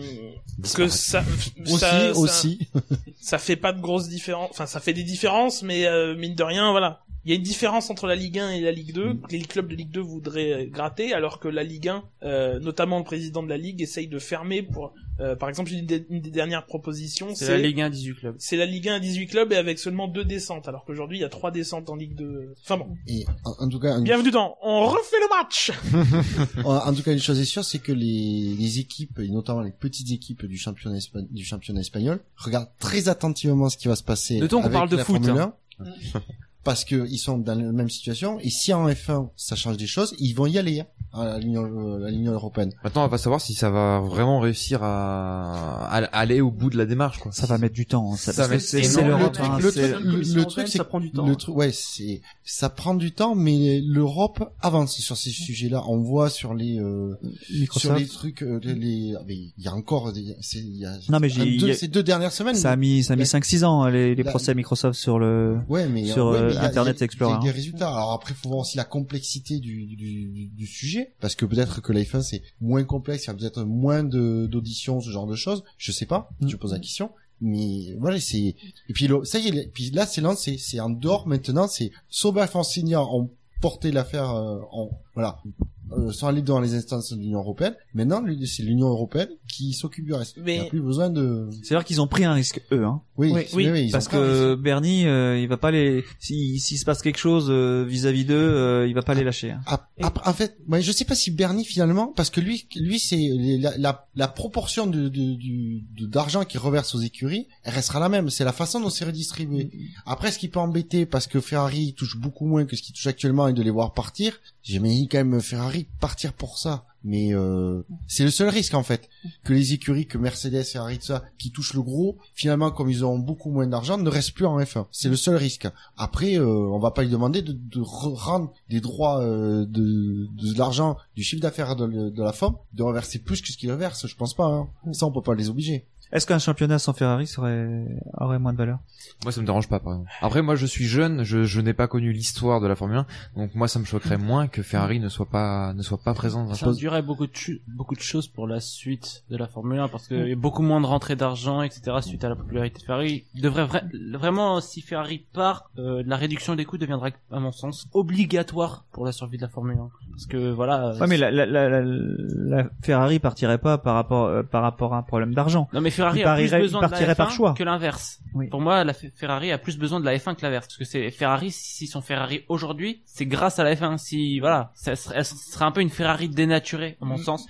A: que ça
B: Aussi
A: ça, ça-
B: aussi
A: ça fait pas de grosses différences. Enfin, ça fait des différences, mais euh, mine de rien, voilà. Il y a une différence entre la Ligue 1 et la Ligue
F: Mm.
A: 2 que les clubs de Ligue 2 voudraient euh, gratter, alors que la Ligue 1, euh, notamment le président de la Ligue, essaye de fermer pour. euh, par exemple, une des, une des dernières propositions,
F: C'est la Ligue 1 18 clubs.
A: c'est la Ligue 1 à 18 clubs et avec seulement deux descentes, alors qu'aujourd'hui il y a trois descentes en Ligue 2. Enfin bon,
B: et en, en tout cas une-
A: bienvenue dans On refait le match
B: en, en tout cas une chose est sûre c'est que les les équipes et notamment les petites équipes du championnat espa- du championnat espagnol regardent très attentivement ce qui va se passer
F: Notons qu'on
B: avec
F: parle de
B: la
F: foot,
B: Formule
F: hein.
B: 1, Parce que ils sont dans la même situation et si en F1 ça change des choses, ils vont y aller hein, à l'Union euh, à l'Union européenne.
D: Maintenant, on va savoir si ça va vraiment réussir à, à aller au bout de la démarche, quoi.
G: Ça va mettre du temps. hein, Ça,
D: Ça
G: parce
D: va
G: que
D: mettre
G: c'est
D: énormément
G: c'est
D: de
G: l'Europe.
E: temps.
G: hein,
E: Le-
B: le,
G: c'est-
E: Commission
B: le- le
E: européenne,
B: truc c'est
E: ça
B: que
E: prend du temps,
B: le
E: hein.
B: truc ouais c'est ça prend du temps mais l'Europe avance sur ces sujets-là on voit sur les euh, sur les
G: Microsoft.
B: trucs euh, les, les- ah, mais il y a encore des, c'est il y a
G: Non, mais
B: un,
G: j'ai-
B: deux-
G: y a-
B: ces deux dernières semaines
G: Ça a mis ça a mis
B: La-
G: 5 6 ans hein, les, les
B: la-
G: procès à Microsoft sur le
B: ouais mais
G: sur,
B: euh, ouais,
G: euh,
B: mais il y a-
G: Internet
B: il y a-
G: Explorer,
B: il y a
G: hein.
B: des résultats alors après faut voir aussi la complexité du du, du, du sujet parce que peut-être que l'iPhone c'est moins complexe il y a peut-être moins de d'auditions ce genre de choses je sais pas
A: Mm.
B: je pose la question mais voilà c'est et puis le- ça y est les- puis là c'est lancé c'est en dehors maintenant c'est Soba Francigna ont porté l'affaire euh, en voilà euh, sont allés devant les instances de l'Union européenne maintenant lui- c'est l'Union européenne qui s'occupe du reste il n'y
A: Mais-
B: a plus besoin de
G: C'est à dire qu'ils ont pris un risque eux hein.
B: oui
A: Oui,
B: c'est-
A: oui,
B: ils ont
G: Parce
B: peur, ils
G: que Bernie, euh, il va pas les. si- S'il se passe quelque chose euh, vis-à-vis d'eux, euh, il va pas les lâcher. hein.
B: Ap- ap- en fait, moi, je sais pas si Bernie finalement, parce que lui, lui c'est les- la, la, la proportion de de- du- de- d'argent qu'il reverse aux écuries, elle restera la même. C'est la façon dont c'est redistribué. Après, ce qui peut embêter, parce que Ferrari touche beaucoup moins que ce qu'il touche actuellement, et de les voir partir, j'imagine quand même Ferrari partir pour ça. Mais euh, c'est le seul risque en fait que les écuries, que Mercedes, Ferrari, tout ça, qui touchent le gros, finalement, comme ils auront beaucoup moins d'argent, ne restent plus en F1. C'est le seul risque. Après, euh, on va pas lui demander de, de re- rendre des droits euh, de, de l'argent du chiffre d'affaires de, le- de la forme, de reverser plus que ce qu'il reverse. Je pense pas. hein. Ça, on peut pas les obliger.
I: Est-ce qu'un championnat sans Ferrari serait aurait moins de valeur
D: Moi, ça me dérange pas, par exemple. Après, moi, je suis jeune, je, je n'ai pas connu l'histoire de la Formule 1, donc moi, ça me choquerait moins que Ferrari ne soit pas, ne soit pas présent dans un
F: Ça induirait beaucoup de, chu- beaucoup de choses pour la suite de la Formule 1 parce qu'il y a beaucoup moins de rentrées d'argent, etc. suite à la popularité de Ferrari. Il devrait vra- vraiment, si Ferrari part, euh, la réduction des coûts deviendra, à mon sens, obligatoire pour la survie de la Formule 1. Parce que voilà. euh,
I: Ouais, mais la, la, la, la, la Ferrari partirait pas par rapport euh, par rapport à un problème d'argent.
F: Non mais Ferrari
I: Il
F: a plus
I: parierait- il
F: besoin de la
I: partirait
F: F1
I: par choix.
F: que l'inverse.
I: Oui.
F: Pour moi, la Fe- Ferrari a plus besoin de la F1 que l'inverse parce que c'est Ferrari si son Ferrari aujourd'hui, c'est grâce à la F1 si voilà, ça serait, elle serait un peu une Ferrari dénaturée à
I: Mm,
F: mon sens.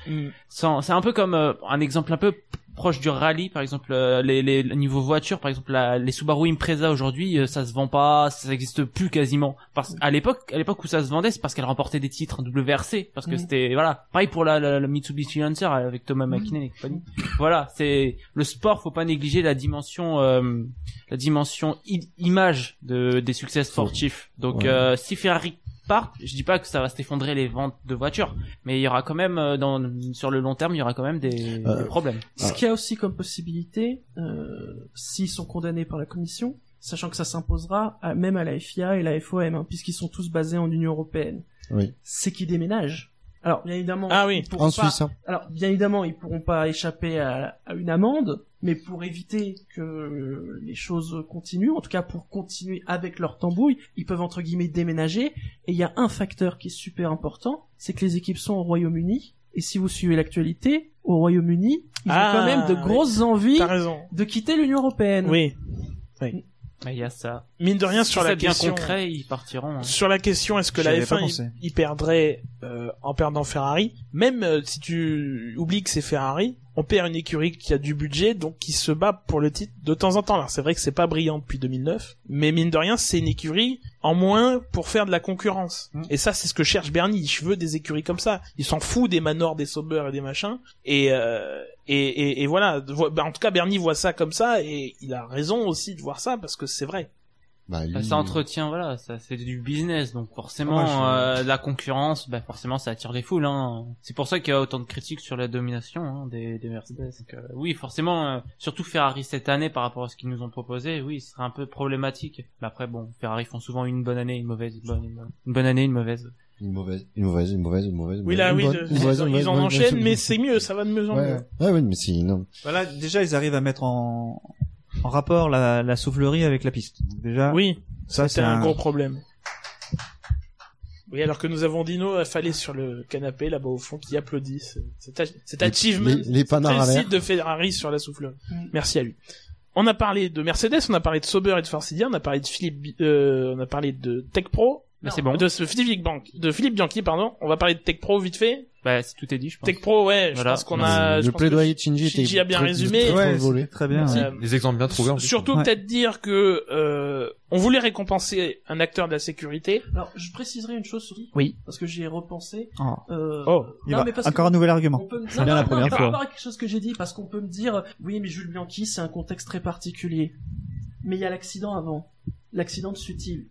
F: Sans- C'est un peu comme euh, un exemple un peu p- proche du rallye par exemple euh, les, les les niveaux voitures par exemple la- les Subaru Impreza aujourd'hui euh, ça se vend pas ça n'existe plus quasiment parce à l'époque à l'époque où ça se vendait c'est parce qu'elle remportait des titres en WRC parce que
E: Mm.
F: c'était voilà pareil pour la, la- la Mitsubishi Lancer avec Thomas Makinen et compagnie voilà, c'est le sport, faut pas négliger la dimension euh, la dimension i- image de des succès sportifs. Donc
C: Ouais.
F: euh, si Ferrari part, je dis pas que ça va s'effondrer les ventes de voitures, mais il y aura quand même euh, dans sur le long terme, il y aura quand même des,
C: Euh,
F: des problèmes. Ah.
E: Ce qu'il y a aussi comme possibilité, euh, s'ils sont condamnés par la Commission, sachant que ça s'imposera à- même à la FIA et la FOM, hein, puisqu'ils sont tous basés en Union Européenne,
B: Oui.
E: c'est qu'ils déménagent. Alors, bien évidemment,
A: Ah oui.
E: ils pourront
B: En
E: pas-
B: Suisse, hein.
E: alors, bien évidemment, ils pourront pas échapper à, à une amende, mais pour éviter que euh, les choses continuent, en tout cas pour continuer avec leur tambouille, ils peuvent entre guillemets déménager. Et il y a un facteur qui est super important, c'est que les équipes sont au Royaume-Uni. Et si vous suivez l'actualité, au Royaume-Uni, ils
A: Ah,
E: ont quand même de
A: oui.
E: grosses envies
A: T'as raison.
E: de quitter l'Union européenne.
A: Oui.
F: Mais il y a ça.
A: Mine de rien
F: Si
A: sur
F: c'est
A: la
F: bien
A: question.
F: concret, ils partiront. hein.
A: Sur la question, est-ce que
I: J'y
A: la
I: avais pas
A: F1
I: pensé.
A: y, y perdrait euh, en perdant Ferrari Même euh, si tu oublies que c'est Ferrari, on perd une écurie qui a du budget, donc qui se bat pour le titre de temps en temps. Alors c'est vrai que c'est pas brillant depuis 2009, mais mine de rien, c'est une écurie en moins pour faire de la concurrence. Et ça, c'est ce que cherche Bernie. Je veux des écuries comme ça. Il s'en fout des manors, des Sauber et des machins. Et euh, et, et, et voilà. De vo- bah, en tout cas, Bernie voit ça comme ça, et il a raison aussi de voir ça parce que c'est vrai.
B: Bah,
D: Mmh.
B: lui,
F: Ça entretient, voilà, ça c'est du business, donc forcément
I: Ah
F: euh, la concurrence, bah forcément ça attire les foules. Hein. C'est pour ça qu'il y a autant de critiques sur la domination hein, des, des Mercedes.
D: Mmh.
F: Donc, euh, oui, forcément, euh, surtout Ferrari cette année par rapport à ce qu'ils nous ont proposé, oui, ce serait un peu problématique. Mais après, bon, Ferrari font souvent une bonne année, une mauvaise, une bonne, une bonne, une bonne année, une mauvaise.
B: Une mauvaise, une mauvaise, une mauvaise, une mauvaise.
A: Oui,
B: une
A: là, oui,
B: bonne-
A: de-
B: une mauvaise, une
A: ils en
B: mauvaise,
A: enchaînent,
B: une
A: mais
B: mauvaise.
A: c'est mieux, ça va de mieux en
B: Ouais,
A: mieux.
B: ouais, Ouais, ouais, mais c'est énorme.
I: Voilà, déjà ils arrivent à mettre en, en rapport la, la soufflerie avec la piste. Déjà,
A: Oui,
I: ça
A: c'est un gros problème. Oui, alors que nous avons Dino affalé sur le canapé là-bas au fond qui applaudit ce- cet, ach- cet
B: Les-
A: achievement,
B: les- les panards à l'air.
A: réussite de Ferrari sur la souffleuse.
F: Mm.
A: Merci à lui. On a parlé de Mercedes, on a parlé de Sauber et de Force India, on a parlé de Philippe, Bi- euh, on a parlé de Tech Pro,
F: Mais c'est bon.
A: de ce Philippe Bianchi, de Philippe Bianchi, pardon. On va parler de Tech Pro vite fait.
F: Bah si tout est dit, je pense.
A: Tech Pro, ouais, je
F: Voilà.
A: pense qu'on a, je
B: le
A: pense que
B: plaidoyer de Shinji était
A: Shinji a bien
B: très-
A: résumé.
B: très, très
I: Ouais,
B: volé.
I: c'était très bien.
A: Merci.
I: ouais.
A: Euh,
D: Des exemples bien trouvés. en plus.
A: Surtout
I: Ouais.
A: peut-être dire que euh, on voulait récompenser un acteur de la sécurité.
E: Alors, je préciserai une chose surtout,
A: Oui.
E: parce que j'y ai repensé.
I: Oh.
E: Euh,
A: Oh,
I: Il
E: non,
I: va-
E: mais parce que-
I: Encore un nouvel argument.
E: On peut me dire,
C: C'est bien la
E: non,
C: première
E: par
C: fois.
E: rapport à quelque chose que j'ai dit, parce qu'on peut me dire, oui, mais Jules Bianchi, c'est un contexte très particulier. Mais il y a l'accident avant. L'accident de Sutil.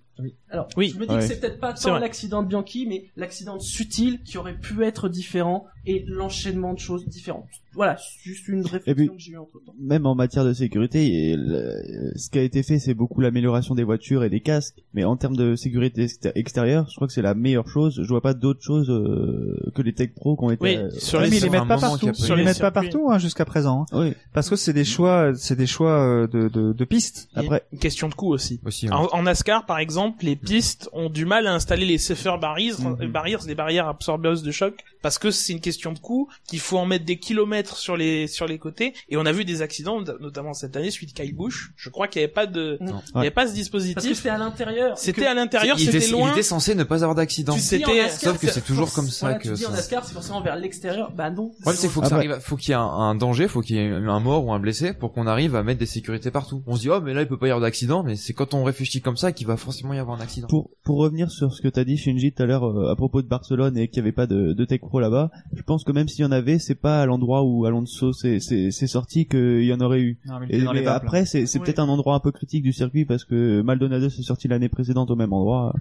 E: Alors,
A: Oui.
E: je me dis
C: Ouais.
E: que c'est peut-être pas
A: C'est
E: tant
A: vrai.
E: l'accident de Bianchi, mais l'accident de Sutil qui aurait pu être différent et l'enchaînement de choses différentes. Voilà, c'est juste une réflexion
C: puis-
E: que j'ai eue entre temps.
C: même en matière de sécurité, et le- ce qui a été fait, c'est beaucoup l'amélioration des voitures et des casques. Mais en termes de sécurité exté- extérieure, je crois que c'est la meilleure chose. Je vois pas d'autres choses euh, que les tech pro qui ont été.
A: Oui,
C: euh,
A: sur
I: Ouais,
A: les
I: Ah, mais ils les
D: un
I: mettent pas
D: moment
I: partout.
D: qu'il y a
I: Ils
A: pas eu.
I: les mettent
A: Sur les
I: pas partout hein, jusqu'à présent. hein.
C: oui.
I: Parce que c'est des choix, c'est des choix euh, de, de, de pistes.
C: Après,
A: une question de coût aussi.
D: Aussi, ouais.
A: En, en NASCAR, par exemple, les pistes ont du mal à installer les safer barriers,
I: Mm-hmm.
A: euh, barriers, des barrières absorbeuses de choc, parce que c'est une question de coût, qu'il faut en mettre des kilomètres sur les sur les côtés. Et on a vu des accidents, not- notamment cette année, suite Kyle Busch. Je crois qu'il n'y avait pas de,
E: Non.
A: il y avait pas ce
E: Parce que
A: dispositif.
E: c'était à l'intérieur.
A: C'était
E: Que-
A: à l'intérieur,
D: il,
A: c'était
D: était,
A: loin.
D: il était censé ne pas avoir d'accident.
A: Tu
D: Le
A: sais,
D: problème,
E: tu dis en
A: c'était-
E: NASCAR,
D: sauf que c'est toujours comme ça
E: voilà,
D: que
E: tu dis en
D: ça-
E: NASCAR, c'est forcément vers l'extérieur. Bah non.
D: c'est faut que ça
C: Après-
D: arrive, à- faut qu'il y ait un, un danger, faut qu'il y ait un mort ou un blessé pour qu'on arrive à mettre des sécurités partout. On se dit, oh, mais là, il peut pas y avoir d'accident, mais c'est quand on réfléchit comme ça qu'il va forcément y avoir un accident.
C: pour pour revenir sur ce que t'as dit Shinji tout à l'heure euh, à propos de Barcelone et qu'il n'y avait pas de, de tech pro là-bas, je pense que même s'il y en avait, c'est pas à l'endroit où Alonso s'est s'est s'est sorti qu'il y en aurait eu. Et- mais après, c'est c'est
E: Oui.
C: peut-être un endroit un peu critique du circuit parce que Maldonado s'est sorti l'année précédente au même endroit.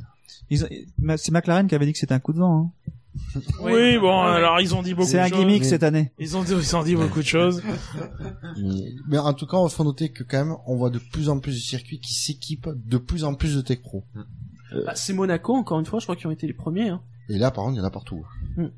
I: Ils ont- ma- C'est McLaren qui avait dit que c'était un coup de vent. hein.
A: Oui, bon, alors ils ont dit beaucoup de
I: C'est un
A: choses.
I: gimmick
B: mais-
I: cette année.
A: Ils ont dit, ils ont dit beaucoup de choses.
B: Mais, mais en tout cas, il faut noter que quand même, on voit de plus en plus de circuits qui s'équipent de plus en plus de tech pro. Euh.
E: Bah, c'est Monaco, encore une fois, je crois qu'ils ont été les premiers. Hein. Mm.
B: Et là, par contre, il y en a partout.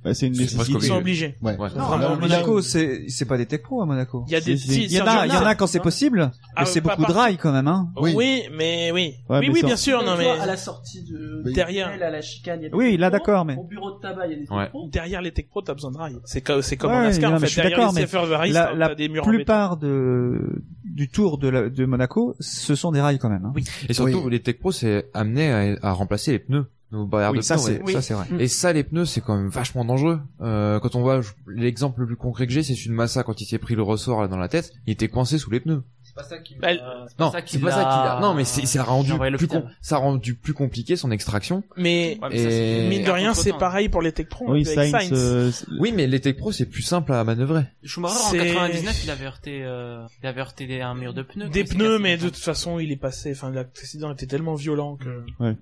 C: Bah, c'est une
D: C'est presque
A: Ils
C: nécessité.
A: sont obligés.
B: Ouais.
D: Ouais.
B: C'est
D: Non,
B: vraiment
A: alors,
I: à
B: obligé.
I: Monaco, c'est c'est pas des tech pro à Monaco.
A: Il y a des,
C: Si, si.
A: si,
I: Il y en
A: Sergio
I: a, il y en a
A: Gnabry.
I: quand c'est possible,
A: Ah,
I: mais c'est
A: pas
I: beaucoup de
A: partout.
I: rails quand même, hein.
A: Oui.
B: Oui.
A: mais oui.
C: Ouais,
A: oui,
C: mais
A: oui,
C: ça-
A: bien sûr, non,
E: Tu
A: mais
E: vois, à la sortie de
B: Mais-
A: derrière-
E: à la chicane, il y a des
I: Oui,
E: technos.
I: là d'accord, mais
E: Au bureau de tabac, il y a des
D: Ouais.
E: technos.
A: derrière les tech pro, t'as besoin de rails. C'est comme, c'est comme
I: Ouais,
A: en NASCAR,
I: non,
A: en
I: mais
A: fait.
I: je suis
A: Derrière
I: d'accord,
A: les
I: mais
A: CFR Varis,
I: la-
A: t'as
I: la
A: t'as des murs en béton.
I: plupart de du tour de la, de Monaco, ce sont des rails quand même. Hein.
D: Et surtout,
B: Oui.
D: les tech pro, c'est amené à, à remplacer les pneus, nos barrières
I: Oui, Mm.
D: de
I: ça
D: pneus.
I: c'est
D: ouais.
I: ça c'est vrai.
D: Et ça, les pneus, c'est quand même vachement dangereux. Euh, quand on voit je- l'exemple le plus concret que j'ai, c'est une massa quand il s'est pris le ressort là, dans la tête, il était coincé sous les pneus.
F: C'est pas ça qui
A: Bah, elle-
D: Non,
F: ça
D: c'est
F: qu'il
D: pas ça
F: l'a-
D: qu'il a. Non, mais c'est- ça a rendu
F: J'ai envoyé
D: plus
F: l'hôpital.
D: com- ça a rendu plus compliqué son extraction.
A: Mais,
F: Ouais, mais ça, c'est- hein.
D: Et-
A: mine de rien, c'est
F: Contre-temps.
A: pareil pour les tech pro.
C: Oui,
A: avec Sainz.
C: Sainz, euh,
D: Oui, mais les tech pro, c'est plus simple à manœuvrer.
F: Schumacher en
A: C'est-
F: 99, il avait heurté, euh, il avait heurté un mur de pneus.
A: Des
F: quand il s'est
A: pneus,
F: cassé
A: mais
F: la
A: de toute façon, il est passé. Enfin, l'accident était tellement violent que.
C: Ouais.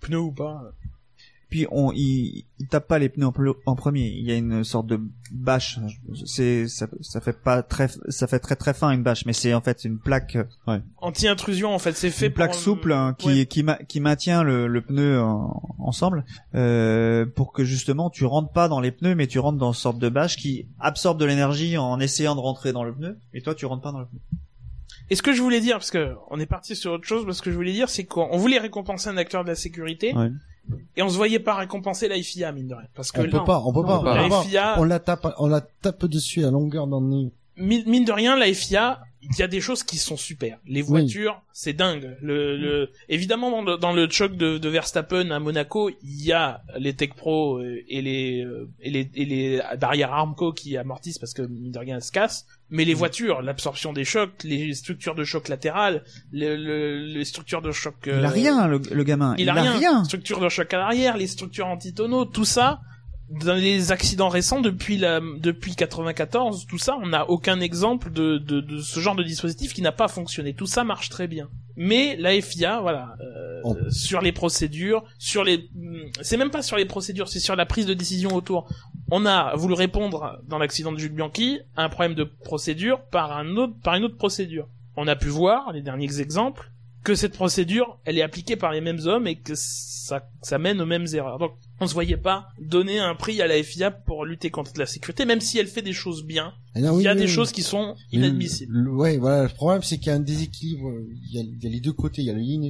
A: Pneus ou pas. euh,
I: Puis on il, il tape pas les pneus en, plo- en premier, il y a une sorte de bâche. C'est ça, ça fait pas très ça fait très très fin une bâche, mais c'est en fait une plaque
A: Anti-intrusion, en fait, c'est fait
I: une plaque
A: pour, euh,
I: souple hein, qui
A: ouais.
I: qui, ma- qui maintient le, le pneu en- ensemble euh, pour que justement tu rentres pas dans les pneus mais tu rentres dans une sorte de bâche qui absorbe de l'énergie en essayant de rentrer dans le pneu et toi tu rentres pas dans le pneu.
A: Et ce que je voulais dire, parce que on est parti sur autre chose, mais ce que je voulais dire, c'est qu'on voulait récompenser un acteur de la sécurité.
C: Ouais.
A: Et on se voyait pas récompenser la FIA, mine de rien. Parce que
B: On peut pas, on peut
D: Non,
B: pas.
D: on
B: on
D: peut
A: la
B: peut pas.
A: FIA,
B: On la tape, on la tape dessus à longueur d'année.
A: mine mine de rien, la FIA, il y a des choses qui sont super. Les voitures, c'est dingue. Le, le- Évidemment, dans le, dans le choc de, de Verstappen à Monaco, il y a les Tech Pro euh, et les, euh, et les, et les barrières Armco qui amortissent parce que mine de rien, elles se cassent. Mais les voitures, l'absorption des chocs, les structures de choc latérales, le- le- les structures de choc...
I: Il
A: euh,
I: a rien le, le gamin,
A: il, a rien. Structure de choc à l'arrière, les structures anti-tonneaux, tout ça. Dans les accidents récents, depuis la, depuis 94, tout ça, on n'a aucun exemple de, de, de ce genre de dispositif qui n'a pas fonctionné. Tout ça marche très bien. Mais la FIA, voilà, euh,
B: On-
A: sur les procédures, sur les, hmm, c'est même pas sur les procédures, c'est sur la prise de décision autour. On a voulu répondre dans l'accident de Jules Bianchi à un problème de procédure par un autre, par une autre procédure. On a pu voir les derniers exemples que cette procédure, elle est appliquée par les mêmes hommes et que ça, ça mène aux mêmes erreurs. Donc, on se voyait pas donner un prix à la FIA pour lutter contre la sécurité, même si elle fait des choses bien.
B: Et Eh non,
A: Il
B: oui,
A: y a
B: oui,
A: des
B: oui.
A: choses qui sont
B: Mais le-
A: inadmissibles.
B: le- ouais, voilà. Le problème, c'est qu'il y a un déséquilibre. Il y a, il y a les deux côtés. Il y a le yin,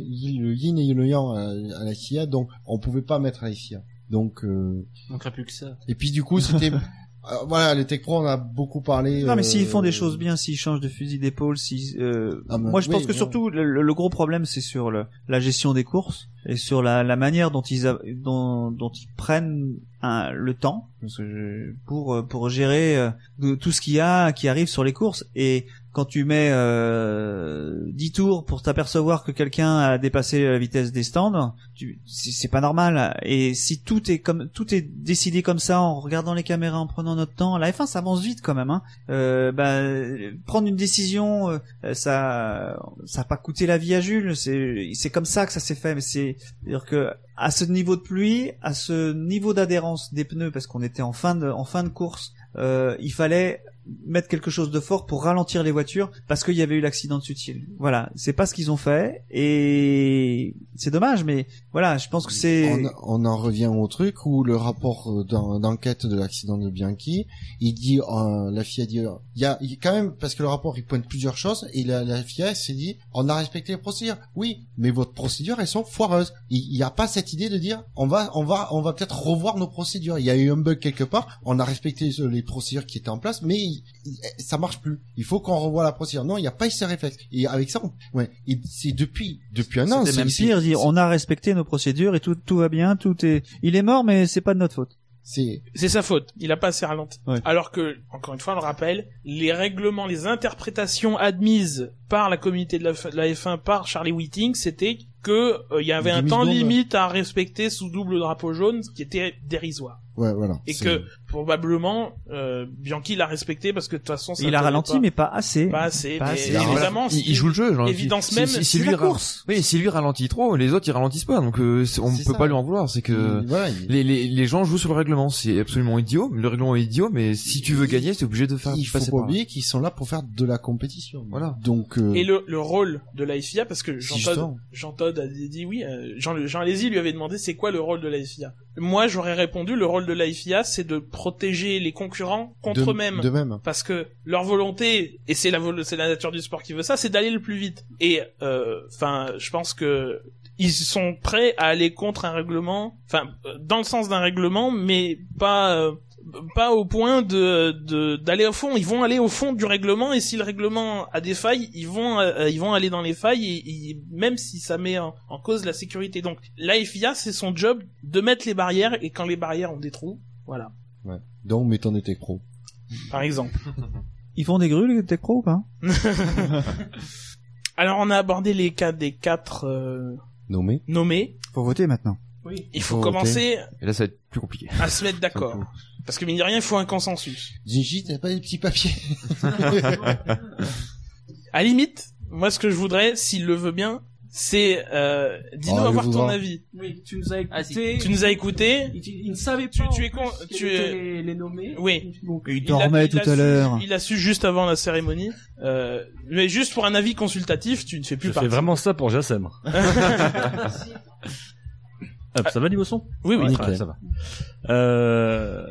B: le yin et le yang à, à la FIA. Donc, on pouvait pas mettre à la FIA. Donc, euh,
F: tête. On crée plus que ça.
B: et puis du coup, c'était, euh, voilà, les tech pro, on a beaucoup parlé.
I: Non mais
B: euh,
I: s'ils font des choses bien, s'ils changent de fusil d'épaule, si euh,
B: Ah, mais-
I: moi je pense
B: oui,
I: que
B: oui.
I: surtout le, le- le gros problème c'est sur le, la gestion des courses et sur la, la manière dont ils a- dont, dont ils prennent un- le temps parce que je- pour euh, pour gérer euh, de- tout ce qu'il y a qui arrive sur les courses et quand tu mets euh, 10 tours pour t'apercevoir que quelqu'un a dépassé la vitesse des stands, tu- c'est c'est pas normal. Et si tout est comme tout est décidé comme ça, en regardant les caméras, en prenant notre temps, la F1 ça avance vite quand même. Hein. Euh, bah, euh, prendre une décision, euh, euh, ça ça a pas coûté la vie à Jules. C'est c'est comme ça que ça s'est fait. Mais c'est à dire que à ce niveau de pluie, à ce niveau d'adhérence des pneus, parce qu'on était en fin de en fin de course, euh, il fallait mettre quelque chose de fort pour ralentir les voitures parce qu'il y avait eu l'accident de Sutil. Voilà, c'est pas ce qu'ils ont fait et c'est dommage, mais voilà, je pense que c'est
B: On, on en revient au truc où le rapport euh, d'en- d'enquête de l'accident de Bianchi, il dit, euh, la FIA dit, euh, il y a il- quand même, parce que le rapport, il pointe plusieurs choses, et la, la FIA s'est dit, on a respecté les procédures. Oui, mais votre procédures, elles sont foireuses. Il n'y a pas cette idée de dire, on va, on va, on va peut-être revoir nos procédures. Il y a eu un bug quelque part, on a respecté euh, les procédures qui étaient en place, mais il- il- ça marche plus. Il faut qu'on revoie la procédure. Non, il n'y a pas eu ce réflexe. Et avec ça, on- ouais, et c'est depuis, depuis un an.
I: C'était
B: c'est-
I: même
B: c'est-
I: pire, dire
B: c'est-
I: on a respecté nos procédures et tout, tout va bien, tout est, il est mort mais c'est pas de notre faute.
B: c'est,
A: C'est sa faute. Il a pas assez ralenti.
C: Ouais.
A: Alors que, encore une fois, on le rappelle, les règlements, les interprétations admises par la communauté de la, F- de la F1, par Charlie Whiting, c'était que euh, il y avait un
B: 10
A: temps
B: secondes.
A: limite à respecter sous double drapeau jaune, ce qui était dérisoire.
B: Ouais, voilà.
A: Et
B: C'est-
A: que probablement euh, Bianchi l'a respecté parce que de toute façon ça
G: Il a
A: tenait
G: ralenti,
A: pas-
G: mais pas assez.
A: pas assez.
G: Pas
A: mais
G: assez.
D: Il a-
A: évidemment,
D: Bah, il,
A: si-
D: il joue le jeu. genre,
A: évidence
D: si-
A: même,
D: si- si
A: c'est
D: lui
A: la
D: ra-
A: course.
D: Oui, si lui ralentit trop, les autres ils ralentissent pas. Donc euh, c'est- on
B: C'est
D: peut
B: ça.
D: pas lui en vouloir. C'est que
B: Et voilà, il-
D: les, les, les gens jouent sur le règlement. C'est absolument idiot. Le règlement est idiot, mais si tu veux gagner, t'es obligé de faire
B: il faut
D: passer
B: pas
D: par là.
B: oublier qu'ils sont là pour faire de la compétition.
D: Voilà.
B: Donc, euh,
A: Et le, le rôle de la FIA, parce que Jean Todd,
B: justement.
A: Jean Todd a dit oui, euh, Jean, Jean Alési lui avait demandé c'est quoi le rôle de la FIA. Moi, j'aurais répondu le rôle de la FIA, c'est de protéger les concurrents contre
B: de,
A: eux-mêmes.
B: De même.
A: Parce que leur volonté, et c'est la, vol- c'est la nature du sport qui veut ça, c'est d'aller le plus vite. Et, euh, enfin, je pense que ils sont prêts à aller contre un règlement, enfin, euh, dans le sens d'un règlement, mais pas, euh, pas au point de, de- d'aller au fond. Ils vont aller au fond du règlement, et si le règlement a des failles, ils vont, euh, ils vont aller dans les failles, et, et même si ça met en, en cause la sécurité. Donc, la FIA, c'est son job de mettre les barrières, et quand les barrières ont des trous, voilà.
B: Donc, mais t'en étais pro.
A: Par exemple.
I: Ils font des grues les techpro ou pas
A: Alors on a abordé les cas des quatre euh,
B: Nommé.
A: nommés.
I: Faut voter maintenant.
A: Il faut
B: Faut
A: commencer
D: Et là, ça va être plus compliqué.
A: à se mettre d'accord. Parce que mine de rien, il faut un consensus.
B: Ginji, t'as pas des petits papiers
A: À limite, moi ce que je voudrais, s'il le veut bien, c'est euh, dis-nous
B: Oh, il
A: avoir
B: vous
A: ton
B: va.
A: avis.
E: Oui, tu nous as écouté.
F: Ah, si.
A: Tu nous as écouté.
E: Il, il ne savait
A: Tu-
E: pas.
A: tu
E: en
A: es
E: plus
A: con-
E: quels
A: tu
E: étaient
A: es-
E: les, les nommés.
A: Oui.
E: Donc,
G: Il
A: a-
G: dormait
A: il
G: tout
A: a
G: à
A: su-
G: l'heure.
A: Il a su juste avant la cérémonie. Euh, mais juste pour un avis consultatif, tu ne fais plus
O: Je fais
A: partie.
O: vraiment ça pour Jassem. Hop, ça va niveau son
A: Oui, oui.
O: Ouais, très bien, ça va. Euh,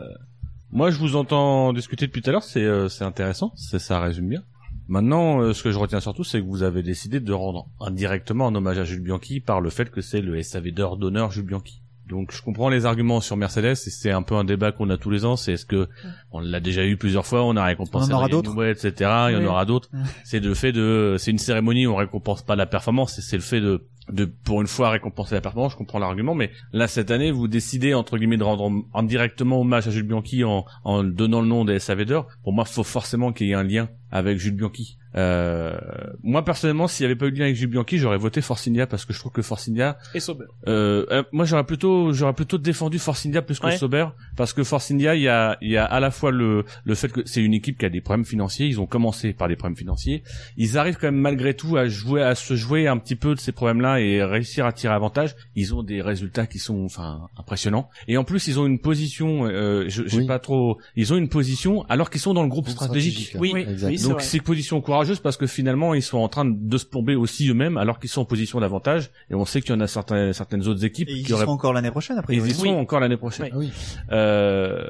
O: moi, je vous entends discuter depuis tout à l'heure, c'est euh, c'est intéressant, c'est ça résume bien. Maintenant, euh, ce que je retiens surtout, c'est que vous avez décidé de rendre indirectement un hommage à Jules Bianchi par le fait que c'est le SAV d'heure d'honneur Jules Bianchi. Donc, je comprends les arguments sur Mercedes, et c'est un peu un débat qu'on a tous les ans, c'est est-ce que on l'a déjà eu plusieurs fois, on a
G: On
O: récompensé
G: en aura
O: Adrien
G: d'autres.
O: Newey, etc., il y en
E: Oui.
O: aura d'autres. C'est le fait de, c'est une cérémonie, on récompense pas la performance, et c'est le fait de, de, pour une fois récompenser la performance, je comprends l'argument, mais Là, cette année, vous décidez, entre guillemets, de rendre hom- indirectement hommage à Jules Bianchi en, en donnant le nom des SAV d'or. Pour moi, faut forcément qu'il y ait un lien avec Jules Bianchi. Euh, moi, personnellement, s'il n'y avait pas eu de lien avec Jules Bianchi, j'aurais voté Forcinia parce que je trouve que Forcinia,
A: Et Sauber.
O: euh, euh, moi, j'aurais plutôt, j'aurais plutôt défendu Forcinia plus que
A: Ouais.
O: Sauber parce que Forcinia, il y a, il y a à la fois le, le fait que c'est une équipe qui a des problèmes financiers. Ils ont commencé par des problèmes financiers. Ils arrivent quand même malgré tout à jouer, à se jouer un petit peu de ces problèmes-là et réussir à tirer avantage. Ils ont des résultats qui sont, enfin, impressionnants. Et en plus, ils ont une position, euh, je, j'ai
B: Oui.
O: pas trop, ils ont une position alors qu'ils sont dans le groupe stratégique.
A: Oui, oui,
B: Exact.
A: c'est
O: Donc
A: vrai.
O: c'est une position courageuse parce que finalement ils sont en train de se plomber aussi eux-mêmes alors qu'ils sont en position d'avantage et on sait qu'il y en a certains, certaines autres équipes
G: Et ils y
O: qui auraient
G: seront encore l'année prochaine, après.
O: ils y seront encore l'année prochaine.
B: Ah oui.
O: Euh,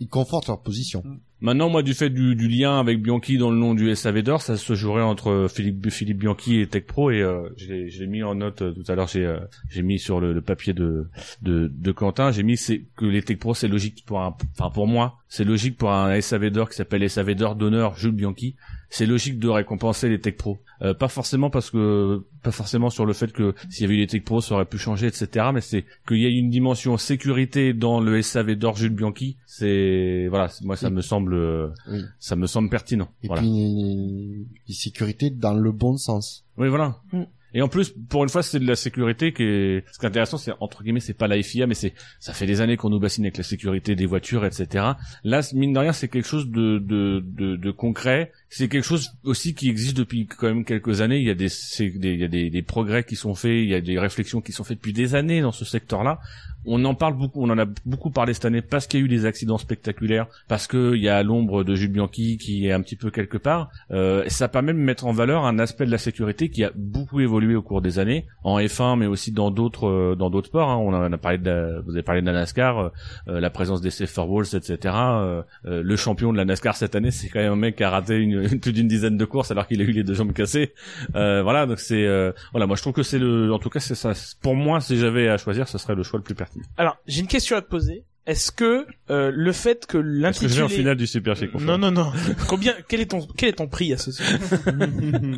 B: Ils confortent leur position.
G: Mm.
O: maintenant moi du fait du, du lien avec Bianchi dans le nom du SAV d'or ça se jouerait entre Philippe, Philippe Bianchi et Tech Pro et euh, je l'ai- je l'ai mis en note euh, tout à l'heure j'ai euh, j'ai mis sur le, le papier de de, de Quentin j'ai mis c'est que les Tech Pro c'est logique pour un enfin pour moi c'est logique pour un SAV d'or qui s'appelle SAV d'or d'honneur Jules Bianchi c'est logique de récompenser les tech pros. Euh, pas forcément parce que, pas forcément sur le fait que s'il y avait eu les tech pros, ça aurait pu changer, etc. Mais c'est qu'il y a une dimension sécurité dans le SAV d'or Jules Bianchi. C'est voilà, c'est- moi ça
B: Oui.
O: me semble, euh,
B: Oui.
O: ça me semble pertinent.
B: Et
O: voilà.
B: puis, une sécurité dans le bon sens.
O: Oui, voilà.
E: Mm.
O: Et en plus, pour une fois, c'est de la sécurité qui est. Ce qui est intéressant, c'est entre guillemets, c'est pas la FIA, mais c'est ça fait des années qu'on nous bassine avec la sécurité des voitures, etc. Là, c- mine de rien, c'est quelque chose de de de, de concret. C'est quelque chose aussi qui existe depuis quand même quelques années. Il y a des c'est des- il y a des, des progrès qui sont faits, il y a des réflexions qui sont faites depuis des années dans ce secteur-là. On en parle beaucoup, on en a beaucoup parlé cette année parce qu'il y a eu des accidents spectaculaires, parce que il y a l'ombre de Jules Bianchi qui est un petit peu quelque part. Euh, ça permet de mettre en valeur un aspect de la sécurité qui a beaucoup évolué au cours des années en F1, mais aussi dans d'autres euh, dans d'autres sports. hein. On en a parlé, de la- vous avez parlé de la NASCAR, euh, euh, la présence des safer walls, etc. Euh, euh, le champion de la NASCAR cette année, c'est quand même un mec qui a raté une, une- plus d'une dizaine de courses alors qu'il a eu les deux jambes cassées. Euh, voilà, donc c'est euh, voilà, moi je trouve que c'est le, en tout cas c'est ça. Pour moi, si j'avais à choisir, ce serait le choix le plus pertinent.
A: Alors, j'ai une question à te poser. Est-ce que euh, le fait que
O: Est-ce que je vais en
A: l'intitulé
O: finale du Super Chic
A: Non, non, non. Combien, quel est ton, quel est ton prix à ce sujet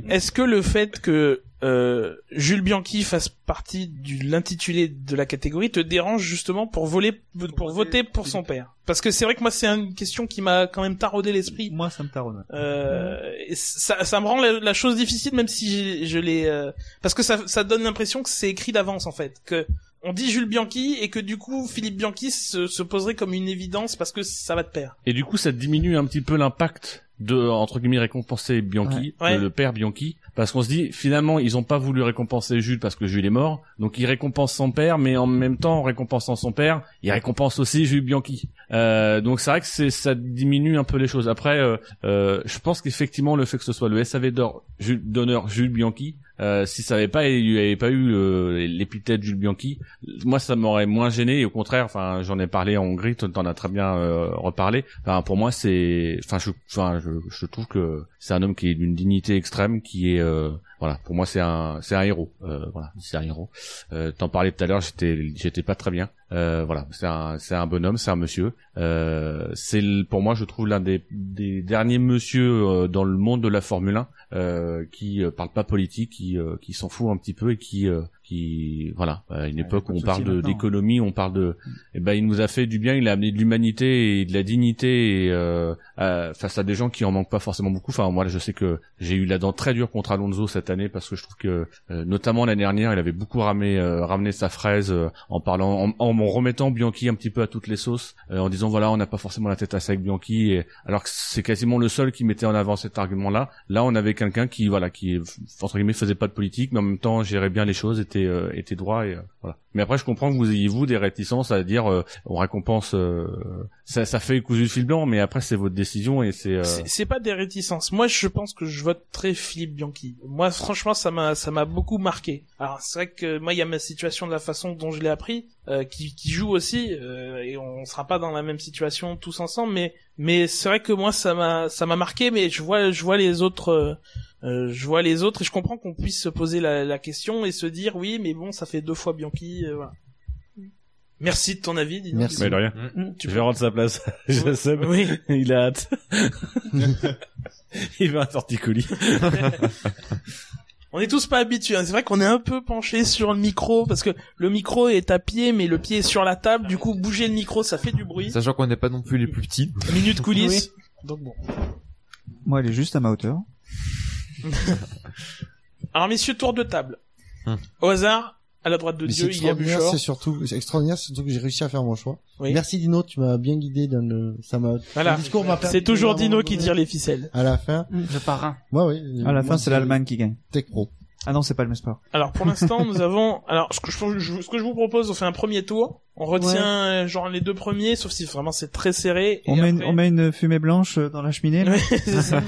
A: Est-ce que le fait que euh, Jules Bianchi fasse partie de l'intitulé de la catégorie te dérange justement pour voler, pour voter pour son père Parce que c'est vrai que moi c'est une question qui m'a quand même taraudé l'esprit.
G: Moi, ça me taronne.
A: Euh, et ça, ça me rend la, la chose difficile même si j'ai- je l'ai, euh, parce que ça, ça donne l'impression que c'est écrit d'avance en fait que on dit Jules Bianchi et que du coup Philippe Bianchi se, se poserait comme une évidence parce que ça va de pair.
O: Et du coup, ça diminue un petit peu l'impact de, entre guillemets, récompenser Bianchi,
A: Ouais.
O: euh, le père Bianchi, parce qu'on se dit, finalement, ils ont pas voulu récompenser Jules parce que Jules est mort, donc ils récompensent son père, mais en même temps, en récompensant son père, ils récompensent aussi Jules Bianchi. Euh, donc c'est vrai que c'est, ça diminue un peu les choses. Après, euh, euh, je pense qu'effectivement, le fait que ce soit le SAV d'or, Jules- d'honneur Jules Bianchi, euh, si ça avait pas, il y avait pas eu euh, l'épithète Jules Bianchi, moi ça m'aurait moins gêné et au contraire enfin j'en ai parlé en Hongrie toi, t'en as très bien euh, reparlé enfin pour moi c'est enfin je enfin je, je trouve que c'est un homme qui est d'une dignité extrême qui est euh, voilà pour moi c'est un c'est un héros euh, voilà c'est un héros euh, t'en parlais tout à l'heure j'étais j'étais pas très bien euh, voilà c'est un c'est un bonhomme c'est un monsieur euh, c'est le- pour moi je trouve l'un des des derniers monsieur euh, dans le monde de la Formule 1 euh, qui euh, parle pas politique, qui, euh, qui s'en fout un petit peu et qui, euh, qui voilà, à une
G: il y a
O: époque
G: pas
O: où
G: de
O: on
G: souci
O: parle de-
G: maintenant. hein. Mm.
O: d'économie, on parle de, eh ben il nous a fait du bien, il a amené de l'humanité et de la dignité et, euh, à- face à des gens qui en manquent pas forcément beaucoup. Enfin moi je sais que j'ai eu la dent très dure contre Alonso cette année parce que je trouve que euh, notamment l'année dernière il avait beaucoup ramené, euh, ramené sa fraise euh, en parlant, en, en, en remettant Bianchi un petit peu à toutes les sauces, euh, en disant voilà on n'a pas forcément la tête à ça avec Bianchi et alors que c'est quasiment le seul qui mettait en avant cet argument-là. Là, on avait quelqu'un qui, voilà, qui entre guillemets faisait pas de politique, mais en même temps gérait bien les choses, était euh, était droit et euh, voilà. Mais après, je comprends que vous ayez vous des réticences à dire euh, on récompense, euh, ça, ça fait cousu de fil blanc, mais après c'est votre décision et c'est euh,
A: C'est c'est pas des réticences. Moi, je pense que je vote très Philippe Bianchi. Moi, franchement, ça m'a, ça m'a beaucoup marqué. Alors, c'est vrai que moi, il y a ma situation de la façon dont je l'ai appris, euh, qui, qui joue aussi, euh, et on sera pas dans la même situation tous ensemble, mais, mais c'est vrai que moi, ça m'a, ça m'a marqué, mais je vois, je vois les autres, euh, euh, je vois les autres et je comprends qu'on puisse se poser la, la question et se dire oui, mais bon, ça fait deux fois Bianchi, euh, voilà. Merci de ton avis, dis donc.
B: Merci.
O: Mm. mais de rien.
A: Mm, tu
O: Je vais rendre sa place. Je sais, mais
A: Oui.
O: il a hâte. il veut un torticolis.
A: On est tous pas habitués. hein. C'est vrai qu'on est un peu penché sur le micro parce que le micro est à pied, mais le pied est sur la table. Du coup, bouger le micro, ça fait du bruit.
D: Sachant qu'on n'est pas non plus les plus petits.
A: Minute coulisse. Donc bon.
G: Moi, elle est juste à ma hauteur.
A: Alors messieurs, tour de table.
D: Hmm.
A: Au hasard, à la droite de
B: Mais c'est
A: Dieu, il y a
B: extraordinaire,
A: Buchor.
B: c'est surtout c'est extraordinaire, c'est surtout que j'ai réussi à faire mon choix.
A: Oui.
B: Merci Dino, tu m'as bien guidé dans le ça m'a
A: Voilà.
B: le discours m'a permis
A: C'est toujours
B: de-
A: Dino qui tire les ficelles.
B: à la fin.
F: Je parrain.
B: Moi oui.
G: À la
B: Moi,
G: fin, c'est l'Allemagne qui gagne.
B: Tech Pro.
G: Ah non, c'est pas le même sport.
A: Alors pour l'instant, nous avons. Alors ce que, je, je- ce que je vous propose, on fait un premier tour. On retient euh, genre les deux premiers, sauf si vraiment c'est très serré.
G: On
A: Et
G: met, une,
A: après-
G: on met une fumée blanche euh, dans la cheminée. là.
A: Ouais, c'est ça.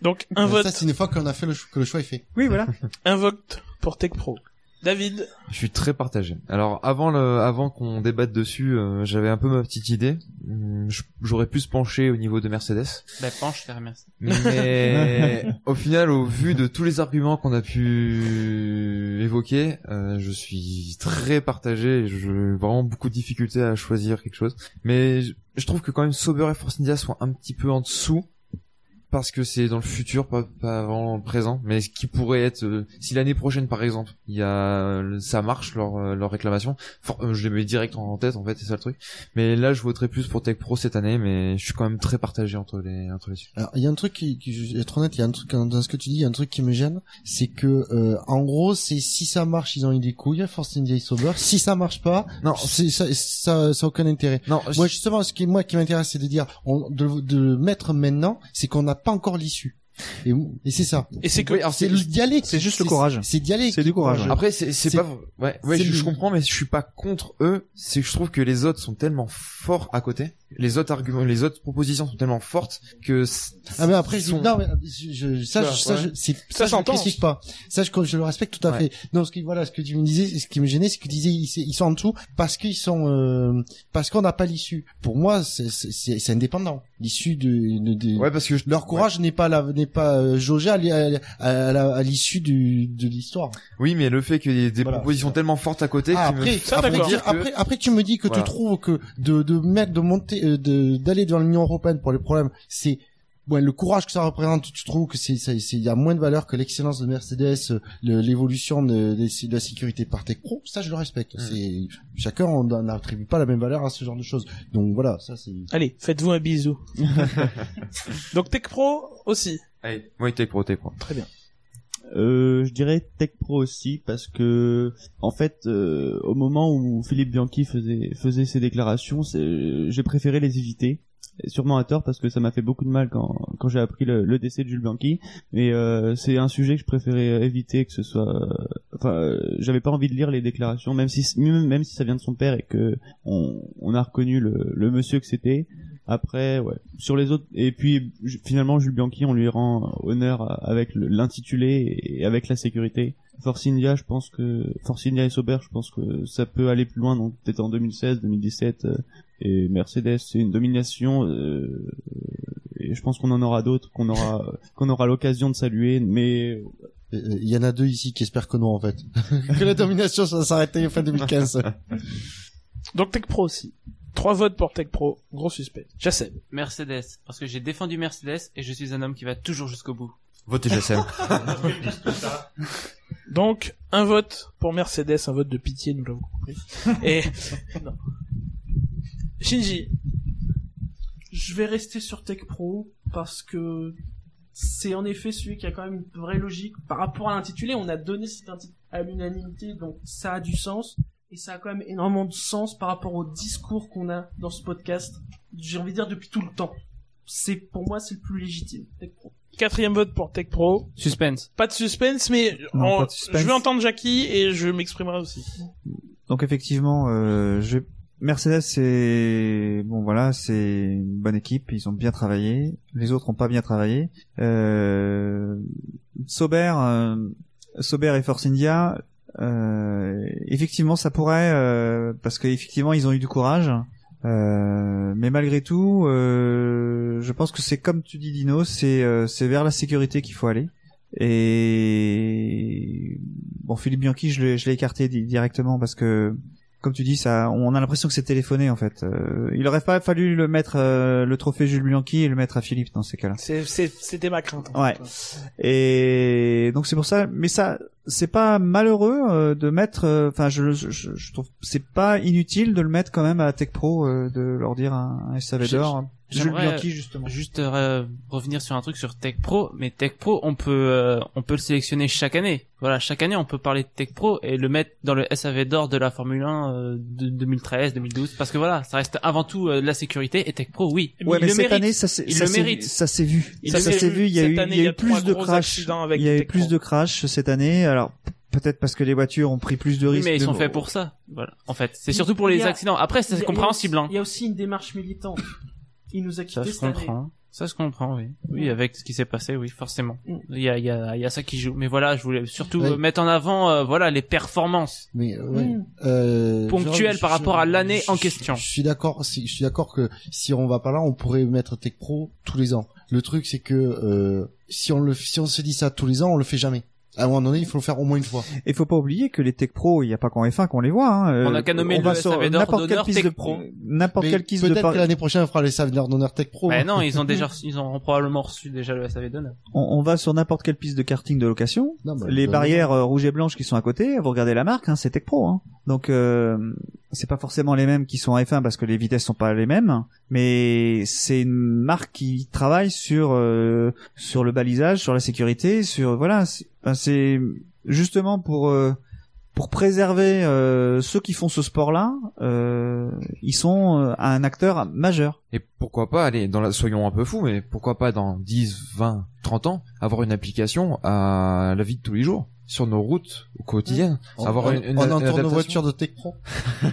A: Donc un
B: Mais
A: vote,
B: Ça c'est une fois qu'on a fait le choix, que le choix est fait.
G: Oui, voilà.
A: un vote pour Tech Pro. David.
D: Je suis très partagé. Alors avant le, avant qu'on débatte dessus, euh, j'avais un peu ma petite idée. Hum, je- J'aurais pu se pencher au niveau de Mercedes.
F: Ben, penche, je te remercie.
D: Mais au final, au vu de tous les arguments qu'on a pu évoquer, euh, je suis très partagé. J'ai vraiment beaucoup de difficultés à choisir quelque chose. Mais je, je trouve que quand même Sauber et Force India sont un petit peu en dessous. Parce que c'est dans le futur, pas, pas avant le présent. Mais ce qui pourrait être, euh, si l'année prochaine par exemple, il y a, euh, ça marche leur, euh, leur réclamation. For- euh, je les mets direct en tête en fait, c'est ça le truc. Mais là, je voterai plus pour Tech Pro cette année, mais je suis quand même très partagé entre les, entre les sujets.
B: Alors, il y a un truc qui, qui- je vais être honnête, il y a un truc dans ce que tu dis, il y a un truc qui me gêne, c'est que euh, en gros, c'est si ça marche, ils ont eu des couilles, hein, Force India et Sauber. Si ça marche pas,
D: Non,
B: c'est ça, ça, ça a aucun intérêt.
D: non,
B: Moi, justement, ce qui moi qui m'intéresse, c'est de dire, on, de, de le mettre maintenant, c'est qu'on n'a pas encore l'issue. Et, et c'est ça.
A: Et c'est que
D: Oui, alors
B: C'est
D: c'est
B: le dialecte.
G: c'est juste le courage.
B: C'est dialecte.
G: C'est du courage, ouais.
D: après c'est c'est
B: c'est-
D: pas ouais, ouais
B: c'est
D: je, je
B: le-
D: comprends mais je suis pas contre eux c'est que je trouve que les autres sont tellement forts à côté les autres arguments les autres propositions sont tellement fortes que c-
B: Ah mais après
D: ils
B: je,
D: sont-
B: non mais je, je- ça
D: Voilà,
B: je, ça,
D: ouais.
B: je, c'est-
A: Ça,
B: ça, je le
A: j'entends.
B: critique pas ça je, je le respecte tout à
D: Ouais.
B: fait non ce qui voilà ce que tu me disais ce qui me gênait ce que tu disais ils, ils sont en dessous parce qu'ils sont euh, parce qu'on n'a pas l'issue pour moi c'est- c'est c'est- c'est indépendant l'issue de, de, de-
D: ouais parce que je-
B: leur courage n'est pas la- n'est pas euh, jaugé à, l'i- à- à la- à l'issue du de l'histoire
D: oui mais le fait qu'il y ait des
B: Voilà,
D: propositions
B: c'est ça.
D: tellement fortes à côté
B: Ah,
D: qui me-
B: après,
A: Ça,
B: après,
A: d'accord.
B: dire-
D: Que-
B: après, après, tu me dis que
D: Voilà.
B: tu trouves que de, de mettre, de monter, euh, de, d'aller devant l'Union Européenne pour les problèmes, c'est, ouais, le courage que ça représente, tu trouves que c'est, c'est, c'est- il y a moins de valeur que l'excellence de Mercedes, euh, le- l'évolution de, de- de la sécurité par Tech Pro. Ça, je le respecte.
F: Mmh.
D: Mm.
B: C'est, chacun, on n'attribue pas la même valeur à ce genre de choses. Donc voilà, ça, c'est,
F: Ah.
A: Allez, faites-vous un bisou. Donc Tech Pro aussi.
D: Allez, ouais, Tech Pro Tech Pro
A: Très bien.
C: Euh, je dirais Tech Pro aussi parce que en fait euh, au moment où Philippe Bianchi faisait faisait ses déclarations, c'est- j'ai préféré les éviter. Et Sûrement à tort parce que ça m'a fait beaucoup de mal quand quand j'ai appris le, le décès de Jules Bianchi. Mais euh, c'est un sujet que je préférais euh, éviter que ce soit. euh, Enfin, euh, j'avais pas envie de lire les déclarations, même si même même si ça vient de son père et que on, on a reconnu le, le monsieur que c'était. Après, ouais. Sur les autres, et puis ju- finalement, Jules Bianchi, on lui rend honneur à- avec le- l'intitulé et avec la sécurité. Force India, je pense que Force India et Sauber, je pense que ça peut aller plus loin. Donc peut-être en 2016, 2017, euh, et Mercedes, c'est une domination. euh, et je pense qu'on en aura d'autres, qu'on aura, qu'on aura l'occasion de saluer. Mais
B: Euh, euh, Il y en a deux ici qui espèrent que non, en fait. que la domination soit s'arrêter fin 2015.
A: Donc Tech Pro aussi. Trois votes pour Tech Pro. Gros suspect. J'essaie.
F: Mercedes, parce que j'ai défendu Mercedes et je suis un homme qui va toujours jusqu'au bout.
D: Votez GSM.
A: Donc, un vote pour Mercedes, un vote de pitié, nous l'avons compris. Et, non. Shinji.
E: Je vais rester sur Tech Pro parce que c'est en effet celui qui a quand même une vraie logique par rapport à l'intitulé. On a donné cet intitulé à l'unanimité, donc ça a du sens et ça a quand même énormément de sens par rapport au discours qu'on a dans ce podcast. J'ai envie de dire depuis tout le temps. C'est pour moi c'est le plus légitime. Tech Pro.
A: Quatrième vote pour Tech Pro.
F: Suspense.
A: Pas de suspense, mais
I: Non,
A: en-
I: pas de suspense.
A: je vais entendre Jackie et je m'exprimerai aussi.
I: Donc effectivement, euh, je... Mercedes, c'est bon voilà, c'est une bonne équipe, ils ont bien travaillé. Les autres ont pas bien travaillé. Euh... Sauber, euh, Sauber et Force India, euh, effectivement, ça pourrait euh, parce qu'effectivement, ils ont eu du courage. Euh, mais malgré tout, euh, je pense que c'est comme tu dis, Dino, c'est euh, c'est vers la sécurité qu'il faut aller. Et bon, Philippe Bianchi, je l'ai, je l'ai écarté di- directement parce que, comme tu dis, ça, on a l'impression que c'est téléphoné en fait. Euh, il aurait pas fallu le mettre euh, le trophée Jules Bianchi et le mettre à Philippe dans ces cas-là.
A: C'est- c'est- C'était ma crainte. en
I: Ouais.
A: fait.
I: Et donc c'est pour ça, mais ça, c'est pas malheureux euh, de mettre. euh, Enfin, je, je, je trouve c'est pas inutile de le mettre quand même à Tech Pro, euh, de leur dire un, un SAV
F: Je-
I: d'or.
F: je-
I: Jules
F: j'aimerais-
I: Bianchi justement.
F: Juste euh, revenir sur un truc sur Tech Pro, mais Tech Pro, on peut euh, on peut le sélectionner chaque année. Voilà, chaque année, on peut parler de Tech Pro et le mettre dans le SAV d'or de la Formule 1 euh, de 2013, 2012, parce que voilà, ça reste avant tout euh, de la sécurité et Tech Pro, oui.
I: Ouais,
F: il
I: mais
F: le
I: cette
F: mérite.
I: année, ça s'est,
F: Il
I: ça
F: le
I: s'est-
F: mérite.
I: ça s'est vu.
A: Il
I: ça
A: le
I: ça s'est
A: mérite.
I: vu. Il y a
A: Cette
I: eu,
A: année,
I: il y a eu
A: trois
I: plus de
A: gros
I: crashs.
A: accidents avec
I: Il y a eu
A: Tech
I: plus
A: Pro.
I: de crashs cette année. Alors p- peut-être parce que les voitures ont pris plus de
F: Oui,
I: risques.
F: mais ils
I: de-
F: sont faits pour ça. Voilà. En fait, c'est
E: Il-
F: surtout pour
E: il y
F: les
E: a-
F: accidents. Après,
E: Il y a- il y
F: c'est
E: a
F: compréhensible.
E: aussi-
F: hein.
E: Il y a aussi une démarche militante. Il nous
F: Ça,
E: a quittés
F: je
E: cette année.
F: comprends. Ça, je comprends, oui. Oui, avec ce qui s'est passé, oui, forcément.
E: Mm.
F: Il y a, il y, a, il y a ça qui joue. Mais voilà, je voulais surtout
B: Ouais.
F: euh, mettre en avant, euh, voilà, les performances.
B: Mais, euh, ouais.
E: Mm.
B: Euh,
F: Ponctuel
B: je-
F: par rapport à l'année
B: je-
F: en
B: je-
F: question.
B: Je suis d'accord, si- je suis d'accord que si on va pas là, on pourrait mettre Tech Pro tous les ans. Le truc, c'est que, euh, si on le, si on se dit ça tous les ans, on le fait jamais. À un moment donné, il faut le faire au moins une fois.
I: Et faut pas oublier que les Tech Pro, il n'y a pas qu'en F1 qu'on les voit. Hein.
F: On
I: Euh,
F: a qu'à nommer
I: va
F: le
I: sur
F: SAV d'or
I: n'importe quelle
F: d'honneur
I: piste
F: Tech
I: de
F: Pro.
I: N'importe
B: Mais
I: quelle piste de
B: Peut-être
I: par-
B: que l'année prochaine, on fera les Savenir d'honneur Tech Pro.
F: Mais Bah non, ils ont déjà, ils auront probablement reçu déjà le SAV d'honneur.
I: on, on va sur n'importe quelle piste de karting de location.
B: Non, bah,
I: les
B: euh,
I: barrières euh, rouges et blanches qui sont à côté, vous regardez la marque, hein, c'est Tech Pro. Hein. Donc euh, c'est pas forcément les mêmes qui sont en F1 parce que les vitesses sont pas les mêmes, mais c'est une marque qui travaille sur euh, sur le balisage, sur la sécurité, sur voilà, c'est- enfin, c'est justement pour euh, pour préserver euh, ceux qui font ce sport-là, euh, ils sont euh, un acteur majeur.
D: Et pourquoi pas, allez, dans la, soyons un peu fous, mais pourquoi pas dans 10, 20, 30 ans, avoir une application à la vie de tous les jours, sur nos routes, au quotidien,
B: On,
D: avoir
B: on,
D: une, une-
B: on
D: une
B: entoure nos
D: adaptation.
B: voitures de Tech Pro.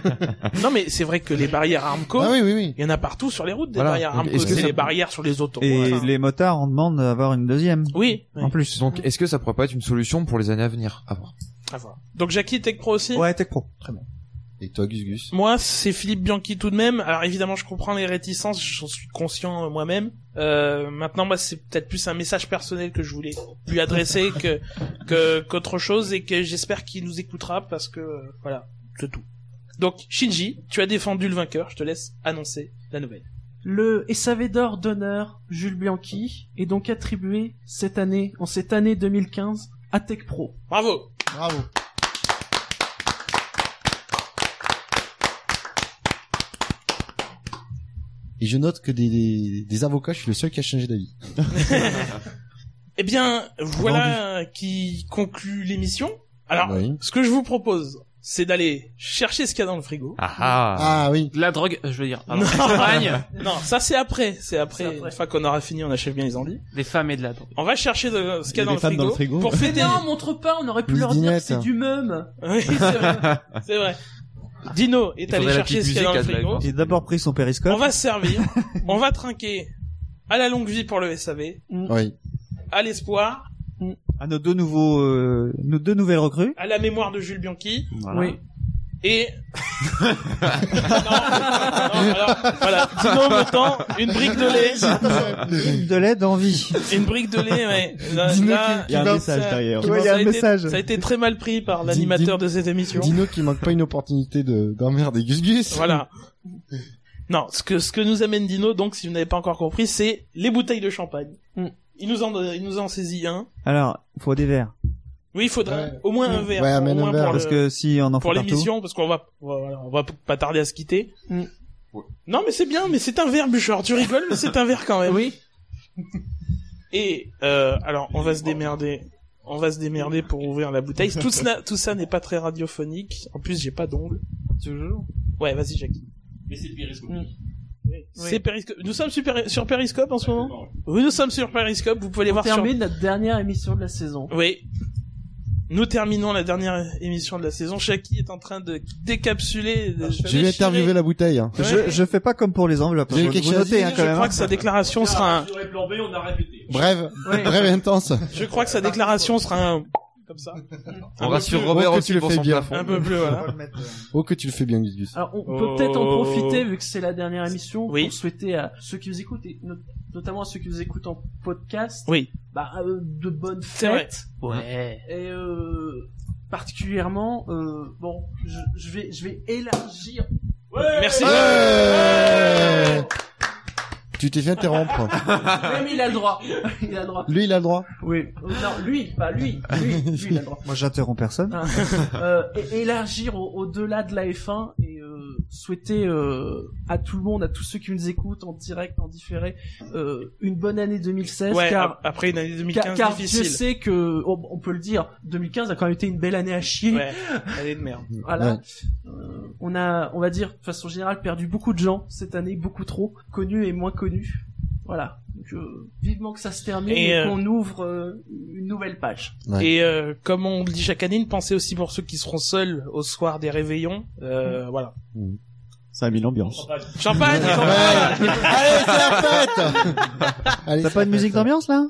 A: Non, mais c'est vrai que les barrières Armco,
B: Ah oui, oui, oui.
A: il y en a partout sur les routes, des
D: Voilà.
A: barrières
D: Donc,
A: Armco,
D: est-ce que
A: c'est
D: ça-
A: les barrières sur les autos.
I: Et
A: Enfin,
I: les motards en demandent d'avoir une deuxième.
A: Oui, oui.
I: En plus.
D: Donc, est-ce que ça pourrait pas être une solution pour les années à venir à voir
A: à voir. Donc Jackie, Tech Pro aussi
I: Ouais, Tech Pro.
B: Et toi, Gus Gus?
A: Moi, c'est Philippe Bianchi tout de même. Alors évidemment, je comprends les réticences, j'en suis conscient euh, moi-même. Euh, maintenant, bah, c'est peut-être plus un message personnel que je voulais lui adresser que que qu'autre chose, et que j'espère qu'il nous écoutera parce que euh, voilà, c'est tout. Donc Shinji, tu as défendu le vainqueur. Je te laisse annoncer la nouvelle.
E: Le SAV d'or d'honneur Jules Bianchi est donc attribué cette année, en cette année 2015, à Tech Pro.
A: Bravo.
B: Bravo. Et je note que des, des, des avocats, je suis le seul qui a changé d'avis.
A: Eh bien, voilà qui conclut l'émission. Alors,
B: Oui.
A: ce que je vous propose, c'est d'aller chercher ce qu'il y a dans le frigo.
D: Ah ah.
B: Ah oui.
F: La drogue, euh, je veux
E: Ah
F: dire, pardon,
A: Non.
F: la champagne,
A: Non, ça c'est après. C'est après,
E: après.
A: une fois qu'on aura fini, on achève bien les endies.
F: des femmes et de la drogue.
A: On va chercher de- ce qu'il y a
C: Et
A: dans
C: des
A: le,
C: femmes
A: frigo
C: dans le frigo.
A: pour fêter.
E: Non, montre pas, on aurait pu
B: Une
E: leur dire que
B: dinette.
E: c'est du même.
A: oui, c'est vrai. C'est vrai. Dino est allé
D: faudrait la
A: chercher
D: petite
A: ce qu'il y a dans le
D: musique à
A: frigo.
D: Drive,
G: J'ai d'abord pris son périscope.
A: On va se servir. on va trinquer à la longue vie pour le SAV,
I: Mm.
B: Oui.
A: à l'espoir,
G: À nos deux nouveaux, euh, nos deux nouvelles recrues.
A: à la mémoire de Jules Bianchi
E: Oui.
A: et. non, non, alors, voilà. Dino me tend une brique de lait.
G: De lait d'envie.
A: Une brique de lait, ouais. Là,
B: Dis-nous
A: là,
C: Il y
B: Qui
C: a un
B: va-
C: message
A: ça-
C: derrière.
A: qui-
I: Ouais, il y a
A: ça
I: un
A: été-
I: message.
A: ça a été très mal pris par
B: Dis-
A: l'animateur de cette émission.
B: Dino qui manque pas une opportunité de d'emmerder Gus Gus.
A: Voilà. Non, ce que, ce que nous amène Dino, donc, si vous n'avez pas encore compris, c'est les bouteilles de champagne.
E: Mm.
A: Il nous en, il nous en saisit un.
G: Alors, faut des verres.
A: Oui, il faudrait
B: Ouais.
A: au moins
I: Mm.
A: un verre.
B: Ouais,
A: au
B: amène
A: moins
B: un verre,
A: pour
G: Parce
A: le-
G: que si on en
A: pour
G: fait partout.
A: l'émission, parce qu'on va, voilà, on va pas tarder à se quitter.
E: Mm.
D: Ouais.
A: Non, mais c'est bien, mais c'est un verre, Bouchard. Tu rigoles, mais c'est un verre quand même.
E: Oui.
A: Et euh, alors, on va se démerder. On va se démerder pour ouvrir la bouteille. Tout ça, tout ça n'est pas très radiophonique. En plus, j'ai pas d'ongles.
E: Toujours.
A: Ouais, vas-y, Jackie.
K: Mais c'est périscope.
A: Mm. C'est Periscope. Nous sommes sur, Péri- sur Periscope en ce moment. Oui, nous sommes sur Periscope. Vous pouvez les
E: On
A: voir sur.
E: termine notre dernière émission de la saison.
A: Oui. Nous terminons la dernière émission de la saison. Jackie est en train de décapsuler.
G: Bah,
A: de-
B: J'ai vu interviewer la bouteille. hein.
A: Ouais.
G: Je, je fais pas comme pour les enveloppes.
B: J'ai
G: Vous-
B: quelque
G: vous
B: chose à
G: notez,
B: dire,
G: hein,
A: Je
G: quand même.
A: crois
G: hein.
A: que sa déclaration sera un.
K: Sur les plans B, on a répété.
B: Brève,
E: Ouais.
B: brève et intense.
A: Je crois que sa déclaration sera un. Comme ça.
D: On rassure
B: peu-
D: Robert
B: oh, que
D: aussi
B: tu le
D: pour
B: fais
D: son
B: bien.
D: plafond.
A: Un peu bleu, voilà.
B: Oh que tu le fais bien Gus Gus.
E: Alors, on
A: Oh.
E: peut peut-être en profiter, vu que c'est la dernière émission,
A: Oui.
E: pour souhaiter à ceux qui nous écoutent, et not- notamment à ceux qui nous écoutent en podcast,
A: Oui.
E: bah, euh, de bonnes
A: C'est vrai.
E: fêtes.
F: Ouais.
E: Et euh, particulièrement, euh, bon, je, je vais, je vais élargir.
A: Merci.
B: Ouais Euh, tu t'es fait interrompre.
E: Même il a le droit. Il a le droit.
B: Lui, il a le droit.
E: Oui. Non, lui, pas lui. Lui, lui, il a le droit.
G: Moi, j'interromps personne.
B: Ah.
E: euh, et- élargir au- au-delà de la F1 et euh, souhaiter euh, à tout le monde, à tous ceux qui nous écoutent en direct, en différé, euh, une bonne année 2016
A: Ouais,
E: car
A: ap- après une année
E: car,
A: 2015
E: car je
A: difficile.
E: sais que on, on peut le dire, 2015 a quand même été une belle année à chier.
A: Ouais, année de merde.
E: Voilà.
B: Ouais.
E: Euh, on a, on va dire, de façon générale, perdu beaucoup de gens cette année, beaucoup trop connus et moins connus. Voilà. Donc, euh, vivement que ça se termine
A: Et,
E: et,
A: euh,
E: qu'on ouvre euh, une nouvelle page.
B: Ouais.
A: Et euh, comme on le dit chaque année, une pensée aussi pour ceux qui seront seuls au soir des réveillons. Euh, Voilà.
C: Ça a mis l'ambiance.
A: Champagne, champagne
B: Ouais. Allez, c'est la fête Allez,
G: T'as
B: c'est
G: pas
B: la
G: de musique
B: fête.
G: d'ambiance là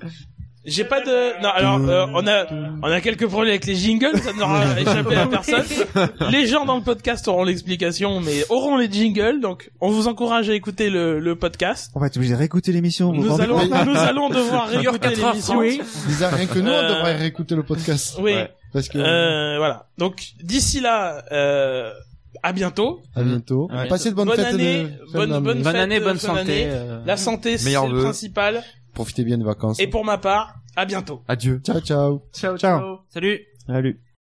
A: J'ai pas de... Non, alors, euh, on a on a quelques problèmes avec les jingles, ça n'aura échappé à personne. Les gens dans le podcast auront l'explication, mais auront les jingles, donc on vous encourage à écouter le, le podcast.
G: On va être obligé de réécouter l'émission. vous vous
A: Nous
G: rendez
A: allons,
G: compte
A: nous allons devoir réécouter
F: 4 heures
A: l'émission. Oui,
B: Bizarre, rien que nous,
A: Euh.
B: on devrait réécouter le podcast.
A: oui.
D: Ouais.
B: Parce que,
A: Euh, voilà. Donc, d'ici là, euh, à bientôt.
B: à bientôt.
F: Ouais.
B: Passez de bonnes
A: Bonne
B: fêtes
A: année,
B: de fin
A: bonne-
B: d'année.
A: bonne-
F: Bonne
A: fête,
F: année, bonne
A: bonne
F: santé.
A: année.
F: euh,
A: La santé, c'est
D: Meilleurs
A: le
D: vœux.
A: principal.
B: Profitez bien des vacances.
A: Et pour ma part, à bientôt.
D: Adieu.
B: Ciao, ciao.
E: Ciao,
G: Ciao.
E: ciao.
F: Salut.
C: Salut.